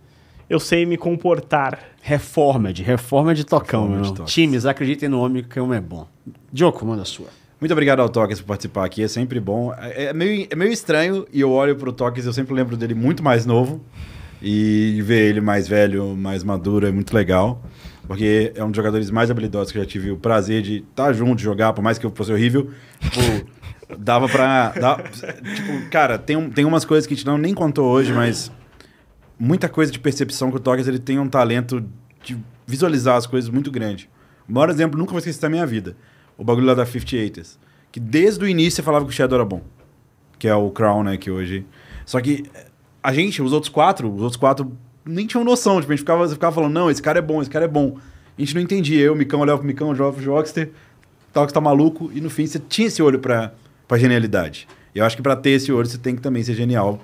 eu sei me comportar. Reforma de, reforma de tocão, Reforma meu. de irmão. toques. Times, acreditem no homem que o homem é bom. Dioco, manda a sua. Muito obrigado ao Tokens por participar aqui, é sempre bom. É é meio, é meio estranho e eu olho pro Tokens e eu sempre lembro dele muito mais novo. E ver ele mais velho, mais maduro é muito legal. Porque é um dos jogadores mais habilidosos que eu já tive o prazer de estar junto, jogar, por mais que eu fosse horrível. Tipo, dava pra. dá- tipo, cara, tem, um- tem umas coisas que a gente não nem contou hoje, mas muita coisa de percepção que o Tokens ele tem um talento de visualizar as coisas muito grande. O maior exemplo, nunca vou esquecer da minha vida. O bagulho lá da 58ers. Que desde o início você falava que o Shadow era bom. Que é o Crown, né? Que hoje. Só que eh, a gente, os outros quatro, os outros quatro nem tinham noção. Tipo, a gente ficava, você ficava falando, não, esse cara é bom, esse cara é bom. A gente não entendia. Eu, o Micão, olhava pro Micão, olhava pro Jockster. Tal que tá maluco. E no fim você tinha esse olho pra, pra genialidade. E eu acho que pra ter esse olho você tem que também ser genial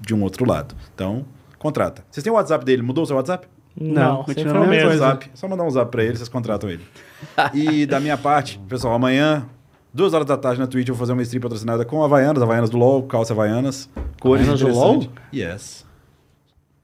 de um outro lado. Então, contrata. Vocês têm o WhatsApp dele? Mudou o seu WhatsApp? Não, Não, continua sempre foi o a mesma mesmo. coisa. Zap. Só mandar um zap pra ele, vocês contratam ele. E da minha parte, pessoal, amanhã, duas horas da tarde na Twitch, eu vou fazer uma stream patrocinada com Havaianas, Havaianas do LOL, calça Havaianas, cores Havaianas do interessantes. Yes.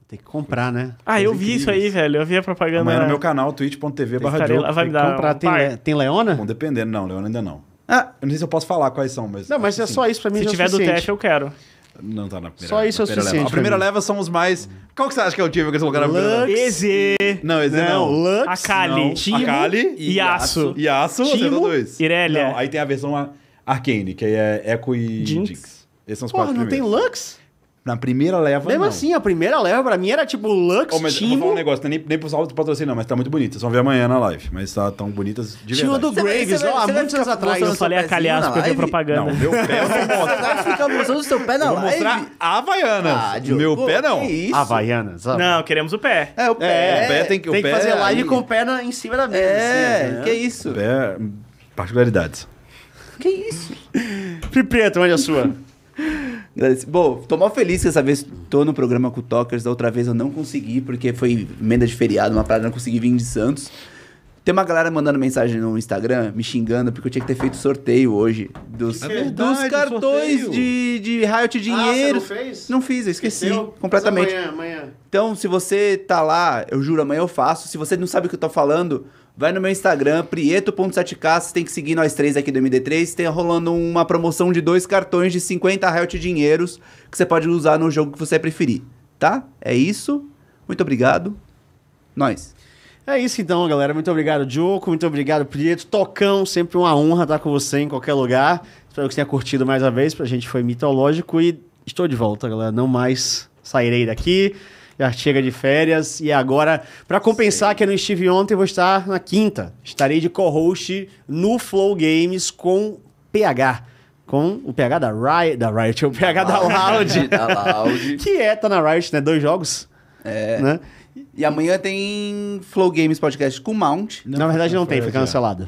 Tem que comprar, né? Ah, eu vi isso aí, velho. Eu vi a propaganda. Amanhã né? no meu canal, twitch.tv barra Estarei lá, jogo. vai me dar. comprar. um Tem, par. le- tem Leona? Bom, dependendo, não, Leona, ainda não. Ah. Eu não sei se eu posso falar quais são, mas... Não, mas acho é que só isso pra mim. Se já é tiver do suficiente. teste, eu quero. sim. Não tá na primeira Só isso é o na primeira suficiente leva. A primeira pra mim. leva são os mais. Qual que você acha que é o time que eles colocaram na primeira leva? Eze, Não, esse Não, é não. Lux, Akali, não. Timo, Akali Yasuo. Yasuo, acertou Timo, dois. Irelia. Não, aí tem a versão a- Arcane, que aí é Echo e Jinx. Jinx. Esses são os Porra, quatro não tem primeiros. Lux? Na primeira leva, Mesmo não. assim, a primeira leva pra mim era tipo Lux, Ô, mas eu vou falar um Timo, negócio, não é nem, nem pro saldo do patrocínio, não, mas tá muito bonito. Vocês vão ver amanhã na live. Mas tá tão bonitas de Timo verdade. do Você vai- Graves, você vai- ó, há você vai muitos anos ficar atrás. Eu mostrando falei a seu assim? pezinho Calhaço na porque eu vi é live? Não, propaganda. meu pé eu não mostro. Vai ficar mostrando seu pé na Vou live. mostrar a Havaianas. Ah, Diogo, meu pé não. que isso? Havaianas, ó. Não, queremos o pé. É, o pé. É, o pé tem que, o Tem que pé fazer live aí- com o pé na- em cima da mesa. É, assim, né? que isso? Pé, particularidades. Que isso? Pipeto, onde é a sua? Ah, Galera, Bom, tô mal feliz que essa vez tô no programa com o Talkers. Da outra vez eu não consegui, porque foi emenda de feriado, uma parada, não consegui vir de Santos. Tem uma galera mandando mensagem no Instagram, me xingando, porque eu tinha que ter feito sorteio hoje. Dos, É verdade, dos cartões sorteio. Ah, de, de Riot Dinheiro. fez? Não fiz, eu esqueci completamente. Amanhã, amanhã. Então, se você tá lá, eu juro, amanhã eu faço. Se você não sabe o que eu tô falando, vai no meu Instagram, prieto.7k. Você tem que seguir nós três aqui do MD3. Tem rolando uma promoção de dois cartões de 50 Riot Dinheiros que você pode usar no jogo que você preferir, tá? É isso. Muito obrigado. Nós. É isso então, galera. Muito obrigado, Dioco. Muito obrigado, Prieto. Tocão, sempre uma honra estar com você em qualquer lugar. Espero que você tenha curtido mais uma vez. Pra gente foi mitológico e estou de volta, galera. Não mais sairei daqui. Já chega de férias. E agora, pra compensar que eu não estive ontem, eu vou estar na quinta. Estarei de co-host no Flow Games com PH. Com o PH da Riot, da Riot, o PH da Ah, Loud, Da Ah. Loud. que é, tá na Riot, né? Dois jogos. É. Né? E amanhã tem Flow Games Podcast com Mount. Na verdade não tem, foi cancelado.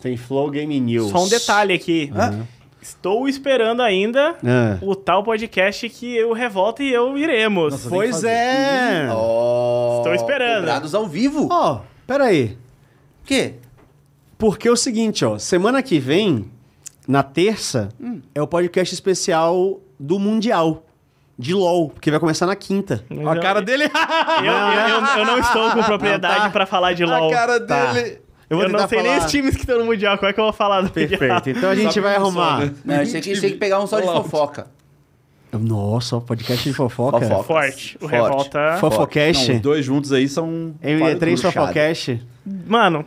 Tem Flow Game News. Só um detalhe aqui. Estou esperando ainda Ah. o tal podcast que eu revolta e eu iremos. Pois é. Ó, Oh, Estou esperando. Cobrados ao vivo. pera aí. O quê? Porque é o seguinte, ó, semana que vem, na terça, é o podcast especial do Mundial de LoL, que vai começar na quinta. Mas A eu- cara dele. Eu, eu- eu- eu não estou com propriedade tá. pra falar de LOL. A cara Tá. dele. Eu Eu, vou tentar não sei nem falar- os times que estão no Mundial. Como é que eu vou falar do Mundial? Perfeito. Então a gente vai arrumar. Não, a né? gente tem que- a gente tem que pegar um só de fofoca. um- Nossa, ó, podcast de fofoca. Fofoca. Forte. O Forte. Revolta... Não, os Fofocast. dois juntos aí são. MD3 Fala tudo, chato. Fofocast. Mano,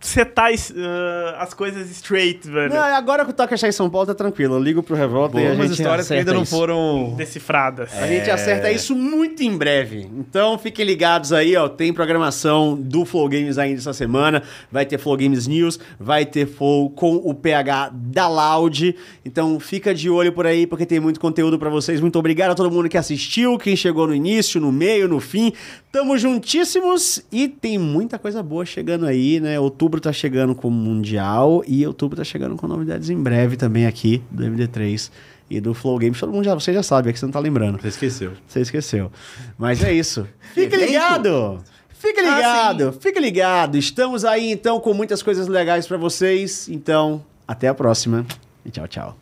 você tá ah, as coisas straight, velho. Não, é agora que o Toca está em São Paulo, tá tranquilo. Eu ligo pro Revolta e a Tem umas gente histórias que acerta ainda não isso. foram. Decifradas. A gente acerta isso muito em breve. Então fiquem ligados aí, ó. Tem programação do Flow Games ainda essa semana. Vai ter Flow Games News, vai ter Flow com o PH da Loud. Então fica de olho por aí, porque tem muito conteúdo pra vocês. Muito obrigado a todo mundo que assistiu, quem chegou no início, no meio, no fim. Tamo juntíssimos e tem muita coisa boa chegando aí, né? Outubro tá chegando com o Mundial e outubro tá chegando com novidades em breve também aqui do MD3 e do Flow Games. Todo mundo já, você já sabe, é que você não tá lembrando. Você esqueceu. Você esqueceu. Mas é isso. Ah, Fique ligado! Fique ligado! Fique ligado! Estamos aí então com muitas coisas legais pra vocês. Então, até a próxima e tchau, tchau.